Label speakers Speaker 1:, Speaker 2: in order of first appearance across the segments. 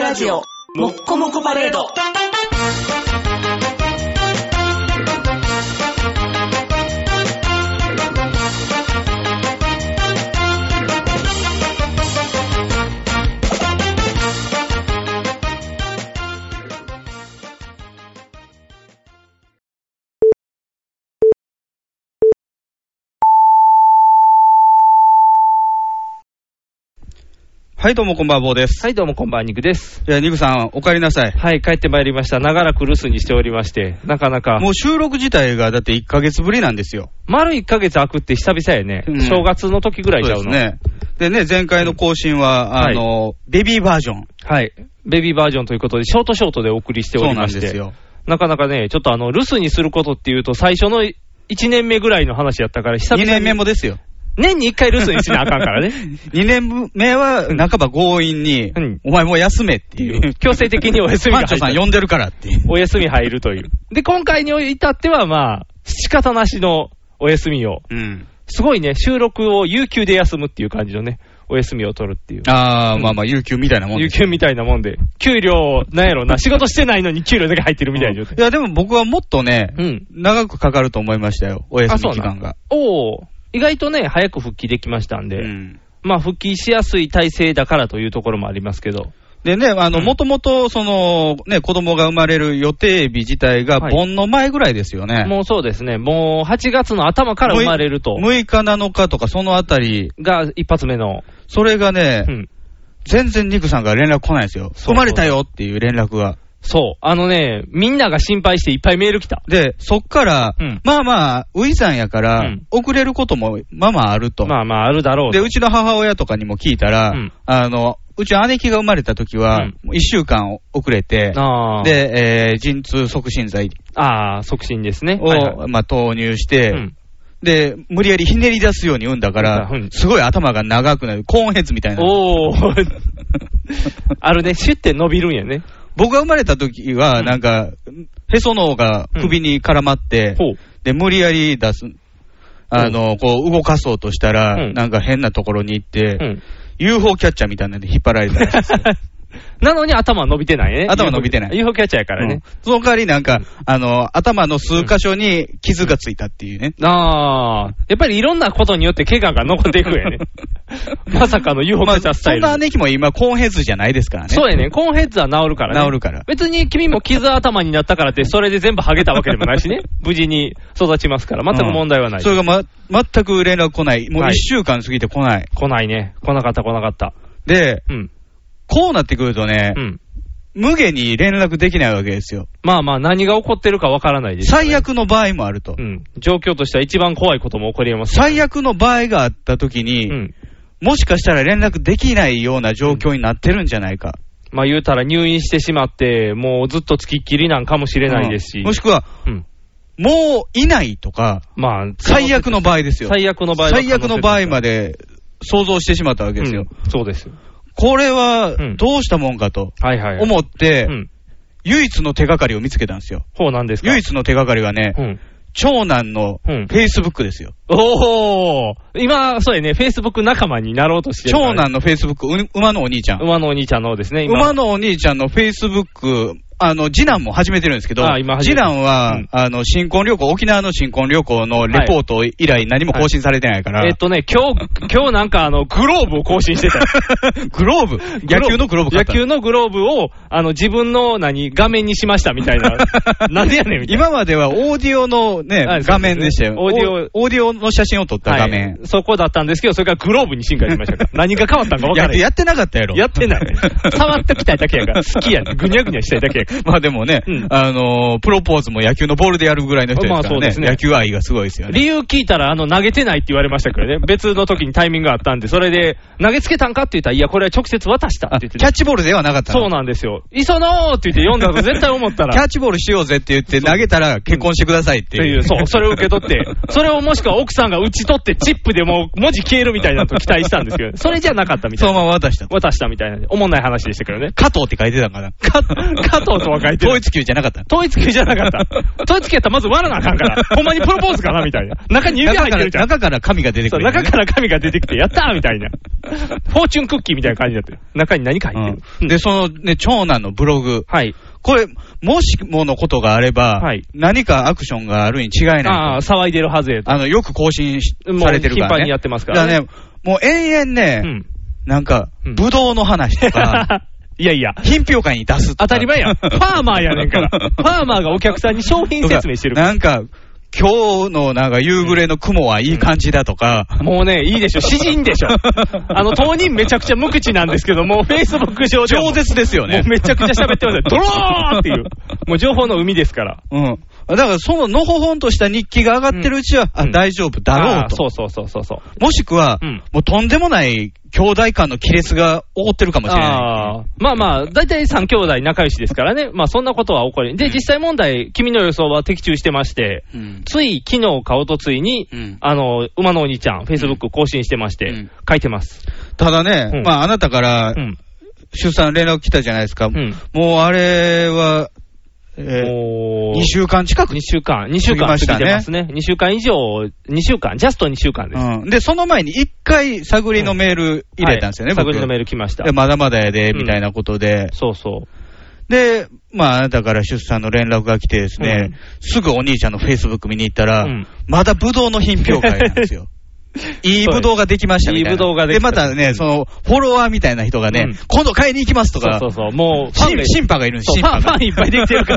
Speaker 1: ラジオ、もっこもこパレード。
Speaker 2: はい、どうもこんばんは、坊です。
Speaker 3: はい、どうもこんばんは、肉です。
Speaker 2: じゃあ、ニグさん、お帰りなさい。
Speaker 3: はい、帰ってまいりました。長らく留守にしておりまして、なかなか、
Speaker 2: もう収録自体がだって1ヶ月ぶりなんですよ。
Speaker 3: 丸1ヶ月空くって久々やね。
Speaker 2: うん
Speaker 3: 正月の時ぐらいちゃう
Speaker 2: そう
Speaker 3: の。
Speaker 2: ですね。でね、前回の更新は、あの、ベビーバージョン。
Speaker 3: はい。ベビーバージョンということで、ショートショートでお送りしてお
Speaker 2: そう
Speaker 3: り
Speaker 2: な
Speaker 3: ま
Speaker 2: ん
Speaker 3: して。
Speaker 2: ですよ。
Speaker 3: なかなかね、ちょっとあの、留守にすることっていうと、最初の1年目ぐらいの話やったから、久
Speaker 2: 2
Speaker 3: 々に。
Speaker 2: 年目もですよ。
Speaker 3: 年に1回留守にしなあかんからね。
Speaker 2: 2年目は、半ば強引に、
Speaker 3: うん
Speaker 2: お前もう休めっていう。
Speaker 3: 強制的にお休みが
Speaker 2: パン
Speaker 3: 入っ
Speaker 2: チョ
Speaker 3: た
Speaker 2: さん呼んでるからっていう。
Speaker 3: お休み入るという。で、今回に至っては、まあ、仕方なしのお休みを。
Speaker 2: うん。
Speaker 3: すごいね、収録を有給で休むっていう感じのね、お休みを取るっていう。
Speaker 2: あー、まあまあ、有給みたいなもん
Speaker 3: 有
Speaker 2: です
Speaker 3: 給みたいなもんで、給料、なんやろな、仕事してないのに給料だけ入ってるみたいな状
Speaker 2: い
Speaker 3: 態。
Speaker 2: や、でも僕はもっとね、
Speaker 3: うん。
Speaker 2: 長くかかると思いましたよ、お休み期間が。
Speaker 3: おお、意外とね、早く復帰できましたんで、
Speaker 2: うん
Speaker 3: まあ、復帰しやすい体制だからというところもありますけど、
Speaker 2: でね、あの、
Speaker 3: うん
Speaker 2: もともと、その、ね、子供が生まれる予定日自体が、
Speaker 3: はい
Speaker 2: 盆の前ぐらいですよね。
Speaker 3: もうそうですね、もう8月の頭から生まれると、
Speaker 2: 6日7日とか、そのあたり、
Speaker 3: が一発目の、
Speaker 2: それがね、
Speaker 3: うん、
Speaker 2: 全然ニクさんから連絡来ないんですよ。
Speaker 3: そう
Speaker 2: 生まれたよっていう連絡が。
Speaker 3: そう、あのね、みんなが心配していっぱいメール来た。
Speaker 2: で、そっから、
Speaker 3: うん
Speaker 2: まあまあ、ウイさんやから、
Speaker 3: うん
Speaker 2: 遅れることもまあまああると。
Speaker 3: まあまあ、あるだろう
Speaker 2: で、
Speaker 3: と。
Speaker 2: うちの母親とかにも聞いたら、
Speaker 3: うん
Speaker 2: あの、うちの姉貴が生まれた時は、
Speaker 3: うん
Speaker 2: もう1週間遅れて、
Speaker 3: あー
Speaker 2: で、えー陣痛促進剤
Speaker 3: あー、促進ですね。
Speaker 2: を、
Speaker 3: はいはい
Speaker 2: まあ、投入して、
Speaker 3: うん
Speaker 2: で、無理やりひねり出すように産んだから、
Speaker 3: うん
Speaker 2: すごい頭が長くなる、コーンヘッズみたいな。
Speaker 3: おー、 あるね、シュッて伸びるんやね。
Speaker 2: 僕が生まれた時は、
Speaker 3: うん
Speaker 2: なんか、へその緒が首に絡まって、
Speaker 3: ほう。
Speaker 2: で、無理やり出す。あの、こう、動かそうとしたら、
Speaker 3: うん
Speaker 2: なんか変なところに行って、
Speaker 3: うん
Speaker 2: UFO キャッチャーみたいなんで引っ張られたらしいですよ
Speaker 3: なのに頭は伸びてないね。
Speaker 2: 頭伸びてない
Speaker 3: UFO キャッチャーやからね。
Speaker 2: うんその代わりなんか、あの、頭の数箇所に傷がついたっていうね。
Speaker 3: ああ、やっぱりいろんなことによって怪我が残っていくん やね。まさかの UFO キ
Speaker 2: ま
Speaker 3: ャ
Speaker 2: あ
Speaker 3: ッチャースタ
Speaker 2: そ
Speaker 3: イ
Speaker 2: ん
Speaker 3: ル。
Speaker 2: な姉貴も今、コーンヘッズじゃないですからね。
Speaker 3: そうやね。コーンヘッズは治るからね。
Speaker 2: 治るから
Speaker 3: 別に君も傷頭になったからって、それで全部ハゲたわけでもな いしね。無事に育ちますから、全く問題はない。
Speaker 2: それがま、全く連絡来ない。もう
Speaker 3: は
Speaker 2: 一
Speaker 3: い
Speaker 2: 週間過ぎて来ない。
Speaker 3: 来ないね。来なかった来なかった。
Speaker 2: で、
Speaker 3: うん。
Speaker 2: こうなってくるとね、
Speaker 3: うん。
Speaker 2: 無限に連絡できないわけですよ。
Speaker 3: まあまあ、何が起こってるかわからないです。
Speaker 2: 最悪の場合もあると。
Speaker 3: うん。状況としては一番怖いことも起こり得ます。
Speaker 2: 最悪の場合があった時に、
Speaker 3: うん。
Speaker 2: もしかしたら連絡できないような状況になってるんじゃないか。
Speaker 3: まあ言うたら入院してしまって、もうずっとつきっきりなんかもしれないですし。
Speaker 2: うんもしくは、
Speaker 3: うん。
Speaker 2: もういないとか、
Speaker 3: まあ、
Speaker 2: 最悪の場合ですよ。
Speaker 3: 最悪の場合は
Speaker 2: 最悪の場合まで想像してしまったわけですよ。
Speaker 3: うんそうです。
Speaker 2: これは
Speaker 3: うん
Speaker 2: どうしたもんかと
Speaker 3: はいはい、はい。
Speaker 2: 思って、
Speaker 3: うん。
Speaker 2: 唯一の手がかりを見つけたんですよ。
Speaker 3: ほうなんですか。
Speaker 2: 唯一の手がかりがね、
Speaker 3: うん。
Speaker 2: 長男の
Speaker 3: うん
Speaker 2: フェイスブックですよ。
Speaker 3: おー今、そうやね、Facebook 仲間になろうとしてるから
Speaker 2: 長男のフェイスブック、う馬のお兄ちゃん。
Speaker 3: 馬のお兄ちゃんの方ですね、今。
Speaker 2: 馬のお兄ちゃんのフェイスブック、あの、次男も始めてるんですけど、
Speaker 3: あ今始
Speaker 2: 次
Speaker 3: めてる
Speaker 2: 男は、
Speaker 3: うん
Speaker 2: あの、新婚旅行、沖縄の新婚旅行のレポート以来何も更新されてないから、
Speaker 3: えっとね、今日、今日なんかあの、グローブを更新してたよ。
Speaker 2: グローブ、野球のグローブ買
Speaker 3: 野
Speaker 2: った。
Speaker 3: 球のグローブを、あの、自分の何、画面にしましたみたいな なんでやねんみたいな。
Speaker 2: 今まではオーディオの
Speaker 3: は
Speaker 2: ね
Speaker 3: い、
Speaker 2: 画面でしたよ。
Speaker 3: そうですねオーディ
Speaker 2: オ。オーディオの写真を撮った画面
Speaker 3: は。いそこだったんですけど、それからグローブに進化しまし たから。何が変わったんか分から
Speaker 2: や
Speaker 3: な
Speaker 2: って
Speaker 3: い。
Speaker 2: やってなかったやろ。
Speaker 3: やってない。触ってきたいだけやから。好きやね。ぐにゃぐにゃしたいだけやか
Speaker 2: まあでもね
Speaker 3: うん、
Speaker 2: あのー、プロポーズも野球のボールでやるぐらいの人ですか
Speaker 3: まあそう
Speaker 2: ら
Speaker 3: です
Speaker 2: ね。
Speaker 3: ね
Speaker 2: 野球愛がすごいですよ
Speaker 3: ら。
Speaker 2: ね。
Speaker 3: 理由聞いたら、あの、投げてないって言われましたからね。別の時にタイミングがあったんで、それで、投げつけたんかって言ったら、いや、これは直接渡した
Speaker 2: あ
Speaker 3: って
Speaker 2: キャ
Speaker 3: 言って
Speaker 2: ッ。
Speaker 3: て
Speaker 2: チボールではなかったの
Speaker 3: そうなんですよ。磯野って言って読んだと絶対思った
Speaker 2: キャ
Speaker 3: ら。
Speaker 2: ッチボールしようぜって言って投げたら結婚してくださいっ
Speaker 3: ってて
Speaker 2: い。
Speaker 3: いうう、そう、それを受け 取って、それをもしくは奥さんが打ち取って、チップでもう文字消えるみたいなのと期待したんですけ ど、それじゃなかったみ
Speaker 2: そ
Speaker 3: たい
Speaker 2: の
Speaker 3: な。
Speaker 2: まま渡した。
Speaker 3: 渡したみたいな、おもんない話でしたけどね。
Speaker 2: 加藤って書いてたんかな。
Speaker 3: か加藤ポーズは書いてる
Speaker 2: 統一級じゃなかった。
Speaker 3: 統一級じゃなかった。統一級やったらまず割らなあかんから。ほんまにプロポーズかなみたいな。中に指入ってるじゃん。
Speaker 2: 中から中から紙が出て
Speaker 3: そ
Speaker 2: く
Speaker 3: う
Speaker 2: る、
Speaker 3: 中から紙が出てきて、やったーみた いな。フォーチュンクッキーみたいな感じになってる。中に何か入ってる。
Speaker 2: うんで、そのね、長男のブログ。
Speaker 3: はい。
Speaker 2: これ、もしものことがあれば、
Speaker 3: はい
Speaker 2: 何かアクションがあるに違いないと
Speaker 3: ああ、騒いでるはずやと。
Speaker 2: あの、よく更新し
Speaker 3: もう
Speaker 2: されてるからね。
Speaker 3: 頻繁にやってますからね
Speaker 2: だね、もう延々ね、
Speaker 3: うん。
Speaker 2: なんか
Speaker 3: うん、
Speaker 2: ブドウの話と か、
Speaker 3: いやいや。
Speaker 2: 品評会に出すとか。
Speaker 3: 当たり前やん。ファーマーやねん から。ファーマーがお客さんに商品説明してる
Speaker 2: とかなんか、今日のなんか夕暮れの雲はいい感じだとか、
Speaker 3: もうね、いいでしょ。詩人でしょ。あの、当人めちゃくちゃ無口なんですけども、フェイスブック上ではも
Speaker 2: 超
Speaker 3: う。
Speaker 2: 絶ですよね。
Speaker 3: もうめちゃくちゃ喋ってますよ。ドローっていう。もう情報の海ですから。
Speaker 2: うん。だから、そののほほんとした日記が上がってるうちは、あ、
Speaker 3: うん
Speaker 2: 大丈夫だろ
Speaker 3: あ
Speaker 2: う
Speaker 3: ー
Speaker 2: と。
Speaker 3: そうそうそうそうそう。
Speaker 2: もしくは、
Speaker 3: うん
Speaker 2: もうとんでもない兄弟間の亀裂が起こってるかもしれない。
Speaker 3: ああーまあまあ、大体3兄弟仲良しですからね、まあそんなことは起こり、で、実際問題、君の予想は的中してまして、
Speaker 2: うん
Speaker 3: つい昨日かおとついに、
Speaker 2: うん
Speaker 3: あの馬のお兄ちゃん、フェイスブック更新してまして、
Speaker 2: うん
Speaker 3: 書いてます。
Speaker 2: ただね、
Speaker 3: うん
Speaker 2: まあ、あなたから
Speaker 3: うん、
Speaker 2: 出産連絡来たじゃないですか。
Speaker 3: ん
Speaker 2: もうあれは、え
Speaker 3: おー
Speaker 2: 2週間近く
Speaker 3: 二週間、2週
Speaker 2: 過
Speaker 3: 間
Speaker 2: ぎま
Speaker 3: 過
Speaker 2: し
Speaker 3: ぎ
Speaker 2: たね
Speaker 3: てますね、2週間以上、2週間、ジャスト2週間です。
Speaker 2: うん、で、その前に一回、探りのメール入れたんですよね、
Speaker 3: はい
Speaker 2: 僕
Speaker 3: 探りのメール来ました
Speaker 2: で。まだまだやで、
Speaker 3: うん
Speaker 2: みたいなことで、
Speaker 3: そうそう。
Speaker 2: で、まあ、あなたから出産の連絡が来てですね、
Speaker 3: うん
Speaker 2: すぐお兄ちゃんのフェイスブック見に行ったら、
Speaker 3: うん
Speaker 2: まだブドウの品評会なんです よ。いいブドウができましたみたいな。
Speaker 3: いいブドウができた
Speaker 2: またね、その、フォロワーみたいな人がね、
Speaker 3: うん
Speaker 2: 今度買いに行きますとか、
Speaker 3: そうそうそう。もう、ファン
Speaker 2: 審
Speaker 3: が
Speaker 2: 審判がいるんです、
Speaker 3: そう
Speaker 2: 審
Speaker 3: ファン
Speaker 2: 判
Speaker 3: フ
Speaker 2: が。
Speaker 3: ァンいっぱいできてるか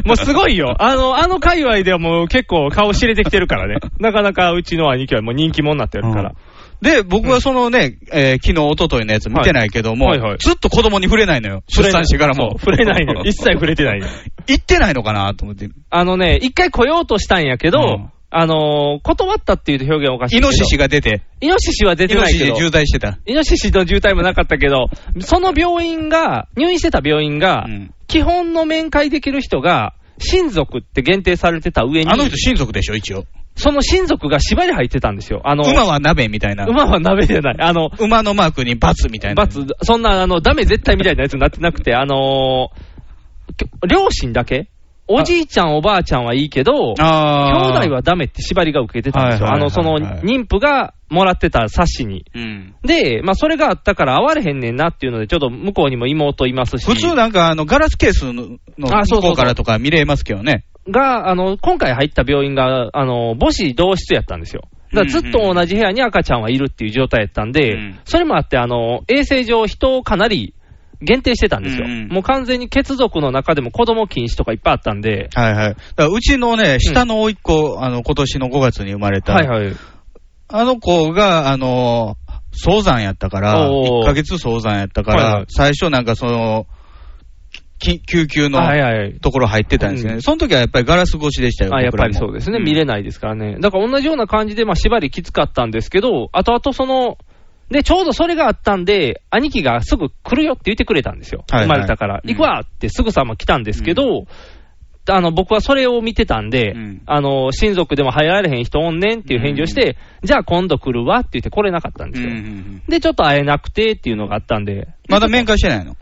Speaker 3: もうすごいよ。あの、あの界隈ではもう結構顔知れてきてるからね。なかなかうちの兄貴はもう人気者になってるから。
Speaker 2: で、僕はそのね、えー昨日、一昨日のやつ見てないけども、
Speaker 3: はいはいはい
Speaker 2: ずっと子供に触れないのよ。
Speaker 3: 触
Speaker 2: 出
Speaker 3: れない
Speaker 2: 産してからも。
Speaker 3: そう触れな いのよ。一切触れてないのよ。
Speaker 2: 行ってないのかなと思って。
Speaker 3: あのね、一回来ようとしたんやけど、
Speaker 2: うん
Speaker 3: あのー断ったっていう表現おかしい
Speaker 2: イ
Speaker 3: けど。
Speaker 2: ノシシが出て、
Speaker 3: イノシシは出
Speaker 2: イ
Speaker 3: て
Speaker 2: ノ
Speaker 3: ない
Speaker 2: シシ
Speaker 3: け
Speaker 2: で
Speaker 3: ど。
Speaker 2: 渋滞してた。
Speaker 3: イノシシの渋滞もなかったけど、その病院が、入院してた病院が、
Speaker 2: うん
Speaker 3: 基本の面会できる人が、親族って限定されてた上に、
Speaker 2: あの人親族でしょ、一応。
Speaker 3: その親族が縛り入ってたんですよ。あの、
Speaker 2: 馬は鍋みたいな。
Speaker 3: 馬は鍋じゃない。あの、
Speaker 2: 馬のマークに罰みたいな。
Speaker 3: 罰、そんな、あの、ダメ絶対みたいなやつになってなくて、あのーきょ両親だけおじいちゃん、おばあちゃんはいいけど、兄
Speaker 2: あー
Speaker 3: 弟はダメって縛りが受けてたんですよ。
Speaker 2: は
Speaker 3: あ
Speaker 2: いはい
Speaker 3: の、そ
Speaker 2: はいは
Speaker 3: の、
Speaker 2: い
Speaker 3: 妊婦がもらってた冊子に。
Speaker 2: うん。
Speaker 3: で、まあ、それがあったから会われへんねんなっていうので、ちょっと向こうにも妹いますし。
Speaker 2: 普通なんか、あの、ガラスケースの
Speaker 3: あそ
Speaker 2: 向
Speaker 3: うそうそう
Speaker 2: こうからとか見れますけどね。
Speaker 3: が、あの、今回入った病院が、あの、母子同室やったんですよ。だからずっと同じ部屋に赤ちゃんはいるっていう状態やったんで、
Speaker 2: うん
Speaker 3: それもあって、あの、衛生上人をかなり限定してたんですよ。
Speaker 2: うんうん
Speaker 3: もう完全に血族の中でも子供禁止とかいっぱいあったんで、
Speaker 2: はいはい。だからうちのね、下の甥っ子、あの、今年の5月に生まれた、
Speaker 3: はいはい。
Speaker 2: あの子が、あの、早産やったから、
Speaker 3: おー
Speaker 2: 1ヶ月早産やったから、
Speaker 3: はいはい
Speaker 2: 最初なんかその、き救急の
Speaker 3: はいはい。
Speaker 2: ところ入ってたんですよね。
Speaker 3: うん
Speaker 2: その時はやっぱりガラス越しでしたよ。
Speaker 3: あやっ
Speaker 2: 僕ら
Speaker 3: ぱ
Speaker 2: も
Speaker 3: りそうですね、
Speaker 2: ん
Speaker 3: 見れないですからね、だから同じような感じで、まあ、縛りきつかったんですけど、あとあとその、で、ちょうどそれがあったんで、兄貴がすぐ来るよって言ってくれたんですよ、
Speaker 2: はいはい
Speaker 3: 生まれたから、
Speaker 2: うん
Speaker 3: 行くわってすぐさま来たんですけど、あの僕はそれを見てたんで、
Speaker 2: うん
Speaker 3: あの、親族でも入られへん人おんねんっていう返事をして、じゃあ今度来るわって言って来れなかったんで
Speaker 2: うん
Speaker 3: す
Speaker 2: う
Speaker 3: よ。
Speaker 2: んうん
Speaker 3: で、ちょっと会えなくてっていうのがあったんで、
Speaker 2: まだ面会してないの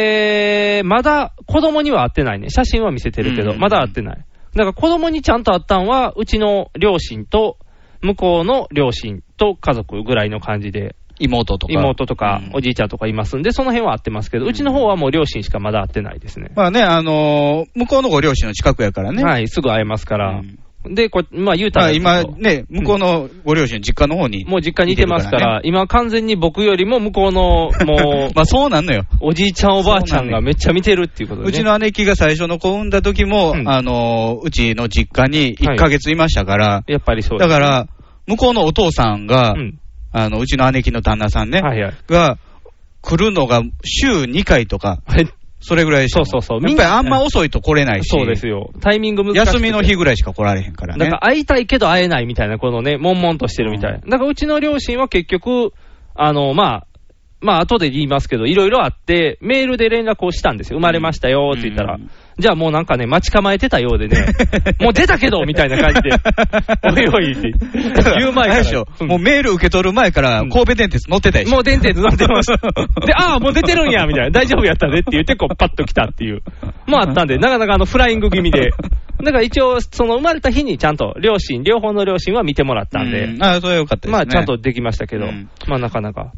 Speaker 3: えー、まだ子供には会ってないね。写真は見せてるけど、
Speaker 2: うん
Speaker 3: まだ会ってない。だから子供にちゃんと会ったんは、うちの両親と、向こうの両親と家族ぐらいの感じで、
Speaker 2: 妹とか。
Speaker 3: 妹とか
Speaker 2: うん
Speaker 3: おじいちゃんとかいますんで、その辺は会ってますけど、うちの方はもう両親しかまだ会ってないですね。
Speaker 2: まあね、あのー向こうのご両親の近くやからね。
Speaker 3: はい、すぐ会えますから。で、こうまあ言うた
Speaker 2: まあ
Speaker 3: ら、
Speaker 2: 今ね、向こうのご両親、実家の方に。
Speaker 3: もう実家にいてますから、
Speaker 2: い
Speaker 3: 今完全に僕よりも向こうの、
Speaker 2: てるからね
Speaker 3: もう、
Speaker 2: まあそうなんのよ。
Speaker 3: おじいちゃんおばあちゃんがめっちゃ見てるっていうことで、ね。
Speaker 2: うちの姉貴が最初の子産んだ時も、
Speaker 3: うん
Speaker 2: あのーうちの実家に
Speaker 3: は
Speaker 2: 1
Speaker 3: い
Speaker 2: ヶ月いましたから、
Speaker 3: やっぱりそうで
Speaker 2: だか
Speaker 3: す。
Speaker 2: ら、向こうのお父さんが、
Speaker 3: うん。
Speaker 2: あの、うちの姉貴の旦那さんね、
Speaker 3: はいはい。
Speaker 2: が、来るのが週2回とか、
Speaker 3: はい
Speaker 2: それぐらいでしたもん
Speaker 3: そうそうそう
Speaker 2: やっぱりあんま遅いと来れないし、
Speaker 3: そうですよ。タイミング難しい。
Speaker 2: 休みの日ぐらいしか来られへんからね。
Speaker 3: だから会いたいけど会えないみたいな、このね、悶々としてるみたい。だからうちの両親は結局、あの、まあ、まあ後で言いますけど、いろいろあって、メールで連絡をしたんですよ、生まれましたよって言ったら、
Speaker 2: うん
Speaker 3: じゃあもうなんかね、待ち構えてたようで ね、もう出たけどみたいな感じで、お いおいって言う前
Speaker 2: あ
Speaker 3: か
Speaker 2: れでし
Speaker 3: ら
Speaker 2: ょ、もうメール受け取る前から、
Speaker 3: うん
Speaker 2: 神戸電鉄乗ってたでしょ。
Speaker 3: もう電鉄乗ってました。で、ああ、もう出てるんや、みたいな。大丈夫やったねって言って、こう、パッと来たっていう。もうあっ たんで、なかなかあの、フライング気味で。だから一応、その生まれた日にちゃんと、両親、両方の両親は見てもらったんで、
Speaker 2: うああ、それはよかったですね。
Speaker 3: まあちゃんとできましたけど、
Speaker 2: うん
Speaker 3: まあなかなか。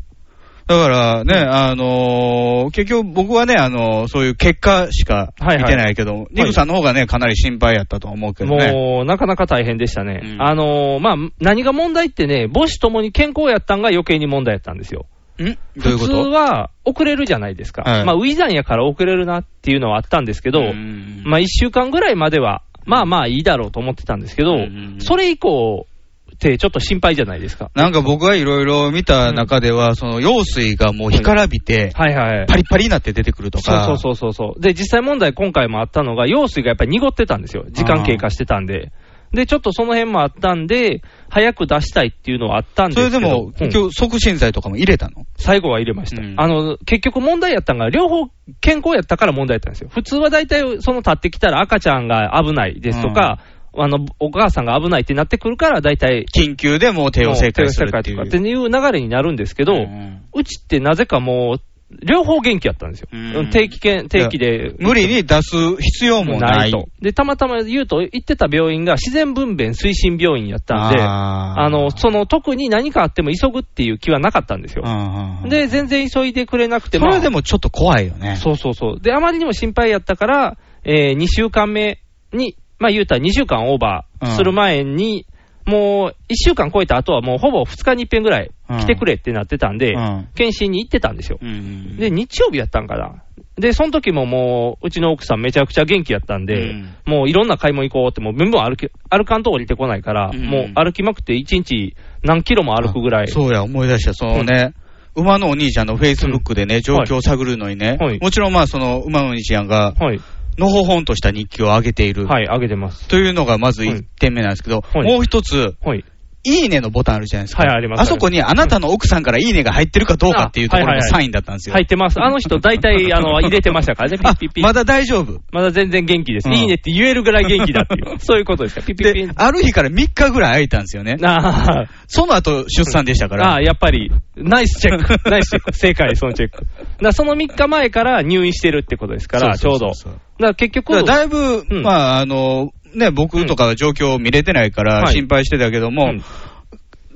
Speaker 2: だからね、あのー結局僕はね、あのーそういう結果しか見てないけど、
Speaker 3: い
Speaker 2: ニグさんの方がね、かなり心配やったと思うけどね。
Speaker 3: もう、なかなか大変でしたね。
Speaker 2: うん
Speaker 3: あのーまあ、何が問題ってね、母子ともに健康やったんが余計に問題やったんですよ。
Speaker 2: んどういうこ
Speaker 3: 普通
Speaker 2: と
Speaker 3: は遅れるじゃないですか。
Speaker 2: はい
Speaker 3: まあ、ウィザンやから遅れるなっていうのはあったんですけど、
Speaker 2: うん
Speaker 3: まあ、1週間ぐらいまでは、まあまあいいだろうと思ってたんですけど、
Speaker 2: うんうんうん
Speaker 3: それ以降ってちょっと心配じゃないですか。
Speaker 2: なんか僕がいろいろ見た中では、その用水がもう干からびて、
Speaker 3: はいはい。
Speaker 2: パリパリになって出てくるとか。
Speaker 3: そうそうそうそうそう。で、実際問題、今回もあったのが、用水がやっぱり濁ってたんですよ。時間経過してたんで。で、ちょっとその辺もあったんで、早く出したいっていうのはあったんです
Speaker 2: そ
Speaker 3: け
Speaker 2: れで
Speaker 3: ど。
Speaker 2: も、
Speaker 3: うん
Speaker 2: 結局促進剤とかも入れたの
Speaker 3: 最後は入れました、
Speaker 2: うん
Speaker 3: あの結局問題やったんが、両方健康やったから問題やったんですよ、普通は大体、その立ってきたら赤ちゃんが危ないですとか、あのお母さんが危ないってなってくるから、大体、
Speaker 2: 緊急でもう帝王
Speaker 3: も
Speaker 2: 切
Speaker 3: う帝王
Speaker 2: 開す
Speaker 3: 切
Speaker 2: る
Speaker 3: 開
Speaker 2: って
Speaker 3: と
Speaker 2: い
Speaker 3: かっ
Speaker 2: う。
Speaker 3: ていう流れになるんですけど、う
Speaker 2: うん
Speaker 3: ちってなぜかもう、両方元気やったんですよ、
Speaker 2: うん
Speaker 3: 定期けん定期で。
Speaker 2: 無理に出す必要もない。
Speaker 3: とでたまたま言うと、行ってた病院が自然分娩推進病院やったんで、あ
Speaker 2: あー
Speaker 3: のその特に何かあっても急ぐっていう気はなかったんですよ。
Speaker 2: うんうんうん
Speaker 3: で、全然急いでくれなくて
Speaker 2: そ
Speaker 3: も、
Speaker 2: れでもちょっと怖いよね。
Speaker 3: そうそうそう、で、あまりにも心配やったから、え2週間目に、まあ、言うたら2週間オーバーする前に、もう1週間超えた後は、もうほぼ2日に1遍ぐらい来てくれってなってたんで、
Speaker 2: うん
Speaker 3: 検診に行ってたんですよ。
Speaker 2: うん
Speaker 3: で、日曜日やったんかな。で、その時ももう、うちの奥さんめちゃくちゃ元気やったんで、
Speaker 2: うん
Speaker 3: もういろんな買い物行こうって、もう分々歩き、歩かんと降りてこないから、
Speaker 2: うん
Speaker 3: もう歩きまくって1日何キロも歩くぐらい。
Speaker 2: そうや、思い出した、そのね、馬のお兄ちゃんのフェイスブックでね、状況を探るのにね、
Speaker 3: はい
Speaker 2: もちろんまあ、その馬のお兄ちゃんが、
Speaker 3: はい、
Speaker 2: のほほんとした日記を上げている、
Speaker 3: はい、上げてます。
Speaker 2: というのがまず1点目なんですけど、
Speaker 3: はい
Speaker 2: もう一つ、
Speaker 3: はい。
Speaker 2: いいねのボタンあるじゃないですか。
Speaker 3: はいあります
Speaker 2: そこにあなたの奥さんからいいねが入ってるかどうかっていうところ
Speaker 3: あはい
Speaker 2: の
Speaker 3: はいはい
Speaker 2: サインだったんですよ。
Speaker 3: 入ってます。あの人、大 体、あの、入れてましたからね。ピッピッピッ。
Speaker 2: あまだ大丈夫。
Speaker 3: まだ全然元気です。
Speaker 2: うん
Speaker 3: いいねって言えるぐらい元気だっていう。 そういうことですか。ピッピッピ
Speaker 2: で
Speaker 3: ン、。
Speaker 2: ある日から3日ぐらい空いたんですよね。
Speaker 3: あー
Speaker 2: その後出産でしたから。
Speaker 3: あー、やっぱり、ナイスチェ ック。ナイスチェック。正解、そのチェック。だからその3日前から入院してるってことですから、ち
Speaker 2: そ
Speaker 3: ょ
Speaker 2: そ
Speaker 3: うど。だ
Speaker 2: そ
Speaker 3: か
Speaker 2: そ
Speaker 3: ら結局、
Speaker 2: だだいぶ、
Speaker 3: うん
Speaker 2: まあ、あの、ね、僕とかは状況を見れてないか
Speaker 3: うん
Speaker 2: ら
Speaker 3: はい
Speaker 2: 心配してたけども、
Speaker 3: うん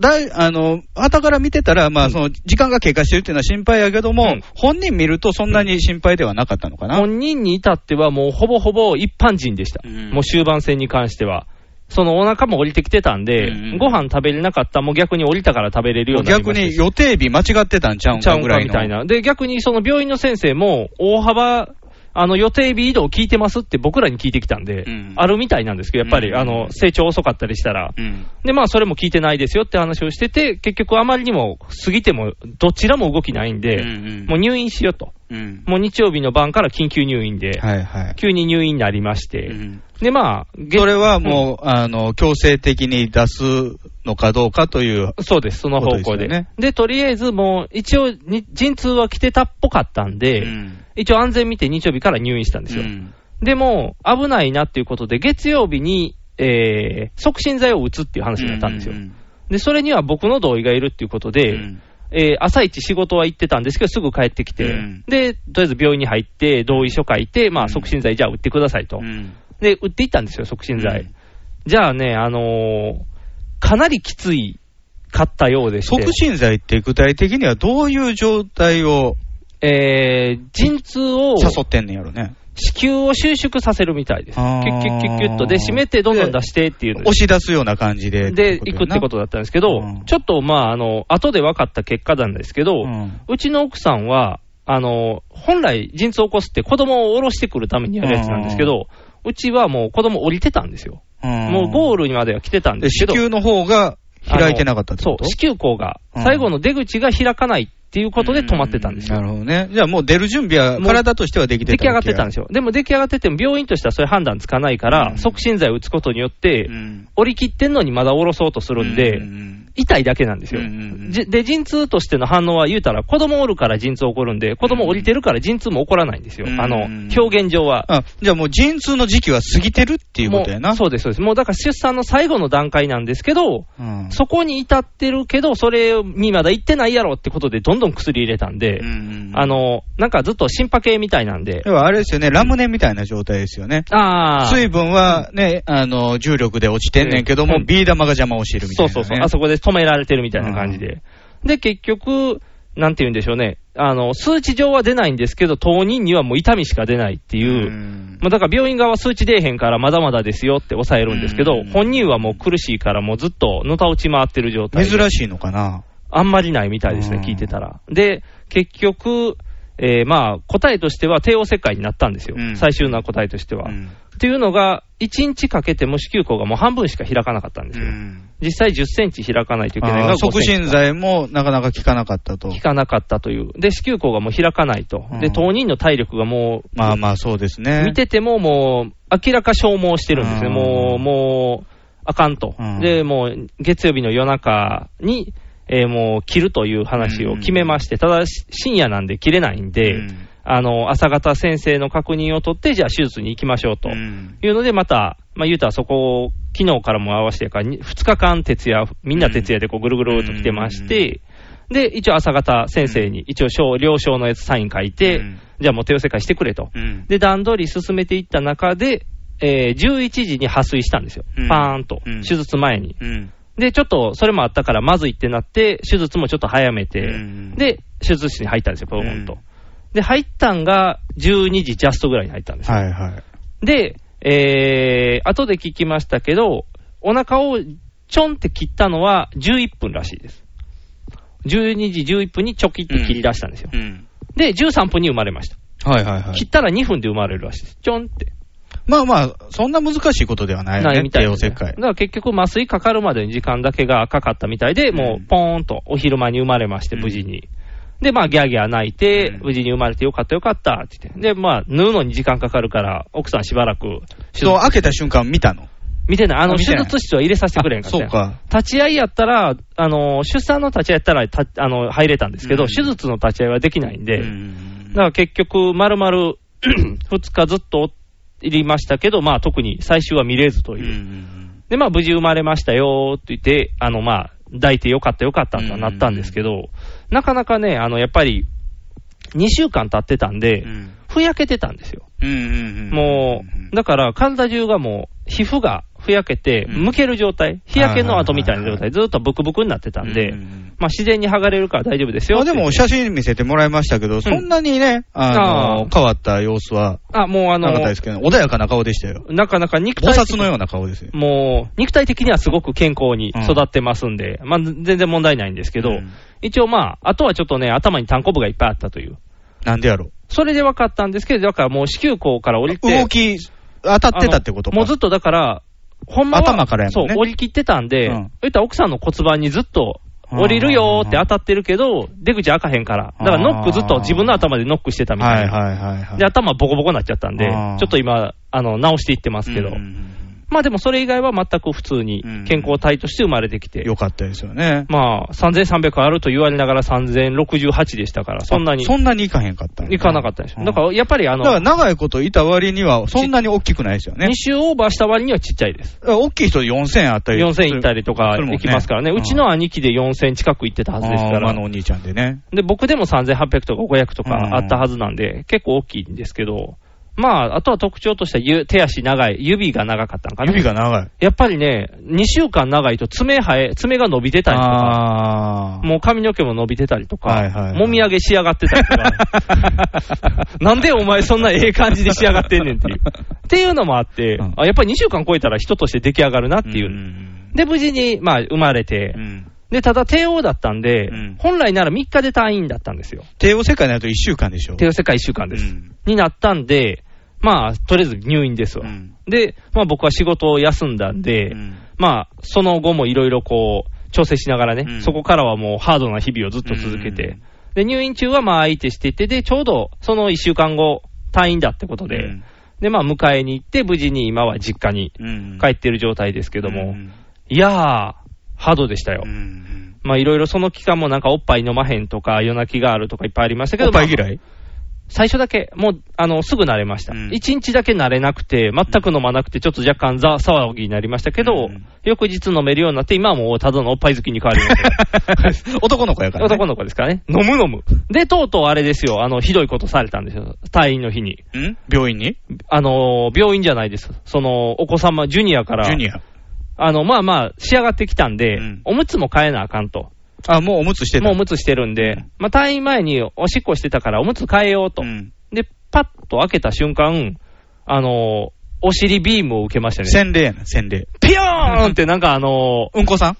Speaker 2: だいあの、旗から見てたら、まあ、その、時間が経過してるっていうのは心配やけども、
Speaker 3: うん
Speaker 2: 本人見るとそんなに心配ではなかったのかな。
Speaker 3: 本人に至っては、もうほぼほぼ一般人でした、
Speaker 2: うん
Speaker 3: もう終盤戦に関しては。そのお腹も降りてきてたんで、
Speaker 2: うんうん
Speaker 3: ご飯食べれなかった、もう逆に降りたから食べれるようになりま
Speaker 2: 逆
Speaker 3: したし
Speaker 2: に予定日間違ってたんちゃうん
Speaker 3: ちゃ
Speaker 2: か
Speaker 3: うん
Speaker 2: ぐら
Speaker 3: か
Speaker 2: い
Speaker 3: み
Speaker 2: の。
Speaker 3: たいな。で、逆にその病院の先生も、大幅、あの予定日移動聞いてますって僕らに聞いてきたんで、
Speaker 2: うん
Speaker 3: あるみたいなんですけど、やっぱり、
Speaker 2: うん
Speaker 3: あの成長遅かったりしたら、
Speaker 2: うん
Speaker 3: で、まあ、それも聞いてないですよって話をしてて、結局、あまりにも過ぎても、どちらも動きないんで、
Speaker 2: うんうん
Speaker 3: もう入院しようと、
Speaker 2: うん
Speaker 3: もう日曜日の晩から緊急入院で、
Speaker 2: はいはい。
Speaker 3: 急に入院になりまして、
Speaker 2: うん
Speaker 3: で、まあ、げ
Speaker 2: それはもう、あの、強制的に出すのかどうかという。
Speaker 3: そうです、その方
Speaker 2: こ
Speaker 3: 向
Speaker 2: と
Speaker 3: で。
Speaker 2: です
Speaker 3: で
Speaker 2: よね
Speaker 3: とりあえずもう、一応に、陣痛は来てたっぽかったんで、
Speaker 2: うん
Speaker 3: 一応安全見て日曜日から入院したんですよ。
Speaker 2: うん
Speaker 3: でも、危ないなっていうことで、月曜日に、えー促進剤を打つっていう話になったんですよ。
Speaker 2: ううん
Speaker 3: で、それには僕の同意がいるっていうことで、
Speaker 2: うん
Speaker 3: えー朝一仕事は行ってたんですけど、すぐ帰ってきて、
Speaker 2: うん
Speaker 3: で、とりあえず病院に入って、同意書書いて、まあ、
Speaker 2: うん
Speaker 3: 促進剤じゃあ打ってくださいと。
Speaker 2: うん
Speaker 3: で、打っていったんですよ、促進剤。
Speaker 2: うん
Speaker 3: じゃあね、あのーかなりきつい、かったようでして。
Speaker 2: 促進剤って具体的にはどういう状態を
Speaker 3: えー陣痛を、
Speaker 2: 誘ってんねんやろね。
Speaker 3: 子宮を収縮させるみたいです。キュ
Speaker 2: あー
Speaker 3: ッキュッキュッキュッと。で、締めてどんどん出してっていうので
Speaker 2: 押し出すような感じで。
Speaker 3: で、行くってこととだったんですけど、
Speaker 2: うん
Speaker 3: ちょっとまあ、あの、後で分かった結果なんですけど、
Speaker 2: や
Speaker 3: う
Speaker 2: な。うん
Speaker 3: ちの奥さんは、あの、本来、陣痛を起こすって子供を下ろしてくるためにやるやつなんですけど、うちはもう子供降りてたんですよ。もうゴー
Speaker 2: ル
Speaker 3: ルにまでは来てたんで
Speaker 2: です
Speaker 3: け
Speaker 2: 子
Speaker 3: ど、
Speaker 2: 宮の方が開いてなかったって
Speaker 3: そ
Speaker 2: こ
Speaker 3: う、
Speaker 2: と
Speaker 3: 子宮口が、
Speaker 2: うん
Speaker 3: 最後の出口が開かないっていうことで止まってたんですよ。
Speaker 2: なるほどね。じゃあもう出る準備は
Speaker 3: もう
Speaker 2: 体としてはできてた
Speaker 3: 出来上がってたんですよ。でも出来上がってても、病院としてはそういう判断つかないから、
Speaker 2: うん
Speaker 3: 促進剤を打つことによって、
Speaker 2: うん
Speaker 3: 折り切ってんのにまだ下ろそうとするんで、
Speaker 2: うん
Speaker 3: 痛いだけなんですよ。
Speaker 2: うんうんうん
Speaker 3: じで、陣痛としての反応は言うたら、子供おるから陣痛起こるんで、子供降りてるから陣痛も起こらないんですよ。
Speaker 2: うんうん
Speaker 3: あの、表現上は。
Speaker 2: あ、じゃあもう陣痛の時期は過ぎてるっていうことや
Speaker 3: も
Speaker 2: な。
Speaker 3: うそうです、そうです。もうだから出産の最後の段階なんですけど、
Speaker 2: うん。
Speaker 3: そこに至ってるけど、それにまだ行ってないやろってことで、どんどん薬入れたんで、
Speaker 2: うんうん
Speaker 3: あの、なんかずっとシンパ系みたいなんで、
Speaker 2: 要はあれですよね、ラムネみたいな状態ですよね。
Speaker 3: ああ、
Speaker 2: 水分はね、あの、重力で落ちてんねんけど
Speaker 3: う
Speaker 2: も、
Speaker 3: ん
Speaker 2: ビー玉が邪魔をしてるみた
Speaker 3: そ
Speaker 2: いうな、ね。
Speaker 3: そうそう、あそこで止められてるみたいな感じで。で、結局、なんて言うんでしょうね、あの、数値上は出ないんですけど、当人にはもう痛みしか出ないっていうう、
Speaker 2: ん
Speaker 3: まあ、だから病院側は数値出えへんから、まだまだですよって抑えるんですけ
Speaker 2: う
Speaker 3: ど、
Speaker 2: ん
Speaker 3: 本人はもう苦しいから、もうずっとのたうち回ってる状態で。
Speaker 2: 珍しいのかな。
Speaker 3: あんまりないみたいですね
Speaker 2: う、ん
Speaker 3: 聞いてたら。で、結局、えーまあ、答えとしては帝王切開になったんですよ、
Speaker 2: うん
Speaker 3: 最終の答えとして
Speaker 2: う
Speaker 3: は。っ
Speaker 2: ん
Speaker 3: ていうのが、1日かけても子宮口がもう半分しか開かなかったんですよ。実際10センチ開かないといけないの
Speaker 2: あ
Speaker 3: が
Speaker 2: ー促
Speaker 3: 5センチ
Speaker 2: 進剤もなかなか効かなかったと。
Speaker 3: 効かなかったという。で、子宮口がもう開かないと。
Speaker 2: う
Speaker 3: で、
Speaker 2: ん
Speaker 3: 当人の体力がもう、
Speaker 2: まあまあそうですね。
Speaker 3: 見ててももう、明らか消耗してるんですね。
Speaker 2: うん
Speaker 3: もう、もう、あかんと
Speaker 2: う。ん
Speaker 3: で、もう、月曜日の夜中に、えーもう、切るという話を決めまして、ただ、し深夜なんで切れないんで、
Speaker 2: うん
Speaker 3: あの、朝方先生の確認を取って、じゃあ手術に行きましょうと。
Speaker 2: うん
Speaker 3: いうので、また、まあ、言うたらそこを、昨日からも合わせてから、2日間徹夜、みんな徹夜でこうぐるぐるっと来てまして、で、一応朝方先生に、一応小、了承のやつサイン書いて、
Speaker 2: うん
Speaker 3: じゃあもう帝王切開してくれと。
Speaker 2: うん
Speaker 3: で、段取り進めていった中で、えー11時に破水したんですよ
Speaker 2: うん。
Speaker 3: パーンと
Speaker 2: う。ん
Speaker 3: 手術前に。
Speaker 2: うん
Speaker 3: で、ちょっと、それもあったから、まずいってなって、手術もちょっと早めて、
Speaker 2: うん
Speaker 3: で、手術室に入ったんですよ、ポーン
Speaker 2: う
Speaker 3: と
Speaker 2: ん。
Speaker 3: で、入ったんが、12時ジャストぐらいに入ったんですよ。
Speaker 2: はいはい。
Speaker 3: で、えー、後で聞きましたけど、お腹をちょんって切ったのは11分らしいです。12時11分にちょきって切り出したんですよ。
Speaker 2: うん
Speaker 3: で、13分に生まれました。
Speaker 2: はいはいは
Speaker 3: 切っ
Speaker 2: い。
Speaker 3: たら2分で生まれるらしいです。ちょんって。
Speaker 2: まあまあ、そんな難しいことではないよ
Speaker 3: ない
Speaker 2: ね、
Speaker 3: みたい
Speaker 2: 帝
Speaker 3: で
Speaker 2: 王
Speaker 3: すね
Speaker 2: 切開
Speaker 3: だ。から結局、麻酔かかるまでに時間だけがかかったみたいで、もうポーンとお昼間に生まれまして、
Speaker 2: うん
Speaker 3: 無事に。で、まあ、ギャーギャー泣いて
Speaker 2: うん、
Speaker 3: 無事に生まれてよかったよかったって言って。で、まあ、縫うのに時間かかるから、奥さんしばらく手術
Speaker 2: そう、開けた瞬間見たの。
Speaker 3: 見てない。あ
Speaker 2: あ
Speaker 3: の、
Speaker 2: 見て
Speaker 3: 手
Speaker 2: ない
Speaker 3: 術室は入れさせてくれへんかった
Speaker 2: そう
Speaker 3: よ
Speaker 2: か。
Speaker 3: 立ち会いやったら、あの、出産の立ち会いやったら、たあの、入れたんですけど、
Speaker 2: うん
Speaker 3: 手術の立ち会いはできないんで、
Speaker 2: うん
Speaker 3: だから結局、まるま る2日ずっといりましたけど、まあ特に最終は見れずと
Speaker 2: う
Speaker 3: い
Speaker 2: ん
Speaker 3: う。
Speaker 2: うん
Speaker 3: で、まあ無事生まれましたよって言って、あの、まあ、抱いてよかったよかったとはなったんですけど、なかなかね、あの、やっぱり、2週間経ってたんで、
Speaker 2: うん
Speaker 3: ふやけてたんですよ。
Speaker 2: うんうん
Speaker 3: もう、だから体中がもう、皮膚がふやけて、
Speaker 2: うん
Speaker 3: むける状態、日焼けの跡みたいな状
Speaker 2: はいはいはいは
Speaker 3: 態、ずっとブクブクになってたん
Speaker 2: う
Speaker 3: で
Speaker 2: んうんうん、
Speaker 3: まあ自然に剥がれるから大丈夫ですよ
Speaker 2: あ
Speaker 3: って
Speaker 2: で
Speaker 3: 言って。
Speaker 2: も、写真見せてもらいましたけど、そんなにね、あ
Speaker 3: あ
Speaker 2: の、
Speaker 3: ー
Speaker 2: 変わった様子は
Speaker 3: あ、もうあ
Speaker 2: な
Speaker 3: の
Speaker 2: かっ、たですけど、穏やかな顔でしたよ。
Speaker 3: なかなか肉
Speaker 2: 菩
Speaker 3: 体
Speaker 2: 薩のような顔ですよ。
Speaker 3: もう、肉体的にはすごく健康に育ってますんで、まあ全然問題ないんですけど、
Speaker 2: うん
Speaker 3: 一応まあ、あとはちょっとね、頭に単行部がいっぱいあったという。
Speaker 2: なんでやろう。
Speaker 3: それで分かったんですけど、だからもう子宮口から降りて、
Speaker 2: 動き、当たってたってこと
Speaker 3: あ
Speaker 2: か。
Speaker 3: のもうずっとだから、ほんまは
Speaker 2: 頭からやもんね
Speaker 3: そう、降り切ってたんで、
Speaker 2: うん
Speaker 3: 言ったら奥さんの骨盤にずっと、降りるよーって当たってるけど、出口開かへんから。だからノックずっと自分の頭でノックしてたみ
Speaker 2: はい
Speaker 3: たいな。
Speaker 2: はいはいはい。
Speaker 3: で、頭ボコボコになっちゃったんで、ち
Speaker 2: あー
Speaker 3: ょっと今、あの、直していってますけど
Speaker 2: うんう。ん
Speaker 3: まあでもそれ以外は全く普通に
Speaker 2: うん
Speaker 3: 健康体として生まれて
Speaker 2: う
Speaker 3: き
Speaker 2: ん
Speaker 3: て。
Speaker 2: よかったですよね。
Speaker 3: まあ、3300あると言われながら3068でしたから、そんなに
Speaker 2: そんなにいかへんかったんだ
Speaker 3: いかなかったでし
Speaker 2: う
Speaker 3: ょ。
Speaker 2: ん
Speaker 3: だからやっぱりあ
Speaker 2: だから
Speaker 3: の、
Speaker 2: 長いこといた割には、そんなに大きくないですよね
Speaker 3: 2。週オーバーした割にはちっちゃいです。
Speaker 2: だから大きい人で4000あったり。
Speaker 3: 4000行ったりとか行きますからね、
Speaker 2: するもん
Speaker 3: うちの兄貴で4000近く行ってたはずですか
Speaker 2: あー馬の
Speaker 3: ら、
Speaker 2: お兄ちゃんでね。
Speaker 3: で僕でも3800とか500と
Speaker 2: うん
Speaker 3: かあったはずなんで、結構大きいんですけど、まあ、あとは特徴としてはゆ手足長い、指が長かったんかな。
Speaker 2: 指が長い。
Speaker 3: やっぱりね、2週間長いと爪生え、爪が伸びてたりとか、
Speaker 2: あー
Speaker 3: もう髪の毛も伸びてたりとか、
Speaker 2: はいはいはい
Speaker 3: もみあげ仕上がってたりとか、 なんでお前そんなええ感じで仕上がってんねんっていう。っていうのもあって、
Speaker 2: うん
Speaker 3: あやっぱり2週間超えたら人として出来上がるなっていう。
Speaker 2: うん
Speaker 3: で、無事に、まあ、生まれて、
Speaker 2: うん
Speaker 3: で、ただ帝王だったんで、
Speaker 2: うん
Speaker 3: 本来なら3日で退院だったんですよ。
Speaker 2: 帝王世界になると1週間でしょ。
Speaker 3: 帝王世界1週間です。
Speaker 2: うん
Speaker 3: になったんで、まあ、とりあえず入院ですわ。
Speaker 2: うん
Speaker 3: で、まあ僕は仕事を休んだんで、
Speaker 2: うん
Speaker 3: まあ、その後もいろいろこう、調整しながらね、
Speaker 2: うん
Speaker 3: そこからはもうハードな日々をずっと続けて、
Speaker 2: うん
Speaker 3: で、入院中はまあ相手していて、で、ちょうどその1週間後、退院だってことで、
Speaker 2: うん
Speaker 3: で、まあ迎えに行って、無事に今は実家に
Speaker 2: うん
Speaker 3: 帰ってる状態ですけども、
Speaker 2: うん
Speaker 3: いやー、ハードでしたよ。
Speaker 2: うん
Speaker 3: まあいろいろその期間もなんかおっぱい飲まへんとか、夜泣きがあるとかいっぱいありましたけ
Speaker 2: お
Speaker 3: ど、
Speaker 2: っぱい嫌い
Speaker 3: 最初だけ、もうあのすぐ慣れました、
Speaker 2: うん
Speaker 3: 一日だけ慣れなくて、全く飲まなくて、ちょっと若干ざ騒ぎになりましたけど、
Speaker 2: うん
Speaker 3: 翌日飲めるようになって、今はもうただのおっぱい好きに変わりました。
Speaker 2: 男の子やから、ね。
Speaker 3: 男の子ですからね、飲む飲む。で、とうとうあれですよ、あのひどいことされたんですよ、退院の日に。
Speaker 2: ん病院に
Speaker 3: あの病院じゃないです、そのお子様、ジュニアから、
Speaker 2: ジュニア。
Speaker 3: あのまあまあ、仕上がってきたんで、
Speaker 2: うん
Speaker 3: おむつも変えなあかんと、
Speaker 2: あ、もうおむつしてた。
Speaker 3: もうおむつしてるんで、まあ、退院前におしっこしてたから、おむつ変えようと。
Speaker 2: うん
Speaker 3: で、パッと開けた瞬間、あのーお尻ビームを受けましたね。
Speaker 2: 洗礼やな、洗礼。
Speaker 3: ピヨーンってなんかあの
Speaker 2: うんこさん
Speaker 3: ー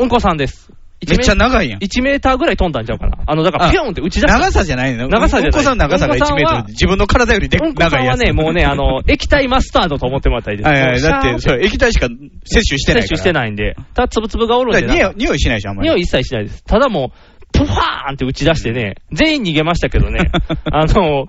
Speaker 3: うんこさんです。
Speaker 2: めっちゃ
Speaker 3: 1
Speaker 2: 長いやん。
Speaker 3: メーターぐらい飛んだんちゃうかな。あの、だから
Speaker 2: あ
Speaker 3: ピヨーンって打ち出した。
Speaker 2: 長さじゃないの
Speaker 3: 長さじ
Speaker 2: う
Speaker 3: ゃない
Speaker 2: んこさんの長さが1メート
Speaker 3: うんこさんは
Speaker 2: ルで、自分の体よりで
Speaker 3: うんこさ
Speaker 2: 長
Speaker 3: ん
Speaker 2: いや
Speaker 3: は
Speaker 2: つ。
Speaker 3: ね、もうね、あの、液体マスタードと思ってもらったらいいです。
Speaker 2: はいはい、だって、
Speaker 3: シャ
Speaker 2: そ
Speaker 3: ー
Speaker 2: う、液体しか摂取してな
Speaker 3: て
Speaker 2: いから。
Speaker 3: 摂取してないんで。ただ、つぶつぶがおるん
Speaker 2: だ
Speaker 3: で
Speaker 2: から
Speaker 3: なん
Speaker 2: 匂
Speaker 3: か
Speaker 2: い、匂いしないでしょ、あんまり。
Speaker 3: 匂い一切しないです。ただもう、プハーンって打ち出してね、全員逃げましたけどね、あの、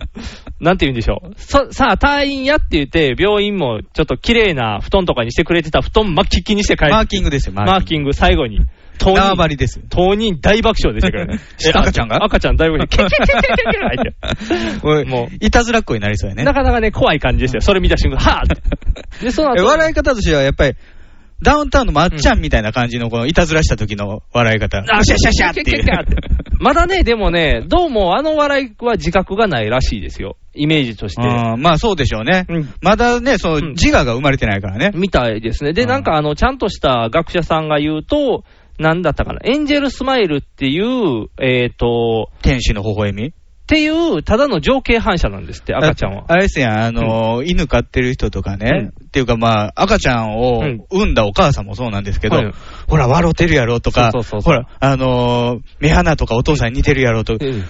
Speaker 3: なんて言うんでしょう。さ、さあ、退院やって言って、病院もちょっと綺麗な布団とかにしてくれてた布団巻きっきにして帰って、
Speaker 2: マーキングですよ、
Speaker 3: マーキング最後に。当
Speaker 2: 縄張
Speaker 3: 人、
Speaker 2: りです。。
Speaker 3: 当人大爆笑でしたからね
Speaker 2: え赤ちゃんが
Speaker 3: 赤ちゃん大爆笑。ケケケケケケケケ
Speaker 2: おい
Speaker 3: も
Speaker 2: いたずらっ子になりそうやね
Speaker 3: な。かなかね、怖い感じでしたよ。それ見た瞬間、はー って。で、その
Speaker 2: え
Speaker 3: 後、
Speaker 2: 笑い方としては、やっぱり、ダウンタウンのまっちゃんみたいな感じの、このいたずらした時の笑い方。
Speaker 3: あ
Speaker 2: シャシャシャって
Speaker 3: キャ
Speaker 2: い
Speaker 3: キャキャキャ
Speaker 2: う。
Speaker 3: まだね、でもね、どうもあの笑いは自覚がないらしいですよ。イメージとして。
Speaker 2: うんまあそうでしょうね
Speaker 3: うん。
Speaker 2: まだね、そうの
Speaker 3: ん
Speaker 2: 自我が生まれてないからね。
Speaker 3: みたいですね。で、
Speaker 2: うん
Speaker 3: なんかあの、ちゃんとした学者さんが言うと、なんだったかな、エンジェルスマイルっていう、えっ、と、
Speaker 2: 天使の微笑み。
Speaker 3: っていう、ただの情景反射なんですって、赤ちゃんは。
Speaker 2: あれですやん、あのー、犬飼ってる人とかね、
Speaker 3: う
Speaker 2: っていうかまあ、赤ちゃんを
Speaker 3: うん
Speaker 2: 産んだお母さんもそうなんですけど
Speaker 3: はい、
Speaker 2: ほら、笑ってるやろとか
Speaker 3: そうそう、そ
Speaker 2: ほ
Speaker 3: うそう
Speaker 2: ら、あのー、目鼻とかお父さんに似てるやろとか、
Speaker 3: うん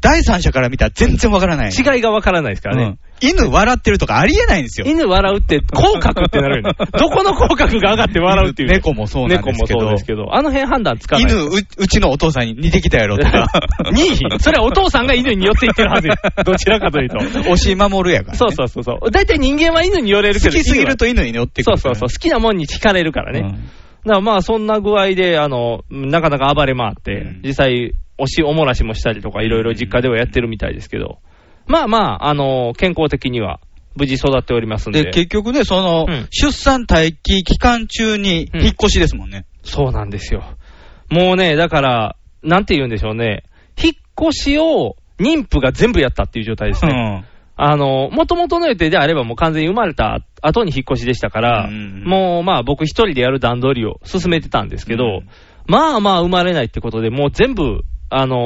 Speaker 2: 第三者から見たら全然わからない。
Speaker 3: 違いがわからないですからね。
Speaker 2: うん犬笑ってるとかありえないんですよ。
Speaker 3: 犬笑うって、口角ってなるよね。 どこの口角が上がって笑うっていう。
Speaker 2: 猫もそうなんですけど
Speaker 3: 猫もそうですけど。あの辺判断つかない。。
Speaker 2: 犬う、うちのお父さんに似てきたやろとか
Speaker 3: に、それはお父さんが犬に寄っていってる はずよどちらかというと。
Speaker 2: 押し守るやから。
Speaker 3: そうそうそうそう。大体人間は犬に寄れるけ
Speaker 2: 好
Speaker 3: ど。
Speaker 2: きすぎると犬に寄ってく
Speaker 3: そ
Speaker 2: る
Speaker 3: う
Speaker 2: か
Speaker 3: そ
Speaker 2: ら。
Speaker 3: うそう、好きなもんに惹かれるからね。
Speaker 2: うん
Speaker 3: だからまあ、そんな具合で、あの、なかなか暴れ回って、
Speaker 2: うん
Speaker 3: 実際、おし、おもらしもしたりとか、いろいろ実家ではやってるみたいですけど、まあまあ、あの、健康的には、無事育っておりますんで。
Speaker 2: で、結局ね、その、
Speaker 3: うん
Speaker 2: 出産待機期間中に
Speaker 3: うん
Speaker 2: 引っ越しですもんね。
Speaker 3: そうなんですよ。もうね、だから、なんて言うんでしょうね。引っ越しを、妊婦が全部やったっていう状態です
Speaker 2: う
Speaker 3: ね。
Speaker 2: ん。
Speaker 3: あの、もともとの予定であればもう完全に生まれた後に引っ越しでしたから、
Speaker 2: うんうんうん
Speaker 3: もうまあ僕一人でやる段取りを進めてたんですけど、
Speaker 2: うん
Speaker 3: まあまあ生まれないってことでもう全部、あの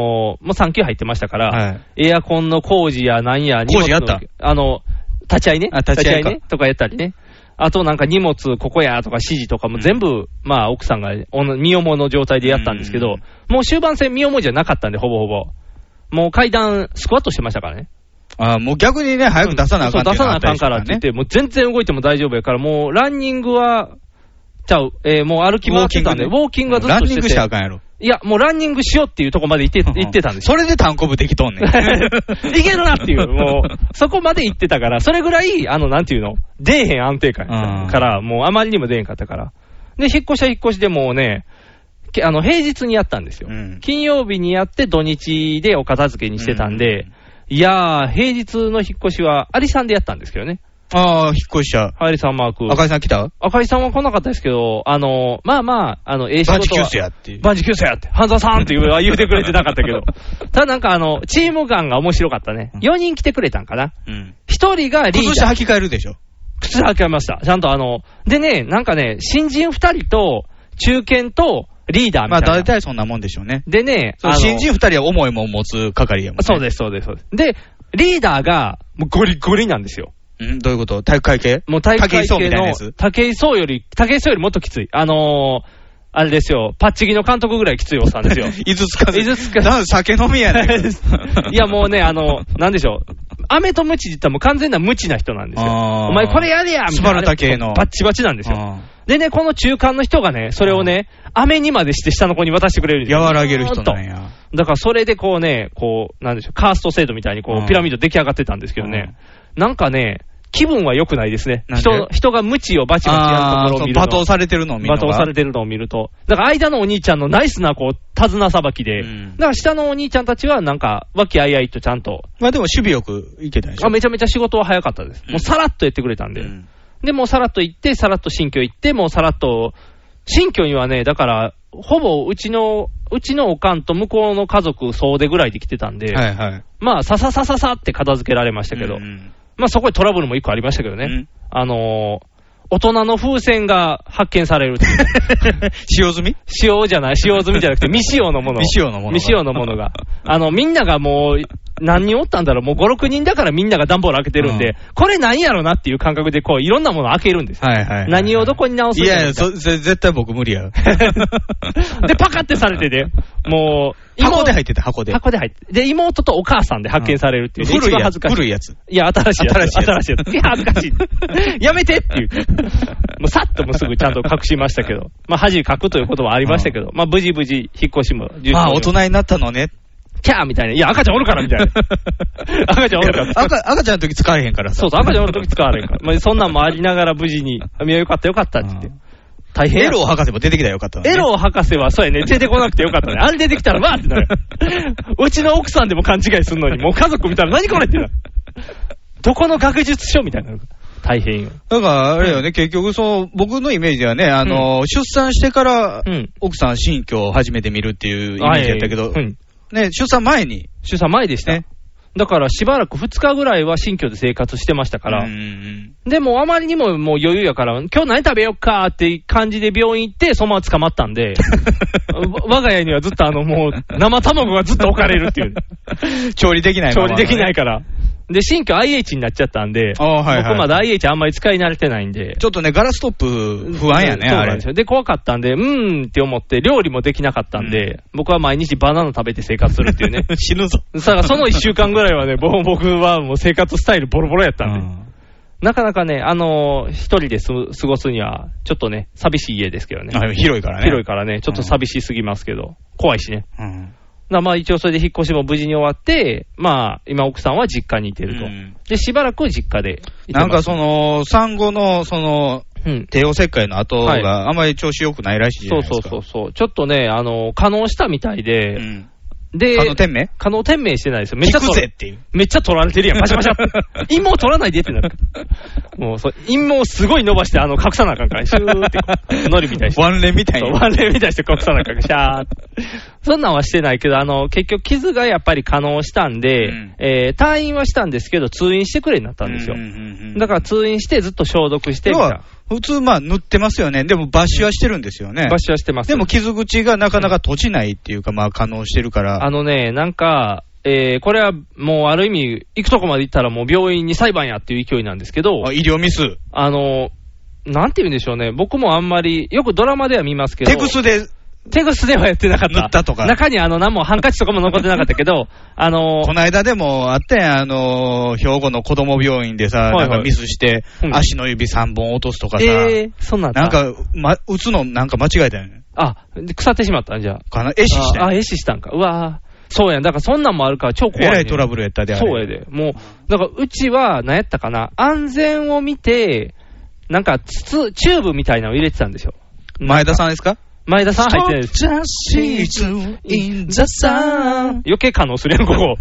Speaker 3: ーもう産休入ってましたから、
Speaker 2: はい
Speaker 3: エアコンの工事やなんや、荷物の
Speaker 2: 工事やった
Speaker 3: あの、立ち会いね。
Speaker 2: あ立ち会いか
Speaker 3: ね。とかやったりね。あとなんか荷物ここやとか指示とかも全部、まあ奥さんがおの身重の状態でやったんですけど、
Speaker 2: うん
Speaker 3: もう終盤戦身重じゃなかったんで、ほぼほぼ。もう階段、スクワットしてましたからね。
Speaker 2: あーもう逆にね、早く出さなあかん
Speaker 3: そう出さなあかん
Speaker 2: ってい
Speaker 3: か
Speaker 2: うの
Speaker 3: ら
Speaker 2: が
Speaker 3: っ
Speaker 2: あた
Speaker 3: て言
Speaker 2: り
Speaker 3: っ
Speaker 2: して
Speaker 3: て、もう全然動いても大丈夫やから、もうランニングは、ちゃう、えーもう歩き回ってたんで、ウ
Speaker 2: ウ
Speaker 3: ォーキングはずっ
Speaker 2: ラン
Speaker 3: と
Speaker 2: ニ
Speaker 3: し
Speaker 2: ン
Speaker 3: て
Speaker 2: グ
Speaker 3: て
Speaker 2: したらあかんやろ。
Speaker 3: いや、もうランニングしようっていうとこまで行って行ってたんですよ。
Speaker 2: それで単行部できとんねん。
Speaker 3: いけるなってい う、もう、そこまで行ってたから、それぐらい、あの、なんていうの、出えへん安定感やった
Speaker 2: うん
Speaker 3: から、もうあまりにも出えへんかったから。で、引っ越しは引っ越しでもうね、けあの、平日にやったんですよ。
Speaker 2: うん
Speaker 3: 金曜日にやって、土日でお片付けにしてたんで、いやー、平日の引っ越しは、アリさんでやったんですけどね。
Speaker 2: ああ、引っ越しちゃう。
Speaker 3: ハイリさんマーク。
Speaker 2: 赤井さん来た
Speaker 3: 赤井さんは来なかったですけど、あの、まあまあ、あの、ええ仕
Speaker 2: バンジ
Speaker 3: 事
Speaker 2: キュー
Speaker 3: は
Speaker 2: ス。やっていう。
Speaker 3: バンジキュースやって、半沢さんって言う言うてくれてなかった けど、ただなんかあの、チーム感が面白かったね
Speaker 2: うん。
Speaker 3: 4人来てくれたんかな。
Speaker 2: うん。
Speaker 3: 1人がリー
Speaker 2: 靴下
Speaker 3: ダー。
Speaker 2: 履き替えるでしょ。
Speaker 3: 靴履きました。ちゃんとあの、でね、なんかね、新人2人と、中堅と、リーダーみ
Speaker 2: ま
Speaker 3: たい
Speaker 2: あ
Speaker 3: な。
Speaker 2: 大体そんなもんでしょうね。
Speaker 3: でね、
Speaker 2: そう
Speaker 3: あの
Speaker 2: 新人二人は重いもん持つ係やもん、ね。
Speaker 3: そうです、そうです、そうです。で、リーダーが、もうゴリゴリなんですよ。
Speaker 2: んどういうこと体育会系
Speaker 3: もう体育会
Speaker 2: 武井壮
Speaker 3: 系
Speaker 2: みたいな
Speaker 3: の
Speaker 2: やつ、
Speaker 3: 武井壮より、武井壮よりもっときつい。あのー、あれですよ、パッチギの監督ぐらいきついおっさ んですよ。
Speaker 2: いつつかず。
Speaker 3: 井筒かず
Speaker 2: なん酒飲みやね
Speaker 3: いやもうね、あの、なんでしょう。飴とムチで言ったらもう完全な無知な人なんですよ。
Speaker 2: あー
Speaker 3: お前これやれやみ
Speaker 2: ス
Speaker 3: たいな。
Speaker 2: パルタ系の
Speaker 3: バッチバチなんですよ。
Speaker 2: あ
Speaker 3: でね、この中間の人がね、それをね、飴にまでして下の子に渡してくれるんです
Speaker 2: ー
Speaker 3: よ
Speaker 2: 和らげる人なんや。
Speaker 3: だからそれでこうね、こう、なんでしょう、カースト制度みたいにこ
Speaker 2: うん
Speaker 3: う、ピラミッド出来上がってたんですけどね、なんかね、気分は良くないですね。
Speaker 2: なんで
Speaker 3: 人、人が無知をバチバチや
Speaker 2: あー
Speaker 3: るところ
Speaker 2: そ
Speaker 3: を
Speaker 2: う
Speaker 3: 見る
Speaker 2: 罵
Speaker 3: と
Speaker 2: 倒されてるのを見る
Speaker 3: 罵
Speaker 2: のが
Speaker 3: 倒されてるのを見ると。だから間のお兄ちゃんのナイスな、こう、手綱さばきで、
Speaker 2: うん
Speaker 3: だから下のお兄ちゃんたちはなんか、和気あいあいとちゃんと、
Speaker 2: まあでも守備よくいけたでしょ。
Speaker 3: あめちゃめちゃ仕事は早かったです。
Speaker 2: うん
Speaker 3: もうさらっとやってくれたんで。
Speaker 2: うん
Speaker 3: で、もうさらっと行って、さらっと新居行って、もうさらっと、新居にはね、だから、ほぼうちの、うちのおかんと向こうの家族総出ぐらいで来てたんで、
Speaker 2: はいはい。
Speaker 3: まあ、さささささって片付けられましたけど、
Speaker 2: うん
Speaker 3: まあそこにトラブルも一個ありましたけどね、
Speaker 2: うん
Speaker 3: あのー大人の風船が発見されるっ ていう。
Speaker 2: 使用済み
Speaker 3: 使用じゃない、使用済みじゃなくて、未使用のもの。
Speaker 2: 未使用のものが
Speaker 3: 未使用のも のが。あの、みんながもう、何人おったんだろう、もう5、6人だからみんなが段ボール開けてるんで、
Speaker 2: うん
Speaker 3: これ何やろなっていう感覚で、こう、いろんなもの開けるんです。
Speaker 2: はいはいはい。
Speaker 3: 何をどこに直す
Speaker 2: いやいや、
Speaker 3: みた
Speaker 2: そそれ絶対僕無理 や。
Speaker 3: で、パカってされてて、もう、
Speaker 2: 箱で入ってた、箱で。
Speaker 3: 箱で入って。で、妹とお母さんで発見されるっていう、ね
Speaker 2: 古
Speaker 3: 一
Speaker 2: い
Speaker 3: 番
Speaker 2: や
Speaker 3: 恥ず
Speaker 2: つ。
Speaker 3: かしい。
Speaker 2: 古いやつ。
Speaker 3: いや、新しいやつ。
Speaker 2: 新しいやつ
Speaker 3: 新しいやつ。いや、恥ずかしい。 やめてっ ていう。もうさっともうすぐちゃんと隠しましたけど。まあ、恥かくということはありましたけど、まあ、無事無事、引っ越しも。
Speaker 2: まあ大人になったのね。
Speaker 3: キャーみたいな。いや、赤ちゃんおるからみた いな。赤ちゃんおるから。
Speaker 2: 赤赤ちゃんの時使われへんからさ。
Speaker 3: そうそう、赤ちゃんおるとき使われん から。まあ、そんなんもありながら無事に。いや、よかったよかったって言って。大 変
Speaker 2: エ
Speaker 3: や。
Speaker 2: ロー博士も出てきたらよかったのね
Speaker 3: エロー博士は、そうやね、出てこなくてよかったね。あれ出てきたら、わーって なる。うちの奥さんでも勘違いするのに、もう家族見たら、何これってなる。どこの学術書みたいになるから。大変よ。
Speaker 2: だから、あれよね、結局、そう、僕のイメージはね、あの、出産してから、
Speaker 3: うん
Speaker 2: 奥さん新居を初めて見るっていうイメージやったけど、
Speaker 3: はいうん
Speaker 2: ね、出産前に。
Speaker 3: 出産前でした。
Speaker 2: ね
Speaker 3: だからしばらく2日ぐらいは新居で生活してましたから、
Speaker 2: うんうん
Speaker 3: でもあまりにももう余裕やから、今日何食べよっかって感じで病院行って、そのまま捕まった んで、わ我が家にはずっとあのもう生卵がずっと置かれるっていう、
Speaker 2: うん調理できない。
Speaker 3: 調理できないいから。で、新居 IH になっちゃったんで、
Speaker 2: ああはいはい
Speaker 3: 僕まだ IH あんまり使い慣れてないんで。
Speaker 2: ちょっとね、ガラストップ不安やね、
Speaker 3: そう
Speaker 2: あ
Speaker 3: なん
Speaker 2: れ
Speaker 3: です。よ。で、怖かったんで、うーんって思って、料理もできなかったんで、僕は毎日バナナ食べて生活するっていう ね。
Speaker 2: 死ぬぞ。
Speaker 3: さあ、その一週間ぐらいはね、ぼ僕はもう生活スタイルボロボロやったんで、なかなかね、あのー一人です過ごすには、ちょっとね、寂しい家ですけどね。
Speaker 2: あ広いからね。
Speaker 3: 広いからね、ちょっと寂しすぎますけど、怖いしね。
Speaker 2: うん
Speaker 3: なまあ一応それで引っ越しも無事に終わって、まあ今奥さんは実家にいてると。
Speaker 2: うん
Speaker 3: で、しばらく実家でいてます
Speaker 2: なんかその、産後の、その、
Speaker 3: うん。
Speaker 2: 帝王切開の後
Speaker 3: はい
Speaker 2: があまり調子良くないらしいじゃな
Speaker 3: そう
Speaker 2: いです
Speaker 3: そう
Speaker 2: か。
Speaker 3: そうそう。ちょっとね、あのー、可能したみたいで、
Speaker 2: うん
Speaker 3: で、
Speaker 2: あの、天命
Speaker 3: 可能天命してないですよ。めっち
Speaker 2: 聞
Speaker 3: ゃ取
Speaker 2: く
Speaker 3: ら
Speaker 2: ぜっていう。
Speaker 3: めっちゃ取られてるやん、バシャ バシャって。陰謀取らないでってなる。もうそう、陰謀すごい伸ばして、あの、隠さなあかんから、シューってこう、ノリみたいにして。
Speaker 2: ワンレンみたい
Speaker 3: そう
Speaker 2: に。
Speaker 3: ワンレンみたいにして隠さなあかんから、シャー って。そんなんはしてないけど、あの、結局傷がやっぱり可能したんで、
Speaker 2: うん
Speaker 3: えー退院はしたんですけど、通院してくれになったんですよ
Speaker 2: う。んうんうんうん
Speaker 3: だから通院してずっと消毒して、
Speaker 2: 要
Speaker 3: みたい
Speaker 2: は
Speaker 3: な、
Speaker 2: 普通、まあ、塗ってますよね。でも、抜歯はしてるんですよね。
Speaker 3: 場所はしてます。
Speaker 2: でも、傷口がなかなか閉じないっていうか、まあ、可能してるから
Speaker 3: あ。のね、なんか、えーこれはもうある意味、行くとこまで行ったらもう病院に裁判やっていう勢いなんですけど、
Speaker 2: あ医療ミス。
Speaker 3: あの、なんて言うんでしょうね、僕もあんまり、よくドラマでは見ますけど、
Speaker 2: テクスで、
Speaker 3: テグスではやってなかった。
Speaker 2: 塗ったとか
Speaker 3: 中にあの、何もハンカチとかも残ってなかったけ ど、あの
Speaker 2: こ、の間でもあったやん、あのー、兵庫の子供病院でさ、
Speaker 3: はいはい
Speaker 2: なんかミスして
Speaker 3: う、ん
Speaker 2: 足の指3本落とすとかさ、
Speaker 3: えー、そんなんだ
Speaker 2: なん、か、ま、打つのなんか間違えたよね。
Speaker 3: あ、で腐ってしまったんじゃあ。
Speaker 2: かな、壊死した
Speaker 3: あ、あ
Speaker 2: よ。
Speaker 3: 壊死したんか。うわーそうやん。だからそんなんもあるから超怖い、
Speaker 2: え
Speaker 3: ね。
Speaker 2: らいトラブルやったで、あれ。
Speaker 3: そうやで。もう、だからうちは、何やったかな、安全を見て、なんか筒、チューブみたいなのを入れてたんですよ。
Speaker 2: 前田さんですか
Speaker 3: 前田さん入ってないです。
Speaker 2: Just in the
Speaker 3: 余計可能するやん、こ こ。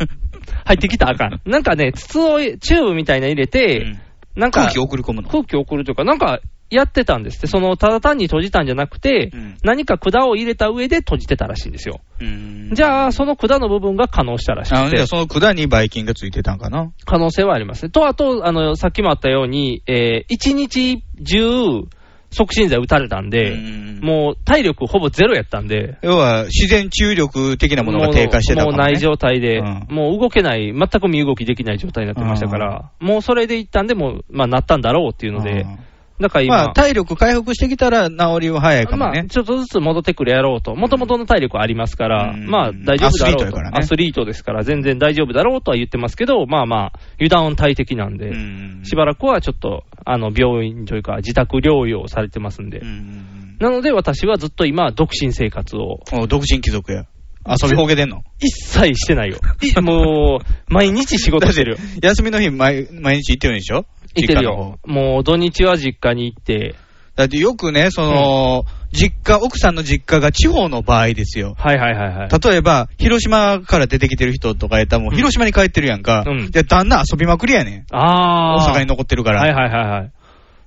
Speaker 3: 入ってきたらあかん。なんかね、筒を、チューブみたいなの入れて、なんか
Speaker 2: 空気、送り込むの。
Speaker 3: 空気を送るというか、なんか、やってたんですって。その、ただ単に閉じたんじゃなくて、
Speaker 2: うん
Speaker 3: 何か管を入れた上で閉じてたらしいんですよ。じ
Speaker 2: あ、
Speaker 3: ゃあ、その管の部分が可能したらし
Speaker 2: あの
Speaker 3: く
Speaker 2: じゃ
Speaker 3: て
Speaker 2: あ、その管にばい菌がついてたんかな。
Speaker 3: 可能性はありますね。と、あと、あの、さっきもあったように、えー、1日中、促進剤打たれたんで、
Speaker 2: うん
Speaker 3: もう、体力ほぼゼロやったんで、
Speaker 2: 要は、自然注力的なものが低下してたか
Speaker 3: もう
Speaker 2: も、ね、
Speaker 3: もうない状態で、
Speaker 2: うん
Speaker 3: もう動けない、全く身動きできない状態になってましたから、もうそれで一旦でも、まあ、なったんだろうっていうので、だから今、
Speaker 2: まあ、体力回復してきたら治りは早いかも
Speaker 3: ま
Speaker 2: ね
Speaker 3: あ、。ちょっとずつ戻ってくるやろうと、もともとの体力ありますから、
Speaker 2: うん
Speaker 3: まあ大丈夫だろ
Speaker 2: アスリー
Speaker 3: うと、
Speaker 2: トやからね
Speaker 3: アスリートですから、全然大丈夫だろうとは言ってますけど、まあまあ、油断大敵なんで、
Speaker 2: うん
Speaker 3: しばらくはちょっとあの病院というか、自宅療養されてますんで、
Speaker 2: うん
Speaker 3: なので私はずっと今、独身生活を
Speaker 2: お独身貴族や。遊びほげてんの
Speaker 3: 一切してないよ、いもう、毎日仕事してるよ。
Speaker 2: 休みの日毎、毎日行ってるんでしょ
Speaker 3: 行って
Speaker 2: 実
Speaker 3: る
Speaker 2: 家の
Speaker 3: よ。もう土日は実家に行って、
Speaker 2: だってよくね、その、実家、奥さんの実家が地方の場合ですよ。
Speaker 3: はいはいはいはい。
Speaker 2: 例えば、広島から出てきてる人とかやったら、もう広島に帰ってるやんか。
Speaker 3: うん
Speaker 2: で、旦那遊びまくりやねん。
Speaker 3: ああ。
Speaker 2: 大阪に残ってるから。
Speaker 3: はいはいはいはい。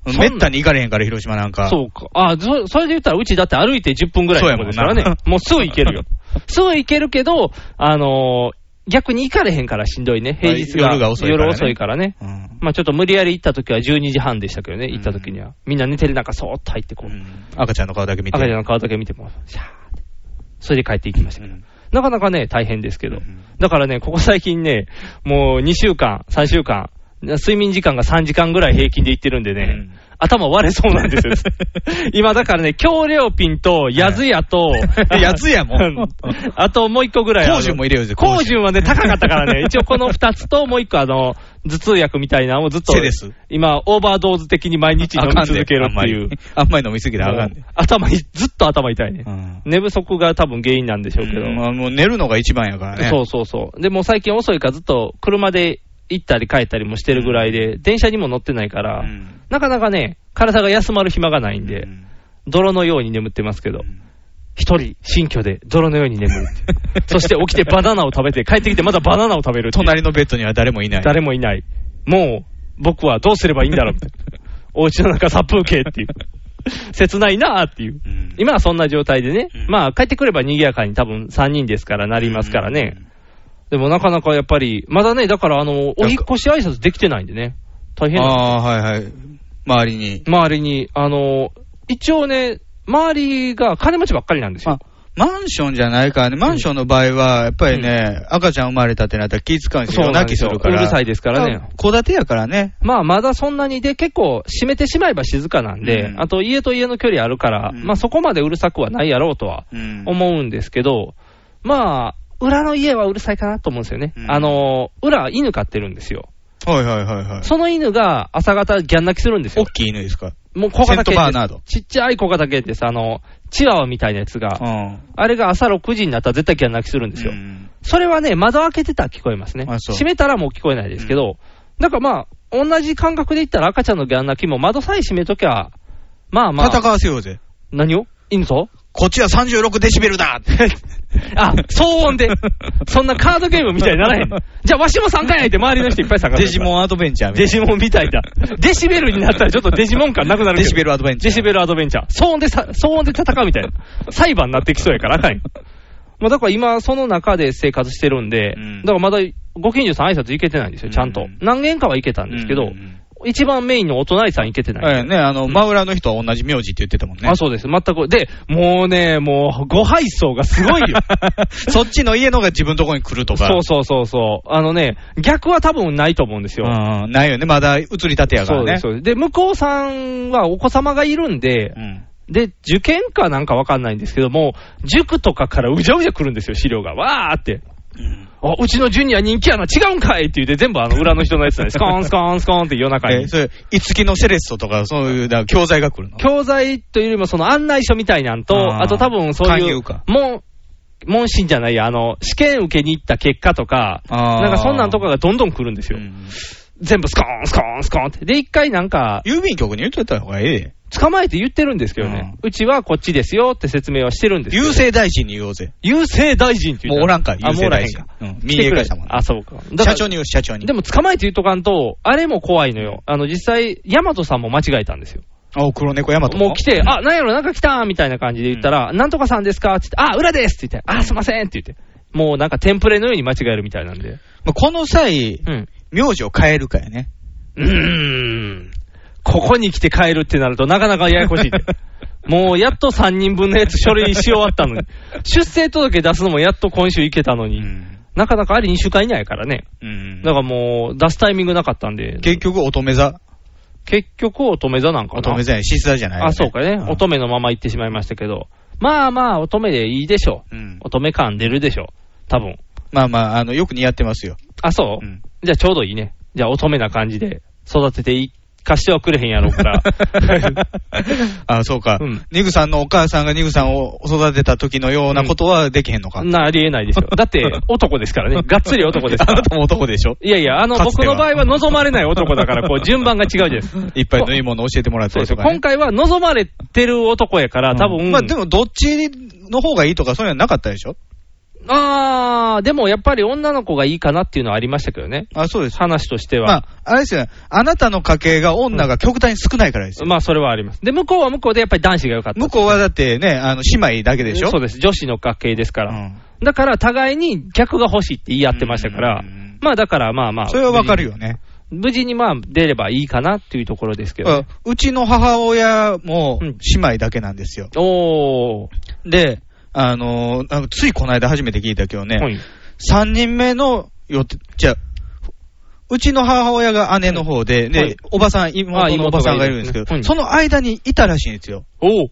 Speaker 3: そんな
Speaker 2: めったに行かれへんから、広島なんか。
Speaker 3: そうか。あそ、それで言ったら、うちだって歩いて10分ぐらいのとこですからね
Speaker 2: そうやもん。な
Speaker 3: もうすぐ行 けるよ。すぐ行けるけど、あのー逆に行かれへんからしんどいね。平日が。
Speaker 2: 夜が遅いからね
Speaker 3: 夜遅いからね。
Speaker 2: うん。
Speaker 3: まあちょっと無理やり行った時は12時半でしたけどね、行った時には。みんな寝てる中、そーっと入ってこ
Speaker 2: う
Speaker 3: う。
Speaker 2: ん赤ちゃんの顔だけ見て。
Speaker 3: 赤ちゃんの顔だけ見ても、シャーって。それで帰っていきましたけど。なかなかね、大変ですけ
Speaker 2: う
Speaker 3: ど。
Speaker 2: ん
Speaker 3: だからね、ここ最近ね、もう2週間、3週間、睡眠時間が3時間ぐらい平均でいってるんでね、
Speaker 2: うん
Speaker 3: 頭割れそうなんで すよ。今だからね、京良ピンと、やず やと、
Speaker 2: いやずやもん
Speaker 3: うあともう一個ぐらいあの。
Speaker 2: 高順も入れようぜ高順
Speaker 3: 高順はね、高かったから ね、一応この2つと、もう一個あの、頭痛薬みたいなのをずっと
Speaker 2: セレス、
Speaker 3: 今、オーバードーズ的に毎日飲み続ける
Speaker 2: あ
Speaker 3: っていう。
Speaker 2: かんであんまり飲みすぎたらあかんで。
Speaker 3: 頭い、ずっと頭痛いね。
Speaker 2: うん
Speaker 3: 寝不足が多分原因なんでしょうけど。
Speaker 2: うんまあもう寝るのが一番やからね。
Speaker 3: そうそうそう。でもう最近遅いからずっと車で行ったり帰ったりもしてるぐらいで、電車にも乗ってないから、
Speaker 2: うん
Speaker 3: なかなかね、体が休まる暇がないんで、
Speaker 2: うん
Speaker 3: 泥のように眠ってますけど、一人、新居で泥のように眠 るっていうそして起きてバナナを食べて、帰ってきてまたバナナを食べるっていう
Speaker 2: 隣のベッドには誰もいない。
Speaker 3: 誰もいない。もう、僕はどうすればいいんだろうみ たいな。お家の中殺風景っていう。切ないなあっていう。
Speaker 2: うん
Speaker 3: 今はそんな状態でね、
Speaker 2: うん
Speaker 3: まあ帰ってくれば賑やかに多分3人ですからなりますからね。でもなかなかやっぱり、まだね、だからあの、お引っ越し挨拶できてないんでね、大
Speaker 2: うん。
Speaker 3: 変な
Speaker 2: ああ、はいはい。周りに。
Speaker 3: 周りに、あの、一応ね、周りが金持ちばっかりなんです
Speaker 2: まあ
Speaker 3: よ。、
Speaker 2: マンションじゃないからね、マンションの場合は、やっぱりね、赤ちゃん生まれたってなったら気使うんですよ。
Speaker 3: そ
Speaker 2: 夜
Speaker 3: うなん
Speaker 2: 泣
Speaker 3: で
Speaker 2: き
Speaker 3: す
Speaker 2: す
Speaker 3: よ
Speaker 2: るから。
Speaker 3: うるさいですからね
Speaker 2: だ戸建てやからね。
Speaker 3: まあ、まだそんなにで、結構、閉めてしまえば静かなんで、
Speaker 2: うん
Speaker 3: あと家と家の距離あるから、
Speaker 2: うん
Speaker 3: まあそこまでうるさくはないやろうとは
Speaker 2: うん
Speaker 3: 思うんですけど、まあ、裏の家はうるさいかなと思うんですよね。
Speaker 2: うん
Speaker 3: あの、裏、犬飼ってるんですよ。
Speaker 2: はいはいはいはい。
Speaker 3: その犬が朝方ギャン泣きするんですよ
Speaker 2: 大。きい犬ですか。
Speaker 3: もう小型
Speaker 2: セントバー
Speaker 3: 犬
Speaker 2: ナー
Speaker 3: で
Speaker 2: ド
Speaker 3: す。ちっちゃい小型犬です。あの、チワワみたいなやつが。
Speaker 2: ん。
Speaker 3: あれが朝6時になったら絶対ギャン泣きするんですよ。
Speaker 2: うん
Speaker 3: それはね、窓開けてたら聞こえますね。
Speaker 2: あそう
Speaker 3: 閉めたらもう聞こえないですけど、なんかまあ、同じ感覚で言ったら赤ちゃんのギャン泣きも窓さえ閉めときゃ、まあま
Speaker 2: 戦
Speaker 3: あ、
Speaker 2: わせようぜ。
Speaker 3: 何を犬と
Speaker 2: こっちは36デシベルだ
Speaker 3: あ、騒音で。 そんなカードゲームみたいにならへん。じゃあわしも参加やいって周りの人いっぱい参加す
Speaker 2: デ
Speaker 3: る
Speaker 2: ジモンアドベンチャーみたい
Speaker 3: デ
Speaker 2: な。
Speaker 3: ジモンみたいな。デシベルになったらちょっとデジモン感なくなるけど
Speaker 2: デシベルアドベンチャー
Speaker 3: デシベルアドベンチャー。騒音でさ、騒音で戦うみたいな。裁判になってきそうやから、あかんよまあだから今、その中で生活してるんで、
Speaker 2: うん
Speaker 3: だからまだご近所さん挨拶行けてないんですよ、ちゃんと。
Speaker 2: うん
Speaker 3: 何軒かは行けたんですけど、
Speaker 2: うんうんうん
Speaker 3: 一番メインのお隣さん行けてない。
Speaker 2: ええね、あの、真裏の人は同じ名字って言ってたもんね。
Speaker 3: あ、そうです。全く。で、もうね、もう、ご配送がすご いよ。
Speaker 2: そっちの家のが自分のとこに来るとか。
Speaker 3: そうそうそうそう。あのね、逆は多分ないと思うんですよ。
Speaker 2: うん、ないよね。まだ移りたてやか
Speaker 3: そ
Speaker 2: ら
Speaker 3: う
Speaker 2: ね。
Speaker 3: です、そうです。で、向こうさんはお子様がいるんで、
Speaker 2: うん
Speaker 3: で、受験かなんかわかんないんですけども、塾とかからうじゃうじゃ来るんですよ、資料が。わーって。あ、うちのジュニア人気やな、違うんかいって言って、全部あの裏の人のや つなんです。スコーンスコーンスコーンって夜中
Speaker 2: え
Speaker 3: に。
Speaker 2: それ、いつきのセレッソとか、そういう、だから教材が来るの。
Speaker 3: 教材というよりもその案内書みたいなんと、
Speaker 2: あー
Speaker 3: あと多分そう
Speaker 2: 勧
Speaker 3: い
Speaker 2: 誘
Speaker 3: う
Speaker 2: か、
Speaker 3: もん、問診じゃないや、あの、試験受けに行った結果とか、
Speaker 2: あー
Speaker 3: なんかそんなんとかがどんどん来るんです
Speaker 2: う
Speaker 3: よ。
Speaker 2: ん
Speaker 3: 全部スコーンスコーンスコーンって。で、一回なんか、
Speaker 2: 郵便局に言っといた方がええで。
Speaker 3: 捕まえて言ってるんですけどね、うちはこっちですよって説明はしてるんですよ。
Speaker 2: 郵政大臣に言おうぜ。
Speaker 3: 郵政大臣って言
Speaker 2: もう
Speaker 3: って
Speaker 2: おらんか、郵
Speaker 3: あ、もう
Speaker 2: 政
Speaker 3: おらへ
Speaker 2: 大
Speaker 3: ん
Speaker 2: 臣
Speaker 3: か。。
Speaker 2: うん民営会社もんね。
Speaker 3: あ、そうか。だから
Speaker 2: 社長に言う、社長に
Speaker 3: で。も捕まえて言うとかんと、あれも怖いのよ。あの、実際、ヤマトさんも間違えたんですよ。
Speaker 2: あ、黒猫ヤマトの。
Speaker 3: もう来て、あ、なんやろ、なんか来たーみたいな感じで言ったら、なんとかさんですかって言って、あ、裏ですって言って、あ、すいませんって言って。もうなんかテンプレのように間違えるみたいなんで。
Speaker 2: まあこの際、
Speaker 3: うん。
Speaker 2: 名字を変えるかやね。
Speaker 3: うーん。ここに来て帰るってなると、なかなかややこしい で。もうやっと3人分のやつ書類し終わったのに。出生届出すのもやっと今週行けたのに。
Speaker 2: うん
Speaker 3: なかなかあれ2週間以内やからね。
Speaker 2: うん
Speaker 3: だからもう、出すタイミングなかったんで。
Speaker 2: 結局、乙女座。
Speaker 3: 結局、乙女座なんかな。
Speaker 2: 乙女座や、獅子座じゃない。
Speaker 3: あ、そうかね。
Speaker 2: ん
Speaker 3: 乙女のまま行ってしまいましたけど。まあまあ、乙女でいいでしょう。
Speaker 2: うん
Speaker 3: 乙女感出るでしょう。多分。
Speaker 2: まあまあ、あの、よく似合ってますよ。
Speaker 3: あ、そう、
Speaker 2: うん
Speaker 3: じゃあちょうどいいね。じゃあ乙女な感じで育てていっ貸してはくれへんやろう から。
Speaker 2: あそうか
Speaker 3: うん。
Speaker 2: ニグさんのお母さんがニグさんを育てた時のようなことはできへんのか。
Speaker 3: な、ありえないですよ。だって、男ですからね。がっつり男です か
Speaker 2: あ
Speaker 3: ら
Speaker 2: な。たも男でしょ
Speaker 3: いやいや、あの、
Speaker 2: かつ
Speaker 3: 僕
Speaker 2: ては
Speaker 3: の場合は望まれない男だから、こう、順番が違うじゃない ですか。
Speaker 2: いっぱい縫い物教えてもらっ
Speaker 3: そ
Speaker 2: た
Speaker 3: うで
Speaker 2: り
Speaker 3: す
Speaker 2: と
Speaker 3: よ。
Speaker 2: か、ね。
Speaker 3: 今回は望まれてる男やから、多分、
Speaker 2: まあでも、どっちの方がいいとか、そういうのはなかったでしょ
Speaker 3: あー、でもやっぱり女の子がいいかなっていうのはありましたけどね。
Speaker 2: あ、そうです。
Speaker 3: 話としては。
Speaker 2: まあ、あれですよね。あなたの家系が女が極端に少ないからですよ。
Speaker 3: まあ、それはあります。で、向こうは向こうでやっぱり男子が良かった。
Speaker 2: 向こうはだってね、あの、姉妹だけでしょ
Speaker 3: そうです。女子の家系ですから。
Speaker 2: うん
Speaker 3: だから、互いに逆が欲しいって言い合ってましたから
Speaker 2: うん、
Speaker 3: まあ、だから、まあまあ。
Speaker 2: それはわかるよね。
Speaker 3: 無事に。無事にまあ、出ればいいかなっていうところですけどね。
Speaker 2: うちの母親も
Speaker 3: うん
Speaker 2: 姉妹だけなんですよ。
Speaker 3: おー。
Speaker 2: で、あのーなんかついこの間初めて聞いたけどね、
Speaker 3: はい
Speaker 2: 3人目の予定、じゃあうちの母親が姉の方で、ね
Speaker 3: はい
Speaker 2: おばさん、
Speaker 3: あ
Speaker 2: 妹のおばさんがいるんですけど、
Speaker 3: 妹がいるんですねはい
Speaker 2: その間にいたらしいんですよ。
Speaker 3: おー。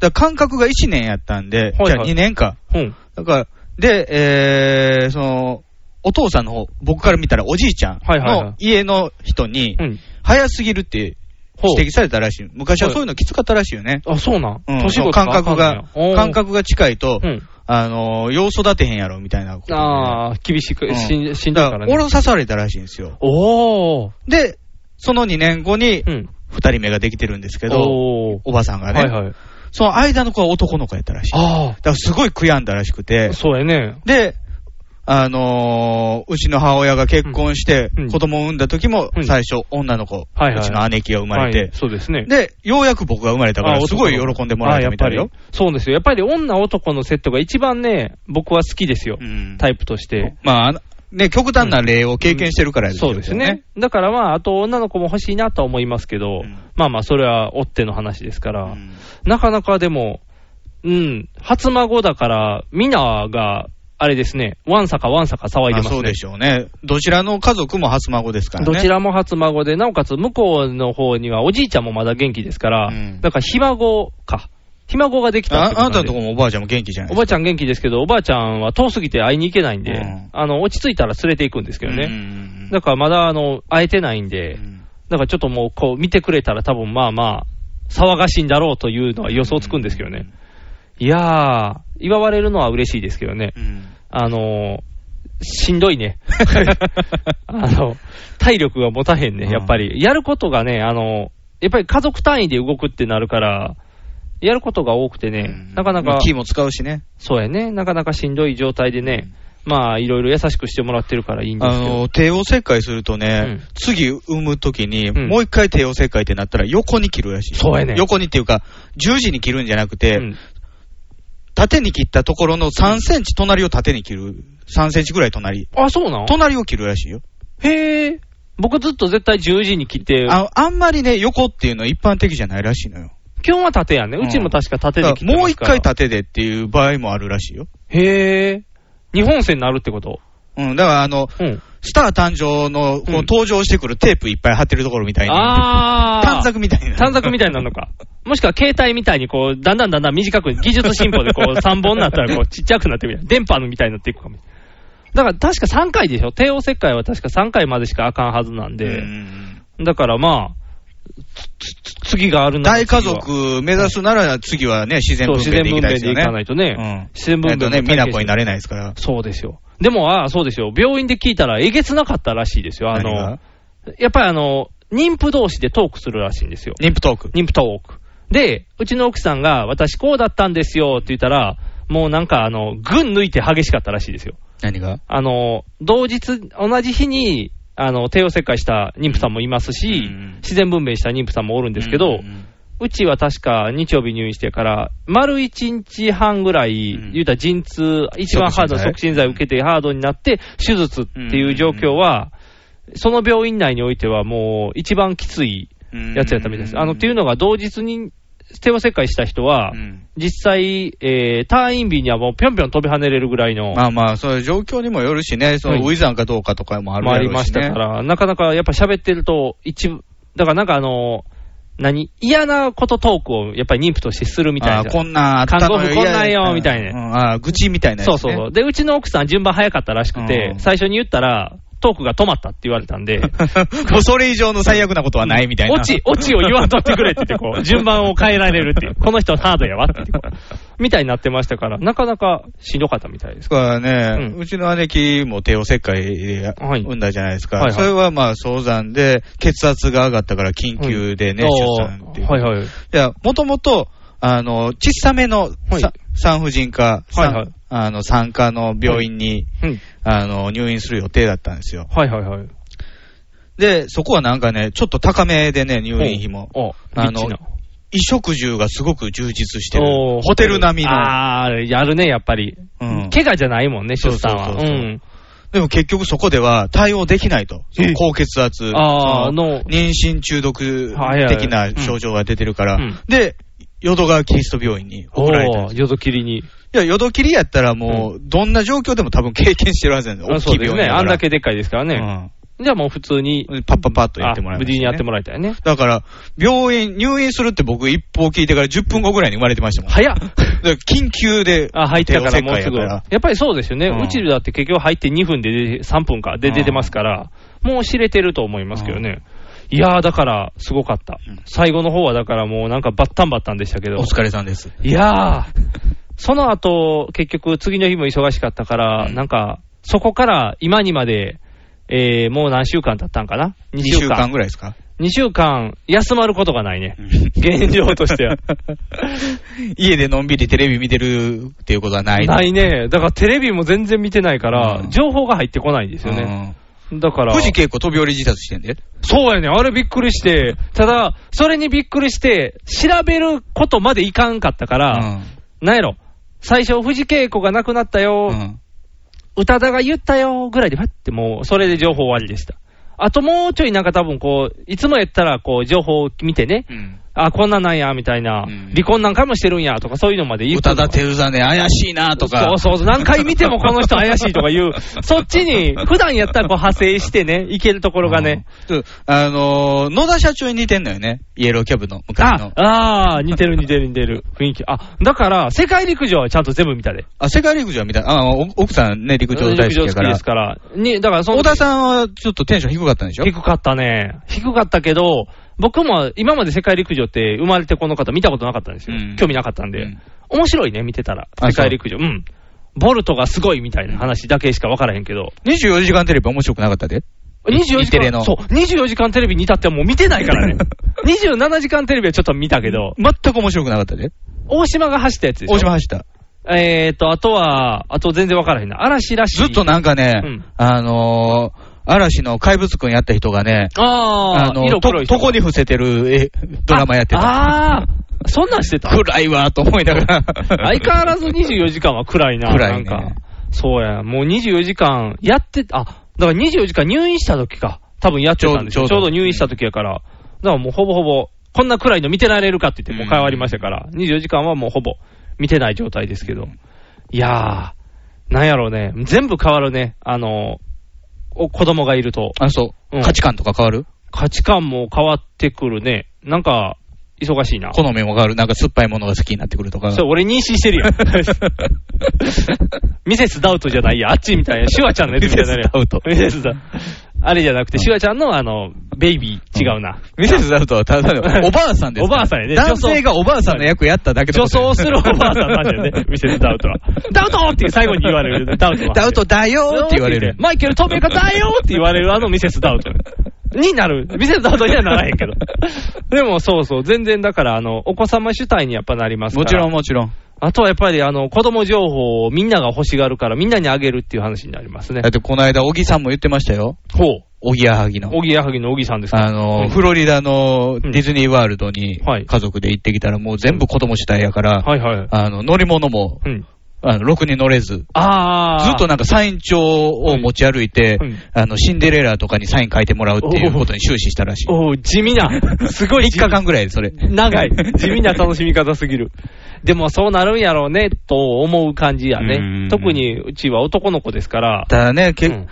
Speaker 2: だから間隔が1年やったんで、
Speaker 3: はい
Speaker 2: じゃあ2年か。
Speaker 3: うん。
Speaker 2: だから、で、えー、その、お父さんの方、僕から見たらおじいちゃん
Speaker 3: はいはいはい
Speaker 2: の家の人に
Speaker 3: う、ん。
Speaker 2: 早すぎるって
Speaker 3: ほう
Speaker 2: 指摘されたらしい。昔はそういうのきつかったらしいよね。
Speaker 3: あ、そうなん。
Speaker 2: うん、
Speaker 3: 年
Speaker 2: そ
Speaker 3: ご
Speaker 2: の
Speaker 3: とか
Speaker 2: 感
Speaker 3: あか
Speaker 2: 覚
Speaker 3: んねや
Speaker 2: が、
Speaker 3: おー
Speaker 2: 感覚が近いと、
Speaker 3: うん。
Speaker 2: あのー、よう育てへんやろ、みたいなこと、
Speaker 3: ああ、厳し
Speaker 2: う
Speaker 3: く、
Speaker 2: ん
Speaker 3: しん、しんどい
Speaker 2: だ
Speaker 3: か
Speaker 2: からら、
Speaker 3: ね。
Speaker 2: 俺を刺されたらしいんですよ。
Speaker 3: おー。
Speaker 2: で、その2年後に
Speaker 3: う、ん。
Speaker 2: 2人目ができてるんですけど、
Speaker 3: おー。
Speaker 2: おばさんがね、
Speaker 3: はいはい。
Speaker 2: その間の子は男の子やったらしい。だ
Speaker 3: あ
Speaker 2: からすごい悔やんだらしくて
Speaker 3: あ、、そうやね。
Speaker 2: で、あのーうちの母親が結婚して
Speaker 3: うんうん、
Speaker 2: 子供を産んだ時も
Speaker 3: うん、
Speaker 2: 最初、女の子、
Speaker 3: はいはいう
Speaker 2: ちの姉貴が生まれ
Speaker 3: はい
Speaker 2: て、
Speaker 3: そうですね。
Speaker 2: で、ようやく僕が生まれたか
Speaker 3: あ
Speaker 2: ら、
Speaker 3: ー
Speaker 2: すごい
Speaker 3: 男の子
Speaker 2: 喜んでもらえたみたいだ
Speaker 3: あーやっ
Speaker 2: よ
Speaker 3: ぱ。りそうですよ。やっぱり女男のセットが一番ね、僕は好きですよ。
Speaker 2: うん
Speaker 3: タイプとして。
Speaker 2: まああの、ね、極端な例を経験してるからや
Speaker 3: そうですね。。だからまあ、あと女の子も欲しいなとは思いますけど、
Speaker 2: うん
Speaker 3: まあまあ、それは追っての話ですから、
Speaker 2: うん
Speaker 3: なかなかでも、うん、初孫だから、みんなが、あれですね、わんさかわんさか騒いでます
Speaker 2: あ
Speaker 3: ね。
Speaker 2: そうでしょうね。どちらの家族も初孫ですからね。
Speaker 3: どちらも初孫で、なおかつ向こうの方にはおじいちゃんもまだ元気ですから、
Speaker 2: うん
Speaker 3: だからひ孫か。ひ孫ができたっ
Speaker 2: あ
Speaker 3: てこ
Speaker 2: あなた
Speaker 3: となん
Speaker 2: の
Speaker 3: で
Speaker 2: とこもおばあちゃんも元気じゃないで
Speaker 3: お
Speaker 2: す
Speaker 3: ばあちゃん元気ですけど、おばあちゃんは遠すぎて会いに行けないんで、
Speaker 2: うん
Speaker 3: あの、落ち着いたら連れて行くんですけ
Speaker 2: か
Speaker 3: ど
Speaker 2: ね。
Speaker 3: ね。
Speaker 2: うん
Speaker 3: だからまだ、あの、会えてないんで、
Speaker 2: うん
Speaker 3: だからちょっともう、こう、見てくれたら多分まあまあ、騒がしいんだろうというのは予想つくんですけどね。いやー、祝われるのは嬉しいですけどね。
Speaker 2: うん
Speaker 3: あのー、しんど いね。あの、体力が持たへんね、やっぱり。やることがね、あの、やっぱり家族単位で動くってなるから、やることが多くてね、
Speaker 2: うん
Speaker 3: なかな
Speaker 2: ま
Speaker 3: か
Speaker 2: あ、木も使うしね。
Speaker 3: そうやね、なかなかしんどい状態でね、まあ、いろいろ優しくしてもらってるからいいんで
Speaker 2: あ
Speaker 3: すけど。
Speaker 2: の、帝王切開すると
Speaker 3: う
Speaker 2: ね
Speaker 3: ん、
Speaker 2: 次産むときに、
Speaker 3: うん
Speaker 2: もう一回帝王切開ってなったら横に切るらしい。
Speaker 3: そうやね
Speaker 2: 横にっていうか、十字に切るんじゃなくて、
Speaker 3: うん
Speaker 2: 縦に切ったところの3センチ隣を縦に切る。3センチぐらい隣。
Speaker 3: あ、そうなん
Speaker 2: 隣を切るらしいよ。
Speaker 3: へえ。僕ずっと絶対十字に切って、
Speaker 2: ああんまりね、横っていうのは一般的じゃないらしいのよ。
Speaker 3: 基本は縦やんね。
Speaker 2: うん
Speaker 3: うちも確か縦に切っ
Speaker 2: だか
Speaker 3: て
Speaker 2: らもう
Speaker 3: ます
Speaker 2: 一
Speaker 3: から。
Speaker 2: 回縦でっていう場合もあるらしいよ。
Speaker 3: へえ。日本線になるってこと
Speaker 2: うん、だからあの、
Speaker 3: うん。
Speaker 2: スター誕生の、こう
Speaker 3: うん
Speaker 2: 登場してくるテープいっぱい貼ってるところみたいな。
Speaker 3: ああ。
Speaker 2: 短冊みたいな。
Speaker 3: 短冊みたいになるの か。もしくは携帯みたいにこう、だんだんだんだん短く、技術進歩で こう、3本になったらこう、ちっちゃくなってみたいな。電波のみたいになっていくかも。だから確か3回でしょ帝王切開は確か3回までしかあかんはずなん
Speaker 2: う
Speaker 3: で。
Speaker 2: ん
Speaker 3: だからまあ、つつつ次があるなら
Speaker 2: 大家
Speaker 3: 次は
Speaker 2: 族目指すなら次はね、自然
Speaker 3: そう
Speaker 2: 分
Speaker 3: 自
Speaker 2: 娩
Speaker 3: 然
Speaker 2: でい
Speaker 3: 分
Speaker 2: きたい
Speaker 3: 娩
Speaker 2: です
Speaker 3: で
Speaker 2: よ
Speaker 3: い
Speaker 2: ね。
Speaker 3: かないとね。
Speaker 2: うん。
Speaker 3: 自然分
Speaker 2: え
Speaker 3: 娩
Speaker 2: っとね、美
Speaker 3: 体験
Speaker 2: 奈子になれないですから。
Speaker 3: そうですよ。でも、ああ、そうですよ。病院で聞いたらえげつなかったらしいですよ。あ
Speaker 2: 何
Speaker 3: の
Speaker 2: が、
Speaker 3: やっぱりあの、妊婦同士でトークするらしいんですよ。
Speaker 2: 妊婦トーク。
Speaker 3: 妊婦トーク。で、うちの奥さんが、私こうだったんですよって言ったら、もうなんか、あの、群抜いて激しかったらしいですよ。
Speaker 2: 何が
Speaker 3: あの、同日、同じ日に、あの、帝王切開した妊婦さんもいますし、
Speaker 2: うん
Speaker 3: 自然分娩した妊婦さんもおるんですけど、う
Speaker 2: うん
Speaker 3: ちは確か日曜日入院してから、丸1日半ぐらい、
Speaker 2: うん
Speaker 3: 言うたら陣痛、一番ハードな
Speaker 2: 促
Speaker 3: 促
Speaker 2: 進
Speaker 3: 進剤を受けてハードになって、手術っていう状況は、その病院内においてはもう一番きついやつやったみたいです。あの、っていうのが同日に帝王切開した人は、
Speaker 2: うん
Speaker 3: 実際、えー、退院日にはもうぴょんぴょん飛び跳ねれるぐらいの、
Speaker 2: まあまあ、そういう状況にもよるしね、そ
Speaker 3: はい
Speaker 2: の、ウィザンかどうかとかもある
Speaker 3: まああ
Speaker 2: や
Speaker 3: り
Speaker 2: ろ
Speaker 3: ま
Speaker 2: う
Speaker 3: し
Speaker 2: したね。
Speaker 3: から、なかなかやっぱ喋ってると、一部、だからなんかあの、何嫌なことトークをやっぱり妊婦としてするみたい
Speaker 2: あ
Speaker 3: な。
Speaker 2: ーこんなんあったの
Speaker 3: 看護婦こんなんよみたいな
Speaker 2: うんあー愚痴みたいなやつ
Speaker 3: そう
Speaker 2: ね。
Speaker 3: そうそう。で、うちの奥さん順番早かったらしくて
Speaker 2: う、ん
Speaker 3: 最初に言ったら、トークが止まったって言われたんで、
Speaker 2: もうそれ以上の最悪なことはないみたいな。
Speaker 3: オチ、オチを言わんとってくれって言って、こ う、順番を変えられるっていう、この人ハードやわって言ってこう、みたいになってましたから、なかなかしんどかったみたいで。
Speaker 2: ですすからね、
Speaker 3: う
Speaker 2: うんちの姉貴も帝王切開で
Speaker 3: はい
Speaker 2: 産んだじゃないですか。
Speaker 3: はいはい
Speaker 2: それはまあ早産で、血圧が上がったから緊急でね、出産っていう。
Speaker 3: はい
Speaker 2: い、
Speaker 3: はい。
Speaker 2: や、もともと、あの、小さめの、
Speaker 3: はい
Speaker 2: さ産婦人科、さ
Speaker 3: はいはい
Speaker 2: あの、産科の病院に、
Speaker 3: うん。
Speaker 2: あの、入院する予定だったんですよ。
Speaker 3: はいはいはい。
Speaker 2: で、そこはなんかね、ちょっと高めでね、入院費も。
Speaker 3: おう。
Speaker 2: あの
Speaker 3: リッチな
Speaker 2: 衣食住がすごく充実してる
Speaker 3: おー。
Speaker 2: ホテル並みの。
Speaker 3: あー、やるね、やっぱり。
Speaker 2: うん
Speaker 3: 怪我じゃないもんね、出産は。。
Speaker 2: そうそうそうそうんでも結局そこでは対応できないと。そ
Speaker 3: え
Speaker 2: の高血圧、
Speaker 3: あー
Speaker 2: そ
Speaker 3: の
Speaker 2: 妊娠中毒
Speaker 3: はいはい
Speaker 2: 的な症状が出てるから。
Speaker 3: うん
Speaker 2: で、淀川キリスト病院に
Speaker 3: お
Speaker 2: 送られたんです
Speaker 3: ー、よどきりに。
Speaker 2: いや、淀切りやったらもう、どんな状況でも多分経験してるはずなんですよ。
Speaker 3: あ
Speaker 2: 大
Speaker 3: そ
Speaker 2: き
Speaker 3: う
Speaker 2: い
Speaker 3: です
Speaker 2: 病院
Speaker 3: ね。
Speaker 2: だから
Speaker 3: あんだけでっかいですからね。じゃあもう普通に
Speaker 2: う。んパッパッパッとやってもらい
Speaker 3: あ
Speaker 2: ました
Speaker 3: 無事にやっても
Speaker 2: ら
Speaker 3: らいたいね。
Speaker 2: だから、病院、入院するって僕一報聞いてから10分後ぐらいに生まれてましたもん。
Speaker 3: 早っ
Speaker 2: だから緊急で、
Speaker 3: あ、入ってたからもうす
Speaker 2: 帝王切
Speaker 3: ぐ。
Speaker 2: 開や
Speaker 3: やっぱりそうですよね。
Speaker 2: うん
Speaker 3: うちだって結局入って2分で出て3分か。で
Speaker 2: うん
Speaker 3: 出てますから、もう知れてると思いますけどね。いやー、だから、すごかった。最後の方はだからもうなんかバッタンバッタンでしたけど。
Speaker 2: お疲れさんです。
Speaker 3: いやー、その後、結局、次の日も忙しかったから、
Speaker 2: うん
Speaker 3: なんか、そこから今にまで、えー、もう何週間経ったんかな
Speaker 2: 2
Speaker 3: ?2
Speaker 2: 週
Speaker 3: 週
Speaker 2: 間
Speaker 3: 間。
Speaker 2: ぐらいですか
Speaker 3: 2週間、休まることがないね。 現状としては。
Speaker 2: 家でのんびりテレビ見てるっていうことはない
Speaker 3: ないね。だからテレビも全然見てないから
Speaker 2: う、ん
Speaker 3: 情報が入ってこないんですよね。だから。
Speaker 2: 富士結構飛び降り自殺してんで。
Speaker 3: そうやね。あれびっくりして、ただ、それにびっくりして、調べることまでいかんかったから、なんやろ。最初、藤恵子が亡くなったよ、
Speaker 2: うん
Speaker 3: 宇多田が言ったよぐらいで、パってもう、それで情報終わりでした。あともうちょいなんか多分こう、いつもやったらこう、情報を見てね、
Speaker 2: うん
Speaker 3: あ、こんなんなんや、みたいな、
Speaker 2: うん
Speaker 3: 離婚なんかもしてるんや、とかそういうのまで言
Speaker 2: 宇
Speaker 3: って
Speaker 2: 多田照山ね、怪しいなとか。
Speaker 3: そうそうそう、何回見てもこの人怪しいとか言う、そっちに、普段やったらこう派生してね、いけるところがね。
Speaker 2: うん。ちょあのー野田社長に似てんのよね。イエローキャブの昔
Speaker 3: あ
Speaker 2: の、。
Speaker 3: あー似てる似てる似てる。雰囲気。あ、だから、世界陸上はちゃんと全部見たで。
Speaker 2: あ、世界陸上みたいな。あ、お奥さんね、陸上大
Speaker 3: 陸上
Speaker 2: 好きだ
Speaker 3: 好き
Speaker 2: か
Speaker 3: で
Speaker 2: ら
Speaker 3: す。から。に、だからその
Speaker 2: 小田さんはちょっとテンション低かったんでしょ
Speaker 3: 低かったね。低かったけど、僕も今まで世界陸上って生まれてこの方見たことなかったんですよ。
Speaker 2: うん
Speaker 3: 興味なかったんで、
Speaker 2: うん
Speaker 3: 面白いね、見てたら。
Speaker 2: あ
Speaker 3: 世界陸上。うん。ボルトがすごいみたいな話だけしか分からへんけど。
Speaker 2: 24時間テレビ面白くなかったで。
Speaker 3: 24
Speaker 2: 日テレ
Speaker 3: 時間、
Speaker 2: の
Speaker 3: そう、24時間テレビに至ってはもう見てないから ね。27時間テレビはちょっと見たけど、
Speaker 2: 全く面白くなかったで。
Speaker 3: 大島が走ったやつでしょ
Speaker 2: 大島走った。
Speaker 3: えーと、あとは、あと全然分からへんな。嵐らしい。
Speaker 2: ずっとなんかね、
Speaker 3: うん
Speaker 2: あのー嵐の怪物くんやった人がね、
Speaker 3: あー、
Speaker 2: あの、
Speaker 3: 色黒い人
Speaker 2: と、とこに伏せてるえドラマやってた。
Speaker 3: ああー、そんなんしてた
Speaker 2: 暗いわと思いながら。
Speaker 3: 相変わらず24時間は暗いな、
Speaker 2: 暗いね
Speaker 3: なんか。そうや、もう24時間やって、あ、だから24時間入院した時か。多分やってたんですよ。ち
Speaker 2: ち
Speaker 3: ょ
Speaker 2: ょう
Speaker 3: う
Speaker 2: ど
Speaker 3: ど入院した時やから。だからもうほぼほぼ、こんな暗いの見てられるかって言ってもう変わりましたから、24時間はもうほぼ見てない状態ですけど。いやー、なんやろうね。全部変わるね。あの、お子供がいると。
Speaker 2: あ、そう、
Speaker 3: うん
Speaker 2: 価値観とか変わる
Speaker 3: 価値観も変わってくるね。なんか、忙しいな。
Speaker 2: 好みも変わるなんか酸っぱいものが好きになってくるとか。
Speaker 3: それ俺妊娠してるよ。 ミセスダウトじゃないや、あっちみたいな、シュワちゃんのやつみたいな
Speaker 2: ミセ
Speaker 3: ね。
Speaker 2: スダウト
Speaker 3: ミセスダウト。あれじゃなくて、シュワちゃんのあの、ベイビー、違うな。
Speaker 2: ミセスダウトはただのおばあさんですから。
Speaker 3: おばあさんやね
Speaker 2: 男性がおばあさんの役やっただけ
Speaker 3: 女装するおばあさんなんだよね、ミセスダウトは。ダウトっていう最後に言われる、ダウトは。
Speaker 2: ダウトだよーって言われる。
Speaker 3: マイケル・トメカだよって言われるあのミセス・ダウト。になる。ミセス・ダウトにはならへんけど。 でもそうそう、全然だから、あの、お子様主体にやっぱなりますから。
Speaker 2: もちろんもちろん。
Speaker 3: あとはやっぱりあの子供情報をみんなが欲しがるから、みんなにあげるっていう話になりますね
Speaker 2: だっ。てこの間、小木さんも言ってましたよ。
Speaker 3: ほう。
Speaker 2: 小木やはぎの。
Speaker 3: おぎやはぎのおぎさんですか
Speaker 2: あの、
Speaker 3: うん
Speaker 2: フロリダのデ
Speaker 3: ん
Speaker 2: ィズニーワールドに
Speaker 3: はい
Speaker 2: 家族で行ってきたら、もう全部子供主体やから、
Speaker 3: はいはい。
Speaker 2: あの、乗り物も、
Speaker 3: うん。
Speaker 2: あの、ろくに乗れず、ず
Speaker 3: ああ。
Speaker 2: っとなんかサイン帳を持ち歩いて
Speaker 3: うん、
Speaker 2: あの、シンデレラとかにサイン書いてもらうっていうことに終始したらしい。
Speaker 3: おう地味な。すごい地
Speaker 2: 3
Speaker 3: 味
Speaker 2: 日間ぐらい、それ。
Speaker 3: 長い。地味な楽しみ方すぎる。でもそうなるんやろうね、と思う感じや
Speaker 2: う
Speaker 3: ね
Speaker 2: ん。
Speaker 3: 特にうちは男の子ですから。
Speaker 2: ただね、け
Speaker 3: うん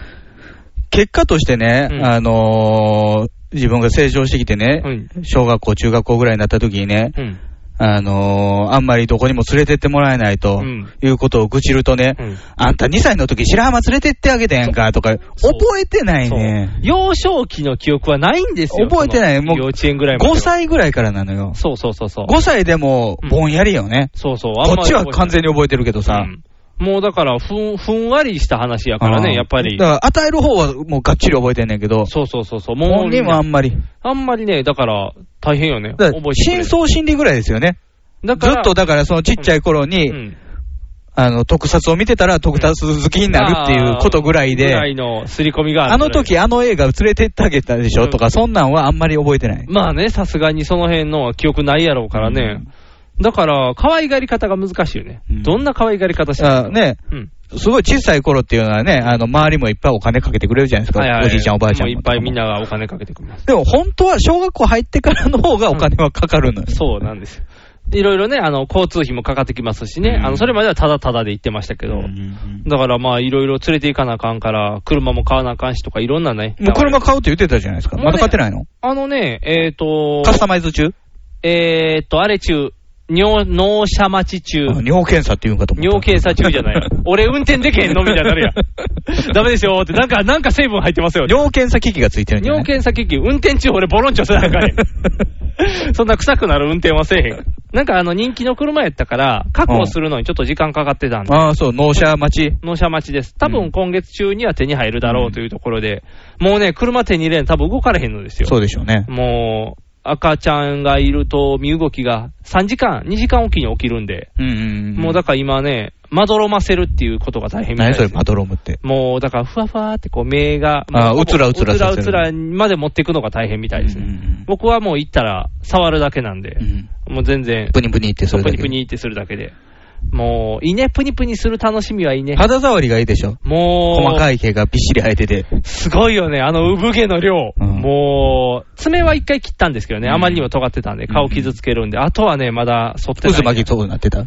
Speaker 2: 結果としてね、
Speaker 3: うん
Speaker 2: あのー自分が成長してきてね、
Speaker 3: うん
Speaker 2: 小学校、中学校ぐらいになった時にね、
Speaker 3: うん。
Speaker 2: あのーあんまりどこにも連れてってもらえないと
Speaker 3: うん
Speaker 2: いうことを愚痴るとね、
Speaker 3: うん
Speaker 2: あんた2歳の時白浜連れてってあげたやんかとか、
Speaker 3: そう
Speaker 2: 覚えてないね。
Speaker 3: 幼少期の記憶はないんですよ。
Speaker 2: 覚えてない
Speaker 3: その
Speaker 2: もう
Speaker 3: 幼稚園ぐらいまで。
Speaker 2: 5歳ぐらいからなのよ。
Speaker 3: そうそうそうそう。
Speaker 2: 5歳でもぼんやりよね。
Speaker 3: そうそう。あんまり
Speaker 2: こっちは完全に覚えてるけどさ。
Speaker 3: うんもうだからふん、ふんわりした話やから
Speaker 2: う
Speaker 3: ね、
Speaker 2: ん
Speaker 3: やっぱり
Speaker 2: だ。から与える方はもうがっちり覚えてんねんけど、
Speaker 3: そうそうそうそう。もう
Speaker 2: 本人はあんまり。
Speaker 3: あんまりね、だから、大変よね。
Speaker 2: だか
Speaker 3: 覚え
Speaker 2: ら
Speaker 3: てくれ
Speaker 2: 深層心理ぐらいですよね。
Speaker 3: だ
Speaker 2: ずっとだからそのちっちゃい頃に、
Speaker 3: うん
Speaker 2: あの、特撮を見てたら特撮好きになるっていうことぐらい
Speaker 3: ぐ
Speaker 2: で、
Speaker 3: らいの刷り込みが
Speaker 2: あ
Speaker 3: ある
Speaker 2: の時あの映画連れてってあげたでしょと
Speaker 3: う
Speaker 2: か、そんなんはあんまり覚えてない。
Speaker 3: まあね、さすがにその辺のは記憶ないやろうからね。だから、可愛がり方が難しいよね。
Speaker 2: うん
Speaker 3: どんな可愛がり方してる
Speaker 2: あね、
Speaker 3: うん。
Speaker 2: すごい小さい頃っていうのはね、あの、周りもいっぱいお金かけてくれるじゃないですか。おじいちゃんおばあちゃん
Speaker 3: もういっぱいみん
Speaker 2: な。
Speaker 3: ながお金かけてくれます。
Speaker 2: でも本当は小学校入ってからの方がお金はかかるのよ。
Speaker 3: そうなんですよ。でいろいろね、あの、交通費もかかってきますし
Speaker 2: う
Speaker 3: ね、
Speaker 2: ん
Speaker 3: あの、それまではただただで行ってましたけ
Speaker 2: う
Speaker 3: ど、
Speaker 2: ん
Speaker 3: だからまあ、いろいろ連れて行かなあかんから、車も買わなあかんしとか、いろんなね。
Speaker 2: もう車買うって言ってたじゃないですか。
Speaker 3: もう
Speaker 2: ま
Speaker 3: ね
Speaker 2: だ買ってないの
Speaker 3: あのね、えっ、と、
Speaker 2: カスタマイズ中
Speaker 3: えっ、と、あれ中、尿、納車待ち中、
Speaker 2: あ尿検査って言うんかと思った。
Speaker 3: 尿検査中じ ゃない。俺運転でけへんのみたいになるやん。ダメですよって、なんか、なんか成分入ってますよ。
Speaker 2: 尿検査機器がついてるんじゃな
Speaker 3: 尿
Speaker 2: い
Speaker 3: 検査機器、運転中俺ボロンチョせなあかん ねんそんな臭くなる運転はせえへん。なんかあの人気の車やったから、確保するのにちょっと時間かかってたんで、
Speaker 2: ああ、そう、納車待ち。
Speaker 3: 納車待ちです。多分今月中には手に入るだろうというところで、もうね、車手に入れん多分動かれへんのですよ。
Speaker 2: そうでしょうね。
Speaker 3: もう、赤ちゃんがいると身動きが3時間、2時間おきに起きるんで、
Speaker 2: うんうんん。
Speaker 3: もうだから今ね、まどろませるっていうことが大変みたい
Speaker 2: 何
Speaker 3: です
Speaker 2: それ、パドロムって。
Speaker 3: もうだから、ふわふわってこう目が、
Speaker 2: あー
Speaker 3: も
Speaker 2: うつらうつら
Speaker 3: うつら
Speaker 2: させ
Speaker 3: う
Speaker 2: る
Speaker 3: つらまで持っていくのが大変みたいですね。
Speaker 2: うんうんうん
Speaker 3: 僕はもう行ったら、触るだけなんで、
Speaker 2: うん
Speaker 3: もう全然、
Speaker 2: プニプニってそれ
Speaker 3: プ
Speaker 2: だけ
Speaker 3: ニプニってするだけで。もう、いいね、プニプニする楽しみはいいね。
Speaker 2: 肌触りがいいでしょ
Speaker 3: もう、
Speaker 2: 細かい毛がびっしり生えてて。
Speaker 3: すごいよね、あの産毛の量。
Speaker 2: うん
Speaker 3: もう、爪は一回切ったんですけどね、
Speaker 2: うん
Speaker 3: あまりにも尖ってたんで、顔傷つけるんで、あとはね、まだ剃ってない。
Speaker 2: 渦巻きそうになってた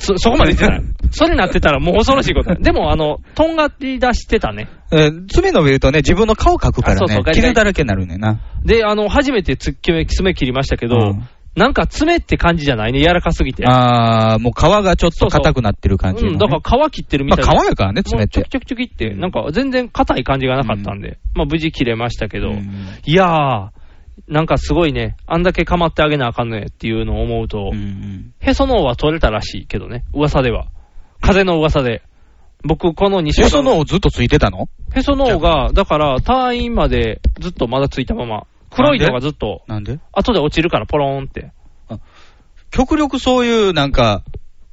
Speaker 3: そ、そこまでいってない。それなってたらもう恐ろし いこと。でも、あの、とんがり出してたね。
Speaker 2: えー爪伸びるとね、自分の顔描くから
Speaker 3: あそうそう
Speaker 2: ね
Speaker 3: ガ、リガリ
Speaker 2: 傷だらけになるねんな。
Speaker 3: で、あの、初めてつ爪爪切りましたけど、
Speaker 2: うん
Speaker 3: なんか爪って感じじゃないね、柔らかすぎて。
Speaker 2: あー、もう皮がちょっと硬くなってる感じのね、
Speaker 3: うん、だから皮切ってるみ
Speaker 2: ま
Speaker 3: たいな。
Speaker 2: あ皮やからね、
Speaker 3: も
Speaker 2: 爪
Speaker 3: う
Speaker 2: っ
Speaker 3: ちょ
Speaker 2: て
Speaker 3: き。ちょきちょきって、なんか全然硬い感じがなかったんで、まあ無事切れましたけど、
Speaker 2: うん
Speaker 3: いやー、なんかすごいね、あんだけ構ってあげなあかんねっていうのを思うと、
Speaker 2: うんうん
Speaker 3: へその緒は取れたらしいけどね、噂では。風の噂で。僕、この2週間。
Speaker 2: へその緒ずっとついてたの
Speaker 3: へその緒が、だから退院までずっとまだついたまま。黒いのがずっと、
Speaker 2: なんで
Speaker 3: 後で落ちるからポローンって。
Speaker 2: 極力そういうなんか、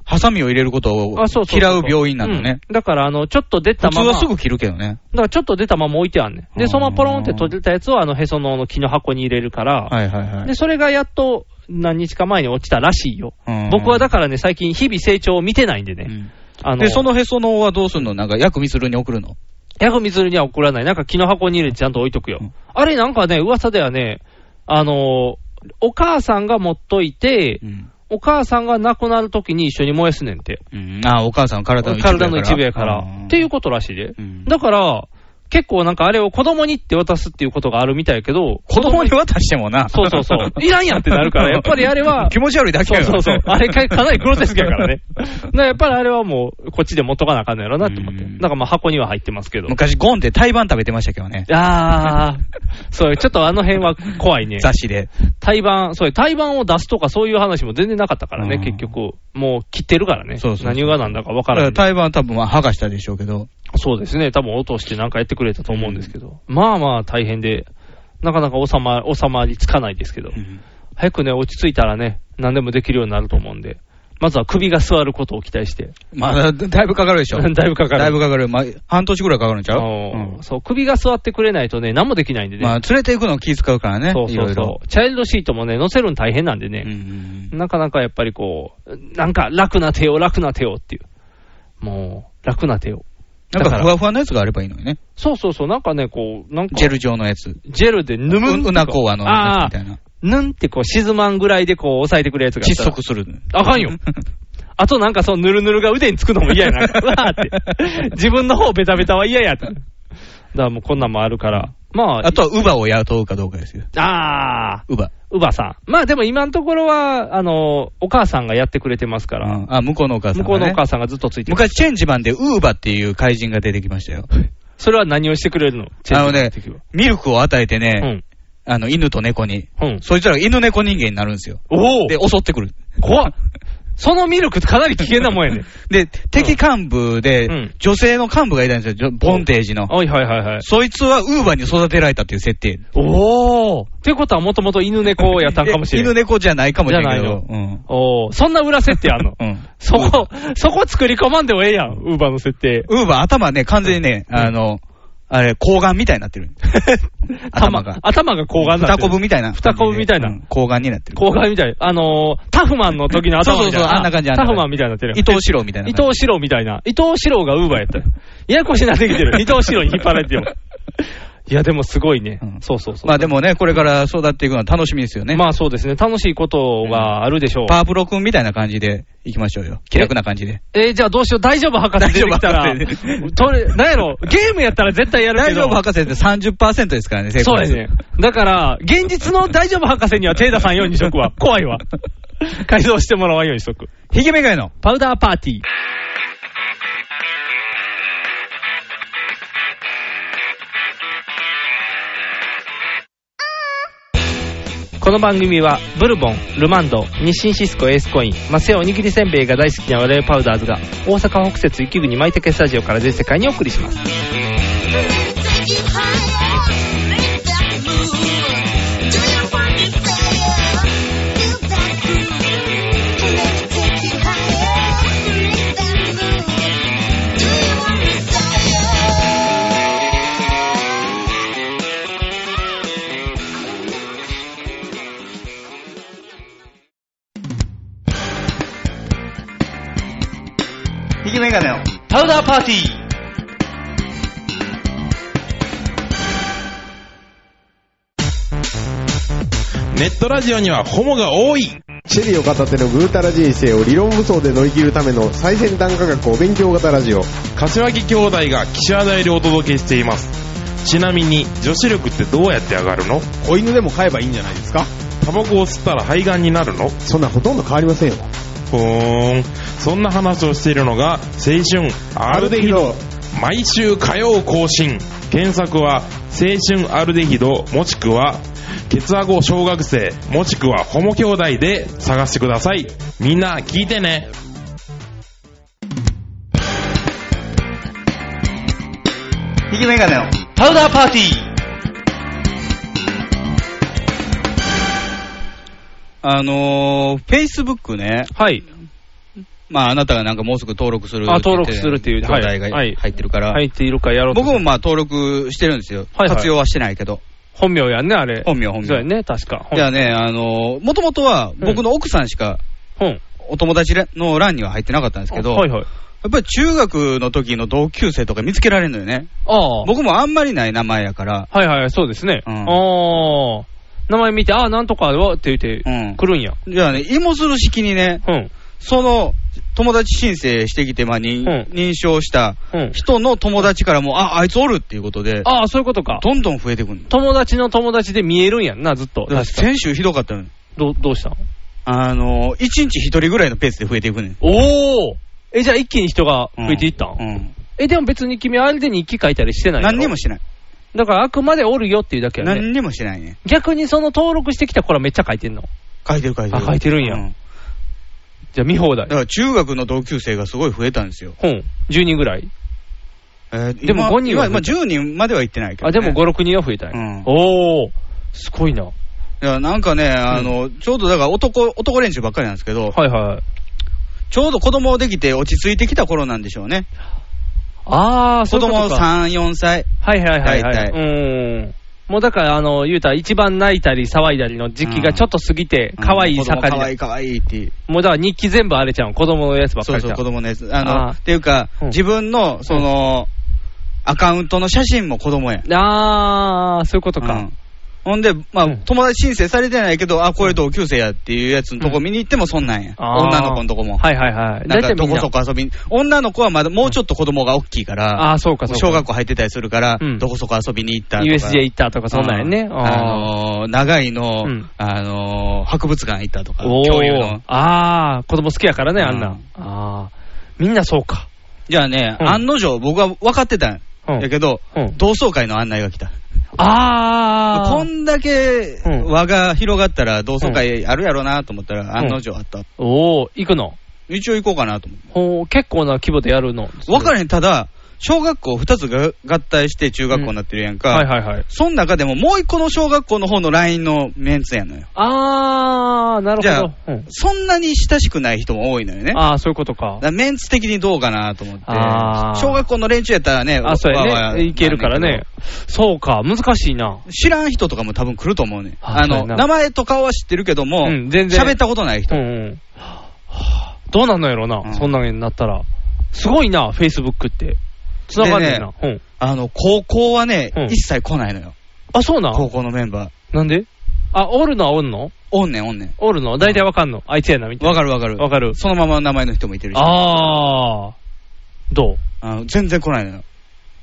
Speaker 2: ハサミを入れることを
Speaker 3: あ、そうそうそう
Speaker 2: 嫌う病院なのね。
Speaker 3: うんだから、あの、ちょっと出た
Speaker 2: 普通
Speaker 3: まま。
Speaker 2: はすぐ切るけどね。
Speaker 3: だからちょっと出たまま置いてあんねん。で、そのままポロンって閉じたやつをあのへその緒の木の箱に入れるから、
Speaker 2: はいはいは
Speaker 3: で、
Speaker 2: い。
Speaker 3: それがやっと何日か前に落ちたらしいよ。
Speaker 2: うん
Speaker 3: 僕はだからね、最近日々成長を見てないんでね。
Speaker 2: うん
Speaker 3: あの、
Speaker 2: で、そのへその緒はどうすんのなんか薬味するに送るの
Speaker 3: ヤフミズルには送らない。なんか木の箱に入れてちゃんと置いとくよ。
Speaker 2: うん
Speaker 3: あれなんかね、噂ではね、あの、お母さんが持っといて、
Speaker 2: うん。
Speaker 3: お母さんが亡くなるときに一緒に燃やすねんて。
Speaker 2: ああ、お母さんの体の一部やから。
Speaker 3: 体の一部やから。っていううことらしいで。
Speaker 2: ん。
Speaker 3: だから、結構なんかあれを子供にって渡すっていうことがあるみたいやけど、
Speaker 2: 子供に渡してもな。
Speaker 3: そうそう そう。いらんやんってなるから、やっぱりあれは
Speaker 2: 、気持ち悪いだけ
Speaker 3: そ
Speaker 2: や
Speaker 3: う
Speaker 2: か
Speaker 3: そ
Speaker 2: ら
Speaker 3: うそう。あれかかなりグロテスクやから ね。だからやっぱりあれはもう、こっちで持っとかなあかんのやろなって思って。
Speaker 2: うん
Speaker 3: なんかまあ箱には入ってますけど。
Speaker 2: 昔、ゴンで胎盤食べてましたけどね。
Speaker 3: あー、 そう、ちょっとあの辺は怖いね。
Speaker 2: 雑誌で。
Speaker 3: 胎盤、そう、胎盤を出すとかそういう話も全然なかったからね、
Speaker 2: うん
Speaker 3: 結局。もう切ってるからね。
Speaker 2: そうそうそう
Speaker 3: 何が何だかわ
Speaker 2: だ
Speaker 3: か
Speaker 2: からら
Speaker 3: ない。
Speaker 2: 胎盤は多分まあ剥がしたでしょうけど。
Speaker 3: そうですね、多分落としてなんかやってくれたと思うんですけど。まあまあ大変で、なかなか収ま収まりつかないですけど。早くね、落ち着いたらね、何でもできるようになると思うんで。まずは首が座ることを期待して。
Speaker 2: まだ、だいぶかかるでしょ。
Speaker 3: だいぶかかる
Speaker 2: だいぶかかる。まあ、半年ぐらいかかるんちゃう
Speaker 3: うんそう、首が座ってくれないとね、何もできないんで
Speaker 2: うん
Speaker 3: ね。
Speaker 2: まあ、連れて行くの気使うからね。
Speaker 3: そう
Speaker 2: い
Speaker 3: そ
Speaker 2: ろ
Speaker 3: う
Speaker 2: い
Speaker 3: そ
Speaker 2: ろ。
Speaker 3: う。チャイルドシートもね、乗せるの大変なんで
Speaker 2: うん
Speaker 3: ね、
Speaker 2: うん
Speaker 3: なかなかやっぱりこう、なんか楽な手を、楽な手をっていう。もう、楽な手を。
Speaker 2: なんか
Speaker 3: だから
Speaker 2: ふわふわのやつがあればいいのにね。
Speaker 3: そうそうそう、なんかね、こう、なんか、
Speaker 2: ジェル状のやつ。
Speaker 3: ジェルでぬむんってこ
Speaker 2: ううなこはのや
Speaker 3: あ
Speaker 2: つみたいな。
Speaker 3: あ、ぬんってこう、沈まんぐらいでこう、押さえてくれるやつがあっ
Speaker 2: 窒
Speaker 3: たら。
Speaker 2: 息する。
Speaker 3: あかんよ。 あとなんかそのぬるぬるが腕につくのも 嫌やな。うわーって。自分の方ベタベタは嫌やと。だからもうこんなんもあるから、まあ、
Speaker 2: あとは、ウバを雇うかどうかですよ。
Speaker 3: ああ、
Speaker 2: ウバ。
Speaker 3: うばさん。まあでも今のところは、あの、お母さんがやってくれてますから、
Speaker 2: うんあ、向こうのお母さん、ね。
Speaker 3: 向こうのお母さんがずっとついてます。
Speaker 2: 昔、チェンジマンでウーバっていう怪人が出てきましたよ。
Speaker 3: それは何をしてくれる
Speaker 2: あ
Speaker 3: の
Speaker 2: のね
Speaker 3: チェンジの時は、
Speaker 2: ミルクを与えてね、
Speaker 3: うん。
Speaker 2: あの、犬と猫に。
Speaker 3: うん。
Speaker 2: そいつらが犬猫人間になるんですよ。
Speaker 3: おお
Speaker 2: で、襲ってくる。
Speaker 3: 怖っそのミルクかなり危険なもんや ね。
Speaker 2: で、敵幹部で、
Speaker 3: うん
Speaker 2: 女性の幹部がいたんですよじょ、ボンテージの。
Speaker 3: はいはいはいはい。
Speaker 2: そいつはウーバーに育てられたっていう設定。
Speaker 3: おおってことはもともと犬猫やったんかもしれん。
Speaker 2: 犬猫じゃないかもしれないけど。
Speaker 3: じおおそんな裏設定あんの
Speaker 2: うん。うん。
Speaker 3: そこ、そこ作り込まんでもええやん、ウーバーの設定。
Speaker 2: ウーバー頭ね、完全にね、あの、あれ、睾丸みたいになってる。頭が。
Speaker 3: 頭が睾丸にな
Speaker 2: 二
Speaker 3: ってる
Speaker 2: コブみたいな。
Speaker 3: 二コブみたいな
Speaker 2: うん睾丸になってる。
Speaker 3: 睾丸みたい。あのー、タフマンの時の頭
Speaker 2: そ
Speaker 3: みたいな。
Speaker 2: うそうそうあんな感じあんな
Speaker 3: タ
Speaker 2: 感じ
Speaker 3: フマンみたいになってる。
Speaker 2: 伊藤四郎みたいな。
Speaker 3: 伊藤四郎みたいな。伊藤四郎がウーバーやったよ。ややこしになってきてる。伊藤四郎に引っ張られて よ。いや、でもすごいね。
Speaker 2: うん
Speaker 3: そうそうそう。
Speaker 2: まあでもね、これから育っていくのは楽しみですよね。
Speaker 3: まあそうですね。楽しいことがあるでしょう。
Speaker 2: パープロ君みたいな感じで行きましょうよ。気楽な感じで。
Speaker 3: えーじゃあどうしよう。大丈夫博士出てきたら
Speaker 2: 大丈夫博。士
Speaker 3: とれ、なんやろ。ゲームやったら絶対やるけ
Speaker 2: 大
Speaker 3: ど。
Speaker 2: 丈夫博士って30%ですからね、成
Speaker 3: そう
Speaker 2: 功
Speaker 3: で
Speaker 2: 率
Speaker 3: すね。だから、現実の大丈夫博士には手出さんようにしとく わ。怖いわ。改造してもらわんようにしとく。
Speaker 2: ヒゲメガイの。
Speaker 3: パウダーパーティー。この番組は、ブルボン、ルマンド、日清シスコエースコイン、マセオおにぎりせんべいが大好きな我々パウダーズが、大阪北節雪国舞茸スタジオから全世界にお送りします。
Speaker 2: ヒゲメガネの。
Speaker 3: パウダーパーティー
Speaker 4: ネットラジオにはホモが多い
Speaker 5: シェリーを片手のぐうたら人生を理論武装で乗り切るための最先端科学お勉強型ラジオ。
Speaker 4: 柏木兄弟が岸和田よりお届けしていますちなみに女子力ってどうやって上がるの
Speaker 5: 子犬でも飼えばいいんじゃないですか
Speaker 4: タバコを吸ったら肺がんになるの
Speaker 5: そんなんほとんど変わりませんよ。
Speaker 4: ふーんそんな話をしているのが青春アルデヒド毎週火曜更新検索は青春アルデヒドもしくはケツアゴ小学生もしくはホモ兄弟で探してくださいみんな聞いてね
Speaker 2: ヒゲメガネの。
Speaker 3: パウダーパーティー
Speaker 2: あのー、Facebook ね。
Speaker 3: はい。
Speaker 2: まああなたがなんかもうすぐ登録する。
Speaker 3: あ登録するっていう
Speaker 2: 状態が
Speaker 3: はいはい
Speaker 2: 入ってるから。
Speaker 3: 入っているかやろうと
Speaker 2: 僕もまあ登録してるんですよ。
Speaker 3: はいはい
Speaker 2: 活用はしてないけど。
Speaker 3: 本名やんね、あれ。
Speaker 2: 本名本名
Speaker 3: そうやね、確か。
Speaker 2: いやね、あのー、もともとは僕の奥さんしか
Speaker 3: 本。
Speaker 2: お友達の欄には入ってなかったんですけど、
Speaker 3: はいはい。
Speaker 2: やっぱり中学の時の同級生とか見つけられるのよね。
Speaker 3: ああ。
Speaker 2: 僕もあんまりない名前やから、
Speaker 3: はいはい、そうですね。
Speaker 2: うん
Speaker 3: ああ。名前見て、ああ、なんとかはって言って
Speaker 2: うん、
Speaker 3: 来るんや。
Speaker 2: じゃあね、芋する式にね、
Speaker 3: うん。
Speaker 2: その友達申請してきて、まあ認
Speaker 3: うん
Speaker 2: 認証した
Speaker 3: うん。
Speaker 2: 人の友達からも、あ、あいつおるっていうことで、
Speaker 3: ああ、そういうことか。
Speaker 2: どんどん増えてくるの。
Speaker 3: 友達の友達で見えるんやんな、ずっと。
Speaker 2: だから
Speaker 3: 確かに。
Speaker 2: 先週ひどかったのよ
Speaker 3: どう、どうしたん
Speaker 2: あの、1日1人ぐらいのペースで増えていくねん。
Speaker 3: おおえ、じゃあ一気に人が
Speaker 2: うん
Speaker 3: 増えていったん、
Speaker 2: うん。
Speaker 3: え、でも別に君、あれで日記書いたりしてないやろ
Speaker 2: 何にもしてない。
Speaker 3: だからあくまでおるよっていうだけやね。
Speaker 2: 何にもしてないね。
Speaker 3: 逆にその登録してきた子らめっちゃ書いてんの。
Speaker 2: 書いてる書いてる。
Speaker 3: あ書いてるんや
Speaker 2: う
Speaker 3: じゃあ見放題
Speaker 2: だ。から中学の同級生がすごい増えたんですよ。
Speaker 3: 本。10人ぐらい。
Speaker 2: えー
Speaker 3: でも
Speaker 2: 今
Speaker 3: 5人は
Speaker 2: 今、今10人までは行ってないけど、
Speaker 3: あ、
Speaker 2: ね。
Speaker 3: でも5、6人は増えたんや。
Speaker 2: うん
Speaker 3: おおすごいな。はい
Speaker 2: や、なんかね、あの、ちょうどだから男、男連中ばっかりなんですけど、
Speaker 3: いはい。
Speaker 2: ちょうど子供できて落ち着いてきた頃なんでしょうね。
Speaker 3: ああ、そ
Speaker 2: 子
Speaker 3: ういうこ
Speaker 2: 供
Speaker 3: とか。
Speaker 2: 3、4歳。
Speaker 3: はいはいはいはい。
Speaker 2: 大体
Speaker 3: うん。もうだから、あの、言うたら一番泣いたり騒いだりの時期がちょっと過ぎて、可愛い
Speaker 2: うん子供
Speaker 3: 盛り
Speaker 2: かわ
Speaker 3: だ
Speaker 2: いいかわいいって。
Speaker 3: もうだから日記全部あれちゃうん。子供のやつばっ
Speaker 2: そ
Speaker 3: か
Speaker 2: う
Speaker 3: りち
Speaker 2: そう、
Speaker 3: ゃ
Speaker 2: 子
Speaker 3: う。
Speaker 2: 供のやつ。あの、
Speaker 3: あー
Speaker 2: っていうか、
Speaker 3: うん
Speaker 2: 自分の、その、アカウントの写真も子供や。
Speaker 3: ああ、そういうことか。
Speaker 2: うんほんで、まあ、
Speaker 3: うん
Speaker 2: 友達申請されてないけど、あ、これ同級生やっていうやつのとこ見に行ってもそんなんや。
Speaker 3: あー
Speaker 2: 女の子のとこも。
Speaker 3: はいはいはい。
Speaker 2: な
Speaker 3: 大
Speaker 2: んか
Speaker 3: 体
Speaker 2: ど
Speaker 3: みん
Speaker 2: こ
Speaker 3: な
Speaker 2: そ。こ遊びに。女の子はまだもうちょっと子供が大きいから、
Speaker 3: ああ、そうかそうか。
Speaker 2: 小学校入ってたりするから、
Speaker 3: うん
Speaker 2: どこそこ遊びに行ったとか。
Speaker 3: USJ 行ったとか、そんなんやね。あ
Speaker 2: あのー長いの、
Speaker 3: うん
Speaker 2: あのー博物館行ったとか、
Speaker 3: ーおー
Speaker 2: 共有の。
Speaker 3: ああ、子供好きやからね、あん
Speaker 2: う。
Speaker 3: なんああ、みんなそうか。
Speaker 2: じゃあね、
Speaker 3: うん
Speaker 2: 案の定僕は分かってたん
Speaker 3: うん
Speaker 2: やけど、
Speaker 3: うん
Speaker 2: 同窓会の案内が来た。
Speaker 3: ああ、
Speaker 2: こんだけ
Speaker 3: うん
Speaker 2: 輪が広がったら同窓会あるやろなと思ったら、案の定あった。
Speaker 3: おお、行くの。
Speaker 2: 一応行こうかなと思って。
Speaker 3: ほう結構な規模でやるの。
Speaker 2: 分かれへん、ただ、小学校2つが合体して中学校になってるやんか。
Speaker 3: はいはいはい。
Speaker 2: その中でももう一個の小学校の方の LINE のメンツやのよ。
Speaker 3: ああ、な
Speaker 2: じゃ
Speaker 3: る
Speaker 2: あ
Speaker 3: ほど。うん
Speaker 2: そんなに親しくない人も多いのよね。
Speaker 3: ああ、そういうことか
Speaker 2: だか。らメンツ的にどうかなと思って。
Speaker 3: あー
Speaker 2: 小学校の連中やったらね、
Speaker 3: あそう
Speaker 2: わわ
Speaker 3: や
Speaker 2: わ
Speaker 3: ね。いけるか
Speaker 2: な
Speaker 3: ら
Speaker 2: ん
Speaker 3: ね
Speaker 2: だけ。
Speaker 3: そうか、難しいな。
Speaker 2: ど。知らん人とかも多分来ると思うねん。
Speaker 3: あ
Speaker 2: あ
Speaker 3: そう
Speaker 2: の、
Speaker 3: やな
Speaker 2: 名前と顔は知ってるけども、
Speaker 3: うん全然
Speaker 2: 喋ったことない人。
Speaker 3: うんうん。はあどうなんのやろな、
Speaker 2: うん
Speaker 3: そんなんになったら。すごいな、フェイスブックって。つながんねんな。うん。
Speaker 2: あの、高校はね、
Speaker 3: うん
Speaker 2: 一切来ないのよ。
Speaker 3: あ、そうな
Speaker 2: 高校のメンバー。
Speaker 3: なんであ、おるのはおんの
Speaker 2: おんねんおんねん。
Speaker 3: おるの大体わかんのあいつやな、みたい
Speaker 2: わかるわかる。
Speaker 3: な。わかる。
Speaker 2: そのままの名前の人もいてるし。
Speaker 3: あー。どう
Speaker 2: あの全然来ないのよ。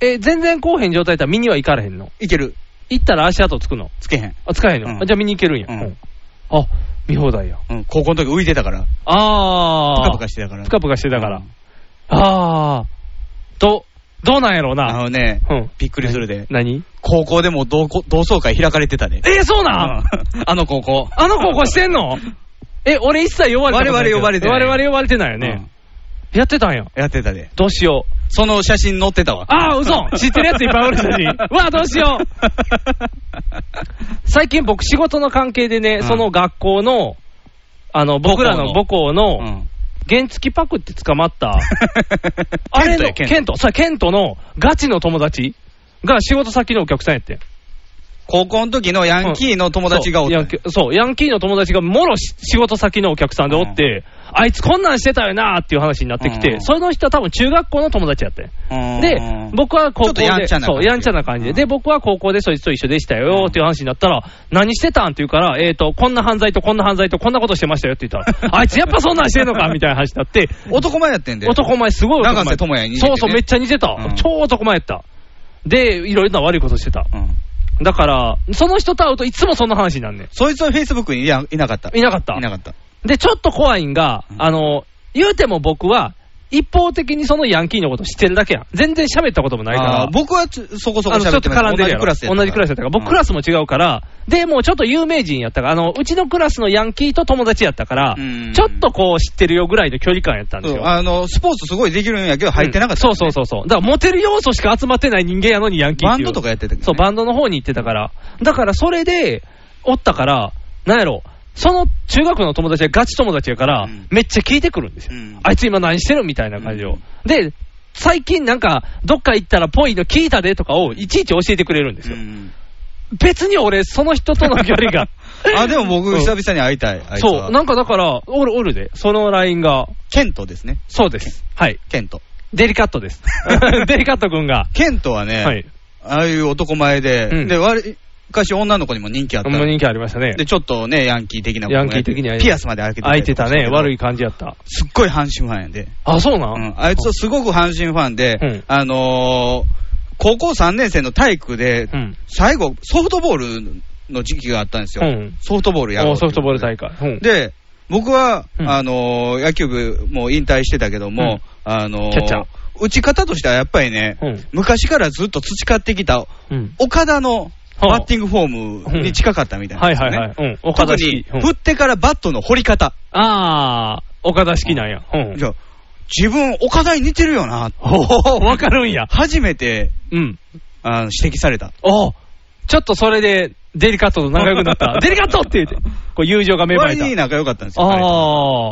Speaker 3: え、全然来おへん状態だったら見には行かれへんの
Speaker 2: いける。
Speaker 3: 行ったら足跡つくの
Speaker 2: つけへん。
Speaker 3: あ、つかへんの、
Speaker 2: うん
Speaker 3: あじゃあ見に行けるんや。
Speaker 2: うん
Speaker 3: うんあ、見放題や。
Speaker 2: うん、高校の時浮いてたから。
Speaker 3: あー。
Speaker 2: ぷかぷかしてたから。
Speaker 3: ぷかぷかしてたから。
Speaker 2: うん
Speaker 3: あー。と、どうなんやろう
Speaker 2: あ
Speaker 3: な。
Speaker 2: のね、
Speaker 3: うん。
Speaker 2: びっくりするで。
Speaker 3: 何
Speaker 2: 高校でも同校同窓会開かれてたで。
Speaker 3: えー、そう
Speaker 2: う
Speaker 3: なん
Speaker 2: んあの高校。
Speaker 3: あの高校してん のえ、俺一切呼ばれてない。
Speaker 2: 我々呼ばれてない
Speaker 3: 我々呼ばれてないよね。やってたんや。
Speaker 2: うんやってたで。
Speaker 3: どうしよう。
Speaker 2: その写真載ってたわ。
Speaker 3: ああ、嘘知ってるやついっぱいおるし。 わあ、どうしよう。最近僕、仕事の関係でね、
Speaker 2: うん
Speaker 3: その学校の、あの、僕らの母
Speaker 2: 母
Speaker 3: 校
Speaker 2: う
Speaker 3: の、
Speaker 2: ん。
Speaker 3: 原付パクって捕まった、あれ
Speaker 2: ケ
Speaker 3: の、
Speaker 2: ントやケント
Speaker 3: ケント、そう、ケントのガチの友達が仕事先のお客さんやってん。
Speaker 2: 高校の時のヤンキーの友達がおっ
Speaker 3: そうヤ
Speaker 2: た
Speaker 3: ン。キーそう、ヤンキーの友達がもろし仕事先のお客さんでおって、あいつこんなんしてたよなーっていう話になってきて、
Speaker 2: うん
Speaker 3: その人は多分中学校の友達やって。
Speaker 2: うん
Speaker 3: で、僕は高校で、
Speaker 2: ちょっとやんちゃな感じ
Speaker 3: そう、やんちゃな感じで、で、僕は高校でそいつと一緒でしたよっていう話になったら、何してたんって言うから、えっ、と、こんな犯罪とこんな犯罪とこんなことしてましたよって 言ったら、あいつやっぱそんなんしてんのかみたいな話になって、
Speaker 2: 男前やってんで。
Speaker 3: 男前すごい男前。
Speaker 2: 長瀬智也に似てて
Speaker 3: そ
Speaker 2: ね
Speaker 3: うそう、めっちゃ似てた。
Speaker 2: うん
Speaker 3: 超男前やった。で、いろいろな悪いことしてた。
Speaker 2: うん
Speaker 3: だから、その人と会うといつもそんな話になんねん。
Speaker 2: そいつはフェイスブックにいやいなかった。
Speaker 3: いなかった
Speaker 2: いなかった。
Speaker 3: で、ちょっと怖いんが、
Speaker 2: うん
Speaker 3: あの、言うても僕は、一方的にそのヤンキーのこと知ってるだけやん。全然喋ったこともないから。
Speaker 2: あー僕はつそこそこ
Speaker 3: あのちょ
Speaker 2: 喋
Speaker 3: っ
Speaker 2: って
Speaker 3: と
Speaker 2: ま
Speaker 3: 絡ん
Speaker 2: 同
Speaker 3: でるや
Speaker 2: じ
Speaker 3: ろ
Speaker 2: クラスやったから。
Speaker 3: 同じクラスやったから。僕クラスも違うから、で、もうちょっと有名人やったから、あの、うちのクラスのヤンキーと友達やったから
Speaker 2: うん、
Speaker 3: ちょっとこう知ってるよぐらいの距離感やったんです
Speaker 2: そう
Speaker 3: よ。
Speaker 2: あの、スポーツすごいできるんやけど、入ってなかった、
Speaker 3: うんそうそうそうそう。だからモテる要素しか集まってない人間やのにヤンキーっ
Speaker 2: バ
Speaker 3: てい
Speaker 2: ン
Speaker 3: う
Speaker 2: ドとかやってたけど、ね。
Speaker 3: そう、バンドの方に行ってたから。だからそれで、おったから、なんやろ、その中学の友達はガチ友達やから、
Speaker 2: うん
Speaker 3: めっちゃ聞いてくるんですよ。
Speaker 2: うん
Speaker 3: あいつ今何してるみたいな感じを。
Speaker 2: うん
Speaker 3: で、最近なんか、どっか行ったらぽいの聞いたでとかをいちいち教えてくれるんですよ。
Speaker 2: うん。
Speaker 3: 別に俺、その人との距離が
Speaker 2: あ、でも僕、久々に会いたい。あいつは
Speaker 3: そう、なんかだから、おるおるで、その LINE が、
Speaker 2: ケントですね。
Speaker 3: そうです。はい。
Speaker 2: ケント。
Speaker 3: デリカット です。デリカット君が。
Speaker 2: ケントはね、
Speaker 3: はい。
Speaker 2: ああいう男前で、
Speaker 3: うん
Speaker 2: で、わりかし女の子にも人気あった。
Speaker 3: もう人気ありましたね。
Speaker 2: で、ちょっとね、ヤンキー的な子も
Speaker 3: ヤンキー的には
Speaker 2: ピアスまで開けて
Speaker 3: 開いてたね。悪
Speaker 2: い。
Speaker 3: い感じやった。
Speaker 2: すっごい阪神ファンやで。
Speaker 3: あ、そうな、
Speaker 2: うんん。あいつはすごく阪神ファンで、
Speaker 3: うん
Speaker 2: あのー高校3年生の体育で、
Speaker 3: うん。
Speaker 2: 最後、ソフトボールの時期があったんですよ。
Speaker 3: うん
Speaker 2: ソフトボールやろう
Speaker 3: お
Speaker 2: って
Speaker 3: ソ
Speaker 2: いう
Speaker 3: フトボール大会。うん
Speaker 2: で、僕は、
Speaker 3: うん
Speaker 2: あのー野球部もう引退してたけども、あのー
Speaker 3: キャッチャー
Speaker 2: 打ち方としてはやっぱりね、
Speaker 3: うん
Speaker 2: 昔からずっと培ってきた
Speaker 3: うん。
Speaker 2: 岡田の
Speaker 3: はあ
Speaker 2: バッティングフォームに近かったみたいなん
Speaker 3: はい
Speaker 2: ですよ
Speaker 3: はい
Speaker 2: ね。
Speaker 3: はい。うん。岡
Speaker 2: 特
Speaker 3: 田
Speaker 2: に
Speaker 3: 式。う
Speaker 2: 振っ
Speaker 3: ん
Speaker 2: てからバットの掘り方、
Speaker 3: あー、岡田式なんや。うん
Speaker 2: い。や自分、岡田に似てるよな、
Speaker 3: おーわかるんや。
Speaker 2: 初めて
Speaker 3: うん。
Speaker 2: あの指摘された、
Speaker 3: おちょっとそれで、デリカットと仲良くな った。デリカットって言って、こう友情が芽生
Speaker 2: 割に
Speaker 3: えた。
Speaker 2: 仲良かったんですよ、彼と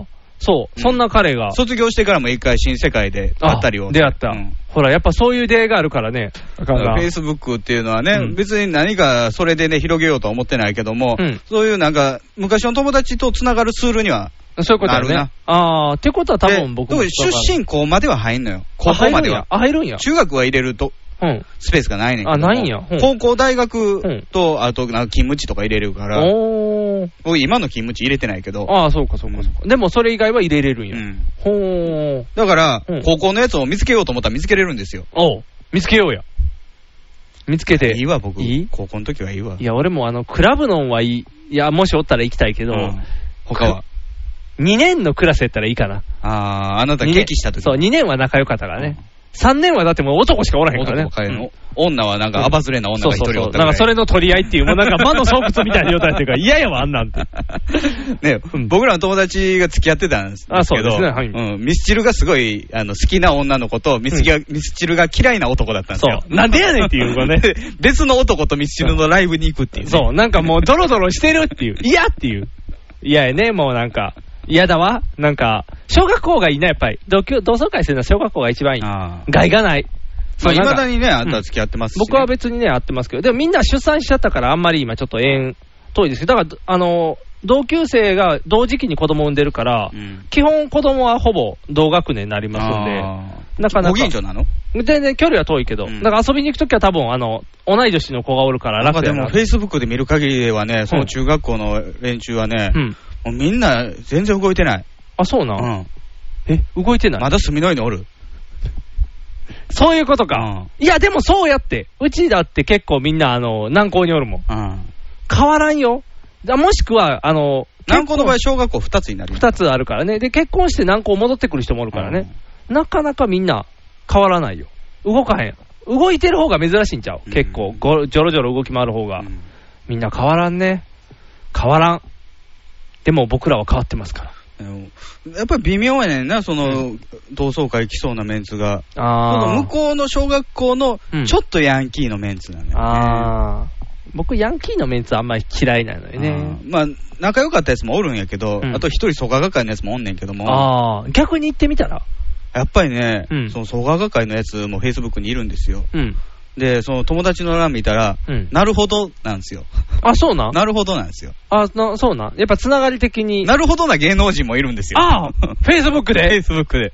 Speaker 3: あー、そう。そんな彼が。
Speaker 2: 卒業してからも一回、新世界で
Speaker 3: あ
Speaker 2: 会ったりを、
Speaker 3: 出会った
Speaker 2: うん。
Speaker 3: ほら、やっぱそういう出会いがあるからね。あかんな
Speaker 2: フェイスブックっていうのはね、
Speaker 3: うん
Speaker 2: 別に何かそれでね、広げようとは思ってないけども、
Speaker 3: うん
Speaker 2: そういうなんか、昔の友達とつながるツールには、
Speaker 3: そういうことや
Speaker 2: なるな
Speaker 3: ね。あー、ってことは多
Speaker 2: で
Speaker 3: 分僕も。
Speaker 2: 特に出身校までは入んのよ、高校までは。
Speaker 3: あ。入るんや。あ入るんや。
Speaker 2: 中学は入れると
Speaker 3: うん。
Speaker 2: スペースがないねんけども
Speaker 3: あないんやうん
Speaker 2: 高校、大
Speaker 3: うん
Speaker 2: 学と、あと、なんか勤務地とか入れるから、
Speaker 3: おー。
Speaker 2: 僕、今の勤務地入れてないけど、
Speaker 3: ああ、そうかそうかそうか。でもそれ以外は入れれるん
Speaker 2: う
Speaker 3: や。
Speaker 2: ん
Speaker 3: ほー。
Speaker 2: だから
Speaker 3: うん、
Speaker 2: 高校のやつを見つけようと思ったら見つけれるんですよ。
Speaker 3: おう見つけようや。見つけて。
Speaker 2: いいわ、僕
Speaker 3: いい、
Speaker 2: 高校の時はいいわ
Speaker 3: い。や、俺もあの、クラブのんはいい。いや、もしおったら行きたいけど、
Speaker 2: うん他は
Speaker 3: 2年のクラスやったらいいかな。
Speaker 2: あー、あなた、
Speaker 3: 二年
Speaker 2: 激した時
Speaker 3: そう、2年は仲良かったからね。3年はだってもう男しかおらへんからね。
Speaker 2: 男ばっかりやの
Speaker 3: うん
Speaker 2: 女はなんか、アバズレな女
Speaker 3: そう
Speaker 2: が一
Speaker 3: そう
Speaker 2: 人お
Speaker 3: そ
Speaker 2: っ
Speaker 3: う。
Speaker 2: た
Speaker 3: なんかそれ
Speaker 2: の。
Speaker 3: の取り合いっていう、もうなんか魔の巣窟みたいな状態っていうか、嫌やわ、あんなんて。
Speaker 2: ね
Speaker 3: うん、
Speaker 2: 僕らの友達が付き合ってたんですけど、
Speaker 3: あそうですねはい
Speaker 2: うんミスチルがすごいあの好きな女の子とミスチルが、ミスチルが嫌いな男だったんですよ。
Speaker 3: そうなんでやねんっていうのがね
Speaker 2: で別の男とミスチルのライブに行くっていう、ね。
Speaker 3: そう、なんかもうドロドロしてるっていう。嫌っていう。嫌やね、もうなんか。嫌だわ。なんか、小学校がいいな、やっぱり。同級同窓会するのは小学校が一番いい。
Speaker 2: あー
Speaker 3: 害がない。
Speaker 2: まあ、い
Speaker 3: なんか
Speaker 2: まだにね、あんた付き合ってますし、ね
Speaker 3: 僕は別にね、会ってますけど、でもみんな出産しちゃったから、あんまり今、ちょっと縁遠いですけど、だから、あの、同級生が同時期に子供産んでるから、
Speaker 2: うん
Speaker 3: 基本、子供はほぼ同学年になりますんで、なかな
Speaker 2: ご
Speaker 3: か
Speaker 2: 近、所なの
Speaker 3: 全然距離は遠いけど、
Speaker 2: うん
Speaker 3: だから遊びに行くときは多分あの同い年の子がおるから
Speaker 2: なんか
Speaker 3: 楽
Speaker 2: で
Speaker 3: やな
Speaker 2: も、フェイスブックで見る限りではね、その中学校の連中はね、
Speaker 3: うん、
Speaker 2: もうみんな全然動いてない。
Speaker 3: あ、そうな、
Speaker 2: うん
Speaker 3: え、動いてない、
Speaker 2: まだ住みのいにおる。
Speaker 3: そういうことか、
Speaker 2: うん
Speaker 3: いや、でもそうやって、うちだって結構みんな、あの南高におるもん、
Speaker 2: うん
Speaker 3: 変わらんよ、だもしくは、あの
Speaker 2: 南高の場合、
Speaker 3: 結
Speaker 2: 小学校2つになる。
Speaker 3: 婚二つあるからね、で結婚して南高戻ってくる人もおるからね、なかなかみんな変わらないよ、動かへん、動いてる方が珍しいんちゃう、
Speaker 2: うん
Speaker 3: 結構、ごじょろじょろ動き回る方が、
Speaker 2: うん
Speaker 3: みんな変わらんね、変わらん、でも僕らは変わってますから。
Speaker 2: やっぱり微妙やねんな、その、同窓会来そうなメンツが。
Speaker 3: あー
Speaker 2: 向こうの小学校の
Speaker 3: うん
Speaker 2: ちょっとヤンキーのメンツなのよね。
Speaker 3: あー僕、ヤンキーのメンツあんまり嫌いなのよね
Speaker 2: う。んまあ、仲良かったやつもおるんやけど、
Speaker 3: うん
Speaker 2: あと一人創価学会のやつもおんねんけども、
Speaker 3: ああ、逆に行ってみたら
Speaker 2: やっぱりね、
Speaker 3: うん
Speaker 2: その創価学会のやつもフェイスブックにいるんですよ。
Speaker 3: うん。
Speaker 2: で、その友達の欄見たら、
Speaker 3: うん。
Speaker 2: なるほどなんですよ。
Speaker 3: あ、そうなん
Speaker 2: なるほどなんですよ。
Speaker 3: あな、そうなんやっぱつながり的に。
Speaker 2: なるほどな芸能人もいるんですよ。
Speaker 3: ああ、 フェイスブック
Speaker 2: フェ
Speaker 3: で
Speaker 2: イ。スブックで。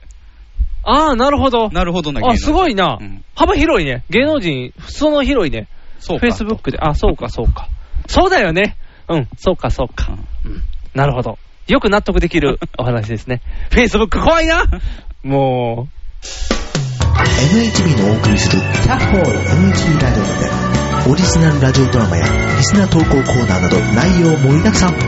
Speaker 3: ああ、なるほど。
Speaker 2: なるほどな芸能
Speaker 3: あ、
Speaker 2: 人。
Speaker 3: すごいな
Speaker 2: うん。
Speaker 3: 幅広いね。芸能人、裾の広いね。
Speaker 2: そう
Speaker 3: フ
Speaker 2: か
Speaker 3: ェイスブックで。あ、そうか、そうか。そうだよね。うん、そうか、そうか。なるほど。よく納得でき るお話ですね。フェイスブック怖いなも
Speaker 6: NHB のお送りする「キャッホール NHB ラジオ」でオリジナルラジオドラマやリスナー投稿コーナーなど内容盛りだくさんホー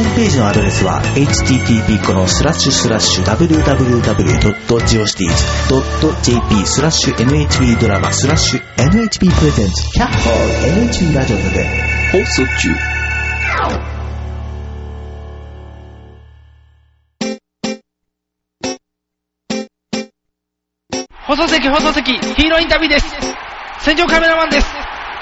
Speaker 6: ムページのアドレスは http このスラッシュスラッシュ www.geocities.jp スラッシュ NHB ドラマスラッシュ NHB プレゼンツキャッホール NHB ラジオで
Speaker 7: 放送席放送席ヒーローインタビューです戦場カメラマンです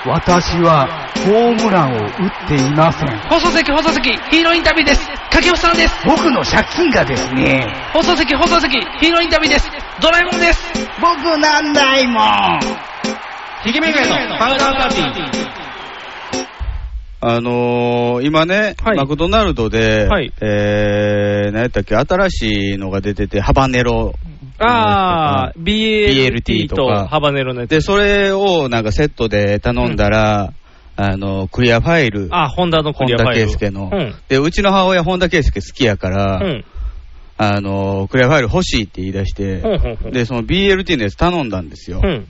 Speaker 8: 私はホームランを打っていません。
Speaker 7: 放送席放送席ヒーローインタビューです掛布さんです
Speaker 8: 僕の借金がですね、
Speaker 7: 放送席放送席ヒーローインタビューですドラえもんです
Speaker 8: 僕なんないもん。
Speaker 7: ひげめがのパウダーパーティー
Speaker 2: あのー今ね、
Speaker 3: はい
Speaker 2: マクドナルドで、
Speaker 3: はい
Speaker 2: えー、何やったっけ、新しいのが出てて、ハバネロ。
Speaker 3: う。ああ、BLT
Speaker 2: BLT と
Speaker 3: と
Speaker 2: か
Speaker 3: ハバネロのやつ
Speaker 2: で、。それをなんかセットで頼んだら、あの、クリアファイル。
Speaker 3: あ、ホンダのクリ
Speaker 2: 本
Speaker 3: アフ
Speaker 2: 田
Speaker 3: ァイル。
Speaker 2: 圭佑の、
Speaker 3: うん。
Speaker 2: で、うちの母親、本田圭佑好きやから、
Speaker 3: うん。
Speaker 2: あの、クリアファイル欲しいって言い出して、
Speaker 3: ほんほんほん
Speaker 2: で、その BLT のやつ頼んだんですよ。
Speaker 3: うん。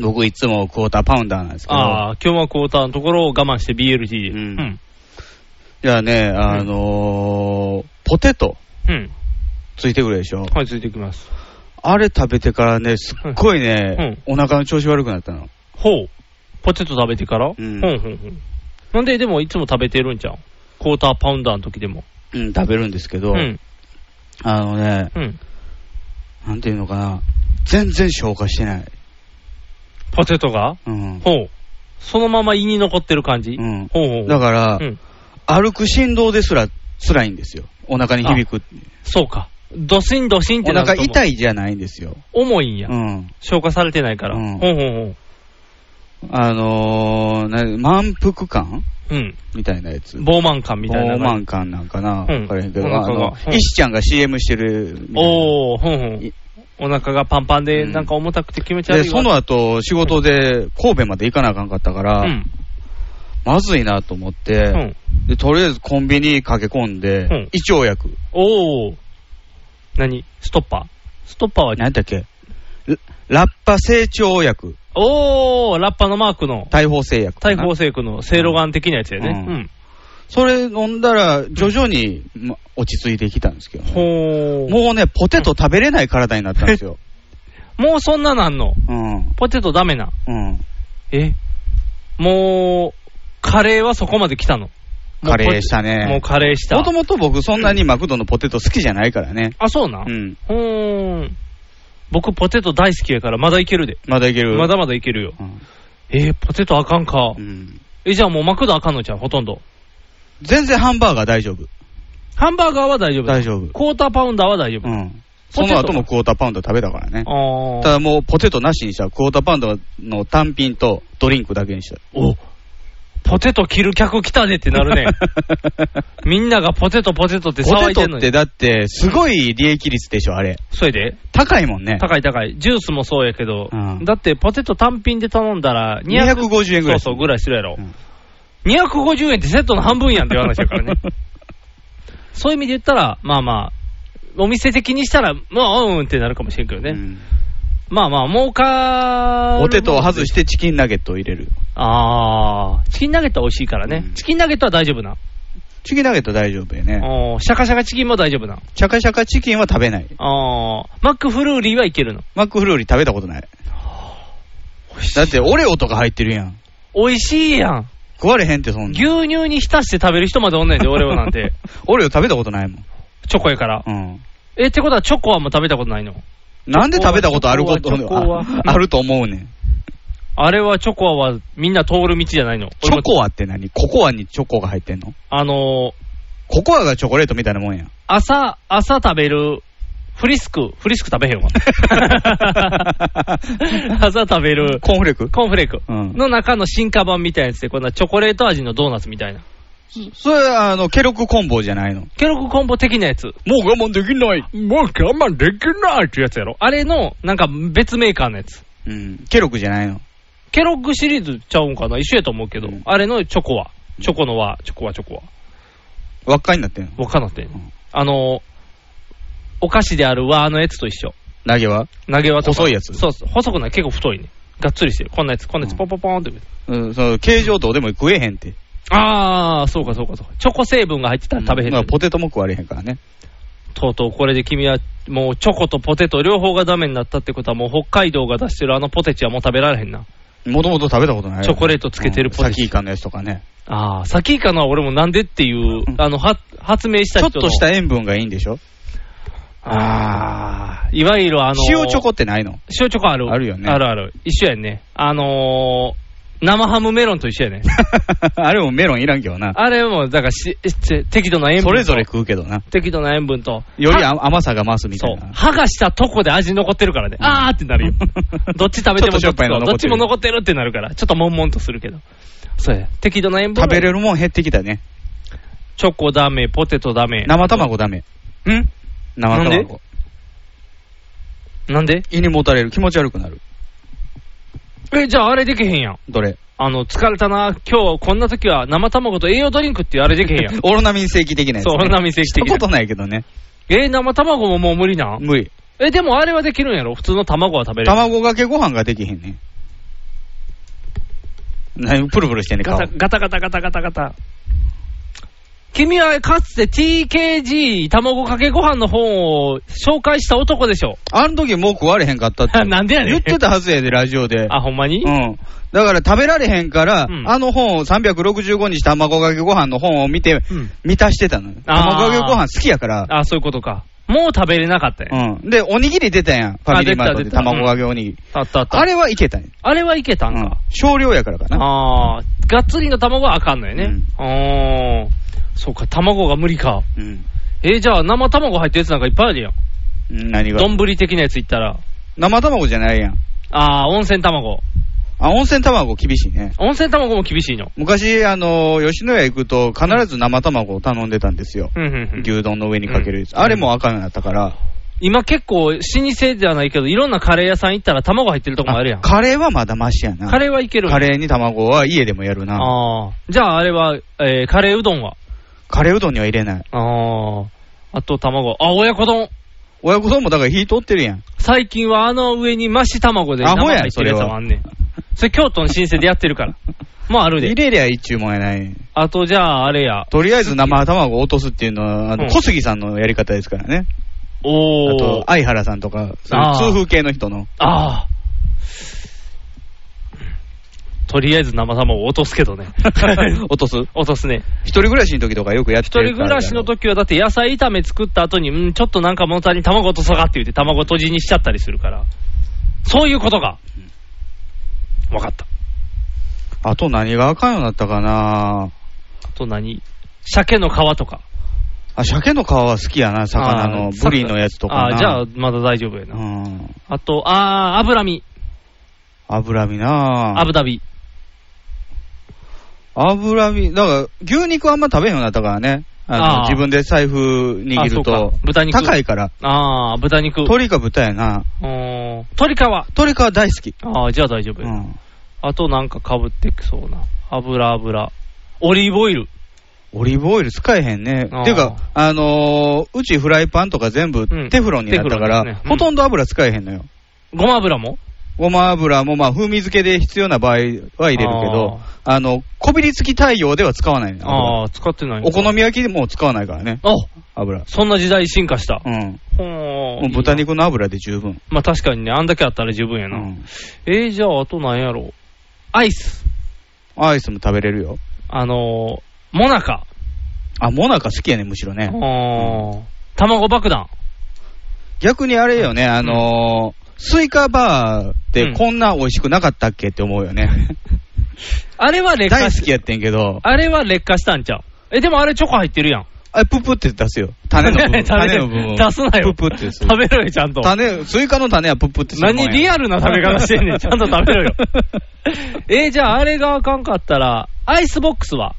Speaker 2: 僕、いつもクォーターパウンダーなんですけど、
Speaker 3: ああ、今日はクォーターのところを我慢して BLT で。
Speaker 2: う
Speaker 3: うんん。
Speaker 2: じゃあね、あのーポテト
Speaker 3: うん。
Speaker 2: ついてくるでしょ。
Speaker 3: はい、ついてきます。
Speaker 2: あれ食べてからね、すっごいね、お腹の調子悪くなったの。
Speaker 3: ほう。ポテト食べてから
Speaker 2: う
Speaker 3: うんん。ほんほんほん。なんで、でもいつも食べてるんじゃん。クォーターパウンダーの時でも。
Speaker 2: うん、食べるんですけ
Speaker 3: う
Speaker 2: ど、
Speaker 3: ん。
Speaker 2: あのね、
Speaker 3: うん。
Speaker 2: なんていうのかな、全然消化してない。
Speaker 3: ポテトが
Speaker 2: うん。
Speaker 3: ほう。そのまま胃に残ってる感じ
Speaker 2: うん
Speaker 3: ほうほう。
Speaker 2: だから、
Speaker 3: うん。
Speaker 2: 歩く振動ですら辛いんですよ。お腹に響く。
Speaker 3: そうか。ドシンドシンっ
Speaker 2: お
Speaker 3: てな
Speaker 2: 腹
Speaker 3: ると
Speaker 2: 痛いじゃないんですよ。
Speaker 3: 重いんや
Speaker 2: う。ん。
Speaker 3: 消化されてないから。
Speaker 2: う
Speaker 3: ほ
Speaker 2: ん
Speaker 3: うほうほう。
Speaker 2: あのーな、満腹感
Speaker 3: うん。
Speaker 2: みたいなやつ。
Speaker 3: 傲慢感みたいなの
Speaker 2: 傲
Speaker 3: が。
Speaker 2: 慢感なんかな。わ
Speaker 3: うん
Speaker 2: からへんけど、
Speaker 3: お
Speaker 2: あ
Speaker 3: 腹が
Speaker 2: の
Speaker 3: う、ん
Speaker 2: 石ちゃんが CM してるみたいな。
Speaker 3: おー、ほんほん
Speaker 2: い。
Speaker 3: お腹がパンパンで、
Speaker 2: うん
Speaker 3: なんか重たくて気持ち悪いわ
Speaker 2: で、その後、仕事で神戸まで行かなあかんかったか
Speaker 3: う
Speaker 2: ら、
Speaker 3: ん。
Speaker 2: まずいなと思って、
Speaker 3: うん。
Speaker 2: で、とりあえずコンビニ駆け込んで、
Speaker 3: うん
Speaker 2: 胃腸薬。
Speaker 3: おー。何ストッパーストッパーは
Speaker 2: 何やったっけララッパ成長薬。
Speaker 3: おー、ラッパのマークの、
Speaker 2: 大砲製薬。
Speaker 3: 大砲製薬のセイロガン的なやつやね。
Speaker 2: う
Speaker 3: うんん。
Speaker 2: それ飲んだら、徐々に、ま落ち着いてきたんですけど、
Speaker 3: ほー。も
Speaker 2: もうね、ポテト食べれない体になったんですよ。
Speaker 3: う、もうそんななんの
Speaker 2: うん。
Speaker 3: ポテトダメな。
Speaker 2: うん。
Speaker 3: えもう、カレーはそこまで来たの。もう
Speaker 2: カレーしたね
Speaker 3: もうカレーした。
Speaker 2: もともと僕、そんなにマクドのポテト好きじゃないからね。
Speaker 3: あ、そうな
Speaker 2: う。ん。
Speaker 3: ほーん。僕、ポテト大好きやから、まだいけるで。
Speaker 2: まだいける。
Speaker 3: まだまだいけるよ。
Speaker 2: うん。
Speaker 3: えー、ポテトあかんか
Speaker 2: う。ん。
Speaker 3: え、じゃあもうマクドあかんのじゃん、ほとんど。
Speaker 2: 全然ハンバーガー大丈夫。
Speaker 3: ハンバーガーは大丈夫。
Speaker 2: 大丈夫。
Speaker 3: クォーターパウンダーは大丈夫。
Speaker 2: うん。その後もクォーターパウンド食べたからね。
Speaker 3: あー
Speaker 2: ただもうポテトなしにしたらクォーターパウンドの単品とドリンクだけにした。
Speaker 3: おポテト切る客来たねって なるね。みんながポテトポテトって
Speaker 2: ポ
Speaker 3: 騒
Speaker 2: テ
Speaker 3: いでん
Speaker 2: ト
Speaker 3: の
Speaker 2: っ
Speaker 3: に
Speaker 2: て。だってすごい利益率でしょ、あれ。
Speaker 3: それで
Speaker 2: 高いもんね。
Speaker 3: 高い高い。ジュースもそうやけど、
Speaker 2: うん
Speaker 3: だってポテト単品で頼んだら200
Speaker 2: 250円ぐ
Speaker 3: そ
Speaker 2: ら
Speaker 3: う
Speaker 2: い。
Speaker 3: そうぐらいするやろ。
Speaker 2: うん
Speaker 3: 250円ってセットの半分やんっていう話やから ね。そういう意味で言ったら、まあまあ、お店的にしたら、まあ、うんうんってなるかもしれんけどね。
Speaker 2: うん
Speaker 3: まあまあ、儲かる
Speaker 2: ポテトを外してチキンナゲットを入れる。
Speaker 3: あー、チキンナゲットは美味しいからね。
Speaker 2: うん
Speaker 3: チキンナゲットは大丈夫な。
Speaker 2: チキンナゲット大丈夫やね。
Speaker 3: おーシャカシャカチキンも大丈夫な。
Speaker 2: シャカシャカチキンは食べない。
Speaker 3: あー、マックフルーリーはいけるの。
Speaker 2: マックフルーリー食べたことない。だってオレオとか入ってるやん。
Speaker 3: 美味しいやん。
Speaker 2: 食われへんってそんな。
Speaker 3: 牛乳に浸して食べる人までおんねんで、オレオなんて。
Speaker 2: オレオ食べたことないもん。
Speaker 3: チョコやから。
Speaker 2: うん。
Speaker 3: え、ってことはチョコはもう食べたことないの
Speaker 2: なんで食べたことあること
Speaker 3: チョコはチョコは
Speaker 2: ああると思うねん。
Speaker 3: あれはチョコアはみんな通る道じゃないの。
Speaker 2: チョコアって何ココアにチョコが入ってんの
Speaker 3: あのー、
Speaker 2: ココアがチョコレートみたいなもんや。
Speaker 3: 朝、朝食べる、フリスク、フリスク食べへ んわ。朝食べる、
Speaker 2: コーンフレーク
Speaker 3: コーンフレーク
Speaker 2: うん
Speaker 3: の中の進化版みたいなやつで、こんなチョコレート味のドーナツみたいな。
Speaker 2: それ、あの、ケロクコンボじゃないの。も
Speaker 3: ケロクコンボ的なやつ。
Speaker 2: う我慢できない。
Speaker 3: もう我慢できないってやつやろ。あれの、なんか別メーカーのやつ。
Speaker 2: うん。ケロクじゃないの。
Speaker 3: ケロッグシリーズちゃうんかな一緒やと思うけど、
Speaker 2: うん
Speaker 3: あれのチョコは。チョコのは、チョコはチョコは。
Speaker 2: 輪っかになってんの。
Speaker 3: わかんなってんね
Speaker 2: うん
Speaker 3: あの、お菓子である和のやつと一緒。
Speaker 2: 投げは
Speaker 3: 投げ輪とか
Speaker 2: 細いやつ
Speaker 3: そうそう。細くない。結構太いね。がっつりしてる。こんなやつ、こんなや
Speaker 2: う
Speaker 3: つ、
Speaker 2: ん
Speaker 3: ポンポンポンって。
Speaker 2: うん、その、形状どうでも食えへんって。
Speaker 3: あー、そうかそうかそうか。チョコ成分が入ってたら食べへ
Speaker 2: ま
Speaker 3: んの
Speaker 2: あ
Speaker 3: に、
Speaker 2: ポテトも食われへんからね。
Speaker 3: とうとうこれで君は、もうチョコとポテト両方がダメになったってことは、もう北海道が出してるあのポテチはもう食べられへんな。
Speaker 2: もともと食べたことないよ。
Speaker 3: チョコレートつけてるポテ
Speaker 2: う
Speaker 3: チ
Speaker 2: んサキイカのやつとかね。
Speaker 3: あー、さっきかな俺もなんでってい
Speaker 2: う、
Speaker 3: う
Speaker 2: ん
Speaker 3: あの、は発明し
Speaker 2: ち
Speaker 3: た
Speaker 2: ょ
Speaker 3: 人
Speaker 2: っ
Speaker 3: の
Speaker 2: とした。塩分がいいんでしょ
Speaker 3: あー、いわゆるあの
Speaker 2: 塩チョコってないの
Speaker 3: 塩チョコある。
Speaker 2: あるよね
Speaker 3: あるある。一緒やんね。あのー、生ハムメロンと一緒 やね。
Speaker 2: あれもメロンいらんけどな。
Speaker 3: あれも、だからし、し適度な塩分と。
Speaker 2: それぞれ食うけどな。
Speaker 3: 適度な塩分と。
Speaker 2: より
Speaker 3: は
Speaker 2: 甘甘さが増すみた
Speaker 3: そ。
Speaker 2: いうな。
Speaker 3: 剥がしたとこで味残ってるから
Speaker 2: ん。
Speaker 3: ね。あーってなるよ どっち食べても
Speaker 2: ちょっとしょっぱいの
Speaker 3: ど
Speaker 2: 残
Speaker 3: っ
Speaker 2: って
Speaker 3: ち
Speaker 2: る
Speaker 3: も残ってるってなるから。ちょっと悶々とするけど。そうや。適度な塩分。
Speaker 2: 食べれるもん減ってきたね。
Speaker 3: チョコダメ、ポテトダメ。
Speaker 2: 生卵ダメ。
Speaker 3: ん
Speaker 2: 生
Speaker 3: なんで
Speaker 2: 卵。
Speaker 3: なんで
Speaker 2: 胃にもたれる。気持ち悪くなる。
Speaker 3: え、じゃああれできへんやん。
Speaker 2: どれ
Speaker 3: あの、疲れたな。今日こんな時は生卵と栄養ドリンクっていうあれできへんやん。
Speaker 2: オロナミン正規的なやつ、ね。
Speaker 3: そうオロナミン正規的
Speaker 2: し
Speaker 3: な
Speaker 2: たことないけどね。
Speaker 3: えー生卵ももう無理なん
Speaker 2: 無理。
Speaker 3: え、でもあれはできるんやろ普通の卵は食べれる。
Speaker 2: 卵かけご飯ができへんねん。なにプルプルしてんねん
Speaker 3: ガ
Speaker 2: 顔
Speaker 3: タ。ガタガタガタガタガタ。君はかつて TKG 卵かけご飯の本を紹介した男でしょ。
Speaker 2: あの時もう食われへんかったって。
Speaker 3: なんでやねん
Speaker 2: 言ってたはずやで、ラジオで。
Speaker 3: あ、ほんまに、
Speaker 2: うん。だから食べられへんから、
Speaker 3: うん
Speaker 2: あの本を、365日卵かけご飯の本を見て、
Speaker 3: うん
Speaker 2: 満たしてたのよ。
Speaker 3: あー
Speaker 2: 卵かけご飯好きやから。
Speaker 3: あ、そういうことか。もう食べれなかったやん。
Speaker 2: うん。で、おにぎり出たやん。ファミリーマート
Speaker 3: 出
Speaker 2: で
Speaker 3: た出た
Speaker 2: 卵かけおにぎり。
Speaker 3: あったあった。
Speaker 2: あれはいけたね。
Speaker 3: あれはいけたん
Speaker 2: うん
Speaker 3: か。
Speaker 2: 少量やからかな。
Speaker 3: あー、がっつりの卵はあかんのよね。うーん。そうか、卵が無理か。
Speaker 2: うん。
Speaker 3: えーじゃあ生卵入ったやつなんかいっぱいあるやん。
Speaker 2: 何が
Speaker 3: 丼的なやついったら。
Speaker 2: 生卵じゃないやん。
Speaker 3: あー、温泉卵。
Speaker 2: あ、温泉卵厳しいね。
Speaker 3: 温泉卵も厳しいの。
Speaker 2: 昔、あの、吉野家行くと必ず生卵を頼んでたんですよ。
Speaker 3: うんうんうん。
Speaker 2: 牛丼の上にかけるやつ。
Speaker 3: うん
Speaker 2: あれも赤になったから、
Speaker 3: 今結構、老舗ではないけど、いろんなカレー屋さん行ったら卵入ってるとこもあるやん。
Speaker 2: カレーはまだマシやな。
Speaker 3: カレーはいけるんや
Speaker 2: カレーに卵は家でもやるな。
Speaker 3: ああ。じゃああれは、えーカレーうどんは
Speaker 2: カレーうどんには入れない。
Speaker 3: ああ。あと卵。あ、親子丼。
Speaker 2: 親子丼もだから火通ってるやん。
Speaker 3: 最近はあの上に増し卵で
Speaker 2: ア
Speaker 3: 生
Speaker 2: ホや
Speaker 3: 入ってるやつもあんねん。それ京都の新鮮でやってるから。もうある
Speaker 2: 入
Speaker 3: で。
Speaker 2: れりゃいいっちゅうもんやない。
Speaker 3: あとじゃああれや。
Speaker 2: とりあえず生卵を落とすっていうのは、あの
Speaker 3: うん
Speaker 2: 小杉さんのやり方ですからね。あ
Speaker 3: お
Speaker 2: と
Speaker 3: ー、。
Speaker 2: 相原さんとか、そういう
Speaker 3: あー
Speaker 2: 痛風系の人の。。
Speaker 3: ああ。とりあえず生卵を落とすけどね
Speaker 2: 落とす
Speaker 3: 落とすね。
Speaker 2: 一人暮らしの時とかよくやって
Speaker 3: 一
Speaker 2: る
Speaker 3: 人暮らしの時はだって野菜炒め作った後に、うん、ちょっとなんか物足りん卵とそがって言って卵とじにしちゃったりするから。そういうことか。わかった。
Speaker 2: あと何があかんようになったかな
Speaker 3: あと何鮭の皮とか。
Speaker 2: あ、鮭の皮は好きやな、魚の
Speaker 3: あ。ー
Speaker 2: ブリのやつとかな。
Speaker 3: あーじゃあ、まだ大丈夫やな。
Speaker 2: うん。
Speaker 3: あと、あー、脂身。
Speaker 2: 脂身な
Speaker 3: 油身。
Speaker 2: 脂身、だから牛肉あんま食べへんようになったからね。あの
Speaker 3: あー
Speaker 2: 自分で財布
Speaker 3: あ
Speaker 2: 握
Speaker 3: そ
Speaker 2: る
Speaker 3: うか
Speaker 2: と。
Speaker 3: 豚肉
Speaker 2: 高いから。
Speaker 3: あー、豚肉。
Speaker 2: 鳥か豚やな。
Speaker 3: うーん鶏皮。あ
Speaker 2: 鳥か大好き。
Speaker 3: ー、じゃあ大丈夫
Speaker 2: う
Speaker 3: や。
Speaker 2: ん。
Speaker 3: あとなんかかぶってきそうな。油油。オリーブオイル。
Speaker 2: オリーブオイル使えへんね。
Speaker 3: あー
Speaker 2: ていうか、あのーうちフライパンとか全部
Speaker 3: うん
Speaker 2: テフロンになったから、
Speaker 3: テフロンですねうん
Speaker 2: ほとんど油使えへんのよ。
Speaker 3: ごま油も
Speaker 2: ごま油もまあ風味付けで必要な場合は入れるけど、あの、こびりつき対応では使わないの
Speaker 3: あー、使ってない
Speaker 2: 油
Speaker 3: の
Speaker 2: お好み焼きでも使わないからね、
Speaker 3: あ
Speaker 2: 油。
Speaker 3: そんな時代進化した。
Speaker 2: うん。
Speaker 3: ほー
Speaker 2: もう豚肉の油で十分。
Speaker 3: まあ確かにね、あんだけあったら十分や
Speaker 2: う
Speaker 3: な。
Speaker 2: ん。
Speaker 3: えー、じゃああとなんやろう。アイス。
Speaker 2: アイスも食べれるよ。
Speaker 3: あのー、モナカ。
Speaker 2: あ、モナカ好きやね、むしろね。
Speaker 3: あー卵爆弾。
Speaker 2: 逆にあれよね、あのースイカバーってこんな美味しくなかったっけって思うよね。
Speaker 3: あれは劣化
Speaker 2: 大
Speaker 3: し
Speaker 2: 好きやってんけど、
Speaker 3: あれは劣化したんちゃうえ、でもあれチョコ入ってるやん。
Speaker 2: あれププって出すよ。種の部 分。
Speaker 3: 食べ
Speaker 2: 種
Speaker 3: て
Speaker 2: の部分。
Speaker 3: 出すなよ。
Speaker 2: ププってする
Speaker 3: 食べろよ、ちゃんと。
Speaker 2: 種、スイカの種はププってするもんや
Speaker 3: 何リアルな食べ方してんねん。ちゃんと食べろ よ。えー、じゃああれがあかんかったら、アイスボックスは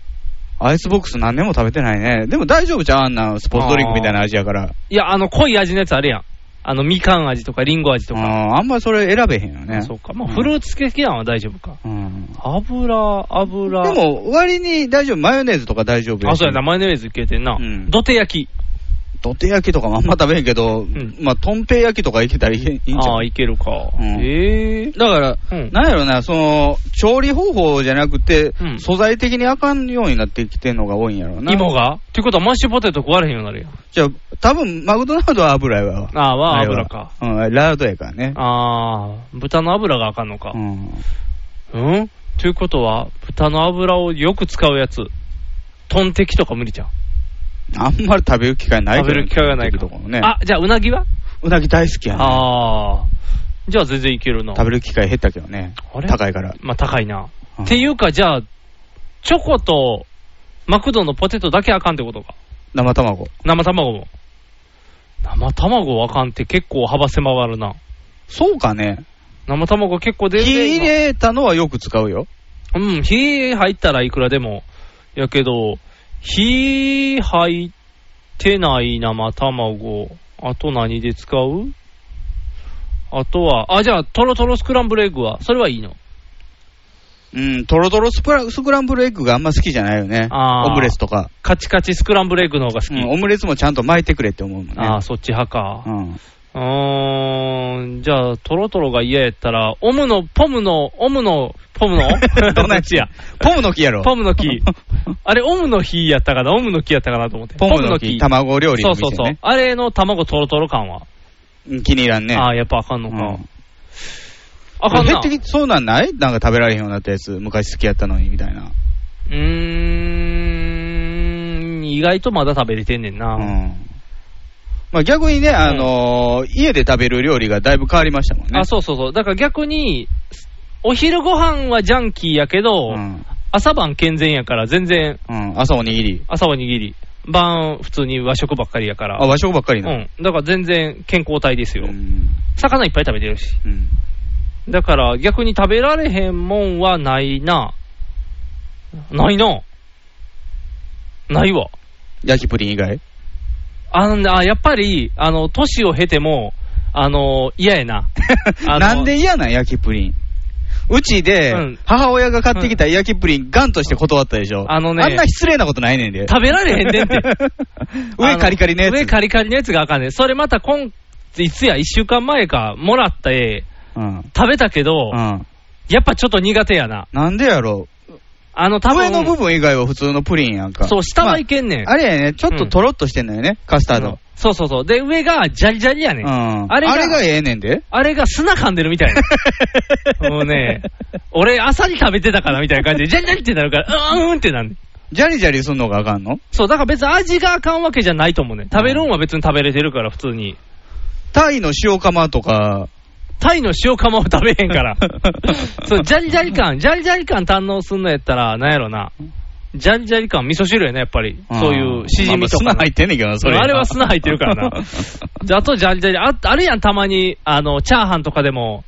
Speaker 2: アイスボックス何年も食べてないね。でも大丈夫じゃん、あんなスポーツドリンクみたいな味やから。
Speaker 3: いや、あの、濃い味のやつあるやん。あの、みかん味とか、りんご味とか。
Speaker 2: ああんまりそれ選べへんよね。
Speaker 3: そうか。まあ、フルーツ系やんは大丈夫か。
Speaker 2: うん
Speaker 3: 油、油。
Speaker 2: でも、割に大丈夫。マヨネーズとか大丈夫
Speaker 3: あ、そうやな、
Speaker 2: な。
Speaker 3: マヨネーズいけてんな。
Speaker 2: うん
Speaker 3: 土手焼き。
Speaker 2: 土手焼きとかもあんま食べへんけど、
Speaker 3: ん
Speaker 2: まあ、とんぺい焼きとかいけたらいいいいんじゃ
Speaker 3: ああ
Speaker 2: な
Speaker 3: ー、
Speaker 2: い
Speaker 3: いけるか。
Speaker 2: うん
Speaker 3: ええ
Speaker 2: だから、
Speaker 3: うん
Speaker 2: なんやろな、その、調理方法じゃなくて、
Speaker 3: うん
Speaker 2: 素材的にあかんようになってきてんのが多いんやろな。
Speaker 3: 芋がっていうことはマッシュポテト食われへんようになるやん。
Speaker 2: じゃあ、多分マクドナルドは油やわ。
Speaker 3: ああ、は
Speaker 2: あれは
Speaker 3: 油か。。
Speaker 2: うん、ラードやからね。
Speaker 3: ああ、豚の油があかんのか
Speaker 2: う。ん。
Speaker 3: うんということは、豚の油をよく使うやつ。トンテキとか無理じゃん。
Speaker 2: あんまり食べる機会ない
Speaker 3: 食
Speaker 2: け
Speaker 3: べ
Speaker 2: ど
Speaker 3: る機会がないか
Speaker 2: とこもね。
Speaker 3: あ、じゃあ、うなぎは
Speaker 2: うなぎ大好きやな。
Speaker 3: ああ。じゃあ、全然いけるな。
Speaker 2: 食べる機会減ったけどね。
Speaker 3: あれ
Speaker 2: 高いから。
Speaker 3: まあ、高いな。
Speaker 2: うん
Speaker 3: っていうか、じゃあ、チョコとマクドのポテトだけあかんってことか。
Speaker 2: 生卵。
Speaker 3: 生卵も。生卵あかんって結構幅狭まるな。
Speaker 2: そうかね。
Speaker 3: 生卵結構出
Speaker 2: 火
Speaker 3: る
Speaker 2: 入れたのはよく使うよ。
Speaker 3: うん、火入ったらいくらでも。やけど、火入ってない生卵。あと何で使うあとは、あ、じゃあ、トロトロスクランブルエッグは、それはいいの
Speaker 2: うん、トロトロスプラスクランブルエッグがあんま好きじゃないよね。
Speaker 3: あー
Speaker 2: オムレツとか。
Speaker 3: カチカチスクランブルエッグの方が好き。
Speaker 2: うん、オムレツもちゃんと巻いてくれって思うもんね。
Speaker 3: ああ、そっち派か
Speaker 2: う。ん。
Speaker 3: うーん、じゃあ、トロトロが嫌やったら、オムの、ポムの、オムの、ポムの
Speaker 2: どんなや
Speaker 3: ちや。
Speaker 2: ポムの木やろ。
Speaker 3: ポム の木。あれ、オムの木やったかな、オムの木やったかなと思って。
Speaker 2: ポムの木。
Speaker 3: ポムの
Speaker 2: 卵料理
Speaker 3: そ
Speaker 2: の
Speaker 3: うそう
Speaker 2: 店
Speaker 3: そう
Speaker 2: ね。。
Speaker 3: あれの卵トロトロ感は。
Speaker 2: うん気に入らんね。
Speaker 3: ああ、やっぱあかんのか。
Speaker 2: うん
Speaker 3: あかん
Speaker 2: 減
Speaker 3: な。
Speaker 2: って
Speaker 3: う
Speaker 2: きそうなんないなんか食べられへんようになったやつ。昔好きやったのに、みたいな。
Speaker 3: ーん、意外とまだ食べれてんねんな。
Speaker 2: うんまあ、逆にね、あのー家で食べる料理がだいぶ変わりましたもんね。
Speaker 3: あ、そうそうそう。だから逆に、お昼ご飯はジャンキーやけど、
Speaker 2: うん。
Speaker 3: 朝晩健全やから全然
Speaker 2: うん、朝おにぎり。
Speaker 3: 朝おにぎり、晩普通に和食ばっかりやから。
Speaker 2: あ、和食ばっかり
Speaker 3: う
Speaker 2: な。
Speaker 3: ん。だから全然健康体ですよ。
Speaker 2: うん
Speaker 3: 魚いっぱい食べてるし。
Speaker 2: うん
Speaker 3: だから逆に食べられへんもんはないな。ないな。ないわ。
Speaker 2: 焼きプリン以外
Speaker 3: あのねあやっぱり、あの、年を経ても、あの、嫌やな。あ の
Speaker 2: なんで嫌なん、焼きプリン。うちで
Speaker 3: うん、
Speaker 2: 母親が買ってきた焼きプリン、ガンとして断ったでしょ。
Speaker 3: あのね
Speaker 2: あんな失礼なことないねんで。。
Speaker 3: 食べられへんねんて
Speaker 2: 上カリカリのやつ
Speaker 3: あ上カリカリのやつがあかんねん。それまた今、いつや、1週間前か、もらった絵、
Speaker 2: うん。
Speaker 3: 食べたけど、
Speaker 2: うん。
Speaker 3: やっぱちょっと苦手やな。
Speaker 2: なんでやろ
Speaker 3: あの、多分
Speaker 2: 上の部分以外は普通のプリンやんか。
Speaker 3: そう、下はいけんねん。
Speaker 2: まああれやね、ちょっととろっとしてんのよね、カスタード。
Speaker 3: そうそうそう。で、上がジャリジャリやね。
Speaker 2: うんん。あ
Speaker 3: あれが
Speaker 2: れがええねん で。
Speaker 3: あれが砂噛んでるみたい な。もうね、俺、アサリ食べてたからみたいな感じで、ジャリジャリってなるから、うーんってなんねん
Speaker 2: ジャリジャリすんのがあかんの
Speaker 3: そう、だから別に味があかんわけじゃないと思うねん。食べるんは別に食べれてるから、普通に。
Speaker 2: タイの塩釜とか、
Speaker 3: タイの塩釜を食べへん から。そう、ジャリジャリ感、ジャリジャリ感堪能すんのやったら、なんやろな。ジャリジャリ感、味噌汁やな、やっぱり。そういう、しじみとか
Speaker 2: まあまあ砂
Speaker 3: な。
Speaker 2: 入ってんねんけどな、それ。。
Speaker 3: あれは砂入ってるからなであと、ジャリジャリ。ああるやん、たまに、あの、チャーハンとかでも、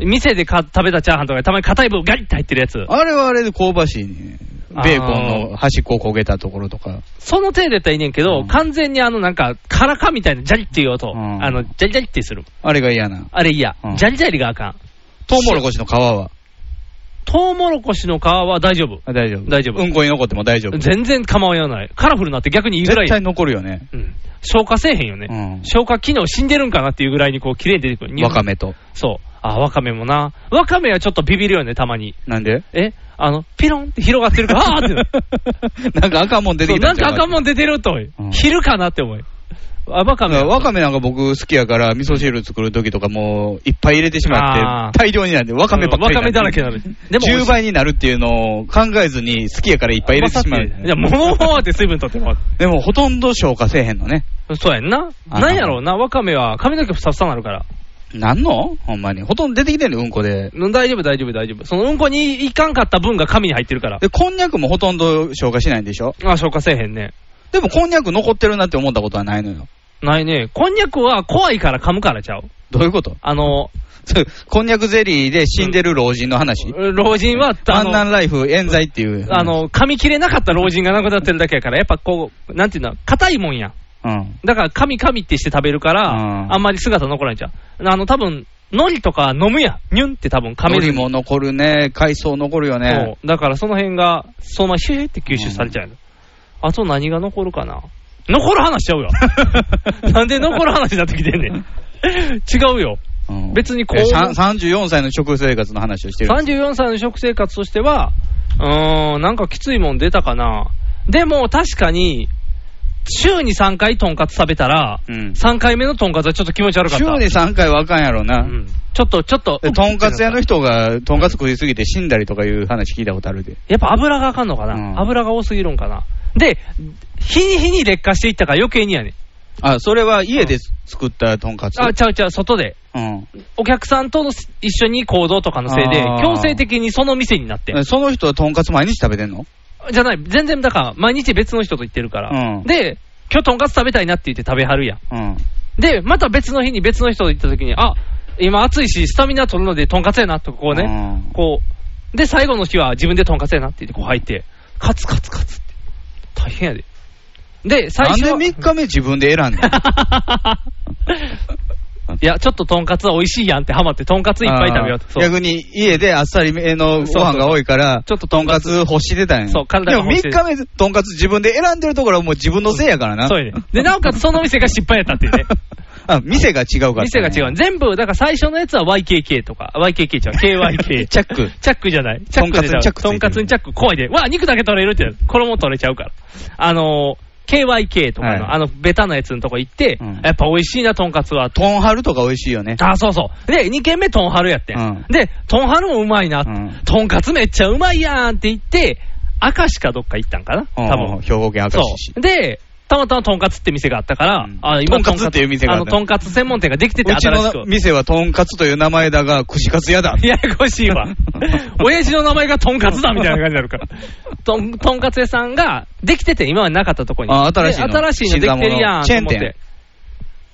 Speaker 3: 店でか食べたチャーハンとかでたまに硬い部分ガリって入ってるやつ。
Speaker 2: あれはあれで香ばしいね。ベーコンの端っこ焦げたところとか。
Speaker 3: その程度やったらいいねんけど、
Speaker 2: うん
Speaker 3: 完全にあの、なんか、カラカみたいな、ジャリっていう音。
Speaker 2: うん
Speaker 3: あの、ジャリジャリってする。
Speaker 2: あれが嫌な。
Speaker 3: あれ嫌
Speaker 2: うん。
Speaker 3: ジャリジャリがあかん。
Speaker 2: トウモロコシの皮は
Speaker 3: トウモロコシの皮は大丈夫。
Speaker 2: あ大丈夫。
Speaker 3: 大丈夫
Speaker 2: うんこに残っても大丈夫。
Speaker 3: 全然構わない。カラフルなって逆にいいぐら
Speaker 2: 絶
Speaker 3: い。
Speaker 2: 対残るよね。
Speaker 3: うん消化せえへんよね。
Speaker 2: うん
Speaker 3: 消化機能死んでるんかなっていうぐらいにこう綺麗に出てくる。
Speaker 2: わか。めと。
Speaker 3: そう。あ、わかめもな。わかめはちょっとビビるよね、たまに。
Speaker 2: なんで
Speaker 3: えあの、ピロンって広がって るから、あーってなる
Speaker 2: なんか赤もん出て
Speaker 3: そう
Speaker 2: きた
Speaker 3: なんか赤もん出てると思う
Speaker 2: うん
Speaker 3: 昼かなって思う。あわかめは。
Speaker 2: わかめなんか僕好きやから、味噌汁作る時とかもういっぱい入れてしま
Speaker 3: あ
Speaker 2: って、大量になるんで、わかめばっかり
Speaker 3: わかめだらけに
Speaker 2: な
Speaker 3: な
Speaker 2: る
Speaker 3: る。
Speaker 2: で
Speaker 3: で
Speaker 2: も
Speaker 3: も
Speaker 2: 10倍になるっていうのを考えずに、好きやからいっぱい入れてしまう。
Speaker 3: じゃあ、もうって水分取ってもらって。
Speaker 2: でもほとんど消化せえへんのね。
Speaker 3: そうやんな。
Speaker 2: あ
Speaker 3: なんやろうな、わかめは髪の毛ふさふさなるから。
Speaker 2: なんのほんまに。ほとんど出てきてんのよ、うんこで。
Speaker 3: うん大丈夫、大丈夫、大丈夫。そのうんこにいかんかった分が髪に入ってるから。
Speaker 2: で、こんにゃくもほとんど消化しないんでしょ
Speaker 3: あ、消化せえへんね。
Speaker 2: でもこんにゃく残ってるなって思ったことはないのよ。
Speaker 3: ないね。こんにゃくは怖いから噛むからちゃう。
Speaker 2: どういうこと
Speaker 3: あの、
Speaker 2: それこんにゃくゼリーで死んでる老人の話、
Speaker 3: 老人は、あ
Speaker 2: アンナン
Speaker 3: の、
Speaker 2: ライフ冤罪っていう。
Speaker 3: あ、の噛み切れなかった老人が亡くなってるだけやから、やっぱこう、なんていうの、硬いもんや。
Speaker 2: うん。
Speaker 3: だから、噛み噛みってして食べるから、
Speaker 2: うん
Speaker 3: あんまり姿残らんちゃう。あの、多分海苔とか飲むやん。ニュンって多分噛め
Speaker 2: 海苔
Speaker 3: る。
Speaker 2: も残るね、海藻残るよね。
Speaker 3: そうだからその辺が、そのままシューって吸収されちゃうの、あと何が残るかな残る話しちゃ うよ。なんで残る話になってきてんねん。違うよ。
Speaker 2: うん
Speaker 3: 別にこう
Speaker 2: えさん34歳の食生活の話をしてるんです。
Speaker 3: 34歳の食生活としては、うーん、なんかきついもん出たかな。でも確かに、週に3回とんかつ食べたら、
Speaker 2: うん
Speaker 3: 3回目のとんかつはちょっと気持ち悪かった。
Speaker 2: 週に3回はあかんやろな。
Speaker 3: うんちょっと、ちょっと。
Speaker 2: でとんかつ屋の
Speaker 3: 人
Speaker 2: 人がとんかつ食いすぎて死んだりとかいう話聞いたことあるで。
Speaker 3: やっぱ油があかんのかな、
Speaker 2: うん
Speaker 3: 油が多すぎるんかな。で、日に日に劣化していったから余計にやねん。
Speaker 2: あ、それは家で作ったとんかつ。
Speaker 3: あ、ちゃうちゃう、外で。
Speaker 2: うん。
Speaker 3: お客さんとの一緒に行動とかのせいで
Speaker 2: あー、
Speaker 3: 強制的にその店になって。
Speaker 2: その人はとんかつ毎日食べてんの
Speaker 3: じゃない、全然だから、毎日別の人と行ってるから。
Speaker 2: うん
Speaker 3: で、今日とんかつ食べたいなって言って食べはるやん。
Speaker 2: うん。
Speaker 3: で、また別の日に別の人と行った時に、あ、今暑いし、スタミナ取るのでとんかつやなとかこうね
Speaker 2: うん、
Speaker 3: こう。で、最後の日は自分でとんかつやなって言ってこう入って、カツカツカツって。大変やで。で、最
Speaker 2: なん
Speaker 3: 初
Speaker 2: で
Speaker 3: は。
Speaker 2: 3日目自分で選んだの
Speaker 3: いや、ちょっととんかつは美味しいやんってハマって、とんかついっぱい食べようと。
Speaker 2: あー
Speaker 3: そう
Speaker 2: 逆に家であっさりめのご飯が多いから、
Speaker 3: そうそうそう
Speaker 2: とんかつ欲してたんや。
Speaker 3: そう体が欲して
Speaker 2: でも3日目、とんかつ自分で選んでるところはもう自分のせいやからな。
Speaker 3: そうやね。で、なおかつその店が失敗やったっていうね。
Speaker 2: あ、店が違うから、
Speaker 3: 店が違う。全部、だから最初のやつは YKK とか、YKK ちゃう。KYK。
Speaker 2: チャック
Speaker 3: チャックじゃない。チ
Speaker 2: と
Speaker 3: ャ
Speaker 2: ん
Speaker 3: ッ
Speaker 2: か
Speaker 3: ク
Speaker 2: つ
Speaker 3: で
Speaker 2: にチャックついてる
Speaker 3: とんかつにチャック、怖いで。わ、肉だけ取れるってなる。衣取れちゃうから。あのー、KYK とかの、
Speaker 2: はい
Speaker 3: あの、ベタなやつのとこ行って、
Speaker 2: うん
Speaker 3: やっぱ美味しいな、とんかつは。
Speaker 2: トンハルとか美味しいよね。
Speaker 3: あ、そうそう。で、2軒目、トンハルやってん。
Speaker 2: うん
Speaker 3: で、トンハルもうまいな、
Speaker 2: うん
Speaker 3: とんかつめっちゃうまいやんって言って、明石かどっか行ったんかな、多
Speaker 2: うん
Speaker 3: 分。
Speaker 2: 兵庫県明石市
Speaker 3: そ。う。で、たまたまとんかつって店があったから、
Speaker 2: うん
Speaker 3: あ今
Speaker 2: とんかつっていう店があ
Speaker 3: あ
Speaker 2: る
Speaker 3: の、とんかつ専門店ができてて、
Speaker 2: うち
Speaker 3: 新しく
Speaker 2: の。店はとんかつという名前だ が、串カツ屋だ。
Speaker 3: ややこしい わ。親父の名前がとんかつだみたいな感じになるから。とん、とんかつ屋さんができてて、今はなかったとこに。
Speaker 2: あ新しいの
Speaker 3: で新しいのできてるや
Speaker 2: 新参者の
Speaker 3: ん。と思って
Speaker 2: チェーン店。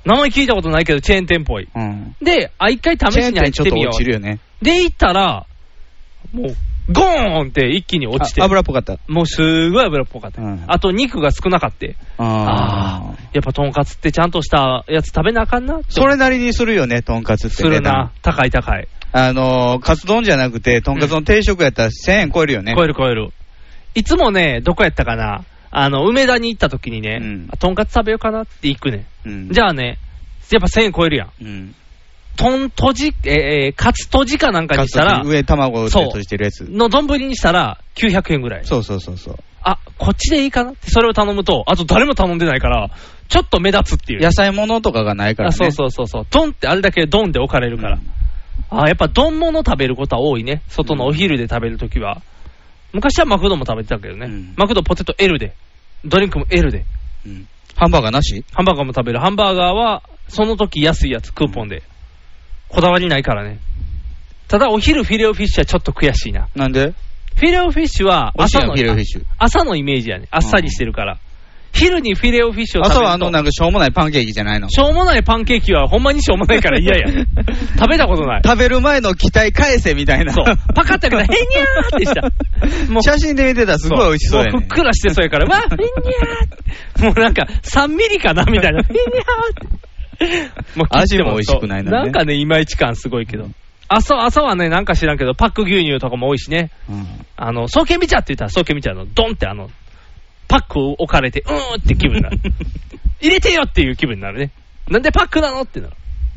Speaker 3: 名前聞いたことないけど、チェーン店っぽい。
Speaker 2: うん。
Speaker 3: で、あ、一回試
Speaker 2: チェー
Speaker 3: し
Speaker 2: ン
Speaker 3: に入
Speaker 2: 店
Speaker 3: っ
Speaker 2: ちょってと
Speaker 3: みよ
Speaker 2: 落ちる
Speaker 3: う。
Speaker 2: よね。
Speaker 3: で、行ったら、もう、ゴーンって一気に落ちて、
Speaker 2: あ油っぽかった。
Speaker 3: もうすごい油っぽかった、
Speaker 2: うん
Speaker 3: あと肉が少なかった、ああー、やっぱとんかつってちゃんとしたやつ食べなあかんなって
Speaker 2: それなりにするよね、とんかつって、
Speaker 3: す
Speaker 2: ね。
Speaker 3: るな、高い高い、
Speaker 2: あのー、カツ丼じゃなくて、とんかつの定食やったら1000円超えるよね。
Speaker 3: 超える超える、いつもね、どこやったかな、あの梅田に行った時にね、
Speaker 2: うん
Speaker 3: あとんかつ食べようかなって行くね、
Speaker 2: うん
Speaker 3: じゃあね、やっぱ1000円超えるやん、
Speaker 2: うん。
Speaker 3: とんとじ、えーえーカツとじかなんかにしたら
Speaker 2: カツ、上卵をとしてるやつ。
Speaker 3: の丼にしたら900円ぐらい。
Speaker 2: そうそうそうそう。
Speaker 3: あ、こっちでいいかなって、それを頼むと、あと誰も頼んでないから、ちょっと目立つっていう。
Speaker 2: 野菜物とかがないから
Speaker 3: あ
Speaker 2: ね。
Speaker 3: そうそうそうそう。ドンってあれだけドンで置かれるから。あ、やっぱ丼物食べることは多いね。外のお昼で食べるときは。昔はマクドも食べてたけどね。
Speaker 2: うん
Speaker 3: マクドポテト L で。ドリンクも L で。
Speaker 2: うん。ハンバーガーなし
Speaker 3: ハンバーガーも食べる。ハンバーガーは、その時安いやつ、クーポンで。こだわりないからね。ただ、お昼フィレオフィッシュはちょっと悔しいな。
Speaker 2: なんで
Speaker 3: フィレオフィッシュは
Speaker 2: 美味しい
Speaker 3: 朝
Speaker 2: やん
Speaker 3: の
Speaker 2: フィレオフィッシュ
Speaker 3: 朝のイメージやね。あっさりしてるから。昼にフィレオフィッシュを食べると
Speaker 2: 朝はあのなんかしょうもないパンケーキじゃないの
Speaker 3: しょうもないパンケーキはほんまにしょうもないから嫌 や。食べたことない。
Speaker 2: 食べる前の期待返せみたいな。
Speaker 3: そう。パカって開けたら、へにゃーって した。もう
Speaker 2: 写真で見てたらすごい美味しそうや
Speaker 3: もう
Speaker 2: ね
Speaker 3: ふっ。くらしてそうやから、 わ、へにゃーもうなんか3ミリかなみた いな。へにゃーって。もう切って
Speaker 2: 味も美味しくないのね
Speaker 3: そうなんかね、いまいち感すごいけど。朝、朝はね、なんか知らんけど、パック牛乳とかも多いしね。
Speaker 2: うん
Speaker 3: あの、総見見ちゃって言ったら、総見見ちゃうの、ドンってあの、パックを置かれて、うーんって気分 になる。入れてよっていう気分になるね。なんでパックなのってなる。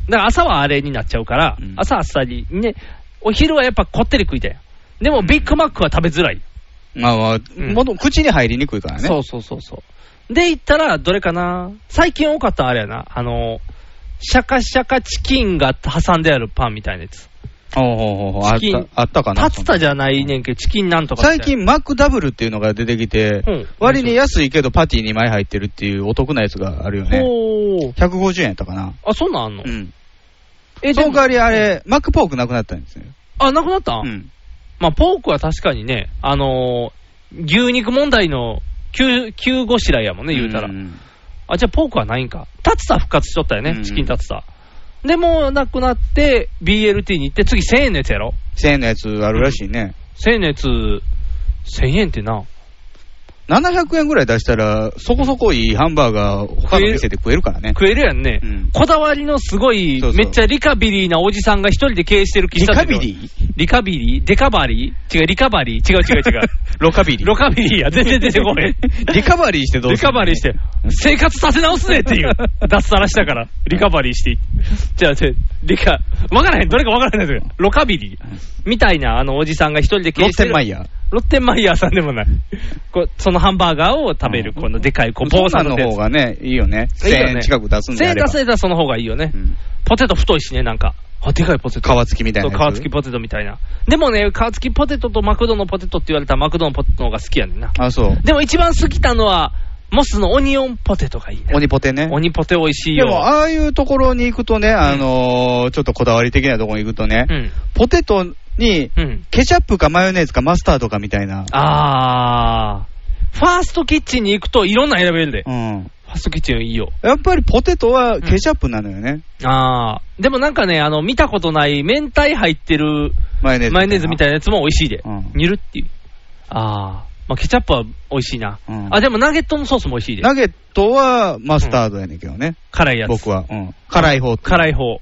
Speaker 3: だから朝はあれになっちゃうから、
Speaker 2: うん
Speaker 3: 朝あっさりね、お昼はやっぱこってり食いたいやん。でもビッグマックは食べづらい。
Speaker 2: まあまあ、
Speaker 3: ん
Speaker 2: もっと口に入りにくいからね。
Speaker 3: そうそうそうそう。で、行ったら、どれかな最近多かったのあれやな。あの、シャカシャカチキンが挟んであるパンみたいなやつ。
Speaker 2: ほうほうほうほうあっ
Speaker 3: チキン
Speaker 2: たあったかな。
Speaker 3: パツタじゃないねんけど、チキンなんとかみた
Speaker 2: 最
Speaker 3: いな
Speaker 2: 近、マックダブルっていうのが出てきて、
Speaker 3: うん
Speaker 2: 割に安いけど、パティ2枚入ってるっていうお得なやつがあるよね。
Speaker 3: ほー。
Speaker 2: 150円やったかな。
Speaker 3: あ、そんなんあんの、
Speaker 2: うん。
Speaker 3: え、
Speaker 2: そ
Speaker 3: で
Speaker 2: の代
Speaker 3: も
Speaker 2: わり、あれ、マックポークなくなったんですよ。
Speaker 3: あ、なくなった、
Speaker 2: うん。
Speaker 3: まあ、ポークは確かにね、あのー牛肉問題の急、急ごしらえやもんね、言うたら。
Speaker 2: ん
Speaker 3: あ、じゃあポークはないんか。タツタ復活しとったよ
Speaker 2: うんう
Speaker 3: ね、
Speaker 2: ん
Speaker 3: チキンタツタ。で、もうなくなって、BLT に行って、次1000円のやつやろ
Speaker 2: 1000円のやつあるらしいね。
Speaker 3: ?1000 円のやつ、1000円ってな。
Speaker 2: 700円ぐらい出したら、そこそこいいハンバーガー、他の店で食えるからね。
Speaker 3: 食えるやんね。
Speaker 2: うん
Speaker 3: こだわりのすごい
Speaker 2: そうそう
Speaker 3: めっちゃリカビリーなおじさんが一人で経営してる喫
Speaker 2: リ
Speaker 3: 茶
Speaker 2: カ
Speaker 3: 店。
Speaker 2: ビリー
Speaker 3: リカビリーデカバリー違う、リカバリー違う違う違う。
Speaker 2: ロカビリー
Speaker 3: ロカビリーや。全然出てこへん。
Speaker 2: リカバリーしてどう
Speaker 3: リ
Speaker 2: する
Speaker 3: カバリーして、生活させ直すねって いう、脱サラしたから、リカバリーしていじゃあ、じゃあリカ、わからへん、どれかわからへんですよ。ロカビリーみたいな、あの、おじさんが一人で経
Speaker 2: ロ
Speaker 3: 営
Speaker 2: ッ
Speaker 3: して
Speaker 2: テン
Speaker 3: る。
Speaker 2: マイヤー。
Speaker 3: ロッテンマイヤーさんでもない。こうそのハンバーガーを食べる、このでかい、こう、
Speaker 2: そ
Speaker 3: 坊
Speaker 2: ん
Speaker 3: さ
Speaker 2: なんの
Speaker 3: のやつ
Speaker 2: 方がね、いいよね。
Speaker 3: いいよ
Speaker 2: 1000円近く出すんであれば
Speaker 3: 1000円出せたらその方がいいよね。
Speaker 2: うん
Speaker 3: ポテト太いしね、なんか。あ、でかいポテト。
Speaker 2: 皮付きみたいなやつ
Speaker 3: そう皮付きポテトみたいな。でもね、皮付きポテトとマクドのポテトって言われたらマクドのポテトの方が好きやねんな。
Speaker 2: あ、そう。
Speaker 3: でも一番好きなのは、モスのオニオンポテトがいいな。
Speaker 2: 鬼ポテね。
Speaker 3: 鬼ポテ美味しい
Speaker 2: で
Speaker 3: よ。
Speaker 2: も、ああいうところに行くとね、あのーちょっとこだわり的なところに行くとね、
Speaker 3: うん。
Speaker 2: ポテトに
Speaker 3: うん。
Speaker 2: ケチャップかマヨネーズかマスタードかみたいな。
Speaker 3: あー。ファーストキッチンに行くといろんな選べるで。
Speaker 2: うん。
Speaker 3: ファーストキッチンいいよ。
Speaker 2: やっぱりポテトはケチャップなのよね。
Speaker 3: あー。でもなんかね、あの、見たことない明太入ってる
Speaker 2: マヨネーズ。
Speaker 3: マヨネーズみた
Speaker 2: い
Speaker 3: いなやつも美味しいで。
Speaker 2: うん
Speaker 3: 煮るっていう。あー。まあ、ケチャップは美味しいな。
Speaker 2: うん
Speaker 3: あ、でもナゲットのソースも美味しいで
Speaker 2: な。。ナゲットはマスタードやねんけどね、
Speaker 3: 辛いやつ。
Speaker 2: 僕は。うん。辛い方。
Speaker 3: 辛い方。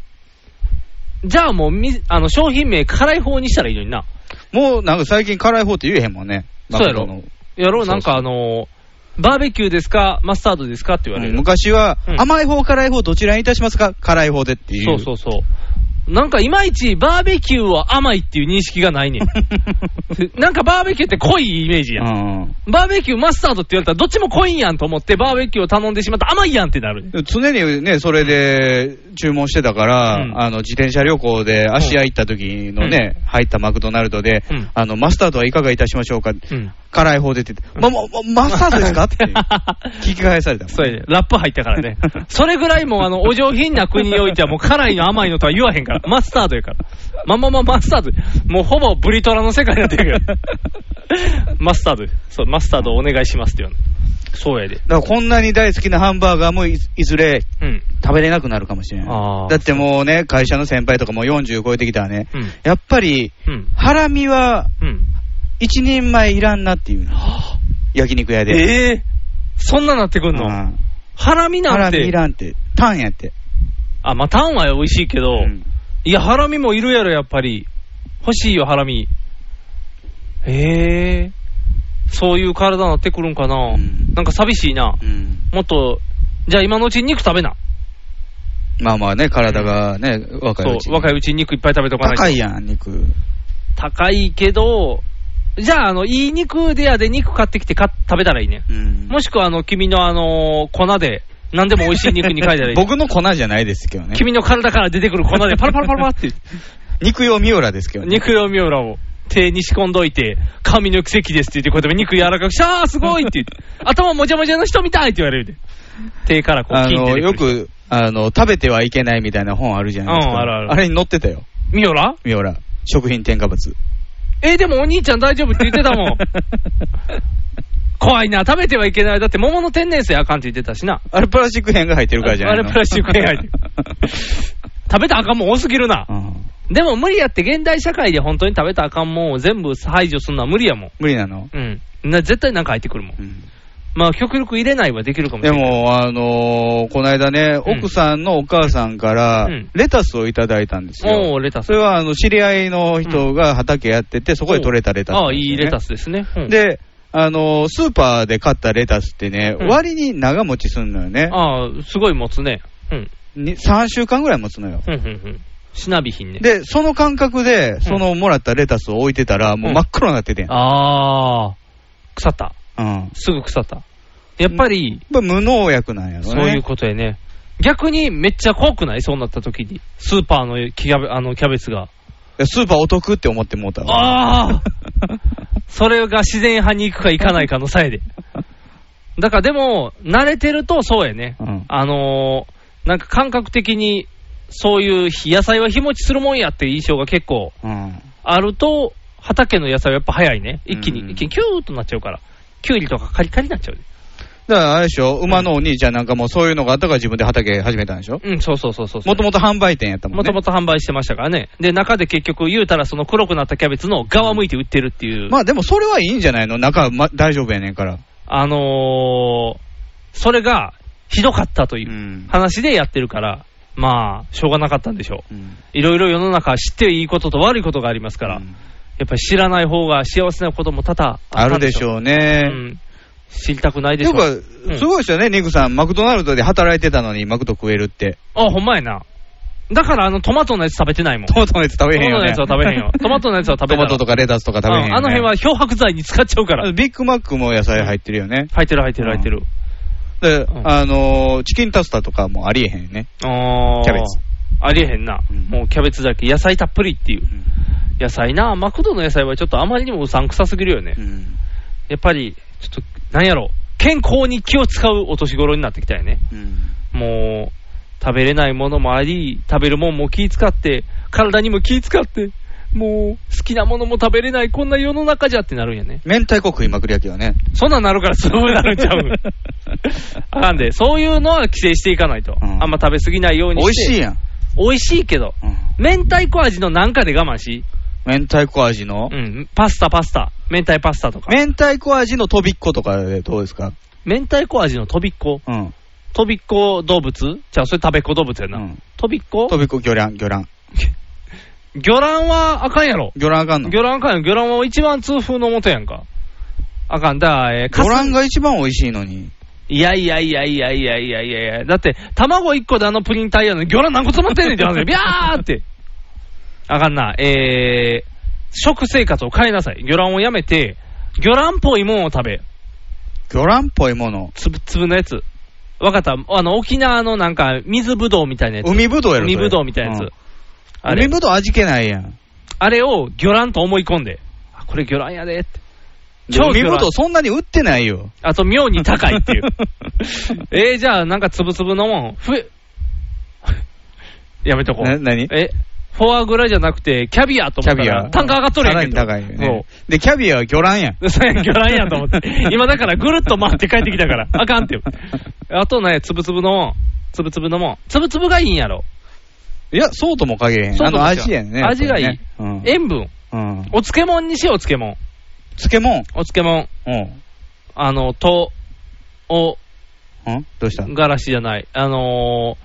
Speaker 3: じゃあもうみ、あの、商品名辛い方にしたらいいのにな。
Speaker 2: もうなんか最近辛い方って言えへんもんね。
Speaker 3: そうや
Speaker 2: マ
Speaker 3: ろ
Speaker 2: クドの
Speaker 3: やろう、
Speaker 2: そ
Speaker 3: な
Speaker 2: うんそう
Speaker 3: かあのー、バーベキューですか、マスタードですかって言われ
Speaker 2: う
Speaker 3: る。
Speaker 2: ん昔は、
Speaker 3: うん
Speaker 2: 甘い方、辛い方、どちらにいたしますか辛い方でっていう。
Speaker 3: そ う そうそう。なんかいまいちバーベキューは甘いっていう認識がな いねん。なんかバーベキューって濃いイメージや。
Speaker 2: うんん。
Speaker 3: バーベキューマスタードって言われたらどっちも濃いんやんと思ってバーベキューを頼んでしまった甘いやんってなる。
Speaker 2: 常にね、それで注文してたから、
Speaker 3: うん
Speaker 2: あの自転車旅行で芦屋行った時のね、入ったマクドナルドで、
Speaker 3: うん
Speaker 2: あのマスタードはいかがいたしましょうか、
Speaker 3: うん。
Speaker 2: 辛い方でって言って、ま、ま、まマスタードですかって 聞き返されたもん
Speaker 3: そうやね。ラップ入っ たからね。それぐらいもうあの、お上品な国においてはもう辛いの甘いのとは言わへんから。マスタードやから。まんままマスタード。もうほぼブリトラの世界になって るから。マスタード。そう、マスタードお願いしますって言わない。そうやで。
Speaker 2: だからこんなに大好きなハンバーガーもいいずれ
Speaker 3: うん。
Speaker 2: 食べれなくなるかもしれ
Speaker 3: あ
Speaker 2: な
Speaker 3: ー
Speaker 2: い。だってもうね、会社の先輩とかも40超えてきたらね、
Speaker 3: うん
Speaker 2: やっぱり
Speaker 3: うん。
Speaker 2: ハラミは
Speaker 3: うん。
Speaker 2: 一人前いらんなっていうの。焼肉屋で。
Speaker 3: ええそんななってくんの、
Speaker 2: うん
Speaker 3: ハラミ
Speaker 2: ハ
Speaker 3: な
Speaker 2: ラ
Speaker 3: ん
Speaker 2: ミい
Speaker 3: て。
Speaker 2: らんって。タンやって。
Speaker 3: あ、まあ、タンは美味しいけど、
Speaker 2: うん
Speaker 3: いや、ハラミもいるやろ、やっぱり。欲しいよ、ハラミ。へえそういう体になってくるんかな、
Speaker 2: うん
Speaker 3: なんか寂しいな。
Speaker 2: うん
Speaker 3: もっと、じゃあ今のうちに肉食べな。
Speaker 2: まあまあね、体がね、若いうち
Speaker 3: そう、
Speaker 2: に。
Speaker 3: 若いうちに肉いっぱい食べとかないと。
Speaker 2: 高いやん、肉。
Speaker 3: 高いけど、じゃあ、あの、いい肉でやで肉買ってきてか食べたらいいね。
Speaker 2: うん
Speaker 3: もしくは、あの、君のあの粉で、何でも美味しい肉に変えたらい い。
Speaker 2: 僕の粉じゃないですけどね。
Speaker 3: 君の体から出てくる粉でパラパラパラパラって、
Speaker 2: 肉用ミオラですけどね。
Speaker 3: 肉用ミオラを手に仕込んどいて、髪の奇跡ですって言って、こうやって肉柔らかくして、あーすごい って言って、頭もじゃもじゃの人みたいって言われるで。手からこう、
Speaker 2: あ
Speaker 3: 切って
Speaker 2: の、
Speaker 3: 出て
Speaker 2: よ
Speaker 3: くる。
Speaker 2: く、あの、食べてはいけないみたいな本あるじゃないですか。
Speaker 3: うんあるある
Speaker 2: れに載ってたよ、
Speaker 3: ミオラ
Speaker 2: ミオラ。食品添加物。
Speaker 3: えーでもお兄ちゃん大丈夫って言ってた もん。怖いな、食べてはいけない。だって桃の天然水あかんって言ってたしな。
Speaker 2: あれプラスチック片が入ってるからじゃないの
Speaker 3: あれプラスチック片入ってる食べたらあかんもん多すぎるな
Speaker 2: う。ん
Speaker 3: でも無理やって現代社会で本当に食べたらあかんもんを全部排除するのは無理やもん。
Speaker 2: 無理なの、
Speaker 3: うん。な絶対なんか入ってくるもん。
Speaker 2: うん
Speaker 3: まあ極力入れないはできるかも
Speaker 2: で
Speaker 3: しれない。
Speaker 2: も、あのーこの間ね、
Speaker 3: うん
Speaker 2: 奥さんのお母さんから
Speaker 3: うん、
Speaker 2: レタスをいただいたんですよ。
Speaker 3: おーレタス
Speaker 2: それは、あの、知り合いの人が畑やってて、そこで取れたレタス、
Speaker 3: ああ、いいレタ
Speaker 2: ス。
Speaker 3: スですね。うん、
Speaker 2: で、あのースーパーで買ったレタスってね、
Speaker 3: うん
Speaker 2: 割に長持ちすんのよね。
Speaker 3: ああ、すごい持つね。うん。
Speaker 2: に3週間ぐらい持つのよ。
Speaker 3: うん、うん、うん。しなび品ね。
Speaker 2: で、その感覚で、そのもらったレタスを置いてたら、もう真っ黒になっててん。うん。
Speaker 3: ああ、腐った。
Speaker 2: やっ
Speaker 3: すぐ腐った。やっぱり、
Speaker 2: ぱ無農薬なんやろね。
Speaker 3: そういうことやね。逆にめっちゃ怖くないそうなった時に。スーパーのキャベあのキャベツが。
Speaker 2: いやスーパーお得って思ってもうたわ。
Speaker 3: ああそれが自然派に行くか行かないかのさえで。だからでも、慣れてるとそうやね。
Speaker 2: うん
Speaker 3: あのーなんか感覚的に、そういう日野菜は日持ちするもんやっていう印象が結構
Speaker 2: うん。
Speaker 3: あると、畑の野菜はやっぱ早いね。一気に、
Speaker 2: うん
Speaker 3: 一気にキューッとなっちゃうから。キュウリとかカリカリになっちゃう。
Speaker 2: だからあれでしょ、馬のお兄ちゃんなんかもうそういうのがあったから自分で畑始めたんでしょ
Speaker 3: うん、そうそうそうそうそう
Speaker 2: もともと販売店やったもん
Speaker 3: も
Speaker 2: ね。
Speaker 3: ともと販売してましたからね。で、中で結局言うたら、その黒くなったキャベツの側向いて売ってるっていう。
Speaker 2: まあでもそれはいいんじゃないの中は、ま、大丈夫やねんから。
Speaker 3: あのー、それがひどかったという話でやってるから、まあ、しょうがなかったんでしょう。いろいろ世の中知っていいことと悪いことがありますから、
Speaker 2: うん
Speaker 3: やっぱり知らない方が幸せなことも多々
Speaker 2: あ
Speaker 3: った
Speaker 2: る
Speaker 3: ん
Speaker 2: でし
Speaker 3: う。
Speaker 2: ょう
Speaker 3: う
Speaker 2: ね。
Speaker 3: ん、知りたくない
Speaker 2: て
Speaker 3: で
Speaker 2: い
Speaker 3: しょ
Speaker 2: うか、
Speaker 3: うん
Speaker 2: すごいですよね、ニクさん。マクドナルドで働いてたのにマクド食えるって。
Speaker 3: あ、ほんまやな。だからあのトマトのやつ食べてないもん。
Speaker 2: トマトのやつ食べへんよ、ね。
Speaker 3: トマトのやつは食べへん よトマトのやつは食べへん
Speaker 2: トマトとかレタスとか食べへんよ、ね
Speaker 3: うんあの辺は漂白剤に使っちゃうから。
Speaker 2: ビッグマックも野菜入ってるよね。
Speaker 3: 入ってる入ってる入ってる。
Speaker 2: で、
Speaker 3: ん
Speaker 2: あのーチキンタツタとかもありえへんよね。
Speaker 3: あー
Speaker 2: キャベツ。
Speaker 3: ありえへんな。
Speaker 2: うん
Speaker 3: もうキャベツだけ野菜たっぷりっていう。野菜な、マクドの野菜はちょっとあまりにもうさんくさすぎるよね。
Speaker 2: うん
Speaker 3: やっぱり、ちょっと、なんやろ、健康に気を使うお年頃になってきたよね。もう、食べれないものもあり、食べるもんも気使って、体にも気使って、もう、好きなものも食べれない、こんな世の中じゃってなるんやね。
Speaker 2: 明太子食いまくりやけどね。
Speaker 3: そんなんなるから、そうなるんちゃう あかんで、そういうのは規制していかないと。
Speaker 2: うん
Speaker 3: あんま食べ過ぎないように
Speaker 2: 美味
Speaker 3: して。
Speaker 2: しいやん。
Speaker 3: 美味しいけど、明太子味のなんかで我慢し、
Speaker 2: 明太子味の、
Speaker 3: うん、パスタ、パスタ、明太パスタとか、
Speaker 2: 明太子味のとびっことかでどうですか
Speaker 3: 明太子味のとびっこ、
Speaker 2: うん。
Speaker 3: とびっこ動物じゃあ、それ食べっこ動物やな。
Speaker 2: うん
Speaker 3: とびっこと
Speaker 2: びっこ魚卵、魚卵。
Speaker 3: 魚卵はあかんやろ。
Speaker 2: 魚卵あかんの魚
Speaker 3: 魚卵あかんやろ。魚卵は一番痛風のもとやんか。あかんだ、えー、カス
Speaker 2: 卵が一番美味しいのに。
Speaker 3: いやいやいやいやいやいやいやいやだって、卵1個であのプリンタイヤの魚卵何個詰まってんねんって話で、ビャーって。あかんな、えー、食生活を変えなさい。魚卵をやめて、魚卵っぽいもんを食べ。
Speaker 2: 魚卵っぽいもの。
Speaker 3: つぶつぶのやつ。わかった。あの、沖縄のなんか、水ぶどうみたいなやつ。
Speaker 2: 海ぶどうやろそれ
Speaker 3: 海ぶどうみたいなやつ。
Speaker 2: うん
Speaker 3: あ
Speaker 2: 海
Speaker 3: れ、
Speaker 2: ぶどう味気ないやん。
Speaker 3: あれを魚卵と思い込んで、あこれ魚卵やでって。超
Speaker 2: 海ぶ
Speaker 3: 魚
Speaker 2: ど
Speaker 3: 卵
Speaker 2: う。そんなに売ってないよ。
Speaker 3: あと、妙に高いって いう。えー、じゃあ、なんかつぶつぶのもん、ふえ、 やめとこう。
Speaker 2: な何
Speaker 3: え、フォアグラじゃなくて、キャビアと思ったら、単価上がっとるやんけど。
Speaker 2: 高い高いよね。で、キャビアは魚卵やん。
Speaker 3: そう。そうやん魚卵やと思っ て。今だからぐるっと回って帰ってきたから、あかんってよ。あとね、つぶつぶのもん、つぶつぶのもん、つぶつぶがいいんやろ。
Speaker 2: いや、そうとも限れへん。
Speaker 3: そう
Speaker 2: あ
Speaker 3: とも
Speaker 2: の
Speaker 3: 違う
Speaker 2: 味やね。
Speaker 3: 味がいい
Speaker 2: やっぱりね。
Speaker 3: 塩分。
Speaker 2: うん。うん
Speaker 3: お漬物にしよう、お漬物。
Speaker 2: 漬物
Speaker 3: お漬物、
Speaker 2: うん。
Speaker 3: あの、と、お、
Speaker 2: うんどうした
Speaker 3: がらしじゃない。あの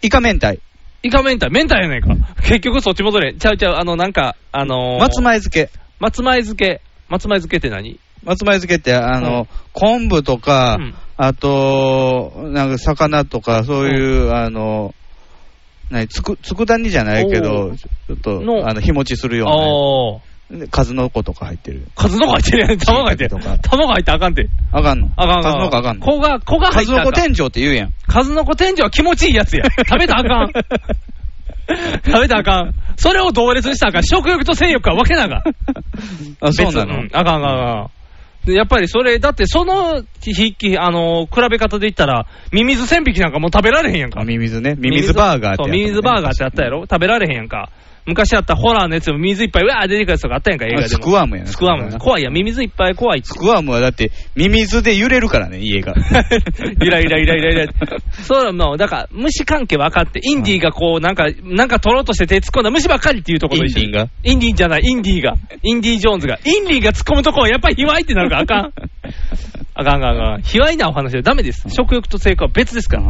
Speaker 3: ー、
Speaker 2: イカ明太。
Speaker 3: イカ明太、明太やねんか。 結局そっち戻れ。ちゃうちゃう、あの、なんか、あのー、
Speaker 2: 松前漬け。
Speaker 3: 松前漬け。松前漬けって何
Speaker 2: 松前漬けって、あ
Speaker 3: う
Speaker 2: の、昆布とか、
Speaker 3: うん
Speaker 2: あと、なんか魚とか、そういう、あの、何つく、つくだ煮じゃないけ
Speaker 3: お
Speaker 2: ど、
Speaker 3: ー
Speaker 2: ちょっと
Speaker 3: の、
Speaker 2: あの、日持ちするよう
Speaker 3: ああ。
Speaker 2: なやつ。数の子とか入ってる。
Speaker 3: 数の子入って るやん。卵入ってる
Speaker 2: 椎茸。と
Speaker 3: 卵入ってあかんて。
Speaker 2: あかんの。
Speaker 3: あかんあかん。
Speaker 2: 数の子あかんの。
Speaker 3: 子が、子が入っ
Speaker 2: 数
Speaker 3: たら
Speaker 2: の子
Speaker 3: あかん
Speaker 2: 店長って言う やん。
Speaker 3: 数の子天井は気持ちいいやつや。食べたらあ かん。食べたらあかん。それを同列にしたらあかん。食欲と性欲は分けなあかん。
Speaker 2: あ、そうな
Speaker 3: 別
Speaker 2: の
Speaker 3: んあかんあかんあかん。でやっぱりそれ、だってその筆記、あの比べ方で言ったら、ミミズ千匹なんかもう食べられへんやんか
Speaker 2: あ。ミミズね。ミミズバーガーってや
Speaker 3: そう、
Speaker 2: つね。
Speaker 3: ミミズバーガーってあったやろ食べられへんやんか。昔あったホラーのやつでもミミズいっぱい、うわー出てくるやつとかあったやんか、映画でも。
Speaker 2: あスクワームやね
Speaker 3: スクワーム。怖いやん、ミミズいっぱい怖いって。
Speaker 2: ス。クワームはだって、ミミズで揺れるからね、家が
Speaker 3: イライライライライラ。そうもう、だから、虫関係分かって、インディーがこう、なんか、なんか取ろうとして手突っ込んだ虫ばっかりっていうところと一緒に
Speaker 2: インディーが
Speaker 3: インディーじゃない、インディーが。インディー・ジョーンズが。インディーが突っ込むとこはやっぱり卑猥ってなるからあかん。あかんあかんあかん。卑猥なお話はダメです。食欲と性欲は別ですから。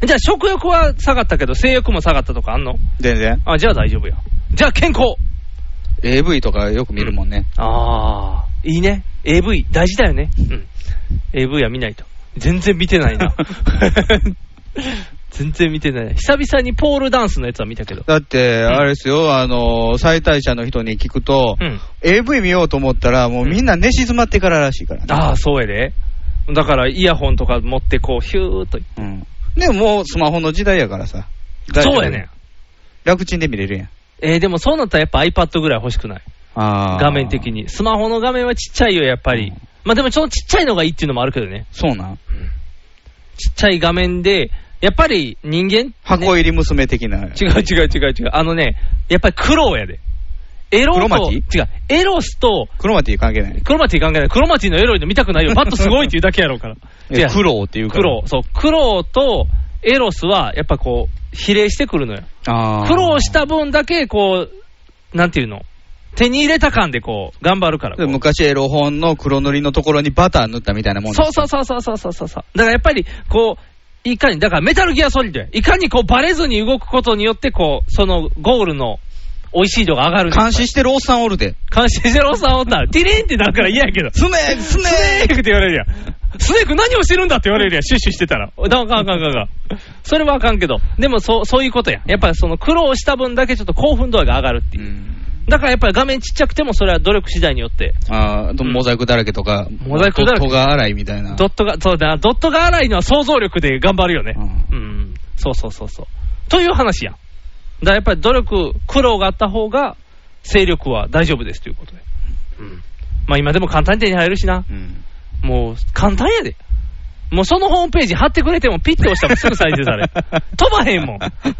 Speaker 3: じゃあ食欲は下がったけど、性欲も下がったとかあんの
Speaker 2: 全然。
Speaker 3: あ、じゃあ大丈夫や。じゃあ健康
Speaker 2: AV とかよく見るもんね。
Speaker 3: ああ、いいね。AV、大事だよね。うん。AV は見ないと。全然見てない な。全然見てない。久々にポールダンスのやつは見た けど。
Speaker 2: だって、あれですよ、あの、再退者の人に聞くと、
Speaker 3: うん。
Speaker 2: AV 見ようと思ったら、もうみんな寝静まってかららしいからね。
Speaker 3: ああ、そうやで。だから、イヤホンとか持って、こう、ヒューっと。
Speaker 2: うん。でももうスマホの時代やからさ。
Speaker 3: そうやねん。。
Speaker 2: 楽ちんで見れるやん。
Speaker 3: えーでもそうなったらやっぱ iPad ぐらい欲しくない。
Speaker 2: あー
Speaker 3: 画面的。に。スマホの画面はちっちゃいよ、やっぱり。まあでも、そのちっちゃいのがいいっていうのもあるけどね。
Speaker 2: そうなん。
Speaker 3: ちっちゃい画面で、やっぱり人間
Speaker 2: 箱入り娘的な。
Speaker 3: 違う違う違う違う。あのね、やっぱり苦労やで。エロ
Speaker 2: 黒
Speaker 3: と、
Speaker 2: 町
Speaker 3: 違う、エロスと、
Speaker 2: クロマティ関係ない。
Speaker 3: クロマティ関係ない。クロマティのエロいの見たくないよ。パッとすごいっていうだけや ろうから。違う
Speaker 2: 苦労っていうか
Speaker 3: 苦
Speaker 2: ら。
Speaker 3: 労。そう。苦労とエロスは、やっぱこう、比例してくるのよ。
Speaker 2: あー。
Speaker 3: 苦労した分だけ、こう、なんていうの手に入れた感でこう、頑張るから。こう
Speaker 2: 昔エロ本の黒塗りのところにバター塗ったみたいなもん
Speaker 3: そうそうそうそうそうそうそうそう。だからやっぱり、こう、いかに、だからメタルギアソリッドやいかにこう、バレずに動くことによって、こう、そのゴールの、美味しい度が上がる。
Speaker 2: 監視してるおっさんおるで。
Speaker 3: 監視してるおっさんおったら、ティリンってなるから嫌やけど、ス
Speaker 2: スネーク、スネ
Speaker 3: ネー
Speaker 2: ー
Speaker 3: ク
Speaker 2: ク
Speaker 3: って言われるやん。スネーク何をしてるんだって言われるやん、シュッシュしてたら。だあかんあかんあかんあかん。それはあかんけど、でもそうそういうことやん。やっぱりその苦労した分だけちょっと興奮度合いが上がるって
Speaker 2: う
Speaker 3: いう。
Speaker 2: ん
Speaker 3: だからやっぱり画面ちっちゃくてもそれは努力次第によって。
Speaker 2: あーあとモザイクだらけとか、
Speaker 3: モザイクだらけ
Speaker 2: と戸が荒いみたいな。
Speaker 3: ドットが、そうだな、ドットが荒いのは想像力で頑張るよね。う。
Speaker 2: うん
Speaker 3: そうそうそうそう。という話やん。だからやっぱり努力、苦労があった方が、勢力は大丈夫ですということで。うん。まあ今でも簡単に手に入るしな。
Speaker 2: うん
Speaker 3: もう簡単やで。もうそのホームページ貼ってくれてもピッて押したらすぐ再生さ れ。飛ばへんもん。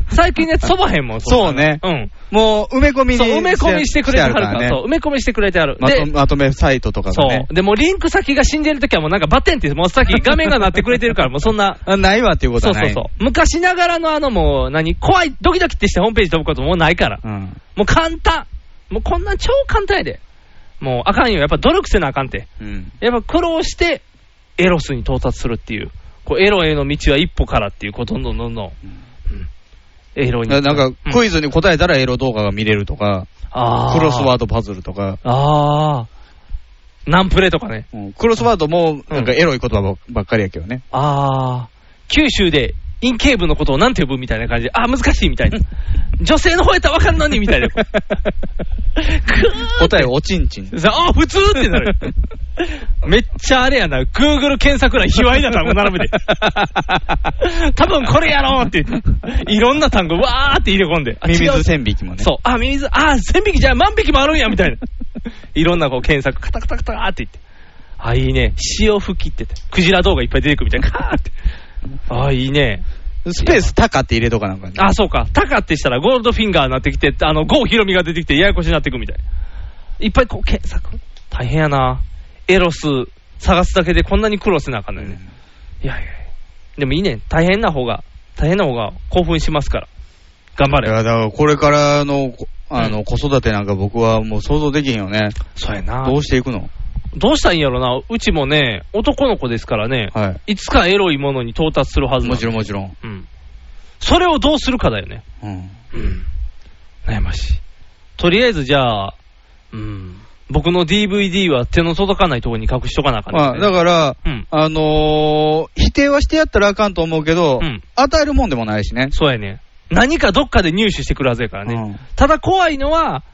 Speaker 3: 最近のやつ飛ばへんもん。んな
Speaker 2: そうね
Speaker 3: うん。
Speaker 2: もう埋め込みに
Speaker 3: そう、埋め込みしてくれてはるから、
Speaker 2: ね
Speaker 3: そう、埋め込みしてくれてはる。
Speaker 2: ま
Speaker 3: で
Speaker 2: と、まとめサイトとか
Speaker 3: そ
Speaker 2: がね
Speaker 3: う。。で、もうリンク先が死んでるときはもうなんかバテンって、もうさっき画面がなってくれてるから、もうそんな。
Speaker 2: あないわっていうこと
Speaker 3: そ
Speaker 2: はな
Speaker 3: うそう
Speaker 2: い。
Speaker 3: そう。昔ながらのあのもう、何、怖い、ドキドキってしてホームページ飛ぶこともうないから。
Speaker 2: うん
Speaker 3: もう簡単。もうこんなん超簡単やで。もうあかんよ。やっぱ努力せなあかんて。
Speaker 2: うん。
Speaker 3: やっぱ苦労して、エロスに到達するっていう。こうエロへの道は一歩からっていう、こうどんどんどんどん。うんエロに。
Speaker 2: ななんか、ク
Speaker 3: イ
Speaker 2: イズに答えたらエロ動画が見れるとか、クロスワードパズルとか、
Speaker 3: あーあー。ナンプレとかね。
Speaker 2: うんクロスワードもなんかエロい言葉ばばっかりやけどね。
Speaker 3: ああ。九州で、陰茎部のことをなんて呼ぶみたいな感じで、あー難しいみたい な。女性の方やったらわかんのにみたいな。 くー
Speaker 2: 答え、おちんちん。
Speaker 3: さあ、普通って なる。めっちゃあれやな、Google 検索欄、卑猥な単語並べ て。多分これやろうって言って、いろんな単語、わーって入れ込んで。あ
Speaker 2: ミミ
Speaker 3: 違う
Speaker 2: ズ千匹もね。
Speaker 3: そう、あ、ミミズ、あ、千匹じゃ万匹もあるんや、み たいな。いろんなこう検索、カタカタカターって言って。あ、いいね。潮吹きって言って。クジラ動画いっぱい出てくるみたいな。カーって。あ、いいね。
Speaker 2: スペースタカって入れとかなんかね。
Speaker 3: あ、そうか。タカってしたらゴールドフィンガーになってきて、あの、ゴーヒロミが出てきてややこしになっていくみたい。いっぱいこう検索。大変やな。エロス探すだけでこんなに苦労せなあかんのよね。いやいやいやでもいいね。大変な方が、大変な方が興奮しますから。頑張
Speaker 2: い
Speaker 3: れ。
Speaker 2: や、だからこれからのこあの、子育てなんか僕はもう想像できへんよね。
Speaker 3: そうやな
Speaker 2: どうしていくの
Speaker 3: どうしたらいいんやろな。うちもね、男の子ですからね、、
Speaker 2: はい。
Speaker 3: つかエロいものに到達するはいず
Speaker 2: も
Speaker 3: なの
Speaker 2: ちろんもちろん。
Speaker 3: うん。それをどうするかだよね。
Speaker 2: うん。
Speaker 3: うん。悩ましい。とりあえずじゃあ、うん。僕の DVD は手の届かないところに隠しとかなあかん
Speaker 2: まあ、だから、
Speaker 3: うん
Speaker 2: あのー否定はしてやったらあかんと思うけど、
Speaker 3: うん
Speaker 2: 与えるもんでもないしね。
Speaker 3: そうやね。何かどっかで入手してくるはずやからね。
Speaker 2: うん
Speaker 3: ただ怖いのは、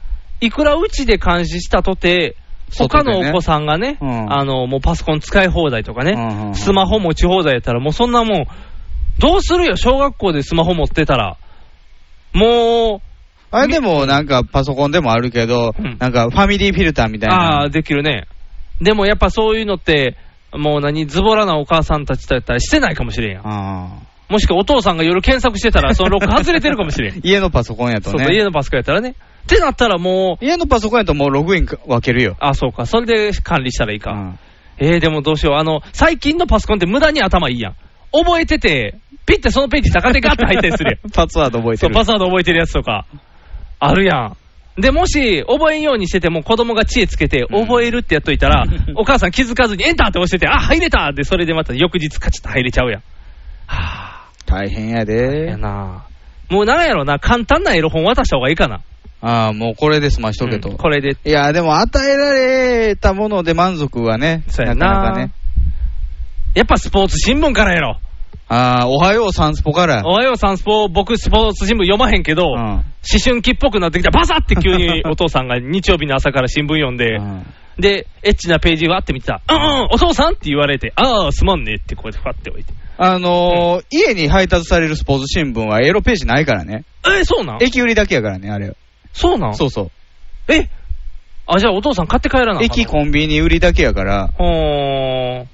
Speaker 3: いくらうちで監視したとて、他
Speaker 2: 外でね
Speaker 3: のお子さんがね、
Speaker 2: うん
Speaker 3: あの、もうパソコン使い放題とかね、
Speaker 2: うんうんうん
Speaker 3: スマホ持ち放題やったら、もうそんなもん、どうするよ、小学校でスマホ持ってたら。も
Speaker 2: あれでもなんかパソコンでもあるけど、
Speaker 3: うん
Speaker 2: なんかファミリーフィルターみ
Speaker 3: う、
Speaker 2: たい
Speaker 3: ああ
Speaker 2: な
Speaker 3: ー、。できるね。でもやっぱそういうのって、もう何、ズボラなお母さんたちとやったらしてないかもしれんやん。
Speaker 2: あ
Speaker 3: もしくはお父さんが夜検索してたら、そのロック外れてるかも しれん
Speaker 2: ー。家のパソコンやと
Speaker 3: そうそう、
Speaker 2: ね。
Speaker 3: 家のパソコンやったらね。ってなったらもう、
Speaker 2: 家のパソコンやともうログイン分けるよ。
Speaker 3: あ、そうか。それで管理したらいいか。
Speaker 2: うん
Speaker 3: えー、でもどうしよう。あの、最近のパソコンって無駄に頭いいやん。覚えてて、ピッてそのページ高手ガって入ったりするやん。
Speaker 2: パスワード覚え
Speaker 3: そ
Speaker 2: て
Speaker 3: う、
Speaker 2: る。
Speaker 3: パスワード覚えてるやつとか。あるやん。で、もし、覚えんようにしてても、子供が知恵つけて、
Speaker 2: うん
Speaker 3: 覚えるってやっといた ら、お母さん気づかずに、エンターって押してて、あ、入れたで、それでまた翌日、カチッと入れちゃうやん。は
Speaker 2: 大変や
Speaker 3: ぁ、や
Speaker 2: で。
Speaker 3: なぁ。もう、なんやろな、簡単なエロ本渡した方がいいかな。
Speaker 2: ああ、もうこれで済ましとけと。
Speaker 3: うんこれで、
Speaker 2: いや、でも与えられたもので満足はね、
Speaker 3: そうや
Speaker 2: な
Speaker 3: な
Speaker 2: かなかね。
Speaker 3: やっぱスポーツ新聞からやろ。
Speaker 2: ああ、おはようサンスポから。
Speaker 3: おはようサンスポ、僕、スポーツ新聞読まへんけど、
Speaker 2: うん
Speaker 3: 思春期っぽくなってきた、バサって急 にお父さんが日曜日の朝から新聞読んで、
Speaker 2: うん
Speaker 3: で、エッチなページわって見てた、うんうん、お父さんって言われて、ああ、すまんねって、こうやってファって置いて、
Speaker 2: あのー家に配達されるスポーツ新聞はエロページないからね。
Speaker 3: え、そうなん
Speaker 2: 駅売りだけやからね、あれ。
Speaker 3: そうなん
Speaker 2: そうそ
Speaker 3: えあ、じゃあお父さん買って帰らなあか
Speaker 2: う。
Speaker 3: ん
Speaker 2: 駅コンビニ売りだけやから、
Speaker 3: ほーん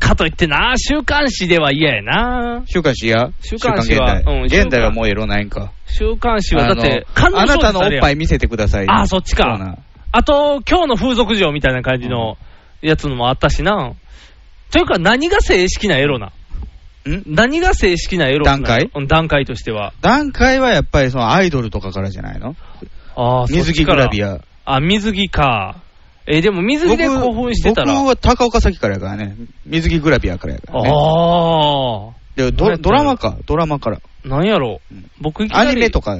Speaker 3: かといってな、週刊誌では嫌やな。
Speaker 2: 週刊誌や
Speaker 3: 週刊誌は
Speaker 2: 現代。
Speaker 3: うん
Speaker 2: 現代はもうエロないんか。
Speaker 3: 週刊誌はだって、
Speaker 2: あのあなたのお
Speaker 3: あ
Speaker 2: っ
Speaker 3: れやん
Speaker 2: ぱい見せてください。
Speaker 3: あーそっちか
Speaker 2: そうなん
Speaker 3: あと、今日の風俗嬢みたいな感じのやつのもあったしな。というか、何が正式なエロなん何が正式なエロなの
Speaker 2: 段階
Speaker 3: うん段階としては。
Speaker 2: 段階はやっぱりそのアイドルとかからじゃないの
Speaker 3: あー
Speaker 2: 水着グラビ。
Speaker 3: そっち
Speaker 2: ア。
Speaker 3: からあ、水着か。えーでも水着で興奮してたら。
Speaker 2: 僕は高岡早紀からやからね。水着グラビアからやから、ね。
Speaker 3: あ
Speaker 2: でドドラマか、ドラマから。
Speaker 3: あ、なんやろ
Speaker 2: うん。
Speaker 3: 僕いきな
Speaker 2: ア
Speaker 3: り
Speaker 2: ニメとか。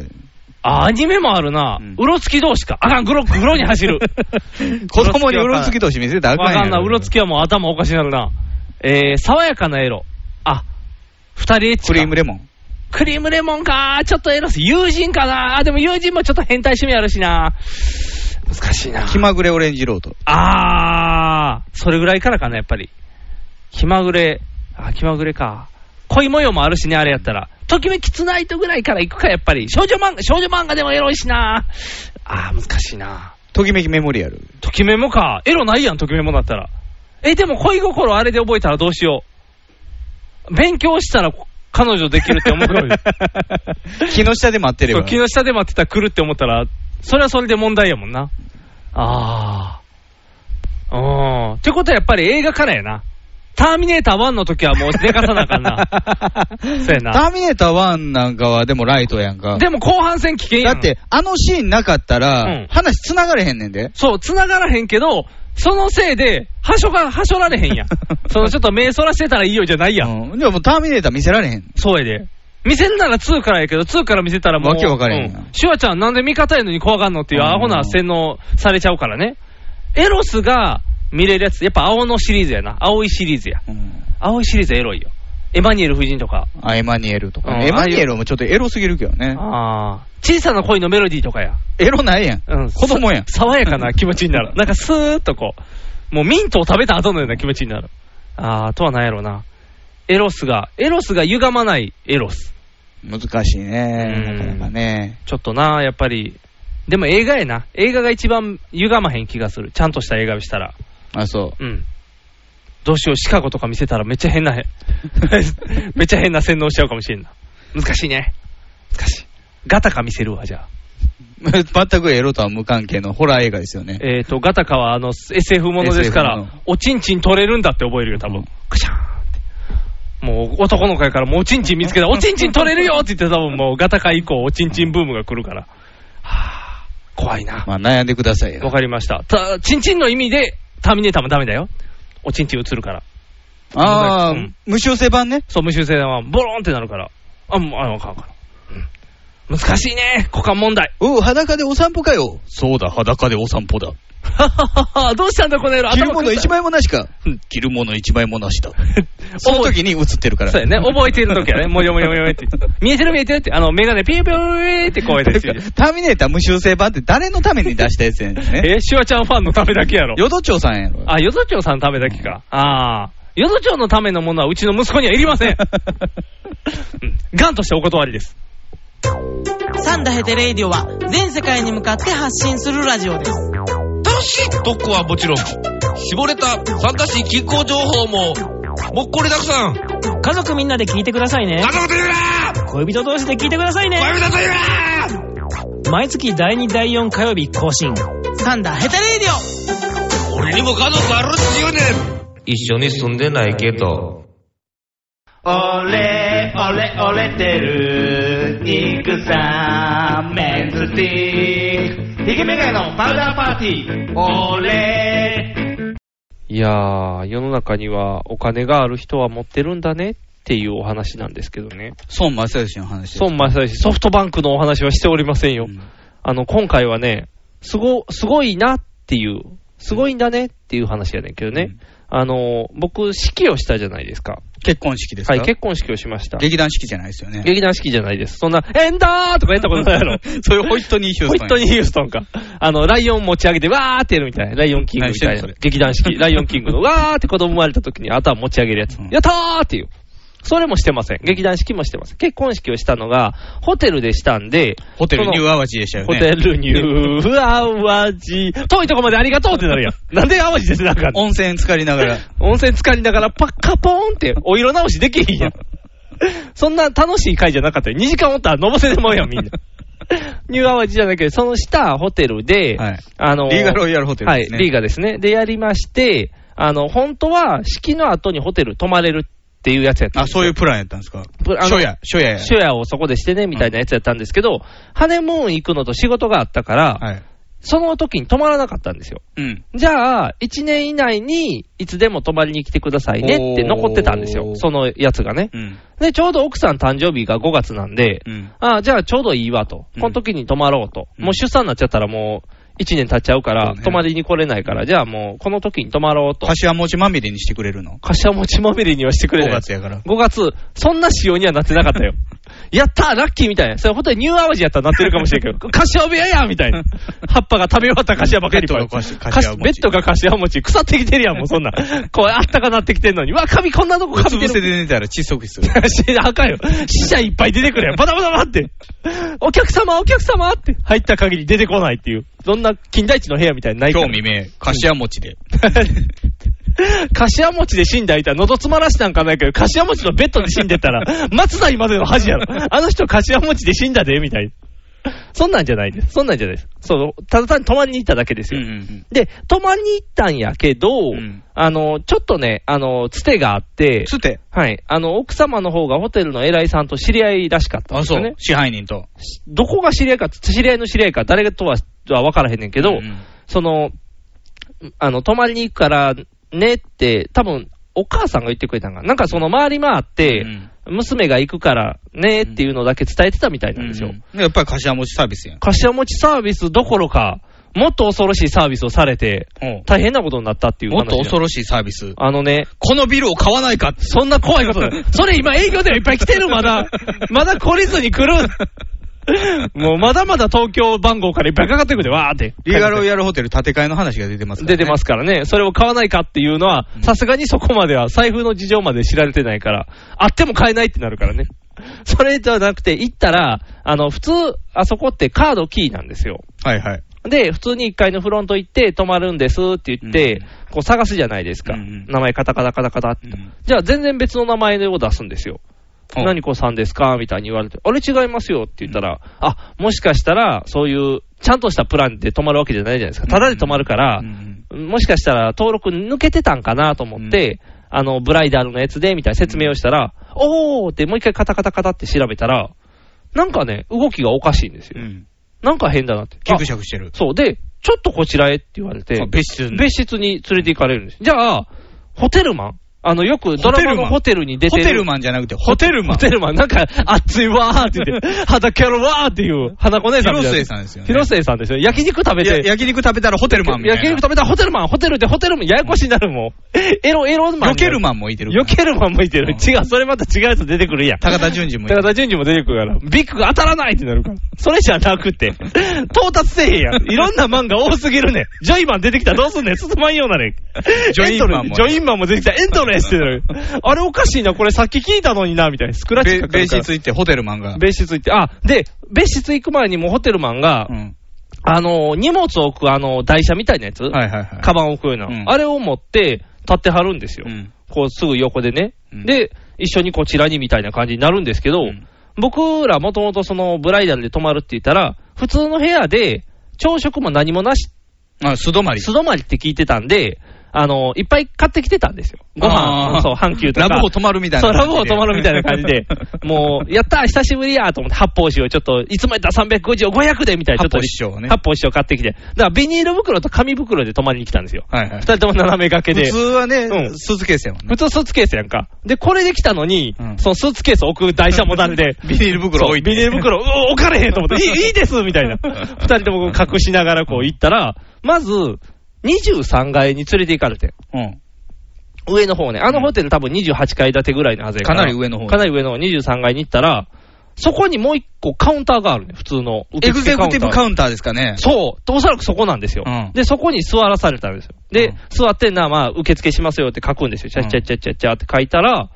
Speaker 3: あ、アニメもあるな
Speaker 2: うん。。
Speaker 3: うろつき同士か。あかん、グロ、グロに走る
Speaker 2: 子供にうろつき同士見せたらあかん
Speaker 3: わ
Speaker 2: や
Speaker 3: かんな、うろつきはもう頭おかしなるな。えー、爽やかなエロ。あ、二人エッチか。
Speaker 2: クリームレモン。
Speaker 3: クリームレモンか、ちょっとエロス、友人かな、あでも友人もちょっと変態趣味あるしな、難しいな。
Speaker 2: 気まぐれオレンジロード。
Speaker 3: あー、それぐらいからかな、やっぱり。気まぐれ、あ、気まぐれか。恋模様もあるしね、あれやったら。ときめきツナイトぐらいから行くか、やっぱり。少女漫画、少女漫画でもエロいしな。あー、難しいな。
Speaker 2: ときめきメモリアル。
Speaker 3: ときめもか。エロないやん、ときめもだったら。え、でも恋心あれで覚えたらどうしよう。勉強したら彼女できるって思うよ
Speaker 2: 木の下で待ってれ
Speaker 3: そう
Speaker 2: ば。
Speaker 3: 木の下で待ってたら来るって思ったら、それはそれで問題やもんな。ああ。うん。ってことはやっぱり映画からやな。ターミネーター1の時はもう寝かさなあかん な。そう
Speaker 2: タ
Speaker 3: やな。
Speaker 2: ーミネーター1なんかはでもライトやんか。
Speaker 3: でも後半戦危険や
Speaker 2: だ
Speaker 3: ん。
Speaker 2: って、あのシーンなかった
Speaker 3: う
Speaker 2: ら
Speaker 3: ん、
Speaker 2: 話繋がれへんねんで。
Speaker 3: そう、繋がらへんけど、そのせいで、はしょが、はしょられへ んやん。そのちょっと目そらしてたらいいよじゃないやん。
Speaker 2: うん。でももうターミネーター見せられへん。
Speaker 3: そうやで。見せんなら2からやけど、2から見せたらもう。
Speaker 2: わけわからへんやん
Speaker 3: うシュワちゃんなんで味方やのに怖がんのっていう
Speaker 2: うん
Speaker 3: アホな洗脳されちゃうからね。エロスが見れるやつ、やっぱ青のシリーズやな。青いシリーズや。
Speaker 2: うん
Speaker 3: 青いシリーズエロいよ。エマニュエル夫人とか。
Speaker 2: あ、エマニュエルとか
Speaker 3: うん
Speaker 2: ね。エマニュエルもちょっとエロすぎるけどね。
Speaker 3: ああ。小さな恋のメロディーとかや。
Speaker 2: エロないやん。
Speaker 3: うん。
Speaker 2: 子供やん。
Speaker 3: さ爽やかな気持ちに なる。なんかスーッとこう、もうミントを食べた後のような気持ちになる。ああ、あとはなんやろうな。エロスが、エロスが歪まないエロス。
Speaker 2: 難しいね。
Speaker 3: うん
Speaker 2: なかなかね。
Speaker 3: ちょっとな、やっぱり。でも映画やな。映画が一番歪まへん気がする。ちゃんとした映画をしたら。
Speaker 2: あ、そう。
Speaker 3: うん。どうしよう、シカゴとか見せたらめっちゃ変な へん、めっちゃ変な洗脳しちゃうかもしれんな。難しいね。難しい。ガタカ見せるわ、じゃあ。
Speaker 2: 全くエロとは無関係のホラー映画ですよね。
Speaker 3: えっ、と、ガタカはあの、SF ものですか
Speaker 2: SF も
Speaker 3: ら
Speaker 2: の、
Speaker 3: おちんちん取れるんだって覚えるよ、多
Speaker 2: う
Speaker 3: 分
Speaker 2: ん。
Speaker 3: カシャーンって。もう男の子やから、もうおちんちん見つけたら、おちんちん取れるよって言って多分もうガタカ以降、おちんちんブームが来るから。はぁ怖いな。
Speaker 2: まあ、悩んでください
Speaker 3: わ
Speaker 2: よ。
Speaker 3: かりました。た、チンチンの意味で、ターミネーターもダメだよ。おちんちん映るから。
Speaker 2: ああ
Speaker 3: うん、
Speaker 2: 無修正版ね。
Speaker 3: そう、無修正はボロンってなるから。あ、もう、あの、あかんあかん。うん難しいね、股間問題。
Speaker 2: おう、裸でお散歩かよ。そうだ、裸でお散歩だ。
Speaker 3: ははははどうしたんだ、この野郎。
Speaker 2: 着るもの
Speaker 3: 頭くっ
Speaker 2: 一枚もなしか
Speaker 3: うん。
Speaker 2: 着るもの一枚もなしだ。 その時に映ってるから。
Speaker 3: そうやね。覚えてるときはね、もよもよもよ って。見えてる見えてるって、あの、メガネピューピューって声で
Speaker 2: て
Speaker 3: すよ。
Speaker 2: かターミネーター無修正版って誰のために出したやつやねんね。
Speaker 3: え、シュワちゃんファンのためだけやろ。
Speaker 2: 淀町さんやろ。
Speaker 3: あ、淀町さんのためだけか。ああ。淀町のためのものはうちの息子にはいり ません。うんガンとしてお断りです。
Speaker 9: サンダヘテレイディオは全世界に向かって発信するラジオです。
Speaker 1: 楽しい特攻はもちろん、絞れた参加し気候情報も、もっこりだくさん。な
Speaker 9: 家族みんなで聞いてくださいね。
Speaker 1: こと言うな
Speaker 9: 恋人同士で聞いてくださいね。
Speaker 1: 恋人と言うな
Speaker 9: 毎月第2第4火曜日更新。サンダヘテレイディオ
Speaker 1: 俺にも家族あるっちゅうねん一緒に住んでないけど。
Speaker 10: 俺、俺、俺てる、肉さん、メンズティー。ヒゲメガネのパウダーパーティー。俺、
Speaker 3: いやー、世の中にはお金がある人は持ってるんだねっていうお話なんですけどね。
Speaker 2: 孫正義の話。
Speaker 3: 孫正義、ソフトバンクのお話はしておりませんよ。
Speaker 2: うん
Speaker 3: あの、今回はね、すご、すごいなっていう、すごいんだねっていう話やねんけどね。あの、僕、式をしたじゃないですか。
Speaker 2: 結婚式ですか
Speaker 3: はい、結婚式をしました。
Speaker 2: 劇団式じゃないですよね。
Speaker 3: 劇団式じゃないです。そんな、エンダーとかやったことないや ろ。
Speaker 2: そういうホイットニーヒュー
Speaker 3: ホ
Speaker 2: ス
Speaker 3: イ
Speaker 2: トン
Speaker 3: ットニー・ヒューストンか。あの、ライオン持ち上げて、わーってやるみたいな。ライオンキング
Speaker 2: 何
Speaker 3: みたい
Speaker 2: してん
Speaker 3: な
Speaker 2: のそれ。
Speaker 3: 劇 団式、ライオンキングの、わーって子供生まれた時に頭持ち上げるやつ
Speaker 2: うん。
Speaker 3: やったーっていう。それもしてません。劇団式もしてません。結婚式をしたのが、ホテルでしたんで、
Speaker 2: ホテルニュー
Speaker 3: ア
Speaker 2: アワジでしたよ
Speaker 3: ホ
Speaker 2: ね。
Speaker 3: テルニューアワジ。遠いとこまでありがとうってなるやん。なんで淡路ですなんか。
Speaker 2: 温泉浸かりながら。
Speaker 3: 温泉浸かりながらパッカポーンってお色直しできへんやん。そんな楽しい会じゃなかったよ。2時間おったらのぼせでもうやん、み んな。ニューアワジじゃなくて、その下ホテルで、
Speaker 2: はい
Speaker 3: あの、
Speaker 2: リーガロイヤルホテルですね
Speaker 3: はい、リーガですね。で、やりまして、あの、本当は式の後にホテル泊まれるっていうやつやったん
Speaker 2: あ、
Speaker 3: ですよ
Speaker 2: そういうプランやったんですか
Speaker 3: プあの
Speaker 2: 初夜、初夜や。
Speaker 3: 初夜をそこでしてね、みたいなやつやったんですけど、ハネムーン行くのと仕事があったから、
Speaker 2: はい。
Speaker 3: その時に泊まらなかったんですよ。
Speaker 2: うん。
Speaker 3: じゃあ、1年以内にいつでも泊まりに来てくださいねって残ってたんです
Speaker 2: お
Speaker 3: よ、
Speaker 2: ー
Speaker 3: そのやつがね。
Speaker 2: うん。
Speaker 3: で、ちょうど奥さん誕生日が5月なんで、
Speaker 2: うん。
Speaker 3: ああ、じゃあちょうどいいわと、
Speaker 2: うん
Speaker 3: この時に泊まろうと、
Speaker 2: うん
Speaker 3: もう出産になっちゃったらもう1年経っちゃうから、
Speaker 2: そうね
Speaker 3: 泊まりに来れないから、じゃあもうこの時に泊まろうと、
Speaker 2: 柏餅まみれにしてくれるの
Speaker 3: 柏餅まみれにはしてくれな
Speaker 2: ?5
Speaker 3: い。
Speaker 2: 月やから。
Speaker 3: 5月、そんな仕様にはなってな かったよ。やったーラッキーみたいな。それ本当にニューアワジやったらなってるかもしれん けど、柏部屋やみたいな。葉っぱが食べ終わった柏ばっかりいっぱい
Speaker 2: ベッドが柏柏餅
Speaker 3: ベッドが柏餅、腐ってきてるやん、もうそん な。こう、あったかなってきてんのに。わ、髪こんなとこ
Speaker 2: うつ
Speaker 3: 髪
Speaker 2: 伏
Speaker 3: 出
Speaker 2: せ
Speaker 3: てる。
Speaker 2: で寝たら窒息 する。
Speaker 3: あかんよ。死者いっぱい出てくるやん。バタバタバタって。お客様、お客様って入った限り出てこないっていう。どんな近代地の部屋みたいにないか
Speaker 2: 今
Speaker 3: ら
Speaker 2: 日未明、柏餅で。
Speaker 3: 柏餅で死んだたら喉詰まらしなんかないけど、柏餅のベッドで死んでたら、 松代までの恥やろ。あの人柏餅で死んだで、みたいな。そんなんじゃないです。そんなんじゃないです。そう、ただ単に泊まりに行っただけです
Speaker 2: うん
Speaker 3: よ。
Speaker 2: うん
Speaker 3: で、泊まりに行ったんやけど、
Speaker 2: うん
Speaker 3: あの、ちょっとね、あの、つてがあっ
Speaker 2: う
Speaker 3: て
Speaker 2: ん。、つて。
Speaker 3: はい、あの、奥様の方がホテルの偉いさんと知り合いらしかったん
Speaker 2: あ、
Speaker 3: です
Speaker 2: そ
Speaker 3: よ
Speaker 2: う
Speaker 3: ね。。
Speaker 2: 支配人と。
Speaker 3: どこが知り合いか、知り合いの知り合いか、誰とはは分からへんねんけど、
Speaker 2: うんうん
Speaker 3: その、あの、泊まりに行くからねって、多分お母さんが言ってくれたんかな。なんかその回り回って、娘が行くからねっていうのだけ伝えてたみたいなんですよ。
Speaker 2: うんやっぱり柏餅サービスやん。
Speaker 3: 柏餅サービスどころか、もっと恐ろしいサービスをされて、
Speaker 2: うん
Speaker 3: 大変なことになったっていう
Speaker 2: もっ
Speaker 3: 話。
Speaker 2: と恐
Speaker 3: ろ
Speaker 2: ろしいサービス。
Speaker 3: あのね、
Speaker 2: このビルを買わないか
Speaker 3: そんな怖いことだよ。それ今営業ではいっぱい来てる、まだ。まだ懲りずに来る。もうまだまだ東京番号からいっぱいかかってくるで、わーって。
Speaker 2: リーガロイヤルホテル建て替えの話が出てますから
Speaker 3: 出
Speaker 2: ね
Speaker 3: てますからね。それを買わないかっていうのは
Speaker 2: うん、
Speaker 3: さすがにそこまでは財布の事情まで知られてないから、あっても買えないってなるからね。 それじゃなくて、行ったら、あの、普通、あそこってカードキーなんですよ。
Speaker 2: はいはい。
Speaker 3: で、普通に1階のフロント行って、泊まるんですって言っ
Speaker 2: う
Speaker 3: て、
Speaker 2: ん
Speaker 3: こう探すじゃないですか。
Speaker 2: うんうん
Speaker 3: 名前カタカタカタカタって。
Speaker 2: うん
Speaker 3: じゃあ全然別の名前を出すんですよ。
Speaker 2: うん
Speaker 3: 何子さんですかみたいに言われて、あれ違いますよって言ったら、あ、もしかしたら、そういう、ちゃんとしたプランで泊まるわけじゃないじゃないですか。ただで泊まるから
Speaker 2: うんうん、
Speaker 3: もしかしたら登録抜けてたんかなと思って、あの、ブライダルのやつで、みたいな説明をしたら、おーってもう一回カタカタカタって調べたら、なんかね、動きがおかしいんですよ。
Speaker 2: うん
Speaker 3: なんか変だなって。
Speaker 2: ギクシャクしてる。
Speaker 3: そう。で、ちょっとこちらへって言われて
Speaker 2: あ、別室に
Speaker 3: 別室に連れて行かれるんです。じゃあ、ホテルマンあの、よくドラマのホテルに出て
Speaker 2: ホ
Speaker 3: る。
Speaker 2: テルマンじゃなくて、ホテルマン。
Speaker 3: ホテルマン、なんか、熱いわーって言 って、肌キャロわーっていう、花子姉さんみたいな。
Speaker 2: 広末さんですよね
Speaker 3: 広末さんですよ。焼肉食べ
Speaker 2: いや
Speaker 3: て。
Speaker 2: 焼肉食べたらホテルマンみたいな。
Speaker 3: 焼肉食べたらホテルマン、ホテルでホテルマン、ややこしになるもん。 エロ、エロマンにな。
Speaker 2: よけるマンもいてるから
Speaker 3: よけるマンもいてる。違う、それまた違うやつ出てくるやん。
Speaker 2: 高田純次もい
Speaker 3: 高
Speaker 2: る。
Speaker 3: 田純次も出てくるから、ビッグが当たらないってなるから。それじゃなくて、到達せえへんや ん。いろんな漫画多すぎるねん。ジョイマン出てきたらどうすんねん。進まんようなねん。
Speaker 2: ジョインマンも
Speaker 3: エトレジョインマンも出てきたらエントレスってなる。あれおかしいな、これさっき聞いたのにな、みたいな。スクラッチ
Speaker 2: べ
Speaker 3: かかる
Speaker 2: 別
Speaker 3: から
Speaker 2: 室行って、ホテルマンが。
Speaker 3: 別室行って、あ、で、別室行く前にもうホテルマンが
Speaker 2: う、ん。
Speaker 3: あの、荷物を置く、あの、台車みたいなやつ、
Speaker 2: はいはいはい。
Speaker 3: カバンを置くような、
Speaker 2: うん
Speaker 3: あれを持って立ってはるんですよ。
Speaker 2: うん
Speaker 3: こう、すぐ横でね。
Speaker 2: うん
Speaker 3: で、一緒にこちらにみたいな感じになるんですけど、
Speaker 2: うん
Speaker 3: 僕らもともとその、ブライダルで泊まるって言ったら、普通の部屋で、朝食も何もなし、
Speaker 2: あ、素泊まり。
Speaker 3: 素泊まりって聞いてたんで、あの、いっぱい買ってきてたんですよ。ご
Speaker 2: あ
Speaker 3: 飯、
Speaker 2: ー
Speaker 3: そう、阪急とか。
Speaker 2: ラブホ泊まるみたいな
Speaker 3: そう、
Speaker 2: 感じで。
Speaker 3: ラブホ泊まるみたいな感じで、 もう、やったー久しぶりやーと思って、発泡酒をちょっと、いつもやったら350を500でみたいな、ちょっと、
Speaker 2: 発泡酒をね
Speaker 3: 発泡酒を買ってきて、だからビニール袋と紙袋で泊まりに来たんですよ。
Speaker 2: はいはい
Speaker 3: 二。人とも斜め掛けで
Speaker 2: 普通。はね
Speaker 3: う、ん
Speaker 2: スーツケースやもんね
Speaker 3: 普。通スーツケースやんか。で、これで来たのに、
Speaker 2: うん、
Speaker 3: そのスーツケース置く台車持たれて
Speaker 2: ビニール袋置いて
Speaker 3: そうビニール袋、うお置かれへんと思 って、いいいいですみたいな。二人とも隠しながらこう行ったら、まず、23階に連れて行かれて。
Speaker 2: うん。
Speaker 3: 上の方ね、あのホテル、多分28階建てぐらいのはずやから、
Speaker 2: かなり上の方
Speaker 3: かなり上の方、23階に行ったら、そこにもう一個カウンターがあるね、普通の受
Speaker 2: エグ
Speaker 3: 付
Speaker 2: ゼ
Speaker 3: カウンタ
Speaker 2: ク
Speaker 3: ー。
Speaker 2: ティブカウンターですかね。
Speaker 3: そう、おそらくそこなんですよ、
Speaker 2: うん
Speaker 3: で、そこに座らされたんですよ。で、
Speaker 2: うん
Speaker 3: 座ってんな、まあ、受付しますよって書くんですよ。チャッチャッチャッチャッチャって書いたら、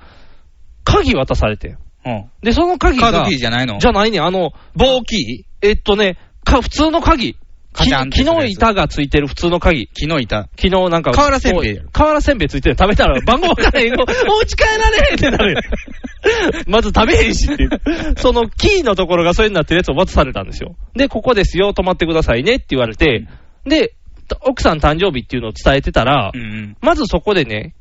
Speaker 3: 鍵渡されてん。
Speaker 2: うん。
Speaker 3: で、その鍵
Speaker 2: カ
Speaker 3: が、
Speaker 2: ードキーじゃないの
Speaker 3: じゃないね、あの、
Speaker 2: 棒キ
Speaker 3: えっとね、か普通の鍵。
Speaker 2: カ
Speaker 3: 木
Speaker 2: チャンってするやつ
Speaker 3: の板がついてる普通の鍵。
Speaker 2: ー木の板。
Speaker 3: 昨日なんか、
Speaker 2: 瓦せんべいやろ
Speaker 3: 瓦せんべいついてる食べたら番号わか らへん。お家帰られへんってなる やんまず食べへんしっていう。そのキーのところがそれになってるやつを渡されたんですよ。で、ここですよ、泊まってくださいねって言われて、で、奥さん誕生日っていうのを伝えてたら、
Speaker 2: うんうん。
Speaker 3: まずそこでね、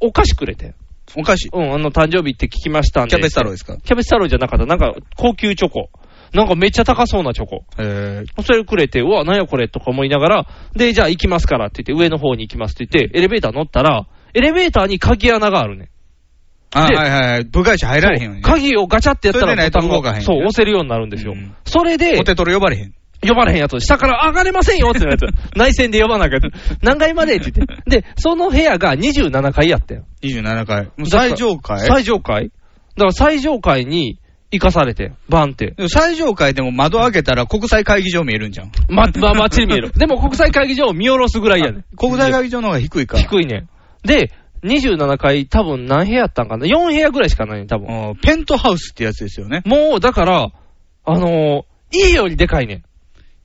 Speaker 3: お菓子くれて。
Speaker 2: お菓子。
Speaker 3: うん、あの、誕生日って聞きましたんで。
Speaker 2: キャベツ太郎ですか
Speaker 3: キャベツ太郎じゃなかった。なんか、高級チョコ。なんかめっちゃ高そうなチョコ。
Speaker 2: えー
Speaker 3: それくれて、うわ、なんやこれとか思いながら、で、じゃあ行きますからって言って、上の方に行きますって言って、エレベーター乗ったら、エレベーターに鍵穴があるね。
Speaker 2: あ、
Speaker 3: で
Speaker 2: はいはいはい。部外者入られへんようにね。
Speaker 3: 鍵をガチャってやった
Speaker 2: それ
Speaker 3: ら、
Speaker 2: でないと
Speaker 3: ボタ
Speaker 2: 動
Speaker 3: ン
Speaker 2: かへん
Speaker 3: そう、押せるようになるんですよ。
Speaker 2: うん
Speaker 3: それで
Speaker 2: ポ、テトロ呼ばれへん。
Speaker 3: 呼ばれへんやつ、下から上がれませんよってなる やつ。内線で呼ばなきゃ。何階までって言って。で、その部屋が27階やったよ。
Speaker 2: 27回。もう最上階
Speaker 3: 最上階だから最上階に行かされて、バンって。
Speaker 2: でも最上階でも窓開けたら国際会議場見えるんじゃん。
Speaker 3: ま、ま、まっちり見 える。でも国際会議場を見下ろすぐらいやねん。
Speaker 2: 国際会議場の方が低いから。
Speaker 3: 低いねん。で、27階、多分何部屋あったんかな ?4 部屋ぐらいしかないねん、多分。
Speaker 2: あーペントハウスってやつですよね。
Speaker 3: もう、だから、あのー、家よりでかいねん。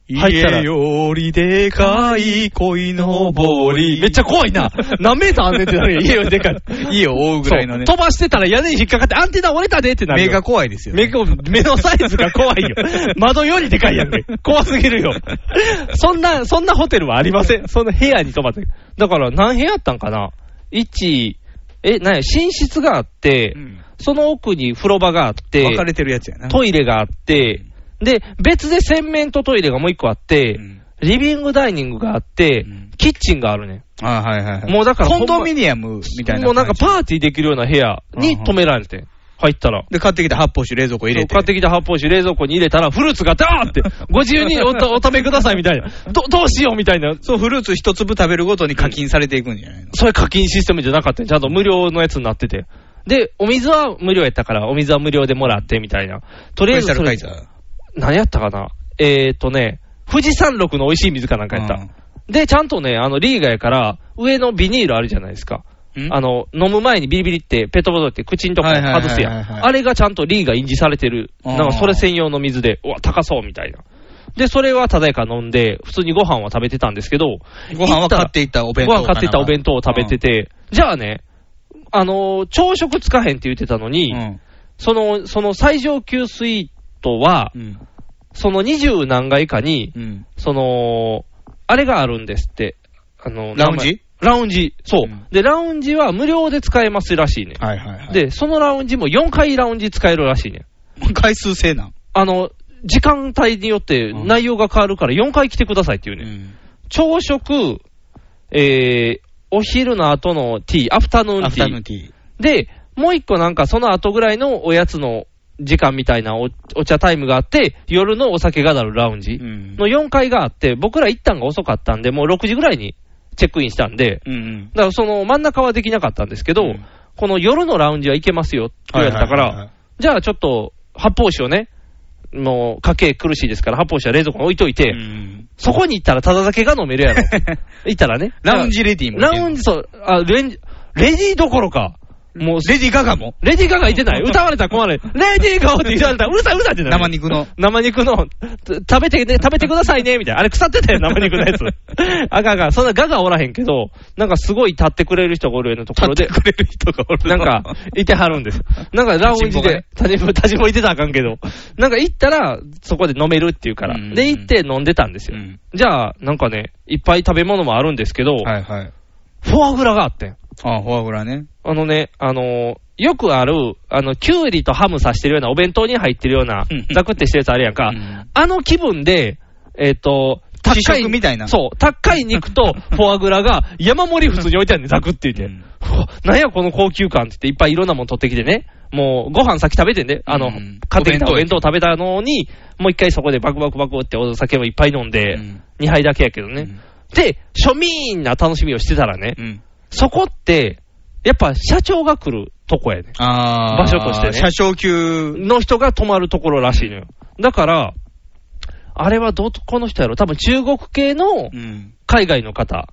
Speaker 3: 入ったら
Speaker 2: 家よりでかい恋のぼり。
Speaker 3: めっちゃ怖い な。何メーターあんねんってなるよ、家よりで かい。
Speaker 2: 家を覆うぐらいのね
Speaker 3: そ。う飛ばしてたら屋根に引っかかって、アンテナ折れたでってなる
Speaker 2: 目
Speaker 3: よ。
Speaker 2: が怖いですよね。
Speaker 3: 目が目のサイズが怖 いよ。窓よりでかいやんけ。怖すぎるよ。そんな、そんなホテルはありません。その部屋に泊まって。だから何部屋あったんかな ?1、え、なんや、寝室があって、
Speaker 2: うん
Speaker 3: その奥に風呂場があって、
Speaker 2: 分かれてるやつやな。
Speaker 3: トイレがあって、で、別で洗面とトイレがもう一個あって、
Speaker 2: うん
Speaker 3: リビングダイニングがあって、
Speaker 2: うん
Speaker 3: キッチンがあるね。
Speaker 2: あーはいはいはい。
Speaker 3: もうだから
Speaker 2: コ
Speaker 3: ほ
Speaker 2: ン
Speaker 3: んま
Speaker 2: ドミニアムみたいな感じ。
Speaker 3: もうなんかパーティーできるような部屋に止められて、入ったら。
Speaker 2: で、買ってきた発泡酒冷蔵庫入れて。
Speaker 3: 買ってきた発泡酒冷蔵庫に入れたら、フルーツがダ ーって、ご自由におお食べくださいみたいな。どどうしようみたいな。
Speaker 2: そう、フルーツ一粒食べるごとに課金されていくんじゃないの、
Speaker 3: それ課金システムじゃなかったよちゃんと無料のやつになってて。で、お水は無料やったから、お水は無料でもらってみたいな。と
Speaker 2: ク
Speaker 3: りあえ
Speaker 2: リス
Speaker 3: ず
Speaker 2: タ
Speaker 3: そ
Speaker 2: ルカ
Speaker 3: れ
Speaker 2: イ、ザー。
Speaker 3: 何やったかなえーっとね、富士山麓の美味しい水かなんかやった。で、ちゃんとね、あの、リーガやから、上のビニールあるじゃないですか。
Speaker 2: うん
Speaker 3: あの、飲む前にビリビリって、ペットボトルって口んとこ
Speaker 2: はいはいはいはい
Speaker 3: 外すやん。あれがちゃんとリーが印字されてる。
Speaker 2: あー
Speaker 3: なんかそれ専用の水で、うわ、高そうみたいな。で、それはただやから飲んで、普通にご飯は食べてたんですけど、
Speaker 2: ご飯は買ってい
Speaker 3: い
Speaker 2: ったお弁当
Speaker 3: ご飯買っていったお弁当を食べてて、じゃあね、あのー、朝食つかへんって言ってたの
Speaker 2: う
Speaker 3: に、
Speaker 2: んうん
Speaker 3: その、その最上級スイートは、
Speaker 2: うん
Speaker 3: その二十何階かに、
Speaker 2: うん
Speaker 3: その、あれがあるんですって。あの、
Speaker 2: ラウンジ
Speaker 3: 名前ラウンジ。
Speaker 2: う
Speaker 3: そう、
Speaker 2: ん
Speaker 3: で、ラウンジは無料で使えますらしいね。
Speaker 2: はいはいはい。
Speaker 3: で、そのラウンジも4回ラウンジ使えるらしいね。
Speaker 2: 回数制なん。
Speaker 3: あの、時間帯によって内容が変わるから4回来てくださいっていうね。朝食、えー、お昼の後のティー、アフタヌーンティー。
Speaker 11: アフタヌーンティー。
Speaker 3: で、もう一個なんかその後ぐらいのおやつの時間みたいなおお茶タイムがあって、夜のお酒がなるラウンジの4階があって、僕ら行ったんが遅かったんで、もう6時ぐらいにチェックインしたんで、
Speaker 11: うん
Speaker 3: だからその真ん中はできなかったんですけど、この夜のラウンジは行けますよって言われたか
Speaker 11: はいはいはい
Speaker 3: ら、じゃあちょっと発泡酒をね、もう家計苦しいですから、発泡酒は冷蔵庫に置いといて、 そこに行ったらただ酒が飲めるや ろ。行ったらね。
Speaker 11: ラウンジレディーも
Speaker 3: ラウンジ、そう、あ、レンレディーどころか。もう、レディーガガもレディーガガいてない。歌われたら 困る。レディーガガって言われたら、うるさいうるさいってなる
Speaker 11: 生肉の。
Speaker 3: 生肉の、つ食べてね、食べてくださいね、みたいな。あれ腐ってたよ、生肉のやつ。 あかんあかん。そんなガガおらへんけど、なんかすごい立ってくれる人がおるようなところで。立ってくれる人がおるなんか、いてはるんです。なんかラウンジで、立ちも、立ちもいてたらあかんけど、なんか行ったら、そこで飲めるっていうから。で、行って飲んでたんですよ。じゃあ、なんかね、いっぱい食べ物もあるんですけど、フォアグラがあってん。
Speaker 2: あフォアグラね。
Speaker 3: あのね、あのーよくある、あの、キュウリとハム刺してるような、お弁当に入ってるような、ザクってしてるやつあるやんか。あの気分で、えっ、と、高い。
Speaker 2: 試食みたいな
Speaker 3: そう、高い肉 とフォアグラが山盛り普通に置いてあるね、ザクって言って。うわなんやこの高級感って言って、いっぱいいろんなもん取ってきてね。もう、ご飯先食べてんで、あの、買ってきたお弁当食べたのに、もう一回そこでバクバクバクってお酒もいっぱい飲んで、2杯だけやけどね。で、庶民な楽しみをしてたらね、そこって、やっぱ社長が来るとこやね。
Speaker 2: あー
Speaker 3: 場所としてね。
Speaker 2: 車掌級。
Speaker 3: の人が泊まるところらしいのよ。だから、あれはどこの人やろ多分中国系の海外の方。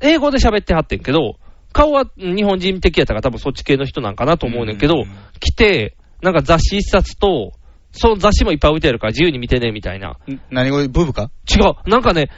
Speaker 3: 英語で喋ってはってんけど、顔は日本人的やったから多分そっち系の人なんかなと思うねんけど、来て、なんか雑誌一冊と、その雑誌もいっぱい置いてあるから自由に見てねみたいな。
Speaker 2: 何語でブブか
Speaker 3: 違う、なんかね、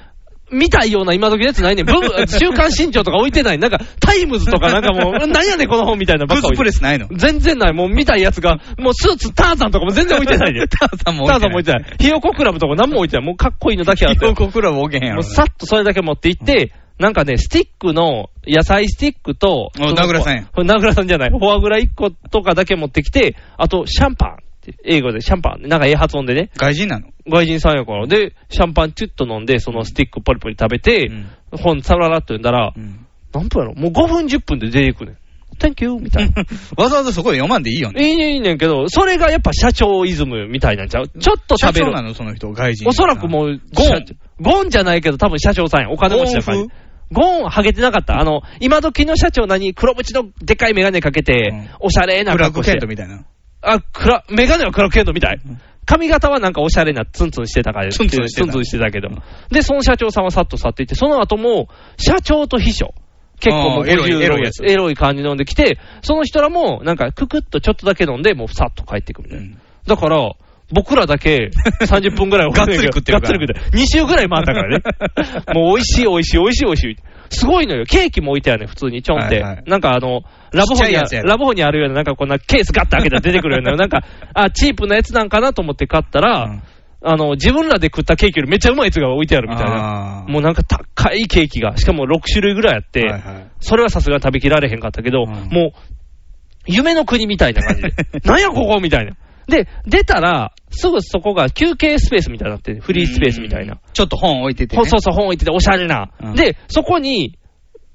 Speaker 3: 見たいような今時のやつないねん。ブ ブ週刊新潮とか置いてない。なんか、タイムズとかなんかも う、なんやねんこの本みたいなばっか置いて
Speaker 2: ブースプレスないの
Speaker 3: 全然ない。もう見たいやつが、もうスーツ、ターザンとかも全然置いてな いで。ターザン
Speaker 2: も置いてない
Speaker 3: 置いてない。ひよこクラブとか何も置いてない。もうかっこいいのだけあって。
Speaker 2: 広告らはおけへんや
Speaker 3: も
Speaker 2: ろ
Speaker 3: う。さっとそれだけ持って行って、なんかね、スティックの、野菜スティックと、
Speaker 2: お名倉さんや
Speaker 3: これ名倉さんじゃない。フォアグラ1個とかだけ持ってきて、あと、シャンパンって、英語でシャンパン。なんか英発音でね。
Speaker 2: 外人なの
Speaker 3: 外人さんやから。で、シャンパンチュッと飲んで、そのスティックポリポリ食べて、本さららっと読んだら、 何分やろもう5分10分で出ていくねん。Thank you! みたいな。
Speaker 2: わざわざそこで読まんでいいよね。
Speaker 3: いいねんいいねんけど、それがやっぱ社長イズムみたいなんちゃうちょっと
Speaker 2: 社
Speaker 3: 食べ
Speaker 2: 長
Speaker 3: る。
Speaker 2: なのその人、外人。
Speaker 3: おそらくもう、ゴン、ゴンじゃないけど、多分社長さんや。お金持ちだから
Speaker 2: ゴン。
Speaker 3: ゴンはげてなかった。あの、今時の社長何黒縁のでかいメガネかけて、おしゃれな
Speaker 2: ブラッ
Speaker 3: 格
Speaker 2: ク
Speaker 3: 好して。
Speaker 2: ケントみたいな。
Speaker 3: あ、クラ、メガネはクラークケントみたい。髪型はなんかおしゃれなツンツンしてたから、ツンツンしてたけど。で、その社長さんはさっと去っていって、その後も、社長と秘書。結構もう
Speaker 2: あーエロい
Speaker 3: 50
Speaker 2: エロいやつ
Speaker 3: エロい感じ飲んできて、その人らもなんかククッとちょっとだけ飲んで、もうさっと帰ってくみたいな。だから、僕ら だけ30分ぐらい
Speaker 2: がっつり食ってるから
Speaker 3: がっつり食ってる。2週ぐらい回ったからね。 もう美味しい美味しい美味しい美味しい。すごいのよ。ケーキも置いてあるね、普通にちょんって。
Speaker 2: はいはい
Speaker 3: なんかあの、ラブホ
Speaker 2: ちっちゃい
Speaker 3: にあ
Speaker 2: やつやろ
Speaker 3: ラブホにあるような、なんかこんなケースガッて開けたら出てくるような、なんか、 あ、チープなやつなんかなと思って買ったら、あの、自分らで食ったケーキよりめっちゃうまいやつが置いてあるみたいな。もうなんか高いケーキが、しかも6種類ぐらいあって、それはさすがに食べきられへんかったけど、もう、夢の国みたいな感じで。なんやここみたいな。で、出たら、すぐそこが休憩スペースみたいになって、フリースペースみたいな。
Speaker 2: ちょっと本置いてて、ね。
Speaker 3: そうそう、本置いてて、おしゃれな。で、そこに、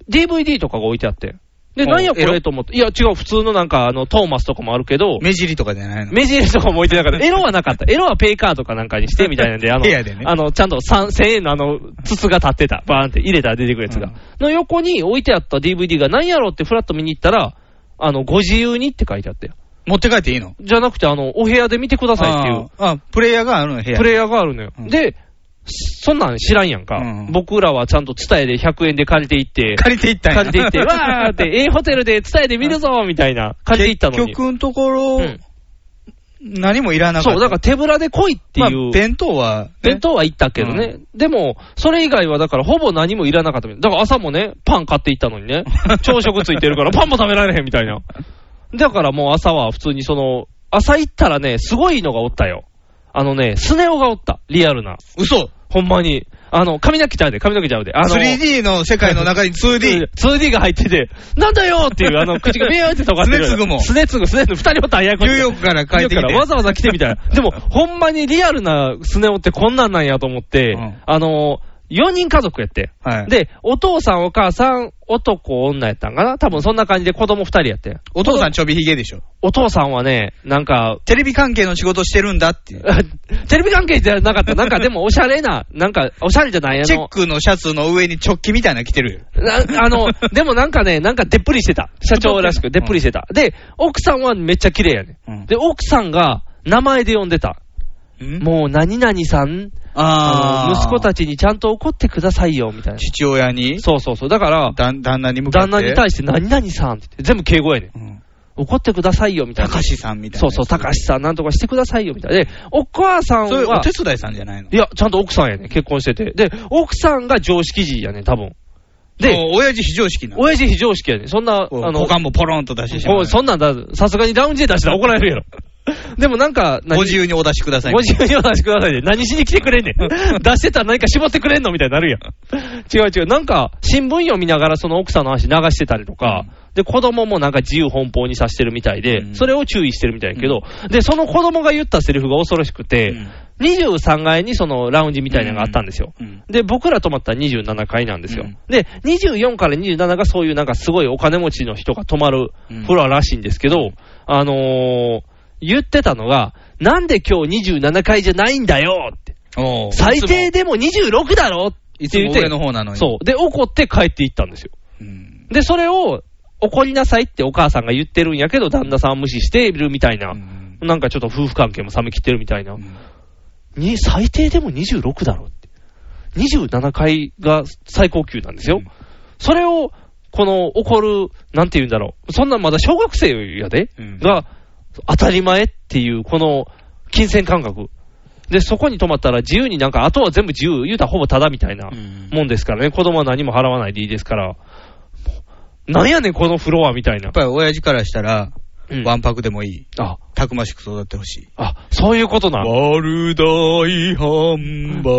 Speaker 3: DVD とかが置いてあって。で、
Speaker 2: もう
Speaker 3: 何やこ
Speaker 2: エロ
Speaker 3: れと思って。いや、違う、普通のなんか、あの、トーマスとかもあるけど、
Speaker 2: 目尻とかじゃないの
Speaker 3: 目印とかも置いてなかった。エロはなかった。エロはペイカーとかなんかにしてみたいなんで、あ の、
Speaker 2: 部屋でね
Speaker 3: あのちゃんと3 1000円のあの、筒が立ってた。バーンって入れたら出てくるやつが。の横に置いてあった DVD が何やろってフラッと見に行ったら、あの、ご自由にって書いてあったよ。
Speaker 2: 持って帰っていいの
Speaker 3: じゃなくて、あの、お部屋で見てくださいっていう。
Speaker 2: あーあ、プレイヤーがあるの、部屋。
Speaker 3: プレイヤーがあるのよ。で、そんなん知らんやんか。僕らはちゃんと伝えで100円で借りていって、
Speaker 2: 借りていったんや
Speaker 3: 借りていって、 わ ーって、ええホテルで伝えで見るぞみたいな、借りていったのに。
Speaker 2: 結局のところ、
Speaker 3: うん
Speaker 2: 何もいらなか
Speaker 3: そ
Speaker 2: った。
Speaker 3: う、だから手ぶらで来いっていう。
Speaker 2: まあ弁当は、
Speaker 3: 弁当は行ったけどね。でも、それ以外はだからほぼ何もいらなかったみたいだから朝もね、パン買って行ったのに ね。朝食ついてるからパンも食べられへんみたいな。だからもう朝は普通にその、朝行ったらね、すごいのがおったよ。あのね、スネ夫がおった。リアルな。
Speaker 2: 嘘
Speaker 3: ほんまに。あの、髪の毛ちゃうで、髪の毛ちゃうで。あの
Speaker 2: 3D の世界の中に 2D。
Speaker 3: 2D が入ってて、なんだよっていう、あの、口がビューってとかってる。
Speaker 2: すねつぐも
Speaker 3: すねつぐ、すねつぐ、二人おったらややこしい。
Speaker 2: ニューヨークから帰ってきて
Speaker 3: ニューヨークからわざわざ来て みたいな。でも、ほんまにリアルなスネ夫ってこんなんなんやと思って、
Speaker 2: うん
Speaker 3: あの、4人家族やって。
Speaker 2: はい
Speaker 3: で、お父さん、お母さん、男、女やったんかな多分そんな感じで子供2人やって。
Speaker 2: お父さんちょびひげでしょ。
Speaker 3: お父さんはね、なんか、
Speaker 2: テレビ関係の仕事してるんだっていう。
Speaker 3: テレビ関係じゃなかった。なんかで もおしゃれな、なんかおしゃれじゃないあ
Speaker 2: チェッ
Speaker 3: の、
Speaker 2: クのシャツの上に直帰みたいなの着てるよ。
Speaker 3: なあの、でもなんかね、なんかでっぷりしてた。社長らしくでっぷりしてた。で、奥さんはめっちゃ綺麗やね、
Speaker 2: うん
Speaker 3: で、奥さんが名前で呼んでた。
Speaker 2: う、
Speaker 3: もう何々さん、あ
Speaker 2: あ
Speaker 3: の
Speaker 2: あ。
Speaker 3: 息子た
Speaker 2: ち。
Speaker 3: ちにちゃんと怒ってくださいよ、みたいな。
Speaker 2: 父親に、
Speaker 3: そうそうそう。だから、
Speaker 2: だん旦那に向かっ
Speaker 3: 旦
Speaker 2: て。
Speaker 3: 那に対して何々さんって言って全部敬語やねん。
Speaker 2: うん
Speaker 3: 怒ってくださいよ、みたいな。
Speaker 2: 高橋さんみたいな。
Speaker 3: そうそう、高橋さんなんとかしてくださいよ、みたいな。で、お母さん
Speaker 2: それお
Speaker 3: は
Speaker 2: 手、伝いさんじゃないの
Speaker 3: いや、ちゃんと奥さんやね結婚してて。で、奥さんが常識人やね多分。で、
Speaker 2: もう親父非常識なの。
Speaker 3: 親父非常識やねそんな、あ
Speaker 2: こう
Speaker 3: の、
Speaker 2: 股間もポロンと出してしま
Speaker 3: こ
Speaker 2: う
Speaker 3: う。そんなんだ、さすがにラウンジで出したら怒られるやろ。 でもなんか、何
Speaker 2: ご自由にお出しください。
Speaker 3: ご自由にお出しくださいね。何しに来てくれんね ん。出してたら何か絞ってくれんのみたいになるやん。違う違う。なんか、新聞読みながらその奥さんの話流してたりとか、で、子供もなんか自由奔放にさせてるみたいで、
Speaker 2: うん
Speaker 3: それを注意してるみたいやけど、で、その子供が言ったセリフが恐ろしくて、23階にそのラウンジみたいなのがあったんですよ。
Speaker 2: うん
Speaker 3: で、僕ら泊まったら27階なんですよ。
Speaker 2: うん
Speaker 3: で、24から27がそういうなんかすごいお金持ちの人が泊まる
Speaker 2: うん
Speaker 3: フロアらしいんですけど、あのー言ってたのが、なんで今日27階じゃないんだよって。
Speaker 2: おう
Speaker 3: 最低でも26だろって
Speaker 2: いつも
Speaker 3: 言
Speaker 2: い
Speaker 3: っ
Speaker 2: つも
Speaker 3: て、
Speaker 2: 上の方なのに。
Speaker 3: そう。で、怒って帰っていったんですよ。
Speaker 2: うん。
Speaker 3: で、それを、怒りなさいってお母さんが言ってるんやけど、旦那さんは無視しているみたいな、
Speaker 2: うん
Speaker 3: なんかちょっと夫婦関係も冷めきってるみたいな。に最低でも26だろって。27回が最高級なんですよ。
Speaker 2: うん
Speaker 3: それを、この怒る、なんて言うんだろう。そんなんまだ小学生やで、
Speaker 2: うん
Speaker 3: が、当たり前っていう、この、金銭感覚。で、そこに泊まったら自由になんか、あとは全部自由、言うたらほぼタダみたいな
Speaker 2: うん
Speaker 3: もんですからね。子供は何も払わないでいいですから。もうなんやねん、このフロアみたいな
Speaker 2: やっ。ぱり親父からしたら、
Speaker 3: うん
Speaker 2: わんぱくでもいい。
Speaker 3: あ、
Speaker 2: たくましく育ってほしい。
Speaker 3: あ、そういうことな。
Speaker 2: 悪大ハンバ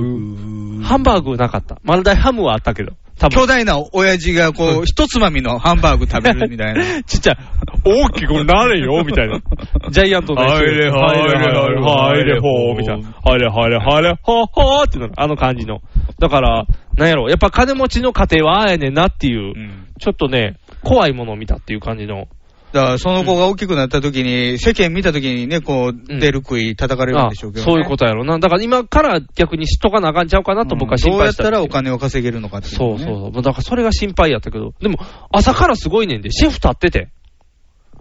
Speaker 2: ーグ。
Speaker 3: ハンバーグなかった。マルダイハムはあったけど。多分
Speaker 2: 巨大な親父がこう、一つまみのハンバーグ食べるみたいな。
Speaker 3: ちっちゃい、大きくなれよ、みたいな。ジャイアントのやつ
Speaker 2: 入れ入れ入れ
Speaker 3: 入れほー、みたいな。入れ入れ入れほーほーってなる。あの感じの。だから、なんやろ、やっぱ金持ちの家庭はああやねんなっていう、
Speaker 2: うん
Speaker 3: ちょっとね、怖いものを見たっていう感じの。
Speaker 2: だからその子が大きくなった時に、世間見た時にね、こう、
Speaker 3: ん
Speaker 2: 出る杭叩かれるんでしょうけど、ね
Speaker 3: そういうことやろな。だから今から逆に知っとかなあかんちゃうかなと僕は心
Speaker 2: どうや
Speaker 3: 配
Speaker 2: っ
Speaker 3: した。
Speaker 2: たらお金を稼げるのかってい
Speaker 3: そう
Speaker 2: ね
Speaker 3: そうそう。だからそれが心配やったけど。でも、朝からすごいねんで、シェフ立ってて。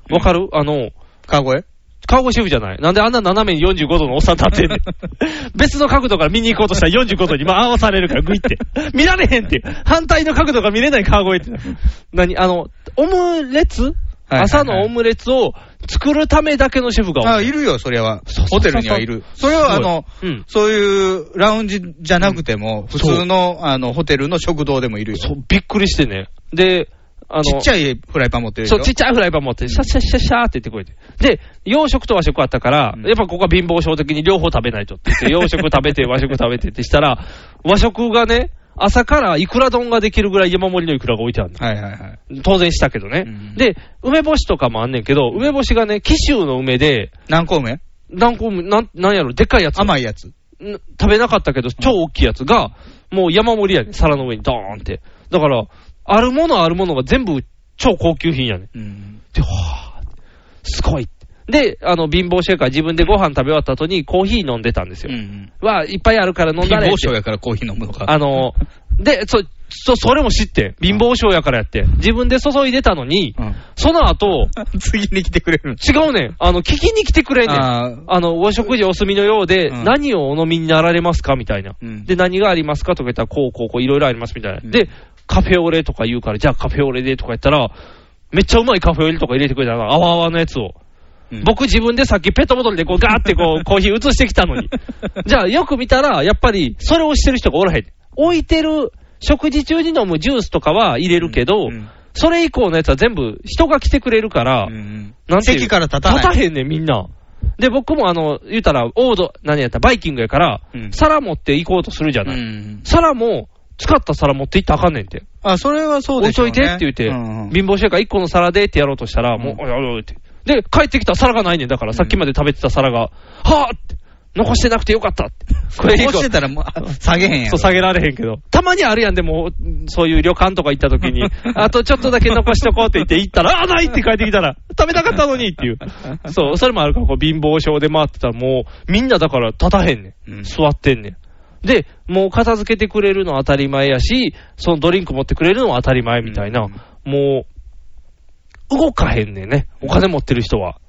Speaker 3: わかる、あの、
Speaker 2: 川越
Speaker 3: 川越シェフじゃない。なんであんな斜めに45度のおっさん 立ってんねん。別の角度から見に行こうとしたら45度にまあ合わされるからグイって。見られへんっていう。反対の角度が見れない川越ってな。何あの、オムレツ
Speaker 2: はいはい
Speaker 3: 朝のオムレツを作るためだけのシェフが多い
Speaker 2: あ、いるよ、それは
Speaker 3: そうそう。そ
Speaker 2: ホテ
Speaker 3: う
Speaker 2: ルにはいる。それはあの、
Speaker 3: すごいうん
Speaker 2: そういうラウンジじゃなくても、普通のあのホテルの食堂でもいるよ。
Speaker 3: そう、びっくりしてね。で、あの、
Speaker 2: ちっちゃいフライパン持ってるでし
Speaker 3: そ
Speaker 2: ょ
Speaker 3: う、ちっちゃいフライパン持って、シャッシャッシャッシャーって言ってくれて。で、洋食と和食あったから、
Speaker 2: うん
Speaker 3: やっぱここは貧乏症的に両方食べないとって言 って、洋食食べて、和食食べてってしたら、和食がね、朝からイクラ丼ができるぐらい山盛りのイクラが置いてあるの。
Speaker 2: はいはいはい。
Speaker 3: 当然したけどね。
Speaker 2: うん
Speaker 3: で、梅干しとかもあんねんけど、梅干しがね、紀州の梅で、
Speaker 2: 何個目
Speaker 3: なんこなん、なんやろ、でっかいやつ。
Speaker 2: 甘いやつ。
Speaker 3: ん食べなかったけど、超大きいやつが、もう山盛りやねん皿の上にドーンって。だから、あるものあるものが全部超高級品やねん。
Speaker 2: うん。
Speaker 3: で、はぁ、すごいって。で、あの、貧乏シェイカー自分でご飯食べ終わった後にコーヒー飲んでたんです
Speaker 2: う
Speaker 3: よ。
Speaker 2: ん。
Speaker 3: わあいっぱいあるから飲ん
Speaker 2: 貧
Speaker 3: だれ
Speaker 2: 乏
Speaker 3: って
Speaker 2: 症。やからコーヒー飲むのか。
Speaker 3: あの、で、そ、そ、それも知ってん。貧乏症やからやって。自分で注いでたのに、
Speaker 2: うん
Speaker 3: その後、
Speaker 2: 次に来てくれる。
Speaker 3: 違うねん。あの、聞きに来てくれんねん。
Speaker 2: あ ー
Speaker 3: あの、お食事お済みのようで、
Speaker 2: うん
Speaker 3: 何をお飲みになられますかみたいな。
Speaker 2: うん
Speaker 3: で、何がありますかとか言ったら、こう、こう、こう、いろいろありますみたいな。
Speaker 2: うん
Speaker 3: で、カフェオレとか言うから、じゃあカフェオレでとか言ったら、めっちゃうまいカフェオレとか入れてくれたら、泡泡のやつを。
Speaker 2: うん
Speaker 3: 僕自分でさっきペットボトルでこうガーっ てこうコーヒー移してきたのに。じゃあよく見たら、やっぱりそれをしてる人がおらへん。置いてる、食事中に飲むジュースとかは入れるけど、
Speaker 2: うんうん
Speaker 3: それ以降のやつは全部人が来てくれるから、
Speaker 2: うん
Speaker 3: なんていう
Speaker 2: 席から立たない
Speaker 3: 立たへんねんみんな。で、僕もあの、言ったら、王道、何やった、バイキングやから、皿持って行こうとするじゃない。皿も、使った皿持って行ったらあかんねんて。
Speaker 2: あ、それはそうでしょ
Speaker 3: 置
Speaker 2: う
Speaker 3: い
Speaker 2: ね
Speaker 3: といてって言って、貧乏してるから1個の皿でってやろうとしたら、もう、やろうって。で、帰ってきたら皿がないねん。だから、さっきまで食べてた皿が、はぁって、残してなくてよかったって。
Speaker 2: これ、してたらもう、あ下げへんや
Speaker 3: そう、
Speaker 2: ろ。
Speaker 3: 下げられへんけど。たまにあるやん、でも、そういう旅館とか行った時 に、あとちょっとだけ残しとこうって言って行ったら、あ、ないって帰ってきたら、食べたかったのにっていう。そう、それもあるから、こう貧乏症で回ってたら、もう、みんなだから立たへんねん。座ってんねん。で、もう片付けてくれるのは当たり前やし、そのドリンク持ってくれるのは当たり前みたいな、もう、動かへんねんね。お金持ってる人は。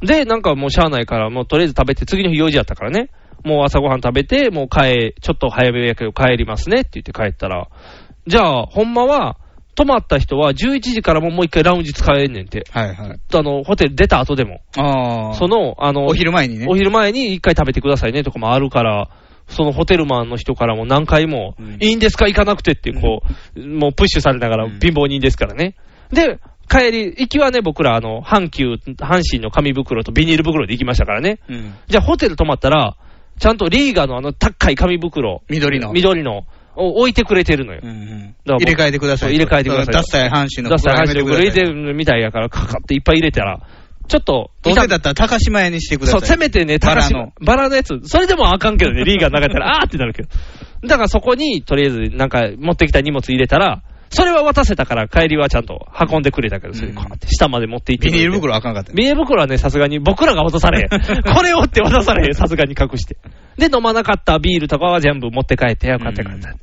Speaker 3: で、なんかもうしゃあないから、もうとりあえず食べて、次の日用事やったからね、もう朝ごはん食べて、もう帰、ちょっと早めやけど帰りますねって言って帰ったら、じゃあ、ほんまは、泊まった人は11時からももう一回ラウンジ使えんねんて。
Speaker 2: はいはい。
Speaker 3: あの、ホテル出た後でも。
Speaker 2: ああ。
Speaker 3: その、あの、
Speaker 2: お昼前にね
Speaker 3: お昼前に一回食べてくださいねとかもあるから、そのホテルマンの人からも何回も、いいんですか、行かなくてって、こう、もうプッシュされながら貧乏人ですからね。で、帰り、行きはね、僕ら、あの、阪急、阪神の紙袋とビニール袋で行きましたからね。
Speaker 2: うん。
Speaker 3: じゃあホテル泊まったら、ちゃんとリーガーのあの高い紙袋、
Speaker 2: 緑の。
Speaker 3: 緑の、を置いてくれてるのよ。
Speaker 2: うん
Speaker 3: だから僕
Speaker 2: 入れ替えてください
Speaker 3: そう入れ替えてください。
Speaker 2: ダッサい阪神の
Speaker 3: ダッサい阪神の袋
Speaker 2: 袋入
Speaker 3: 入れ
Speaker 2: れ
Speaker 3: て
Speaker 2: てください
Speaker 3: るみたいやから、かかっていっぱい入れたら、ちょっと、
Speaker 2: どうせだったら高島屋にしてください。
Speaker 3: そう、せめてね、
Speaker 2: バ
Speaker 3: 高
Speaker 2: ラ
Speaker 3: 島
Speaker 2: の。
Speaker 3: バラのやつ、それでもあかんけ どね、リーガーなかったら、あーってなるけど。だからそこに、とりあえず、なんか、持ってきた荷物入れたら、それは渡せたから、帰りはちゃんと運んでくれたけど、それ、こうやって下まで持って行って
Speaker 2: ビ
Speaker 3: くれ
Speaker 2: ニ
Speaker 3: て。
Speaker 2: ール袋あかんかった。
Speaker 3: ビニール袋はね、さすがに、僕らが渡されへ ん。これをって渡されへん、さすがに隠して。で、飲まなかったビールとかは全部持って帰って、よかったよかった。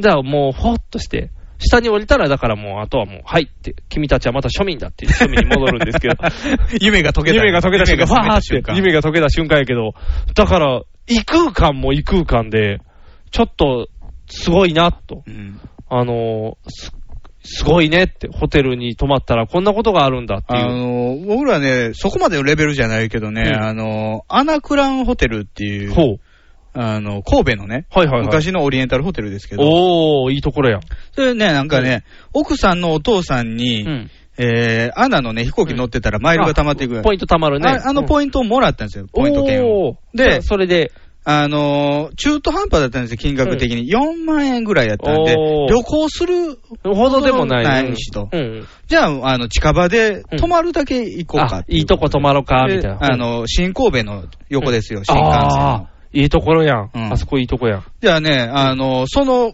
Speaker 3: じゃあもう、ほっとして、下に降りたら、だからもう、あとはもう、はいって、君たちはまた庶民だって、庶民に戻るんです けど。
Speaker 2: 夢が解けた。
Speaker 3: 夢が解けた瞬間、ファー
Speaker 2: 夢が解けた瞬
Speaker 3: って、
Speaker 2: 間
Speaker 3: 夢が解けた瞬間やけど、だから、異空間も異空間で、ちょっと、すごいな、と。
Speaker 2: うん
Speaker 3: あのーす、すごいねって、ホテルに泊まったらこんなことがあるんだってい
Speaker 2: あ
Speaker 3: う。
Speaker 2: の、僕らね、そこまでのレベルじゃないけどね、
Speaker 3: うん
Speaker 2: あの、アナクランホテルっていう、
Speaker 3: ほう。
Speaker 2: あの、神戸のね、
Speaker 3: はいはいはい。
Speaker 2: 昔のオリエンタルホテルですけど、
Speaker 3: おー、いいところやん。
Speaker 2: それね、なんかね、奥さんのお父さんに、
Speaker 3: うん。
Speaker 2: えー、アナのね、飛行機乗ってたらマイルが溜まっていく。
Speaker 3: あポイント貯まるね。
Speaker 2: ああのポイントをもらったんですよ、ポイント券
Speaker 3: お
Speaker 2: を
Speaker 3: ー。じゃあ
Speaker 2: で、
Speaker 3: それで、
Speaker 2: あのー中途半端だったんですよ、金額的に。4万円ぐらいやったんで、
Speaker 3: おー
Speaker 2: 旅行する
Speaker 3: ほどでもない。
Speaker 2: ないしと
Speaker 3: うんうん。
Speaker 2: じゃあ、あの、近場で
Speaker 3: うん
Speaker 2: 泊まるだけ行こうか
Speaker 3: あ、いいとこ泊まろうか、みたいな。
Speaker 2: あの、新神戸の横ですよ、新幹線
Speaker 3: あ
Speaker 2: の
Speaker 3: あ。ー、いいところやん。
Speaker 2: うん
Speaker 3: あそこいいとこやん。
Speaker 2: じゃあね、あの、その、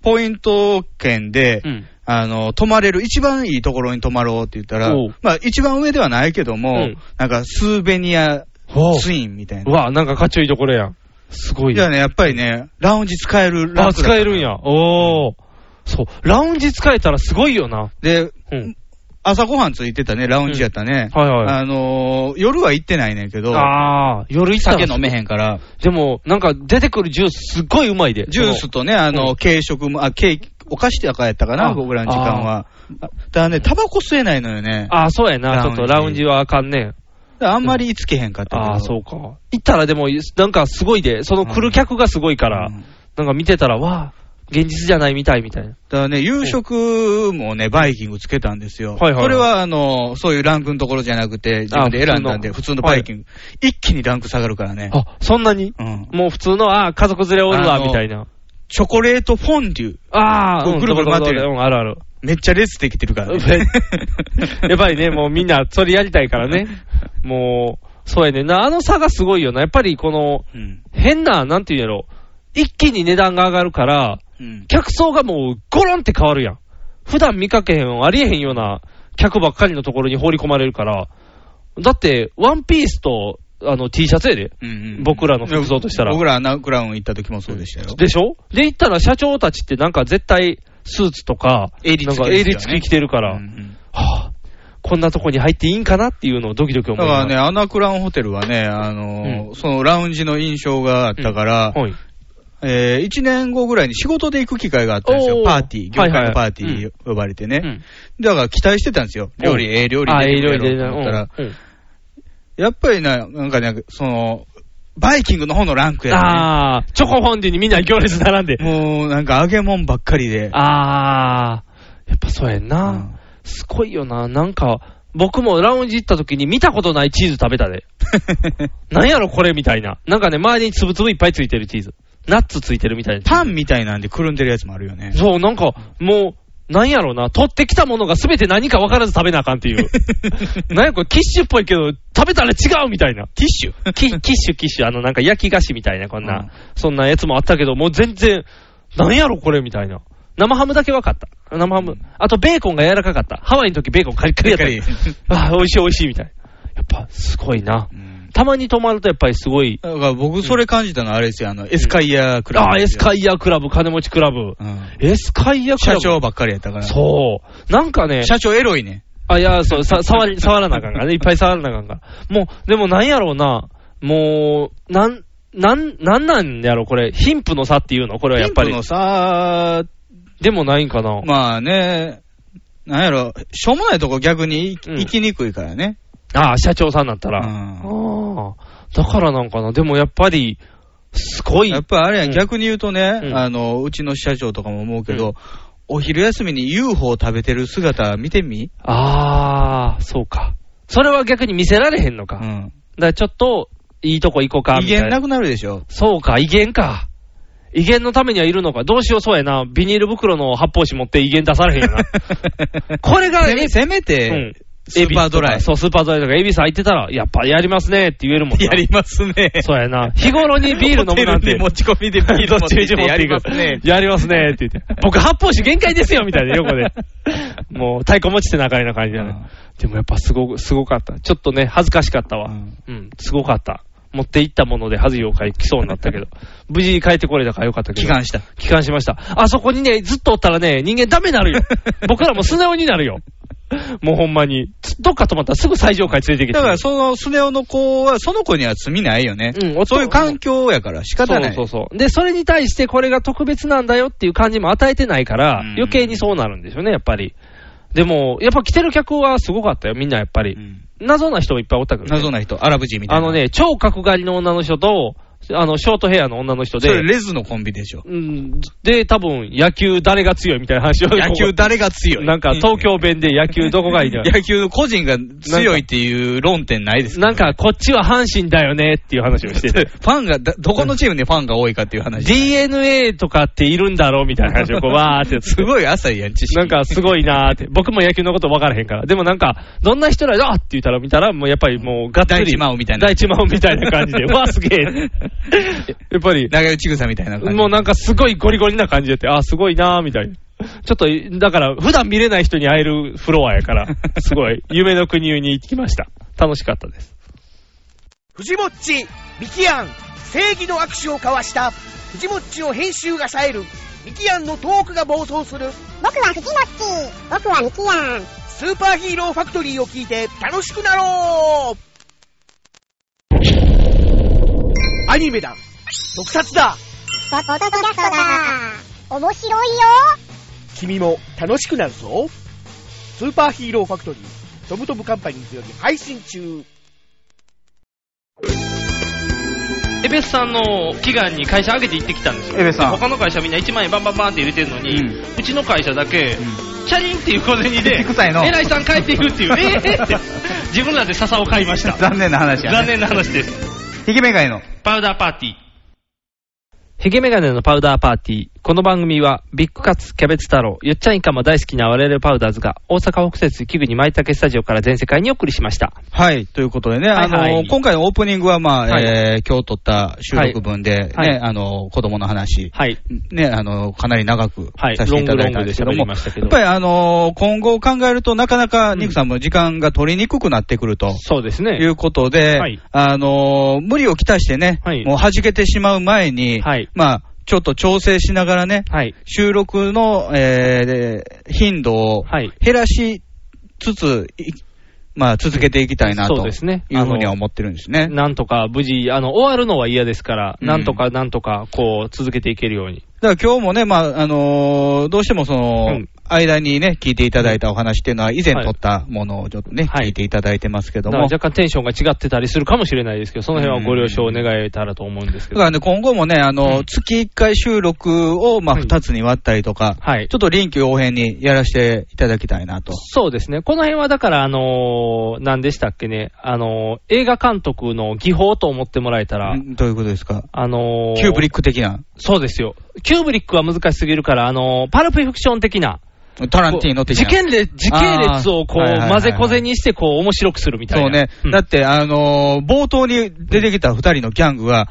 Speaker 2: ポイント券で、
Speaker 3: うん。
Speaker 2: あの、泊まれる、一番いいところに泊まろうって言ったら
Speaker 3: おう、
Speaker 2: まあ、一番上ではないけども、
Speaker 3: うん
Speaker 2: なんか、スーベニア
Speaker 3: ほう。
Speaker 2: ツインみたいうな。
Speaker 3: わ、なんかかっちょいいところやん。すごい
Speaker 2: じゃあ
Speaker 3: や。
Speaker 2: ね、やっぱりね、ラウンジ使える
Speaker 3: あ、使えるん
Speaker 2: や。
Speaker 3: や。おー。そう。ラウンジ使えたらすごいよな。
Speaker 2: で、
Speaker 3: うん。
Speaker 2: 朝ごはんついてたね、ラウンジやったね。
Speaker 3: はいはい。
Speaker 2: あのー夜は行ってないねんけど、
Speaker 3: ああ、夜行ったら
Speaker 2: 酒飲めへんから、
Speaker 3: でも、なんか出てくるジュースすっごいうまいで。
Speaker 2: ジュースとね、あ
Speaker 3: うん
Speaker 2: の、軽食も、あ、ケーキ、お菓子とかやったか
Speaker 3: あ
Speaker 2: な、僕らの時間は。だからね、タバコ吸えないのよね。
Speaker 3: ああ、そうやな。
Speaker 2: ラウ
Speaker 3: ちょ
Speaker 2: ン
Speaker 3: っ
Speaker 2: ジ
Speaker 3: とラウンジはあかんねん。
Speaker 2: あんまりいつけへんかったけど。
Speaker 3: ああ、そうか。行ったらでも、なんかすごいで、その来る客がすごいから
Speaker 2: う、ん
Speaker 3: なんか見てたら、わあ、現実じゃないみたいみたいな。
Speaker 2: だからね、夕食もね、バイキングつけたんですよ。
Speaker 3: はいはいはい
Speaker 2: これは、あの、そういうランクのところじゃなくて、自分で選んだんで、
Speaker 3: あ普
Speaker 2: 普
Speaker 3: 通の
Speaker 2: 通のバイキング、一気にランク下がるからね。
Speaker 3: あ、そんなに
Speaker 2: うん。
Speaker 3: もう普通の、ああ、家族連れおる
Speaker 2: あ
Speaker 3: わ、
Speaker 2: の
Speaker 3: みたいな。
Speaker 2: チョコレートフォンデュ。
Speaker 3: ああ、
Speaker 2: こう
Speaker 3: うん
Speaker 2: ぐるぐる回ってる
Speaker 3: うん、あるある。
Speaker 2: めっちゃ列できてるからね。
Speaker 3: やっぱり ね、もうみんなそれやりたいからね。もう、そうやねんな。あの差がすごいよな。やっぱりこの、
Speaker 2: うん。
Speaker 3: 変な、なんていうんやろ。一気に値段が上がるから、
Speaker 2: うん。
Speaker 3: 客層がもうゴロンって変わるやん。普段見かけへん、ありえへんような客ばっかりのところに放り込まれるから。だって、ワンピースと、あの、T シャツやで。
Speaker 2: うんうん
Speaker 3: 僕らの服装としたら
Speaker 2: 僕らアナクラウン行った時もそうでしたよ。
Speaker 3: でしょで、行ったら社長たちってなんか絶対、スーツとか、
Speaker 2: 襟付き
Speaker 3: なんか
Speaker 2: ですよね
Speaker 3: 襟付き着てるから、
Speaker 2: うんうん
Speaker 3: はぁ、こんなとこに入っていいんかなっていうのをドキドキ
Speaker 2: だ
Speaker 3: 思
Speaker 2: から
Speaker 3: う。
Speaker 2: ね、、アナクラウンホテルはね、あのー、そのラウンジの印象があったから、
Speaker 3: はい。
Speaker 2: え1年後ぐらいに仕事で行く機会があったんです
Speaker 3: お
Speaker 2: よ。
Speaker 3: ー
Speaker 2: パーティー、業
Speaker 3: はいはい
Speaker 2: 界のパーティー呼ばれてね。
Speaker 3: うん
Speaker 2: だから期待してたんですよ。料理、ええ料理
Speaker 3: あ、
Speaker 2: 出
Speaker 3: ええ
Speaker 2: てく
Speaker 3: 料
Speaker 2: れ
Speaker 3: 理で
Speaker 2: ると思ったら、
Speaker 3: うんうん
Speaker 2: やっぱりな、なんかね、その、バイキングの方のランクや
Speaker 3: あー、チョコフォンデュにみんな行列並んで
Speaker 2: ね。。もうなんか揚げ物ばっかりで。
Speaker 3: あー、やっぱそうやんな。
Speaker 2: うん
Speaker 3: すごいよな。なんか、僕もラウンジ行った時に見たことないチーズ食べたで。なんやろこれみたいな。なんかね、周りにつぶつぶいっぱいついてるチーズ。ナッツついてるみたいな。
Speaker 2: パンみたいなんでくるんでるやつもあるよね。
Speaker 3: そう、なんか、もう、なんやろな、取ってきたものが全て何か分からず食べなあかんって いう。なんやこれ、キッシュっぽいけど、食べたら違うみたいな。キッシュキッシュ、キッシュ、あの、なんか焼き菓子みたいな、こんな、そんなやつもあったけど、もう全然、なんやろこれみたいな。生ハムだけ分かった。生ハム。あと、ベーコンが柔らかかった。ハワイの時ベーコンカリカリやった。 あー、美味しい美味しいみたいな。やっぱ、すごいな。たまに泊まるとやっぱりすごい。
Speaker 2: だから僕、それ感じたのはあれですよ、あの、エスカイアクラブ。
Speaker 3: ああー、エスカイアクラブ、金持ちクラブ。エスカイアク
Speaker 2: 社
Speaker 3: ラブ。
Speaker 2: 長ばっかりやったから。
Speaker 3: そう。なんかね、
Speaker 2: 社長エロいね。
Speaker 3: あ、いや、そう、さ、触り、触らなあかんからね。いっ ぱい触らなあかんから。もう、でもなんやろうな。もう、なん、なん、なんなんやろ、これ。貧富の差っていうのこれはやっぱり
Speaker 2: ピンクの。さ、
Speaker 3: でもないんかな。
Speaker 2: まあね、なんやろ、しょうもないとこ逆に行き
Speaker 3: うん
Speaker 2: 行きにくいからね。
Speaker 3: ああ、社長さんだった
Speaker 2: う
Speaker 3: ら。
Speaker 2: ん
Speaker 3: ああ。だからなんかな。でもやっぱり、すごい。
Speaker 2: やっぱあれや、
Speaker 3: うん
Speaker 2: 逆に言うと
Speaker 3: う
Speaker 2: ね、
Speaker 3: ん
Speaker 2: あの、うちの社長とかも思うけ
Speaker 3: う
Speaker 2: ど、お昼休みに UFO 食べてる姿見てみ
Speaker 3: ああ、そうか。それは逆に見せられへんのか。
Speaker 2: う
Speaker 3: だか
Speaker 2: ん。
Speaker 3: らちょっと、いいとこ行こうか、
Speaker 2: 威
Speaker 3: みたい
Speaker 2: 厳
Speaker 3: な
Speaker 2: な。くなるでしょ。
Speaker 3: そうか、威厳か。威厳のためにはいるのか。どうしようそうやな。ビニール袋の発泡紙持って威厳出されへんよ な。これが、
Speaker 2: せめせめ
Speaker 3: う
Speaker 2: て
Speaker 3: ん、
Speaker 2: スーパードライ
Speaker 3: エビとかそう、スーパードライとか、エビさん入ってたら、やっぱりやりますねって言えるもんな。
Speaker 2: やりますね。
Speaker 3: そうやな。日頃にビール飲むなんて。
Speaker 2: 持ち込みでビール
Speaker 3: どっ
Speaker 2: 持っ
Speaker 3: ち
Speaker 2: て
Speaker 3: み
Speaker 2: き
Speaker 3: ち
Speaker 2: て
Speaker 3: 持っ
Speaker 2: や
Speaker 3: てい
Speaker 2: り
Speaker 3: く
Speaker 2: ますね。。
Speaker 3: やりますねって言 って。僕、発泡酒限界ですよみたいな、横で。もう、太鼓持ちって仲いいな感じだ
Speaker 2: う
Speaker 3: ね
Speaker 2: ん。
Speaker 3: でもやっぱすごく、すごかった。ちょっとね、恥ずかしかったわ。
Speaker 2: うん
Speaker 3: うん、すごかった。持って行ったもので、恥ずようかい来そうに なったけど。無事に帰ってこれたからよかったけど。
Speaker 2: 帰還した。
Speaker 3: 帰還しました。あそこにね、ずっとおったらね、人間ダメにな るよ。僕らも素直になるよ。もうほんまに。どっか止まったらすぐ最上階連れてきて。
Speaker 2: だから、そのスネ夫の子は、その子には罪ないよね。
Speaker 3: うん、
Speaker 2: そういう環境やから仕方ない。
Speaker 3: そうそうそう。で、それに対してこれが特別なんだよっていう感じも与えてないから、
Speaker 2: うん
Speaker 3: 余計にそうなるんでしょうね、やっぱり。でも、やっぱ来てる客はすごかったよ、みんなやっぱり。
Speaker 2: うん
Speaker 3: 謎な人もいっぱいおったけど、
Speaker 2: 謎な人、アラブ人みたい
Speaker 3: あ
Speaker 2: な。
Speaker 3: の、ね、超角刈りの女の人と、あの、ショートヘアの女の人
Speaker 2: そ
Speaker 3: で
Speaker 2: れ、レズのコンビでしょ。
Speaker 3: うん、で、多分、野球誰が強いみたいな話を。
Speaker 2: 野球誰が強い
Speaker 3: なんか、東京弁で野球どこがいいんだ
Speaker 2: 野球の個人が強いっていう論点ないです
Speaker 3: なんか、こっちは阪神だよねっていう話をし てて。
Speaker 2: ファンが、だどこのチームでファンが多いかっていう話。
Speaker 3: DNA とかっているんだろうみたいな 話をこう、わーってやって
Speaker 2: すごい浅いやん、知識。
Speaker 3: なんかすごいなーって、僕も野球のこと分からへんから、でもなんか、どんな人らだって言ったら見たら、もうやっぱりもうがっつり、
Speaker 2: 大地真央みたいな
Speaker 3: 大地真央みたいな感じで、わあ、すげえ、 やっぱり、
Speaker 2: 長与千草みたいな感じ。
Speaker 3: もうなんかすごいゴリゴリな感じでて、あー、すごいなーみたいな。ちょっと、だから、普段見れない人に会えるフロアやから、すごい、夢の国に行きました。楽しかったです。
Speaker 11: 藤もっち、ミキアン、正義の握手を交わした、藤もっちの編集が冴える、ミキアンのトークが暴走する、
Speaker 12: 僕は藤もっち僕はミキヤン
Speaker 11: スーパーヒーローファクトリーを聞いて楽しくなろうアニメだ特撮だ
Speaker 12: ポポッドキャストだ面白いよ
Speaker 11: 君も楽しくなるぞスーパーヒーローファクトリー、トムトムカンパニーズより配信中
Speaker 3: エベスさんの祈願に会社上げて行ってきたんですよ。
Speaker 2: エベさん
Speaker 3: 他の会社みんな1万円バンバンバンって入れてるのに、うちの会社だけ、チャリンっていう小銭で、
Speaker 2: 臭いの
Speaker 3: 偉いさん帰っていくっていう、えーって、 自分らで笹を買いました。
Speaker 2: 残念な話や、ね。
Speaker 3: 残念な話です。
Speaker 2: ひげめがいの。
Speaker 3: パウダーパーティー。ヒゲメガネのパウダーパーティー。この番組は、ビッグカツ、キャベツ太郎、よっちゃんいかも大好きな我々パウダーズが、大阪北節器具に舞茸スタジオから全世界にお送りしました。
Speaker 2: はい、ということでね、
Speaker 3: はいはい
Speaker 2: あの、今回のオープニングは、まあ、
Speaker 3: はい
Speaker 2: えー今日撮った収録分で、ね、
Speaker 3: はい
Speaker 2: あの、子供の話、
Speaker 3: はい。
Speaker 2: ね、あの、かなり長く
Speaker 3: はい
Speaker 2: させていただいたんですけど
Speaker 3: ロングロ
Speaker 2: も、
Speaker 3: ングで喋りましたけど
Speaker 2: やっぱりあの、今後を考えると、なかなか、ニクさんも時間が取りにくくなってくると。
Speaker 3: そうです
Speaker 2: い
Speaker 3: ね。
Speaker 2: うことで、
Speaker 3: はい
Speaker 2: あの無理をきたしてね、
Speaker 3: はい
Speaker 2: もう弾けてしまう前に、
Speaker 3: はい
Speaker 2: まあ、ちょっと調整しながらね、
Speaker 3: はい。
Speaker 2: 収録の、えー頻度を
Speaker 3: はい
Speaker 2: 減らしつつ、いまあ、続けていきたいな
Speaker 3: そう
Speaker 2: とい
Speaker 3: で
Speaker 2: う
Speaker 3: すね
Speaker 2: ふうには思ってるんですね。
Speaker 3: なんとか無事、あの、終わるのは嫌ですから、
Speaker 2: うん
Speaker 3: なんとかなんとか、こう、続けていけるように。
Speaker 2: だから今日もね、まあ、あのーどうしてもその、
Speaker 3: うん
Speaker 2: 間にね、聞いていただいたお話っていうのは、以前撮ったものをちょっとね、聞いていただいてますけど
Speaker 3: だか
Speaker 2: も。
Speaker 3: ら若干テンションが違ってたりするかもしれないですけど、その辺はご了承願えたらと思うんですけ
Speaker 2: だ
Speaker 3: ど。
Speaker 2: からね、今後もね、あの、月1回収録を、まあ、2つに割ったりとか、ちょっと臨機応変にやらせていただきたいなと。
Speaker 3: そうですね。この辺はだから、あのー何でしたっけね。あのー映画監督の技法と思ってもらえたら、
Speaker 2: どういうことですか
Speaker 3: あの
Speaker 2: キューブリック
Speaker 3: ク。
Speaker 2: 的な。
Speaker 3: そうですよ。キューブリックは難しすぎるから、あのーパルプフィクション的な。
Speaker 2: タランティーノ的な
Speaker 3: こう事件列、時系列をこう、
Speaker 2: あーはいはいはいはい
Speaker 3: 混ぜこぜにして、こう、面白くするみたい
Speaker 2: そう
Speaker 3: な。
Speaker 2: ね。だって、あのー冒頭に出てきた2人のギャングは、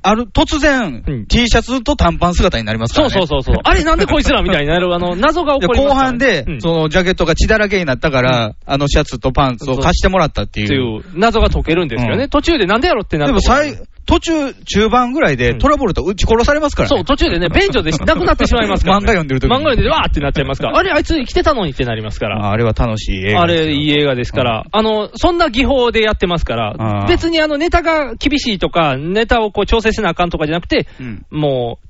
Speaker 2: ある、突然、T シャツと短パン姿になりますからね。
Speaker 3: そうそ うそうそうあれなんでこいつらみたいになるあの謎が起こります
Speaker 2: 後
Speaker 3: から
Speaker 2: 半
Speaker 3: ね
Speaker 2: で、そのジャケットが血だらけになったから、あのシャツとパンツを貸してもらったって
Speaker 3: っていう謎が解けるんですよね。
Speaker 2: うん
Speaker 3: 途中でなんでやろってなる
Speaker 2: でも最途中、中盤ぐらいでトラボルタ撃ち殺されますからね。
Speaker 3: そう、途中でね、便所でなくなってしまいますから、
Speaker 2: 漫画読んでる時に
Speaker 3: 漫画読んで、わーってなっちゃいま すから。あれ、あいつ生きてたのにってなりますから。
Speaker 2: あれは楽しい映画。
Speaker 3: あれ、いい映画ですから、あの、そんな技法でやってますから
Speaker 2: あ、ー
Speaker 3: 別にあの、ネタが厳しいとか、ネタをこう調整せなあかんとかじゃなくて、もう、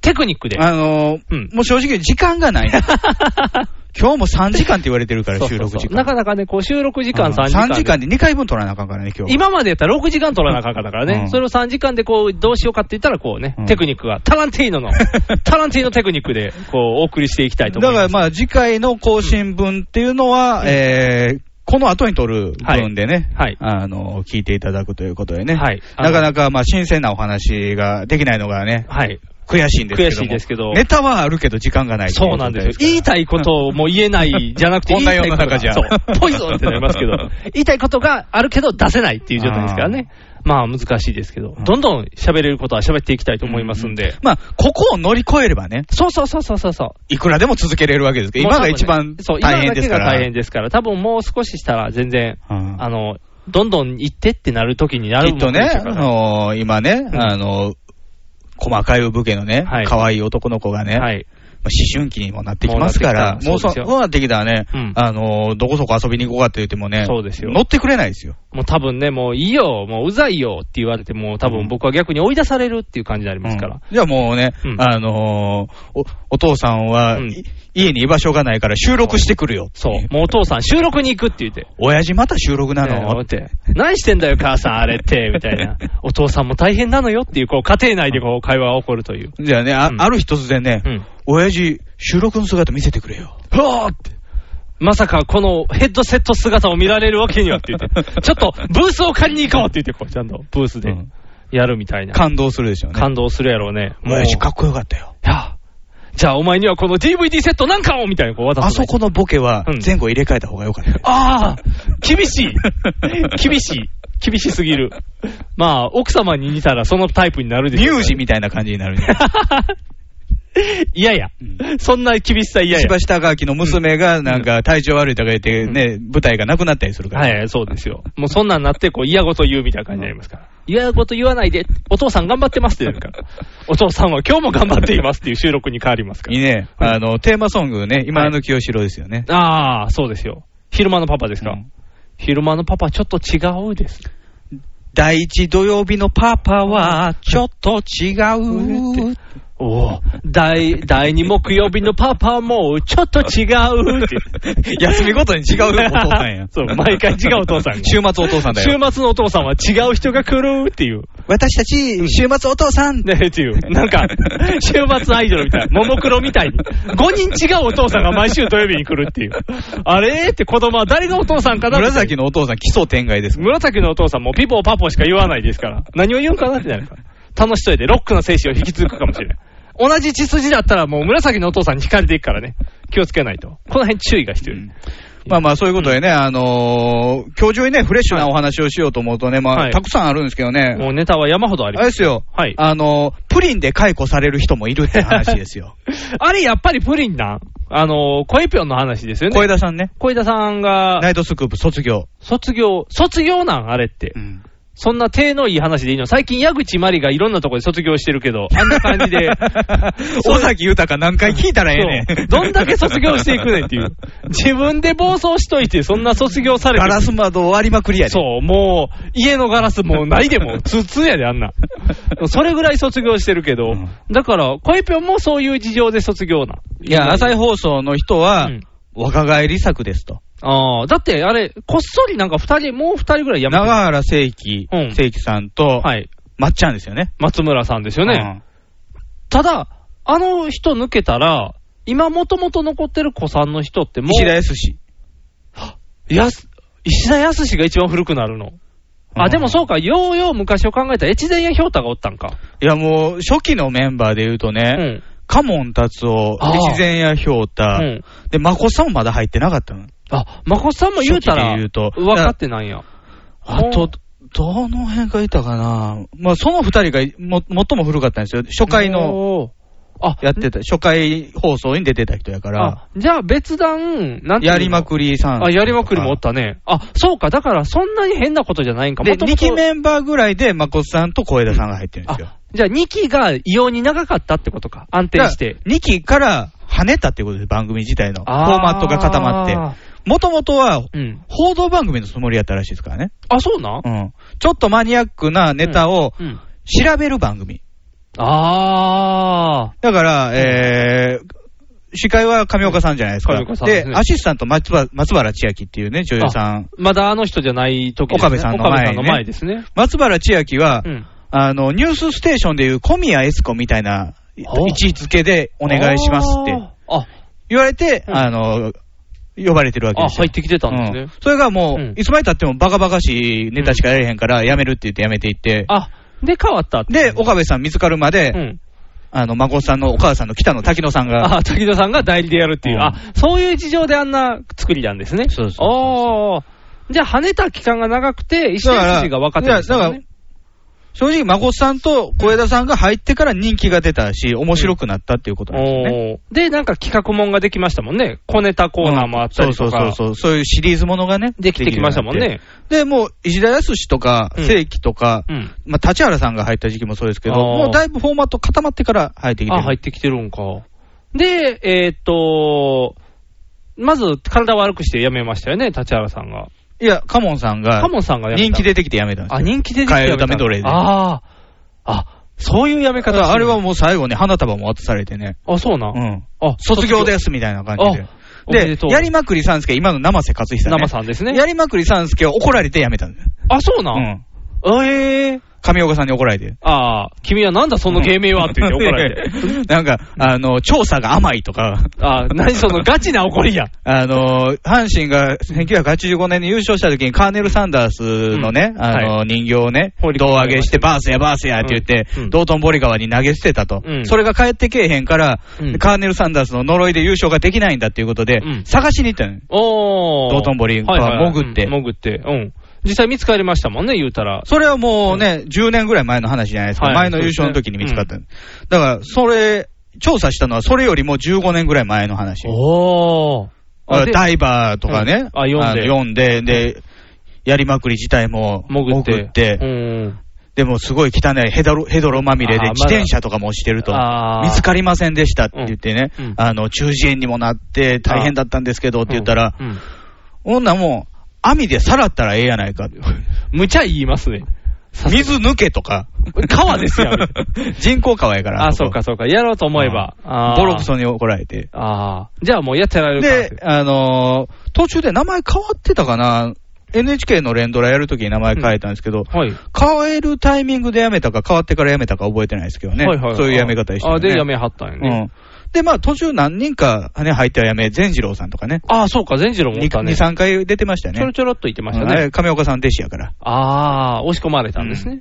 Speaker 3: テクニックで。
Speaker 2: あのーもう正直時間が ない。今日も3時間って言われてるから、収録時間。
Speaker 3: なかなかね、こう、収録時間3時間
Speaker 2: 3
Speaker 3: で。
Speaker 2: 時間で2回分取らなあかんからね、今日。
Speaker 3: 今までやったら6時間取らなあかんかったからね、
Speaker 2: うん
Speaker 3: それを3時間でこうどうしようかって言ったら、こうね、テクニックが、タランティーノの、タランティーノテクニックでこうお送りしていきたいと思
Speaker 2: だか
Speaker 3: いま
Speaker 2: ら
Speaker 3: す。
Speaker 2: まあ次回の更新分っていうのは、えーこの後に撮る分でね、あの、聞いていただくということでね、
Speaker 3: あの
Speaker 2: なかなかまあ新鮮なお話ができないのがね、悔しいんですけども
Speaker 3: 悔しいですけど
Speaker 2: ネタはあるけど時間がない
Speaker 3: そうなんですよ。
Speaker 2: よ。
Speaker 3: 言いたいことをもう言えないじゃなくて、
Speaker 2: こんな世の中
Speaker 3: 言いたいことがそう、ぽいぞってなりますけど、 言いたいことがあるけど出せないっていう状態ですからね。まあ難しいですけど、どんどん喋れることは喋っていきたいと思いますんで。
Speaker 2: まあ、ここを乗り越えればね、
Speaker 3: そうそうそうそうそうそう。
Speaker 2: いくらでも続けれるわけですけど、
Speaker 3: もう
Speaker 2: 今
Speaker 3: 多
Speaker 2: が
Speaker 3: 分ね
Speaker 2: 一番
Speaker 3: そう
Speaker 2: 大変ですか
Speaker 3: 今だけが
Speaker 2: ら
Speaker 3: 大。変ですから、多分もう少ししたら全然、あの、どんどん行ってってなる時になる
Speaker 2: きっとね、あの今ね、あの細かい産毛のね、可、愛、い、男の子がね、まあ思春期にもなってきますから、
Speaker 3: も
Speaker 2: も
Speaker 3: う
Speaker 2: う
Speaker 3: な
Speaker 2: そ
Speaker 3: ってきたらそうですよ
Speaker 2: うなってきたらね、あのどこそこ遊びに行こうかって言ってもね、
Speaker 3: そうですよ
Speaker 2: 乗ってくれないですよ。
Speaker 3: もう多分ね、もういいよ、もううざいよって言われて、もう多分僕は逆に追い出されるっていう感じになりますから。
Speaker 2: じゃあもうね、あのお、お父さんは、い家に居場所がないから収録してくるよ。
Speaker 3: そう。もうお父さん収録に行くって言って。
Speaker 2: 親父また収録なの、
Speaker 3: ね思って。何してんだよ、母さん、あれって、みた いな。お父さんも大変なのよっていう、こう、家庭内でこう、会話が起こるという。
Speaker 2: じゃあね、あ,、る日突然ね、親父、収録の姿見せてくれよ。
Speaker 3: ふわーって。まさかこのヘッドセット姿を見られるわけにはって言 って、ちょっとブースを借りに行こうって言って、こう、ちゃんとブースでやるみたいな。
Speaker 2: 感動するでしょうね。
Speaker 3: 感動するやろうね。もう
Speaker 2: 親父、かっこよかったよ。
Speaker 3: じゃあお前にはこの DVD セットなんかをみたいな、こう渡す。
Speaker 2: あそこのボケは前後入れ替えた方がよかったよ。
Speaker 3: ああ、厳しい。厳しい。厳しすぎる。まあ、奥様に似たらそのタイプになるでしょう、
Speaker 2: 乳児みたいな感じになる ね。
Speaker 3: いやいや。そんな厳しさ嫌や。
Speaker 2: 石橋貴明の娘がなんか体調悪いとか言ってね、舞台がなくなったりするから。
Speaker 3: はい、そうですよ。もうそんなんなって、こう、嫌ごと言うみたいな感じになりますから。嫌ごと言わないで、お父さん頑張ってますって言うから。 お父さんは今日も頑張っていますっていう収録に変わりますから。
Speaker 2: いいね。あの、テーマソングね、今の清志郎ですよね。
Speaker 3: ああ、そうですよ。昼間のパパですか。昼間のパパ、ちょっと違うです。
Speaker 2: 第一土曜日のパパは、ちょっと違う。
Speaker 3: おお第、第2木曜日のパパも、ちょっと違 うって。
Speaker 2: 休 みごとに違うお父さんや
Speaker 3: そう、毎回違うお父さんが。
Speaker 2: 週末お父さんだよ
Speaker 3: 週末のお父さんは違う人が来るっていう。
Speaker 2: 私たち、週末お父さん
Speaker 3: ね、 っていう。なんか、週末アイドルみたいな、ももクロみたいに、5人違うお父さんが毎週土曜日に来るっていう。あれーって子供は誰がお父さんかなって
Speaker 2: 紫のお父さん、奇想天外です。
Speaker 3: 紫のお父さんもピポパポしか言わないですから、何を言うんかなってなるから。楽しといて、ロックの精神を引き継ぐかもしれない。同じ血筋だったらもう紫のお父さんに惹かれていくからね。気をつけないと。この辺注意が必要。
Speaker 2: まあまあ、そういうことでね、あのー、今日中にね、フレッシュなお話をしようと思うとね、ま
Speaker 3: は
Speaker 2: あ、
Speaker 3: い
Speaker 2: たくさんあるんですけどね。
Speaker 3: もうネタは山ほどあり
Speaker 2: あれ
Speaker 3: ま。
Speaker 2: ですすよ。あのー、プリンで解雇される人もいるって話ですよ。
Speaker 3: あれやっぱりプリンなんあのー、小エぴょんの話です よね。
Speaker 2: 小枝さんね。
Speaker 3: 小枝さんが、
Speaker 2: ナイトスクープ卒業。
Speaker 3: 卒業、卒業なんあれって。そんな手のいい話でいいの最近矢口まりがいろんなとこで卒業してるけど、あんな感じ で。
Speaker 2: 尾崎豊何回聞いたらええ
Speaker 3: そ
Speaker 2: ね。
Speaker 3: うんどんだけ卒業していくねんっていう。自分で暴走しといて、そんな卒業されて。
Speaker 2: ガラス窓割りまくりやで。
Speaker 3: そう、もう、家のガラスもうないで も、通通やで、あんな。それぐらい卒業してるけど、だから、恋ぴょんもそういう事情で卒業な。
Speaker 2: いや、朝日放送の人は、若返り策ですと。
Speaker 3: ああ、だってあれ、こっそりなんか二人、もう二人ぐらいやめて
Speaker 2: 長原聖輝、聖輝さんと、まっちゃんですよね。
Speaker 3: 松村さんですよね。ただ、あの人抜けたら、今もともと残ってる子さんの人ってもう。
Speaker 2: 石田康史。
Speaker 3: やす石田康史が一番古くなるの。あ、でもそうか、ようよう昔を考えたら、越前屋ひょうたがおったんか。
Speaker 2: いや、もう、初期のメンバーで言うとね、カモン達夫、
Speaker 3: あー
Speaker 2: 越前屋ひょうた、で、まこさんもまだ入ってなかったの。
Speaker 3: あ、まこさんも言うたら、
Speaker 2: 初期で言うと
Speaker 3: 分かってないんや。
Speaker 2: あと、どの辺がいたかなまあ、その二人がも、最も古かったんですよ。初回
Speaker 3: の、
Speaker 2: やってた、初回放送に出てた人やから、
Speaker 3: じゃあ別段、なんていうの
Speaker 2: やりまくりさん。
Speaker 3: あ、やりまくりもおったね。あ、そうか、だからそんなに変なことじゃないんか。
Speaker 2: で、
Speaker 3: 元々
Speaker 2: 2期メンバーぐらいで、まこさんと小枝さんが入ってるんですよ。
Speaker 3: じゃあ2期が異様に長かったってことか。安定して。
Speaker 2: 2期から跳ねたってことです、番組自体の。フォー
Speaker 3: あー
Speaker 2: マットが固まって。もともとは、報道番組のつもりやったらしいですからね。
Speaker 3: あ、そうなん
Speaker 2: うん。ちょっとマニアックなネタを
Speaker 3: うん。
Speaker 2: 調べる番組。
Speaker 3: あ
Speaker 2: だから、えー、司会は上岡さんじゃないですか。
Speaker 3: 上岡さんで
Speaker 2: です
Speaker 3: ね
Speaker 2: アシスタント松葉松原千秋っていうね、女優さん。
Speaker 3: まだあの人じゃない時ですね。
Speaker 2: 岡部さんの前にね
Speaker 3: 岡部さんの前ですね。
Speaker 2: 松原千秋は、
Speaker 3: ん
Speaker 2: あの、ニュースステーションでいう小宮エスコみたいな位置付けでお願いしますって
Speaker 3: あ
Speaker 2: 言われて、あの、呼ばれてるわけで
Speaker 3: あ、
Speaker 2: すよ
Speaker 3: 入。ってきてたんですね。
Speaker 2: それがもう、いつまでたってもバカバカしいネタしかやれへんから、やめるって言ってやめていって。
Speaker 3: あ、で変わった
Speaker 2: で、岡部さん見つかるまで、あの、孫さんのお母さんの北野滝野さんが。
Speaker 3: あ、滝野さんが代理でやるっていう。あ、そういう事情であんな作りなんですね。そうそうおー。じゃあ、跳ねた期間が長くて、石田筋が分かってるんです
Speaker 2: だ
Speaker 3: よ
Speaker 2: から
Speaker 3: ね。
Speaker 2: 正直、孫さんと小枝さんが入ってから人気が出たし、面白くなったっていうことなんですよね。
Speaker 3: おーで、なんか企画もんができましたもんね。小ネタコーナーもあったりとか。
Speaker 2: そうそうそうそう、そういうシリーズものがね、で
Speaker 3: きてきましたもんね
Speaker 2: で、もう、石田康とか、
Speaker 3: うん
Speaker 2: 正規とか、
Speaker 3: ん
Speaker 2: まあ、立原さんが入った時期もそうですけど、
Speaker 3: あー
Speaker 2: もうだいぶフォーマット固まってから入ってきてる
Speaker 3: あ、入ってきてるんか。で、えーっと、まず体悪くして辞めましたよね、立原さんが。
Speaker 2: いや、カモンさんが、
Speaker 3: カモンさんが辞めた
Speaker 2: 人気出てきてやめたんですよ。
Speaker 3: あ、人気出てきて辞
Speaker 2: 変え
Speaker 3: めた
Speaker 2: るため奴隷で。
Speaker 3: ああ。あ、そういう辞め方
Speaker 2: あれはもう最後ね、花束も渡されてね。
Speaker 3: あ、そうなん
Speaker 2: うん。
Speaker 3: あ、
Speaker 2: 卒業ですみたいな感じで。
Speaker 3: おめでとう
Speaker 2: やりまくりさんすけ、今の生瀬勝久ね。
Speaker 3: 生さんですね
Speaker 2: やりまくりさんすけを怒られてやめたんだよ。
Speaker 3: あ、そうなんうん。えー。
Speaker 2: 上岡さんに怒られて。
Speaker 3: ああ、君はなんだその芸名はって言って怒られて。
Speaker 2: て。 なんか、あの、調査が甘いとか。
Speaker 3: あー何そのガチな怒りや。
Speaker 2: あの、阪神が1985年に優勝した時にカーネル・サンダースのね、あの、人形をね、胴上げしてバースやバースやって言って、道頓堀川に投げ捨てたと。
Speaker 3: うん
Speaker 2: それが帰ってけえへんから、
Speaker 3: うん
Speaker 2: カーネル・サンダースの呪いで優勝ができないんだっていうことで、探しに行ったのよ
Speaker 3: おー。
Speaker 2: 道頓堀
Speaker 3: はいはいはい
Speaker 2: 潜って
Speaker 3: うん潜って。うん。実際見つかりましたもんね、言うたら。
Speaker 2: それはもうね、10年ぐらい前の話じゃないですか。
Speaker 3: はい
Speaker 2: 前の優勝の時に見つかったの、だから、それ、調査したのはそれよりも15年ぐらい前の話。
Speaker 3: おー。あで
Speaker 2: ダイバーとかね、
Speaker 3: うんあ読んで
Speaker 2: あの読んで、で、やりまくり自体も潜って、でもすごい汚いヘドロヘドロまみれ
Speaker 3: あー
Speaker 2: で
Speaker 3: まだ
Speaker 2: 自転車とかも落ちてると、
Speaker 3: あー
Speaker 2: 見つかりませんでしたって言ってね、あの、中耳炎にもなって大変だったんですけどって言ったら、女もう網でさらったらええやないかって。
Speaker 3: むちゃ言いますね。
Speaker 2: 水抜けとか。
Speaker 3: 川ですよ。
Speaker 2: 人工川やから。
Speaker 3: あ、そうかそうか。やろうと思えば。あー
Speaker 2: ボロクソに怒られて。
Speaker 3: ああ。じゃあもうやってられるか。
Speaker 2: で、あのー途中で名前変わってたかな ?NHK の連ドラやるときに名前変えたんですけど、変えるタイミングで辞めたか、変わってから辞めたか覚えてないですけどね。
Speaker 3: はいはい
Speaker 2: そういう辞め方して、ね。
Speaker 3: あーで辞めはったんやね。
Speaker 2: うん。で、まあ途中何人か、ね、入った辞め、善次郎さんとかね。
Speaker 3: ああ、そうか、善次郎もおったね
Speaker 2: 2、3回出てましたね。
Speaker 3: ちょろちょろっと言ってました
Speaker 2: うんあ
Speaker 3: ね
Speaker 2: れ。亀岡さん弟子やから。
Speaker 3: ああ、押し込まれたんですね。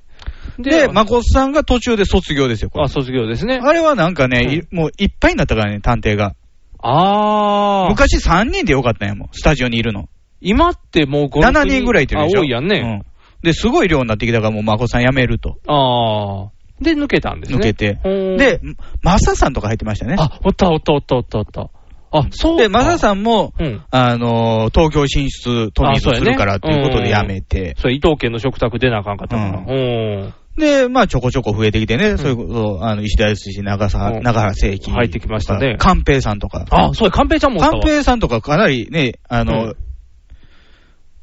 Speaker 2: で、誠さんが途中で卒業ですよ、
Speaker 3: あ、卒業ですね。
Speaker 2: あれはなんかね、いもういっぱいになったからね、探偵が。
Speaker 3: ああ。
Speaker 2: 昔3人でよかったんやもん、スタジオにいるの。
Speaker 3: 今ってもう5
Speaker 2: 7人ぐらいいてるでしょ。
Speaker 3: あ多いやんね。
Speaker 2: うんで、すごい量になってきたから、もう孫さん辞めると。
Speaker 3: ああ。で、抜けたんですね。
Speaker 2: 抜けて。
Speaker 3: ほう
Speaker 2: で、マサさんとか入ってましたね。
Speaker 3: あ、おったおったおったおったおった。あ、そう
Speaker 2: で、マサさんも、あのー、東京進出、トミーズするからっていうことで辞めて。て。
Speaker 3: そう、伊藤家の食卓出なあかんかったから。うん。
Speaker 2: で、まあ、ちょこちょこ増えてきてね、そういうこと、あの、石田康史、長さ
Speaker 3: うん
Speaker 2: 長原聖輝。
Speaker 3: 入ってきましたね
Speaker 2: 寛平さんとか。
Speaker 3: あ、そうや、寛平ちゃんもおったわ
Speaker 2: 寛平さんとかかなりね、あの、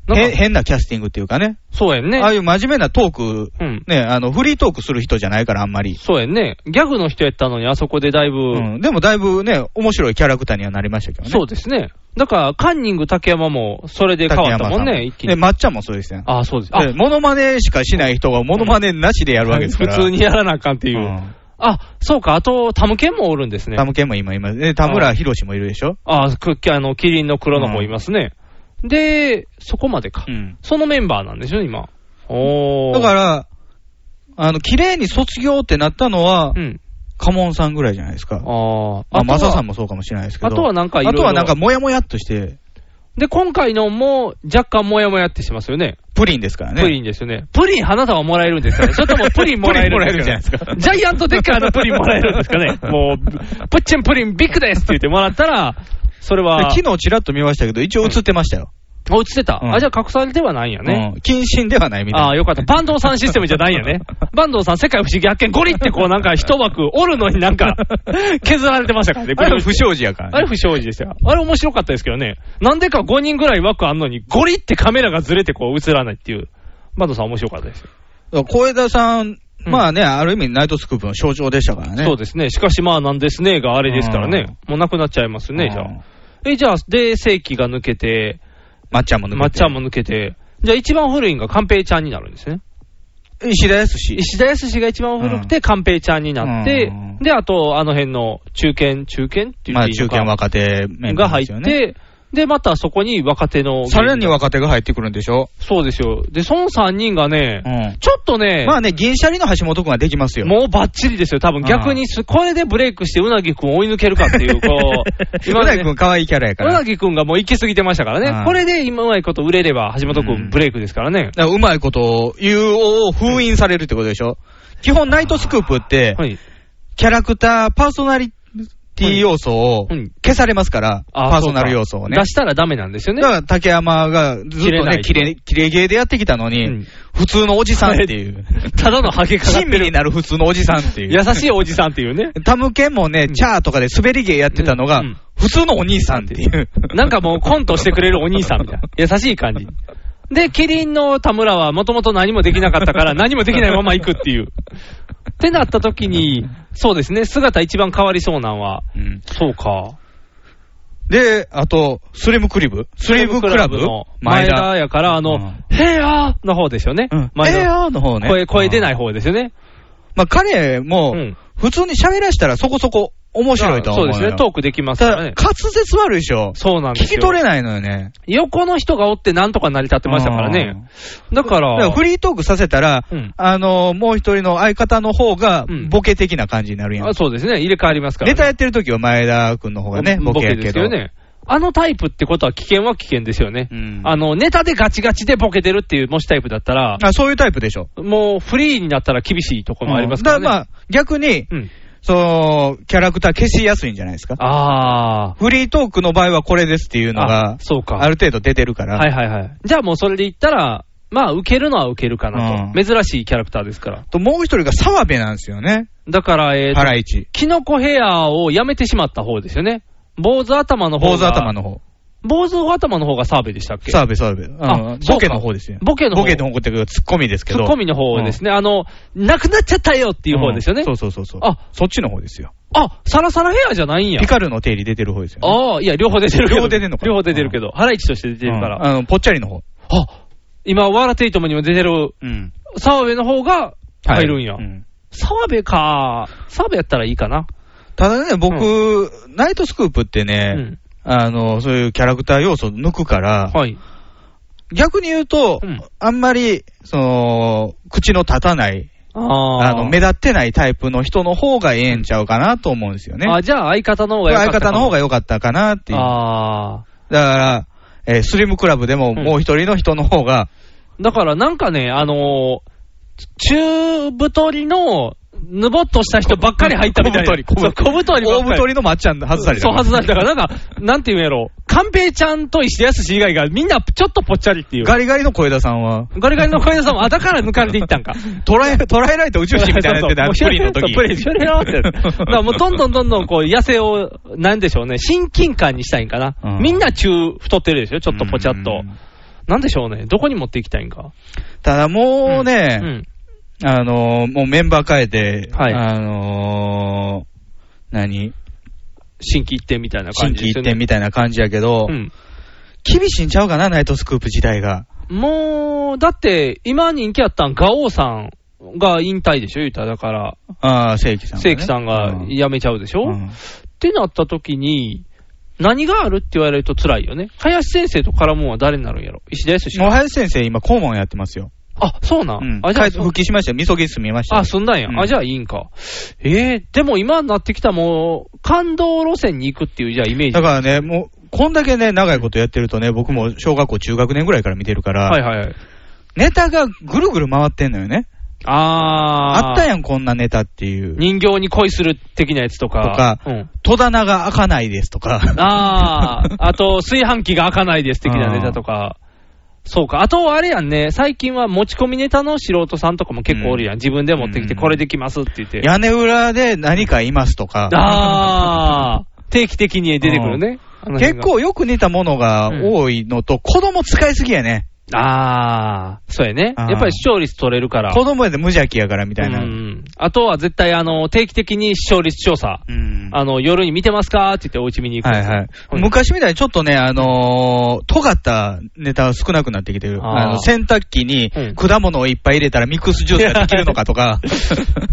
Speaker 2: へ変なキャスティングっていうかね。
Speaker 3: そうやんね。
Speaker 2: ああいう真面目なトーク、ね、あの、フリートークする人じゃないから、あんまり。
Speaker 3: そうやんね。ギャグの人やったのに、あそこでだいぶ、
Speaker 2: うん。でもだいぶね、面白いキャラクターにはなりましたけどね。
Speaker 3: そうですね。だから、カンニング竹山も、それで変
Speaker 2: 竹
Speaker 3: わっ
Speaker 2: 山
Speaker 3: た
Speaker 2: さ
Speaker 3: もんね、一気
Speaker 2: で、
Speaker 3: に。
Speaker 2: まっちゃんもそうですね。
Speaker 3: ああ、そうです。あ
Speaker 2: で、モノマネしかしない人が、モノマネなしでやるわけですから。
Speaker 3: 普通にやらなあかんっていう。
Speaker 2: うん
Speaker 3: あ、そうか、あと、タムケンもおるんですね。
Speaker 2: タムケンも今、今、で田村博士もいるでしょ
Speaker 3: ああ、くあの、キリンの黒のもいますね。で、そこまでか、そのメンバーなんでしょ、今。おー。
Speaker 2: だから、あの、綺麗に卒業ってなったのは、カモンさんぐらいじゃないですか。
Speaker 3: あ
Speaker 2: まあ、
Speaker 3: あとは
Speaker 2: マサさんもそうかもしれないですけど。
Speaker 3: あとはなんかいろい
Speaker 2: あ
Speaker 3: ろ
Speaker 2: とはなんか、もやもやっとして、
Speaker 3: で、今回のも若干もやもやってしますよね。
Speaker 2: プリンですからね。
Speaker 3: プリンですよね。プリン、花束もらえ るんですかね。ちょっともうプリンもらえるんですかね
Speaker 2: プリンもらえるじゃないです
Speaker 3: ジャイアントデッカーのプリンもらえるんですか ね。もう、プッチンプリンビッグですって言ってもらったら、それは。
Speaker 2: で昨日ちらっと見ましたけど、一応映ってましたよ。
Speaker 3: あ、映ってた、
Speaker 2: うん
Speaker 3: あ、じゃあ隠されてはないんやね。
Speaker 2: うん。謹慎ではないみたいな。
Speaker 3: ああ、よかった。坂東さんシステムじゃないんや ね。坂東さん、世界不思議発見、ゴリってこうなんか一枠おるの になんか削られてましたからね。
Speaker 2: あれ不祥事やからね
Speaker 3: あれ不祥事でしたよ。あれ面白かったですけどね。なんでか5人ぐらい枠あんのに、ゴリってカメラがずれてこう映らないっていう。坂東さん面白かったですよ。
Speaker 2: 小枝さん、まあね、ある意味、ナイトスクープの象徴でしたからね。
Speaker 3: そうですね。しかしまあなんですねがあれですからね。もうなくなっちゃいますね、じゃあ。え、じゃあ、で、正規が抜けて、
Speaker 2: まっちゃんも抜けて。
Speaker 3: まっちゃんも抜けて、じゃあ一番古いんが寛平ちゃんになるんですね。
Speaker 2: 石田康史。
Speaker 3: 石田康が一番古くて、寛平ちゃんになって、で、あと、あの辺の中堅、中堅って言
Speaker 2: まあ、
Speaker 3: っていい
Speaker 2: 中
Speaker 3: のか、
Speaker 2: 堅若手メンバ
Speaker 3: が
Speaker 2: ー
Speaker 3: 入
Speaker 2: で
Speaker 3: っ
Speaker 2: すよね。
Speaker 3: て、で、またそこに若手の。
Speaker 2: さらに若手が入ってくるんでしょ
Speaker 3: そうですよ。で、その3人がね、
Speaker 2: うん。
Speaker 3: ちょっとね、
Speaker 2: まあね、銀シャリの橋本くんはできますよ。
Speaker 3: もうバッチリですよ、多分逆にす、これでブレイクして、うなぎくんを追い抜けるかっていう、こう、
Speaker 2: う
Speaker 3: ま
Speaker 2: な
Speaker 3: で
Speaker 2: ぎくん可愛いキャラやか
Speaker 3: う
Speaker 2: ら。
Speaker 3: なぎくんがもう行き過ぎてましたから
Speaker 2: う
Speaker 3: ね
Speaker 2: ん、
Speaker 3: これで今うまいこと売れれば、橋本くんブレイクですからね。
Speaker 2: だからうまいことを言うを封印されるってことでしょ基本、ナイトスクープって、キャラクター、パーソナリティ要素を消されますから、
Speaker 3: あ
Speaker 2: パーソナル要素をね
Speaker 3: 出。したらダメなんですよね。
Speaker 2: だから竹山がずっ
Speaker 3: 切れ
Speaker 2: と
Speaker 3: な
Speaker 2: ね、
Speaker 3: い
Speaker 2: キレ、キレゲーでやってきたのに、普通のおじさんって いう。
Speaker 3: ただのハゲかかって
Speaker 2: 親身になる普通のおじさんっていう。
Speaker 3: 優しいおじさんっていうね。
Speaker 2: タムケンもね、チャーとかで滑り芸やってたのが、普通のお兄さんっていう。
Speaker 3: なんかもうコントしてくれるお兄さんみ たいな。優しい感じ。で、キリンの田村はもともと何もできなかったから、何もできないまま行くっていう。ってなった時に、そうですね、姿一番変わりそうなんは。そうか。
Speaker 2: で、あと、スリムクリブスリムクラブ
Speaker 3: の前田やから、あの、ヘアーの方ですよね。前田
Speaker 2: ええよの方ね。
Speaker 3: 声、声出ない方ですよね。
Speaker 2: まあ彼も、普通に喋らしたらそこそこ面白いとは思う
Speaker 3: そう
Speaker 2: よ。
Speaker 3: ですね、トークできますからね。
Speaker 2: ただ滑舌悪いでしょ。
Speaker 3: そうなんです
Speaker 2: 聞
Speaker 3: よ。
Speaker 2: き取れないのよね。
Speaker 3: 横の人がおってなんとか成り立ってましたからね。だか
Speaker 2: だから
Speaker 3: ら、
Speaker 2: フリートークさせたら、あの、もう一人の相方の方が、ボケ的な感じになるやん。
Speaker 3: あそうですね、入れ替わりますから
Speaker 2: ネタやってる時は前田君の方がね、ボケ
Speaker 3: ボケ
Speaker 2: や
Speaker 3: で
Speaker 2: け
Speaker 3: すよ
Speaker 2: ど。
Speaker 3: ね。あのタイプってことは危険は危険ですよね。あの、ネタでガチガチでボケてるっていう、もしタイプだったら、
Speaker 2: あそういうタイプでしょ。
Speaker 3: もうフリーになったら厳しいところもありますか
Speaker 2: だ
Speaker 3: らね。
Speaker 2: からまあ、逆に、その、キャラクター消しやすいんじゃないですか。
Speaker 3: あ
Speaker 2: フリートークの場合はこれですっていうのが、
Speaker 3: そうか。
Speaker 2: ある程度出てるから。
Speaker 3: はいはいはい。じゃあもうそれで言ったら、まあ、受けるのは受けるかなと。珍しいキャラクターですから。
Speaker 2: と、もう一人が澤部なんですよね。
Speaker 3: だから、えーと
Speaker 2: ハライチ。
Speaker 3: キノコヘアをやめてしまった方ですよね。坊主頭の方が。
Speaker 2: 坊主頭の方。
Speaker 3: 坊主頭の方が澤部でしたっけ
Speaker 2: 澤部、澤部。あの
Speaker 3: あそうか
Speaker 2: ボケの方ですよ。
Speaker 3: ボケの方
Speaker 2: ボケの方っていうか、ツッコミですけ
Speaker 3: ツ
Speaker 2: ど。
Speaker 3: ッコミの方ですね。あの、なくなっちゃったよっていう方ですよね。そうそうそうそう。あ、
Speaker 2: そっちの方ですよ。
Speaker 3: あ、サラサラヘアじゃないんや
Speaker 2: ピ。カルの定理出てる方ですよ。
Speaker 3: ああ、いや、両方出てるけど。
Speaker 2: 両方出てんのか
Speaker 3: 両方出てるけど。ハライチとして出てるから。
Speaker 2: あの、ぽっちゃりの方。
Speaker 3: 今、ワラテイトムにも出てる、澤部の方が入るんや。澤部か。澤部やったらいいかな。
Speaker 2: ただね、僕、ナイトスクープってね、あの、そういうキャラクター要素抜くから、逆に言うと、あんまり、その、口の立たない、
Speaker 3: あ
Speaker 2: あの、目立ってないタイプの人の方がええんちゃうかなと思うんですよね。
Speaker 3: あ、じゃあ相方の方が良かっ
Speaker 2: 相
Speaker 3: たか
Speaker 2: 方の方が
Speaker 3: よ
Speaker 2: 良かったかなっていう。
Speaker 3: あ
Speaker 2: だから、えースリムクラブでももう一人の人の方が、
Speaker 3: だからなんかね、あのー、中太りの、ぬぼっとした人ばっかり入ったみたいな。
Speaker 2: 小太り小太り
Speaker 3: そう小太りばっかり。
Speaker 2: 大太りのまっちゃん外された
Speaker 3: そう、外されたから、なんか、なんていうんやろ。寛平ちゃんと石田康以外がみんなちょっとぽっちゃりっていう。
Speaker 2: ガリガリの小枝さんは、
Speaker 3: ガリガリの小枝さんも、あ、だから抜かれていったんか。
Speaker 2: 捉え、捉えられた宇宙人みたいになってた、
Speaker 3: そうそう
Speaker 2: プリンの
Speaker 3: そう
Speaker 2: 時。
Speaker 3: プリン、プリンって。だか らもうどんどんどんどんこう、痩せを、なんでしょうね、親近感にしたいんかな。みんな中太ってるでしょ、ちょっとぽちゃっと。なんでしょうね。どこに持っていきたいんか。
Speaker 2: ただもうね、あのーもうメンバー変えて、あのー何
Speaker 3: 新規一点みたいな
Speaker 2: 新
Speaker 3: 感じ
Speaker 2: 規
Speaker 3: です
Speaker 2: 一
Speaker 3: よね。
Speaker 2: 点みたいな感じやけど、
Speaker 3: うん
Speaker 2: 厳しいんちゃうかな、ナイトスクープ自体が。
Speaker 3: もう、だって、今人気あったん、ガオさんが引退でしょ、言うたら。だから、
Speaker 2: ああ、正規さんが、ね。
Speaker 3: 正規さんが辞めちゃうでしょ、ってなった時に、何があるって言われると辛いよね。林先生と絡むんは誰になるんやろ石田康し
Speaker 2: もう林先生、今、顧問やってますよ。
Speaker 3: あ、そうなん、あ、じゃあ、
Speaker 2: 帰って復帰しましたよ。みそぎ住みましたよ。
Speaker 3: あ、そんなんや。あ、じゃあいいんか。えー、でも今になってきたもう、感動路線に行くっていう、じゃあイメージ。
Speaker 2: だからね、もう、こんだけね、長いことやってるとね、僕も小学校、中学年ぐらいから見てるから、
Speaker 3: はいはいはい。
Speaker 2: ネタがぐるぐる回ってんのよね。
Speaker 3: あー。
Speaker 2: あったやん、こんなネタっていう。
Speaker 3: 人形に恋する的なやつとか。
Speaker 2: とか
Speaker 3: うん。
Speaker 2: 戸棚が開かないですとか。
Speaker 3: あ ー。あと、炊飯器が開かないです的なネタとか。そうか。あと、あれやんね。最近は持ち込みネタの素人さんとかも結構おるやん。自分で持ってきて、これできますって言って。
Speaker 2: 屋根裏で何かいますとか。
Speaker 3: あー。定期的に出てくるね。あの
Speaker 2: 結
Speaker 3: 辺が
Speaker 2: 構よく似たものが多いのと、子供使いすぎやね。
Speaker 3: あー、そうやね。
Speaker 2: あー
Speaker 3: やっぱり視聴率取れるから。
Speaker 2: 子供やで無邪気やからみたいな。
Speaker 3: うんあとは絶対、あの、定期的に視聴率調査。
Speaker 2: ん
Speaker 3: あの、夜に見てますかって言ってお家見に行く。
Speaker 2: はいはい。昔みたいにちょっとね、あのー、尖ったネタは少なくなってきてる。
Speaker 3: あー
Speaker 2: あの、洗濯機に果物をいっぱい入れたらミックスジュースができるのかと か、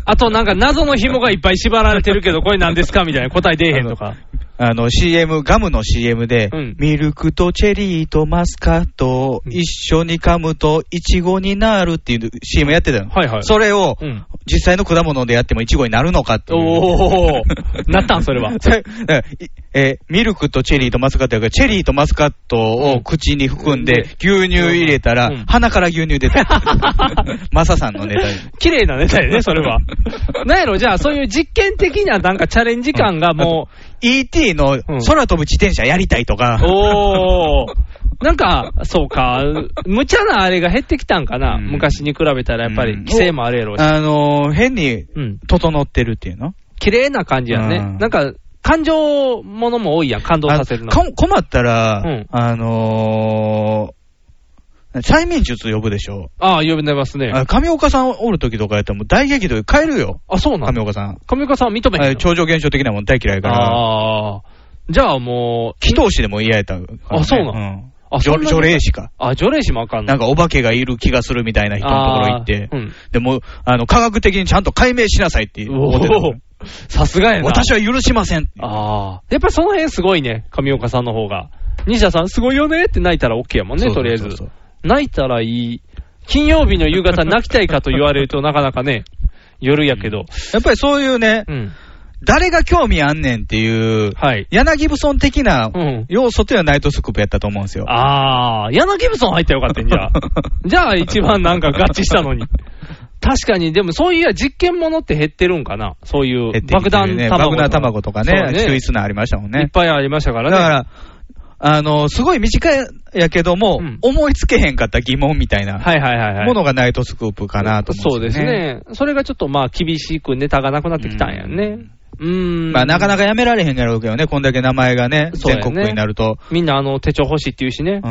Speaker 3: あとなんか謎の紐がいっぱい縛られてるけど、これ何ですかみたいな答え出えへんとか。
Speaker 2: あの、CM、ガムの CM で、ミルクとチェリーとマスカットを一緒に噛むとイチゴになるっていう CM やってたの。
Speaker 3: はいはい
Speaker 2: それを、
Speaker 3: うん
Speaker 2: 実際の果物でやってもイチゴになるのかっていう。
Speaker 3: おお なったんそれは
Speaker 2: それだからいえーミルクとチェリーとマスカットやから、チェリーとマスカットを口に含んで、牛乳入れたら、鼻から牛乳出てる。 マサさんのネタに。
Speaker 3: 綺麗なネタやね、それ は。なんやろ、じゃあそういう実験的ななんかチャレンジ感がもう、
Speaker 2: ET の空飛ぶ自転車やりたいとか。
Speaker 3: おー。なんか、そうか、無茶なあれが減ってきたんかな、昔に比べたらやっぱり、規制もあるやろうし。
Speaker 2: あのー変に整ってるっていうの、
Speaker 3: 綺麗な感じやね。
Speaker 2: うん
Speaker 3: なんか、感情ものも多いやん、感動させるの。
Speaker 2: あこ困ったら、あのー催眠術呼ぶでしょ。
Speaker 3: ああ、呼び出ますね。
Speaker 2: あ上岡さんおる時とかやったらもう大激怒で帰るよ。
Speaker 3: あ、そうなの
Speaker 2: 上岡さん。
Speaker 3: 上岡さんは認めへんの
Speaker 2: あ超常現象的なもん大嫌いから。
Speaker 3: ああ。じゃあもう。
Speaker 2: 祈祷師でも嫌やったからね、
Speaker 3: あ、そうな。
Speaker 2: うん
Speaker 3: あ
Speaker 2: あ
Speaker 3: そんなに
Speaker 2: 除霊師か。
Speaker 3: あ、除霊師もあかんの
Speaker 2: なんかお化けがいる気がするみたいな人のところ行って、
Speaker 3: あーうん
Speaker 2: でも、あの、科学的にちゃんと解明しなさいって思ってた
Speaker 3: おおさすがやな。
Speaker 2: 私は許しません。
Speaker 3: ああ。やっぱりその辺すごいね、上岡さんの方が。西田さん、すごいよねって泣いたら OK やもんね、
Speaker 2: そうそ
Speaker 3: と
Speaker 2: う
Speaker 3: りあ
Speaker 2: そ
Speaker 3: え
Speaker 2: う
Speaker 3: ず。泣いたらいい。金曜日の夕方泣きたいかと言われるとなかなかね、夜やけど。
Speaker 2: やっぱりそういうね、誰が興味あんねんっていう、柳ブソン的な要素というのはナイトスクープやったと思うんですよ。
Speaker 3: ああ、柳ギブソン入ったらよかったん じゃあ。じゃあ一番なんか合致したのに。確かに、でもそういう実験ものって減ってるんかなそういう爆弾
Speaker 2: ね
Speaker 3: 卵とか。
Speaker 2: 爆弾卵とか
Speaker 3: そう
Speaker 2: ね、注意砂ありましたもん
Speaker 3: いっ
Speaker 2: ね。
Speaker 3: ぱいありましたから
Speaker 2: だ
Speaker 3: ね。
Speaker 2: から、あの、すごい短いやけども、思いつけへんかった疑問みたいな
Speaker 3: はいはいはいはい。
Speaker 2: ものがナイトスクープかなと思
Speaker 3: そううんです
Speaker 2: よ
Speaker 3: ね。それがちょっとまあ厳しくネタがなくなってきたんやね。うーん。
Speaker 2: まあ、なかなかやめられへんやろうけどね、こんだけ名前がね、
Speaker 3: そうや
Speaker 2: 全
Speaker 3: ね
Speaker 2: 国区になると。
Speaker 3: みんなあの手帳欲しいって言うしね。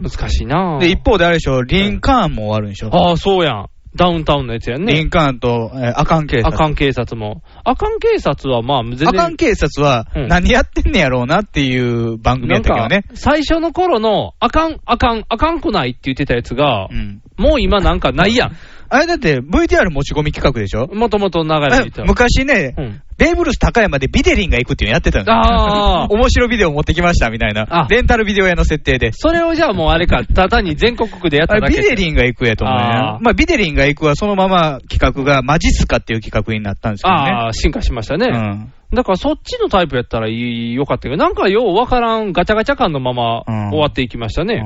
Speaker 3: 難しいなぁ
Speaker 2: で、一方であれでしょ、リンカーンも終わるんでしょ。
Speaker 3: ああ、そうやん。ダウンタウンのやつやんね。
Speaker 2: リンカーンと、えー、アカン警察。
Speaker 3: アカン警察も。アカン警察はまあ全然。
Speaker 2: アカン警察は
Speaker 3: うん
Speaker 2: 何やってんねやろうなっていう番組
Speaker 3: な
Speaker 2: や
Speaker 3: ん
Speaker 2: ったけど
Speaker 3: か
Speaker 2: ね。、
Speaker 3: 最初の頃の、あかん、あかん、あかんくないって言ってたやつが、もう今なんかな いやん。
Speaker 2: あれだって VTR 持ち込み企画でしょ
Speaker 3: もともと流れていた。
Speaker 2: 昔ね、ベーブ・ルース高山でビデリンが行くっていうのやってたんです
Speaker 3: あ ー
Speaker 2: 面白ビデオ持ってきましたみたいな。レンタルビデオ屋の設定で。
Speaker 3: それをじゃあもうあれか、ただに全国区でやっ
Speaker 2: あ
Speaker 3: た
Speaker 2: れ
Speaker 3: だ
Speaker 2: ビ
Speaker 3: け。
Speaker 2: デリンが行くやと思うね
Speaker 3: あ。ー
Speaker 2: まあ、ビデリンが行くはそのまま企画がマジスカっていう企画になったんですけどね。。
Speaker 3: ああ、進化しましたね。だからそっちのタイプやったらいいよかったけど、なんかようわからんガチャガチャ感のまま終わっていきましたね。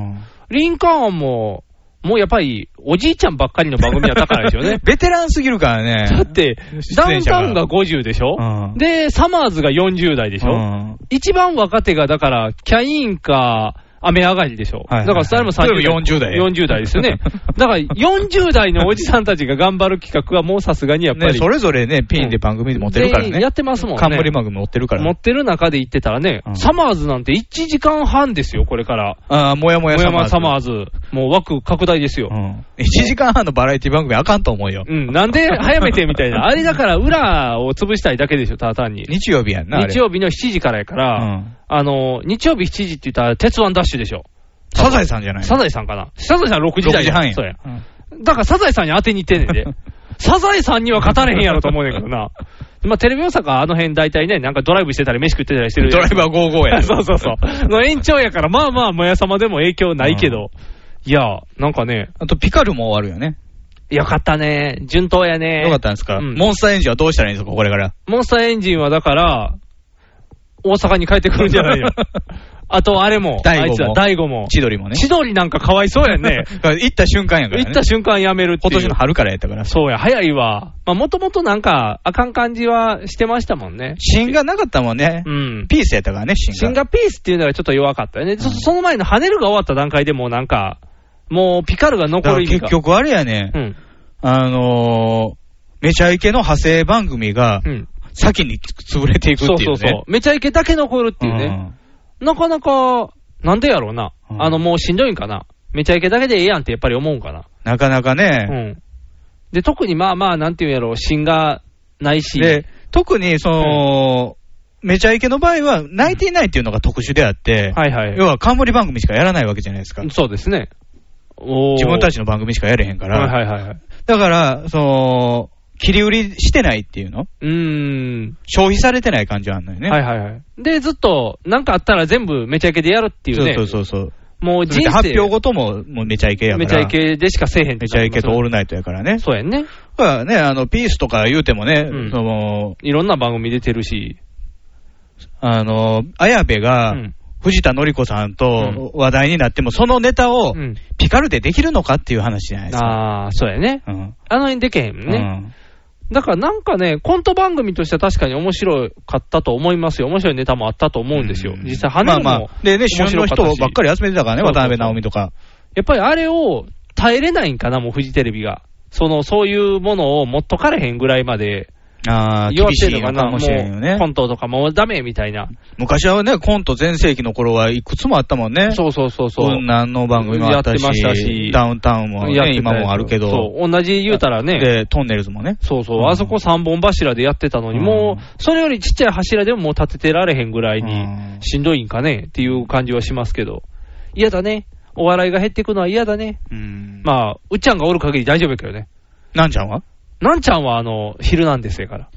Speaker 3: リンカーンも、もうやっぱりおじいちゃんばっかりの番組だったからですよね
Speaker 2: ベテランすぎるからね。
Speaker 3: だって、ダウンタウンが50でしょ、で、サマーズが40代でしょ、一番若手がだから、キャインか、雨上がりでしょ。
Speaker 2: はいはい
Speaker 3: だからそれも30代。
Speaker 2: 例えば40代
Speaker 3: 40代ですよね。だから40代のおじさんたちが頑張る企画はもうさすがにやっぱり。
Speaker 2: ね、それぞれね、ピンで番組で持ってるから
Speaker 3: 全
Speaker 2: ね。
Speaker 3: 員やってますもんね。
Speaker 2: 冠番組持ってるから
Speaker 3: 持ってる中で行ってたらね、サマーズなんて1時間半ですよ、これから。
Speaker 2: ああ、もやもや
Speaker 3: も
Speaker 2: サ
Speaker 3: や
Speaker 2: マ
Speaker 3: ま
Speaker 2: ーズ
Speaker 3: サマーズ。もう枠拡大ですよ。
Speaker 2: 1時間半のバラエティ番組あかんと思うよ。
Speaker 3: うん、なんで早めて みたいな。あれだから裏を潰したいだけでしょ、ただ単に。
Speaker 2: 日曜日やんな、あれ
Speaker 3: 日曜日の7時からやから、あの、日曜日7時って言ったら、鉄腕ダッシュでしょ。
Speaker 2: サザエさんじゃない
Speaker 3: サザエさんかな。サザエさん6時台
Speaker 2: 6時半や
Speaker 3: そうや。だからサザエさんに当てに行ってんねん で。サザエさんには勝たれへんやろと思うねんけどな。まあ、テレビ大阪はあの辺大体ね、なんかドライブしてたり飯食ってたりして る。
Speaker 2: ドライバー55や
Speaker 3: そうそうそう。の延長やから、まあまあ、もやさまでも影響ないけど。いや、なんかね。
Speaker 2: あと、ピカルも終わるよね。
Speaker 3: よかったね。順当やね。
Speaker 2: よかったんですか、モンスターエンジンはどうしたらいいんですか、これから。
Speaker 3: モンスターエンジンはだから、大阪に帰ってくるんじゃな いよ。あと、あれも、
Speaker 2: 大
Speaker 3: あいつ
Speaker 2: 悟
Speaker 3: は
Speaker 2: も。
Speaker 3: 大悟も。
Speaker 2: 千鳥もね。
Speaker 3: 千鳥なんかかわいそうや んね。
Speaker 2: 行った瞬間やから、ね。
Speaker 3: 行った瞬間やめるっていう。
Speaker 2: 今年の春からやったから。
Speaker 3: そうや、早いわ。まあ、もともとなんか、あかん感じはしてましたもんね。
Speaker 2: 芯がなかったもんね。
Speaker 3: うん。
Speaker 2: ピースやったからね、芯が。
Speaker 3: シンガピースっていうのがちょっと弱かったよね。そその前の跳ねるが終わった段階でもうなんか、もうピカルが
Speaker 2: だ
Speaker 3: 残
Speaker 2: から
Speaker 3: る意味
Speaker 2: 結
Speaker 3: が。
Speaker 2: 局あれやね、
Speaker 3: うん
Speaker 2: あのー、めちゃイケの派生番組が、先に潰れていくっていうね。
Speaker 3: そうそうそう。めちゃイケだけ残るっていうね。なかなか、なんでやろうな。あの、もうしんどいんかな。めちゃイケだけでええやんってやっぱり思うんかな。
Speaker 2: なかなかね、
Speaker 3: うん。で、特にまあまあ、なんていうんやろう、芯がないし。
Speaker 2: で、特にその、めちゃイケの場合は、ナインティナインっていうのが特殊であって、
Speaker 3: はいはい。
Speaker 2: 要は冠番組しかやらないわけじゃないですか。
Speaker 3: そうですね。おー
Speaker 2: 自分たちの番組しかやれへんから。
Speaker 3: はいはいはいはい。
Speaker 2: だから、その、切り売りしてないっていうの
Speaker 3: うーん。
Speaker 2: 消費されてない感じはあんのよね。
Speaker 3: はいはいはい。で、ずっと、なんかあったら全部めちゃイケでやるっていうね。
Speaker 2: そうそうそうそう。
Speaker 3: もう人生。
Speaker 2: 発表ごとも、もうめちゃイケやから。
Speaker 3: めちゃイケでしかせえへん
Speaker 2: めちゃイケとオールナイトやからね。
Speaker 3: そうやんね。
Speaker 2: だからね、あの、ピースとか言うてもね、その、
Speaker 3: いろんな番組出てるし。
Speaker 2: あの、綾部が、藤田紀子さんと話題になっても、そのネタをピカルでできるのかっていう話じゃないですか。
Speaker 3: ああ、そうやね。
Speaker 2: うん
Speaker 3: あの辺でけへんもんね。だからなんかね、コント番組としては確かに面白かったと思いますよ。面白いネタもあったと思うんですよ。実際、
Speaker 2: ま
Speaker 3: 花
Speaker 2: あ
Speaker 3: も、
Speaker 2: まあ、でね、旬の人ばっかり集めてたからね、
Speaker 3: そうそうそ
Speaker 2: 渡
Speaker 3: う
Speaker 2: 辺直美とか。
Speaker 3: やっぱりあれを耐えれないんかな、もうフジテレビが。その、そういうものを持っとかれへんぐらいまで
Speaker 2: ああ、
Speaker 3: 弱っ
Speaker 2: 厳してい
Speaker 3: る
Speaker 2: の
Speaker 3: のか
Speaker 2: か
Speaker 3: な、
Speaker 2: もしれんよね
Speaker 3: もう。コントとかもうダメみたいな。
Speaker 2: 昔はね、コント全盛期の頃はいくつもあったもんね。
Speaker 3: そうそうそうそう。
Speaker 2: 雲南の番組もあったし、
Speaker 3: やってましたし
Speaker 2: ダウンタウンも、
Speaker 3: やって
Speaker 2: ね、
Speaker 3: たやつ
Speaker 2: 今もあるけど。
Speaker 3: そう、同じ言うたらね。
Speaker 2: で、トンネルズもね。
Speaker 3: そうそう、あそこ三本柱でやってたのに、もう、それよりちっちゃい柱でももう立ててられへんぐらいに、しんどいんかねっていう感じはしますけど、嫌だね、お笑いが減っていくのは嫌だね、まあ、うっちゃんがおる限り大丈夫やけどね、
Speaker 2: なんちゃんは
Speaker 3: なんちゃんはあの、昼なんですやから。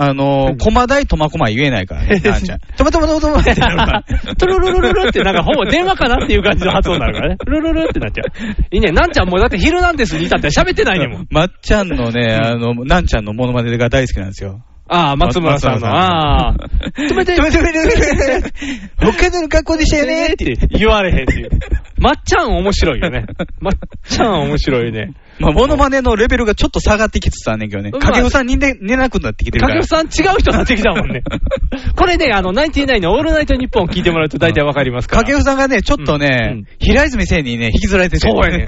Speaker 2: あのー、駒大苫小牧言えないから ね、なんちゃん。トマトマトマトマってなるから。
Speaker 3: トゥルルルルルって、なんかほぼ電話かなっていう感じの発音になるからね、 ルルルルってなっちゃう。いいね、なんちゃんもうだって昼なんですに至っては喋ってないねんもん。
Speaker 2: まっちゃんのね、あの、なんちゃんのモノマネが大好きなんですよ。
Speaker 3: ああ、松村さんの、
Speaker 2: 松村さん
Speaker 3: ああ、止めて、
Speaker 2: 止めて止めて止め て北海道の格好でしたよね
Speaker 3: って言われへんっていう。まっちゃん面白いよ ね。まっちゃん面白いね。
Speaker 2: まあ、モノマネのレベルがちょっと下がってきつつあんねんけどね。
Speaker 3: まあ
Speaker 2: 掛布さんにね寝なくなってきてる
Speaker 3: か
Speaker 2: か
Speaker 3: け
Speaker 2: ら。
Speaker 3: おさん違う人になってきたもんね。これね、あの、ナインティナインのオールナイトニッポンを聞いてもらうと大体わかりますから。
Speaker 2: 掛布さんがね、ちょっとね、平泉聖にね、引きずられてて。
Speaker 3: そう やね。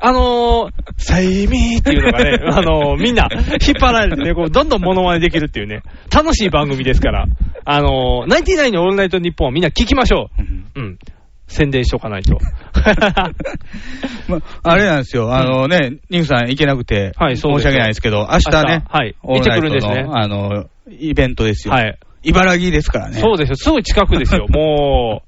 Speaker 3: あのー、サイミーっていうのが ね、あのー、みんな引っ張られてね、こう、どんどんモノマネできるっていうね、楽しい番組ですから、あのー、ナインティナインのオールナイトニッポンはみんな聞きましょう。うん。宣伝しと かないと。
Speaker 2: あれなんですよ、あのね、ニグさん行けなくて、
Speaker 3: はいそう
Speaker 2: 申
Speaker 3: です
Speaker 2: し訳ないですけど、明日ね、
Speaker 3: 明日はい
Speaker 2: オールナイトの
Speaker 3: 行ってくるんですね
Speaker 2: あの、イベントですよ。
Speaker 3: はい
Speaker 2: 茨城ですからね。
Speaker 3: そうですよ、すぐ近くですよ、も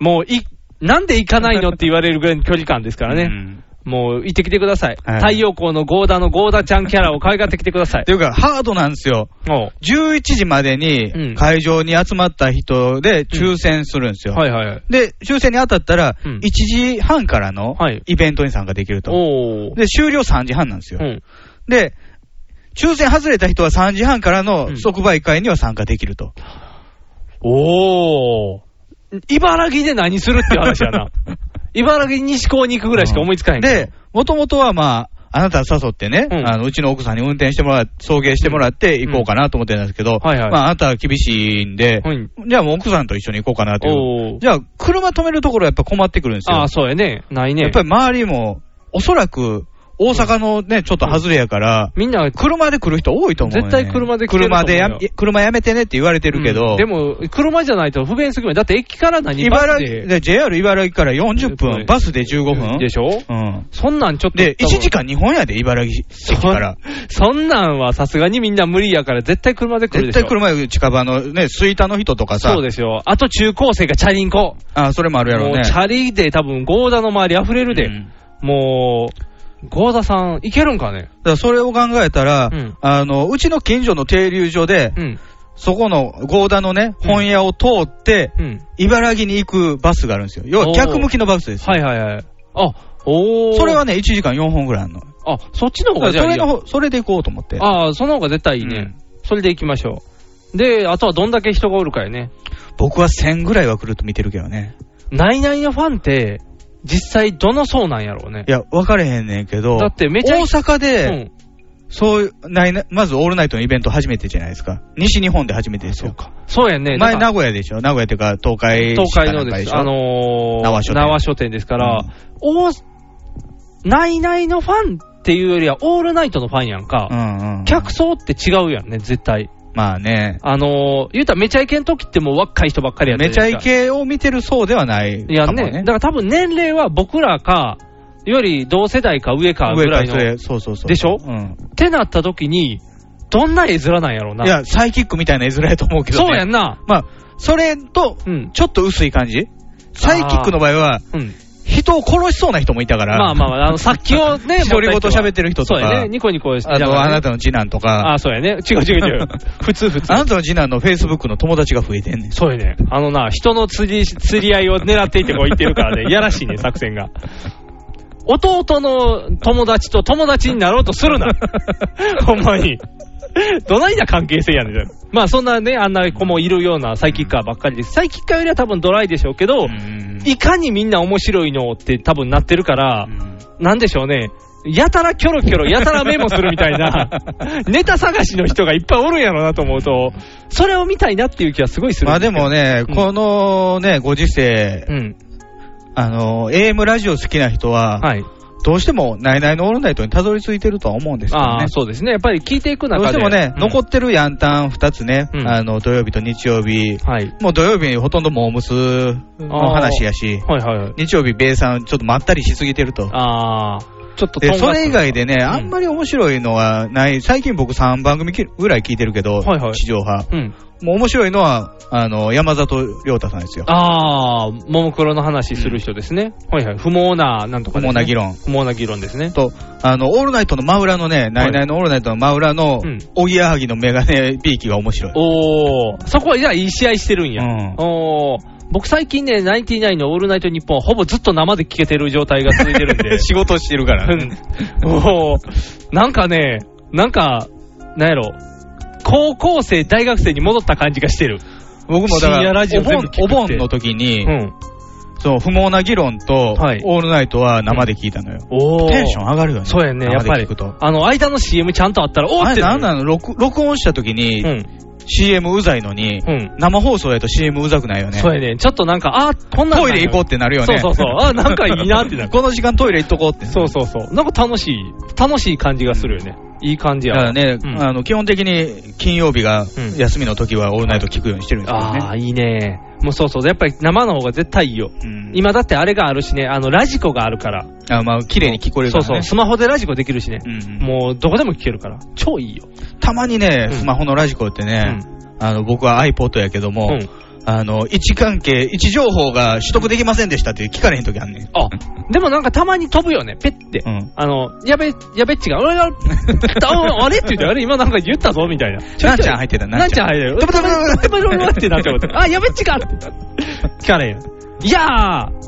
Speaker 3: う、もうい、なんで行かないのって言われるぐらいの距離感ですからね。もう行ってきてください。
Speaker 2: はい
Speaker 3: 太陽光のゴーダのゴーダちゃんキャラを可愛がってきてください。
Speaker 2: というか、ハードなんですよ。
Speaker 3: おう
Speaker 2: 11時までに会場に集まった人で抽選するんですよ。
Speaker 3: はいはいはい。
Speaker 2: で、抽選に当たったら、1時半からのイベントに参加できると。で、終了3時半なんですよ。で、抽選外れた人は3時半からの即売会には参加できると。
Speaker 3: おー。茨城 で何するって話やな。茨城西高に行くぐらいしか思いつかへんけど
Speaker 2: で、もともとはまあ、あなた誘ってね、うあのうちの奥さんに運転してもらって、送迎してもらって行こうかなと思ってたんですけど、
Speaker 3: はいはい
Speaker 2: まあ、あなたは厳しいんで、じゃあもう奥さんと一緒に行こうかなという。じゃあ、車止めるところやっぱ困ってくるんですよ。
Speaker 3: ああ、そうやね。ないね。
Speaker 2: やっぱり周りも、おそらく、大阪のね、ちょっと外れやから、
Speaker 3: みんな、
Speaker 2: 車で来る人多いと思う、ね。
Speaker 3: 絶対車で来てると思
Speaker 2: 車
Speaker 3: うよ
Speaker 2: でや、車やめてねって言われてるけど、
Speaker 3: でも、車じゃないと不便すぎる。だって駅から何バ
Speaker 2: 茨
Speaker 3: ス
Speaker 2: 城
Speaker 3: で。
Speaker 2: で JR 茨城から40分、バスで15分。
Speaker 3: でしょ
Speaker 2: うん。
Speaker 3: そんなんちょっと。
Speaker 2: で、1時間日本やで、茨城駅から。
Speaker 3: そんなんはさすがにみんな無理やから、絶対車で来る
Speaker 2: 絶
Speaker 3: でしょ。
Speaker 2: 対車や近場のね、吹田の人とかさ。
Speaker 3: そうですよ。あと中高生がチャリンコ。
Speaker 2: あ、それもあるやろう
Speaker 3: もう
Speaker 2: ね
Speaker 3: チ。ャリで多分、ゴーダの周り溢れるで。もう、ゴーダさん、いけるんかね
Speaker 2: だからそれを考えたら、
Speaker 3: うん
Speaker 2: あの、うちの近所の停留所で、
Speaker 3: ん
Speaker 2: そこの合田のね、本屋を通って、
Speaker 3: うん
Speaker 2: 茨城に行くバスがあるんですよ。要は逆向きのバスです。
Speaker 3: はいはいはい。あ、おー。
Speaker 2: それはね、1時間4本ぐらいあるの。
Speaker 3: あ、そっちの方がじゃ
Speaker 2: そ
Speaker 3: あ
Speaker 2: れ
Speaker 3: いいや
Speaker 2: の方それで行こうと思って。
Speaker 3: ああ、その方が絶対いいね。それで行きましょう。で、あとはどんだけ人がおるかやね。
Speaker 2: 僕は1000ぐらいは来ると見てるけどね。
Speaker 3: ナイナイのファンって、実際どの層なんやろうね
Speaker 2: い。や、分かれへんねんけど、
Speaker 3: だってめちゃ
Speaker 2: 大阪で、
Speaker 3: うん
Speaker 2: そういうないな、まずオールナイトのイベント初めてじゃないですか。西日本で初めてですよ。
Speaker 3: そうやね。
Speaker 2: 前、
Speaker 3: だから
Speaker 2: 名古屋でしょ。名古屋っていうか、東海
Speaker 3: 東海の
Speaker 2: 市かなんか
Speaker 3: で
Speaker 2: し
Speaker 3: す、
Speaker 2: ょ
Speaker 3: あのー、
Speaker 2: 縄書店
Speaker 3: 書店ですから、おナイナイのファンっていうよりは、オールナイトのファンやんか、客層って違うやんね、絶対。
Speaker 2: まあね。
Speaker 3: あのー、言うたらめちゃイケの時ってもう若い人ばっかりやった
Speaker 2: めち
Speaker 3: じゃ
Speaker 2: ゃ
Speaker 3: ない
Speaker 2: イ
Speaker 3: ですか
Speaker 2: ケを見てるそうではない
Speaker 3: いや
Speaker 2: かも
Speaker 3: ね、
Speaker 2: ね。
Speaker 3: だから多分年齢は僕らか、より同世代か上かぐ
Speaker 2: 上から
Speaker 3: い
Speaker 2: ら
Speaker 3: の。
Speaker 2: それ、そうそうそう。
Speaker 3: でしょ
Speaker 2: うん。
Speaker 3: ってなった時に、どんな絵面なんやろうな。
Speaker 2: いや、サイキックみたいな絵面やと思うけどね。
Speaker 3: そうやんな。
Speaker 2: まあ、それと、ちょっと薄い感じ。サイキックの場合は、人を殺しそうな人もいたから。
Speaker 3: まあまあまあ、あの、さっ きをね、
Speaker 2: 独り言
Speaker 3: 持った人は
Speaker 2: 喋ってる人とか。
Speaker 3: そうやね、ニコニコして
Speaker 2: あと、あなた
Speaker 3: の。
Speaker 2: の次男とか。
Speaker 3: あそうやね。違う違う違 う。普通普通。
Speaker 2: あなたの次男のフェイスブックの友達が増えてんねん。
Speaker 3: そうやね。あのな、人の釣り、釣り合いを狙っていってこう言ってるからね、 いやらしいね、作戦が。弟の友達と友達になろうとす るな。ほんまに。どないな関係性やねん。まあそんなね、あんな子もいるようなサイキッカーばっかりです。サイキッカーよりは多分ドライでしょうけど、いかにみんな面白いのって多分なってるから、なんでしょうね。やたらキョロキョロ、やたらメモするみたい な、ネタ探しの人がいっぱいおるんやろなと思うと、それを見たいなっていう気はすごいする
Speaker 2: ま
Speaker 3: ん
Speaker 2: あ
Speaker 3: すけ
Speaker 2: で
Speaker 3: ど
Speaker 2: もね、
Speaker 3: うん
Speaker 2: このね、ご時世、
Speaker 3: ん
Speaker 2: あの、AM ラジオ好きな人は、どうしても、ナイナイのオールナイトにたどり着いてるとは思うんですよね。
Speaker 3: ああ、そうですね。やっぱり聞いていく
Speaker 2: どう
Speaker 3: 中
Speaker 2: し
Speaker 3: で。
Speaker 2: てもね、
Speaker 3: うん
Speaker 2: 残ってるヤンタン2つね、あの土曜日と日曜日、もう土曜日ほとんどもうおむすの話やし、
Speaker 3: はいはい。
Speaker 2: 日曜日、米さん、ちょっとまったりしすぎてると。
Speaker 3: ああ、ちょっと
Speaker 2: で、
Speaker 3: とん
Speaker 2: そ
Speaker 3: がってる
Speaker 2: れ以外でね、あんまり面白いのはない、最近僕3番組ぐらい聞いてるけど、地上波。
Speaker 3: うん。
Speaker 2: もう面白いのは、あの、山里亮太さんですよ。
Speaker 3: ああ、ももクロの話する人ですね。はいはい。不毛な、なんとかで
Speaker 2: 不毛
Speaker 3: すね。
Speaker 2: な議論
Speaker 3: 不毛な議論ですね。
Speaker 2: と、あの、オールナイトの真裏のね、ナイナイのオールナイトの真裏の、おぎやはぎのメガネビーキが面白い。
Speaker 3: おー、そこはじゃあいい試合してるんや。おー。僕最近ね、ナインティナインのオールナイトニッポン、ほぼずっと生で聞けてる状態が続いてるんで。
Speaker 2: 仕事してるから、
Speaker 3: うん。もう、なんかね、なんか、なんやろ、高校生、大学生に戻った感じがしてる。
Speaker 2: 僕もだか
Speaker 3: 深
Speaker 2: ら
Speaker 3: 夜ラジオ
Speaker 2: お
Speaker 3: 全部
Speaker 2: 盆
Speaker 3: 聞くって
Speaker 2: お盆の時に、
Speaker 3: うん
Speaker 2: その不毛な議論と、オールナイトは生で聞いたのよ。
Speaker 3: おー
Speaker 2: テンション上がるよね。
Speaker 3: そうやね、やっ
Speaker 2: 生
Speaker 3: ぱ
Speaker 2: で
Speaker 3: り
Speaker 2: 聞くと。。
Speaker 3: あの、間の CM ちゃんとあったら、おー
Speaker 2: あ
Speaker 3: っ
Speaker 2: れ
Speaker 3: てな
Speaker 2: なんなの
Speaker 3: る。
Speaker 2: 録録音した時に、CM うざいのに、生放送やと CM うざくないよね。
Speaker 3: そうやね、ちょっとなんか、あーこんなん
Speaker 2: ト
Speaker 3: なん
Speaker 2: イ
Speaker 3: や
Speaker 2: レ行こうってなるよね。
Speaker 3: そうそうそう。あーなんかいいなっ てなる。
Speaker 2: この時間トイレ行っとこうって。
Speaker 3: そうそうそう。なんか楽しい、楽しい感じがするよね。いい感じ
Speaker 2: だ
Speaker 3: や
Speaker 2: から
Speaker 3: わ
Speaker 2: ね、あの基本的に金曜日が休みの時はオールナイト聞くようにしてるんですよね。
Speaker 3: ああ、いいね。もうそうそう。やっぱり生の方が絶対いいよ。今だってあれがあるしね、あの、ラジコがあるから。
Speaker 2: あまあ、綺麗に聞こえるからね
Speaker 3: そうそう。スマホでラジコできるしね。もう、どこでも聞けるから。超いいよ。
Speaker 2: たまにね、スマホのラジコってね、あの僕は iPod やけども、あの位置関係、位置情報が取得できませんでしたっていう聞かれへん時あんねん。
Speaker 3: あでもなんかたまに飛ぶよね。ペッて。あの、やべ、やべっちが、あ れ、あれああれって言って、あれ今なんか言ったぞみたいな。
Speaker 2: なんちゃん入ってた、
Speaker 3: なんちゃん入れる。
Speaker 2: 飛ぶ飛ぶ
Speaker 3: 飛ぶ飛ぶ飛ぶってなっちゃう。 あ、やべっちかって。聞かれへん。いや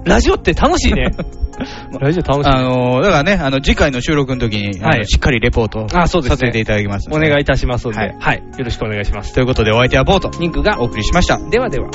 Speaker 3: ー、ラジオって楽し いね。ラジオ楽しい。
Speaker 2: あのだからね、あの次回の収録の時に、あの
Speaker 3: はい
Speaker 2: しっかりレポート
Speaker 3: あそうですね
Speaker 2: させていただきますので
Speaker 3: お願いいたしますので、はい。よろしくお願いします。
Speaker 2: ということで、お相手はボート、
Speaker 3: リンクが
Speaker 2: お送りしました。
Speaker 3: ではでは。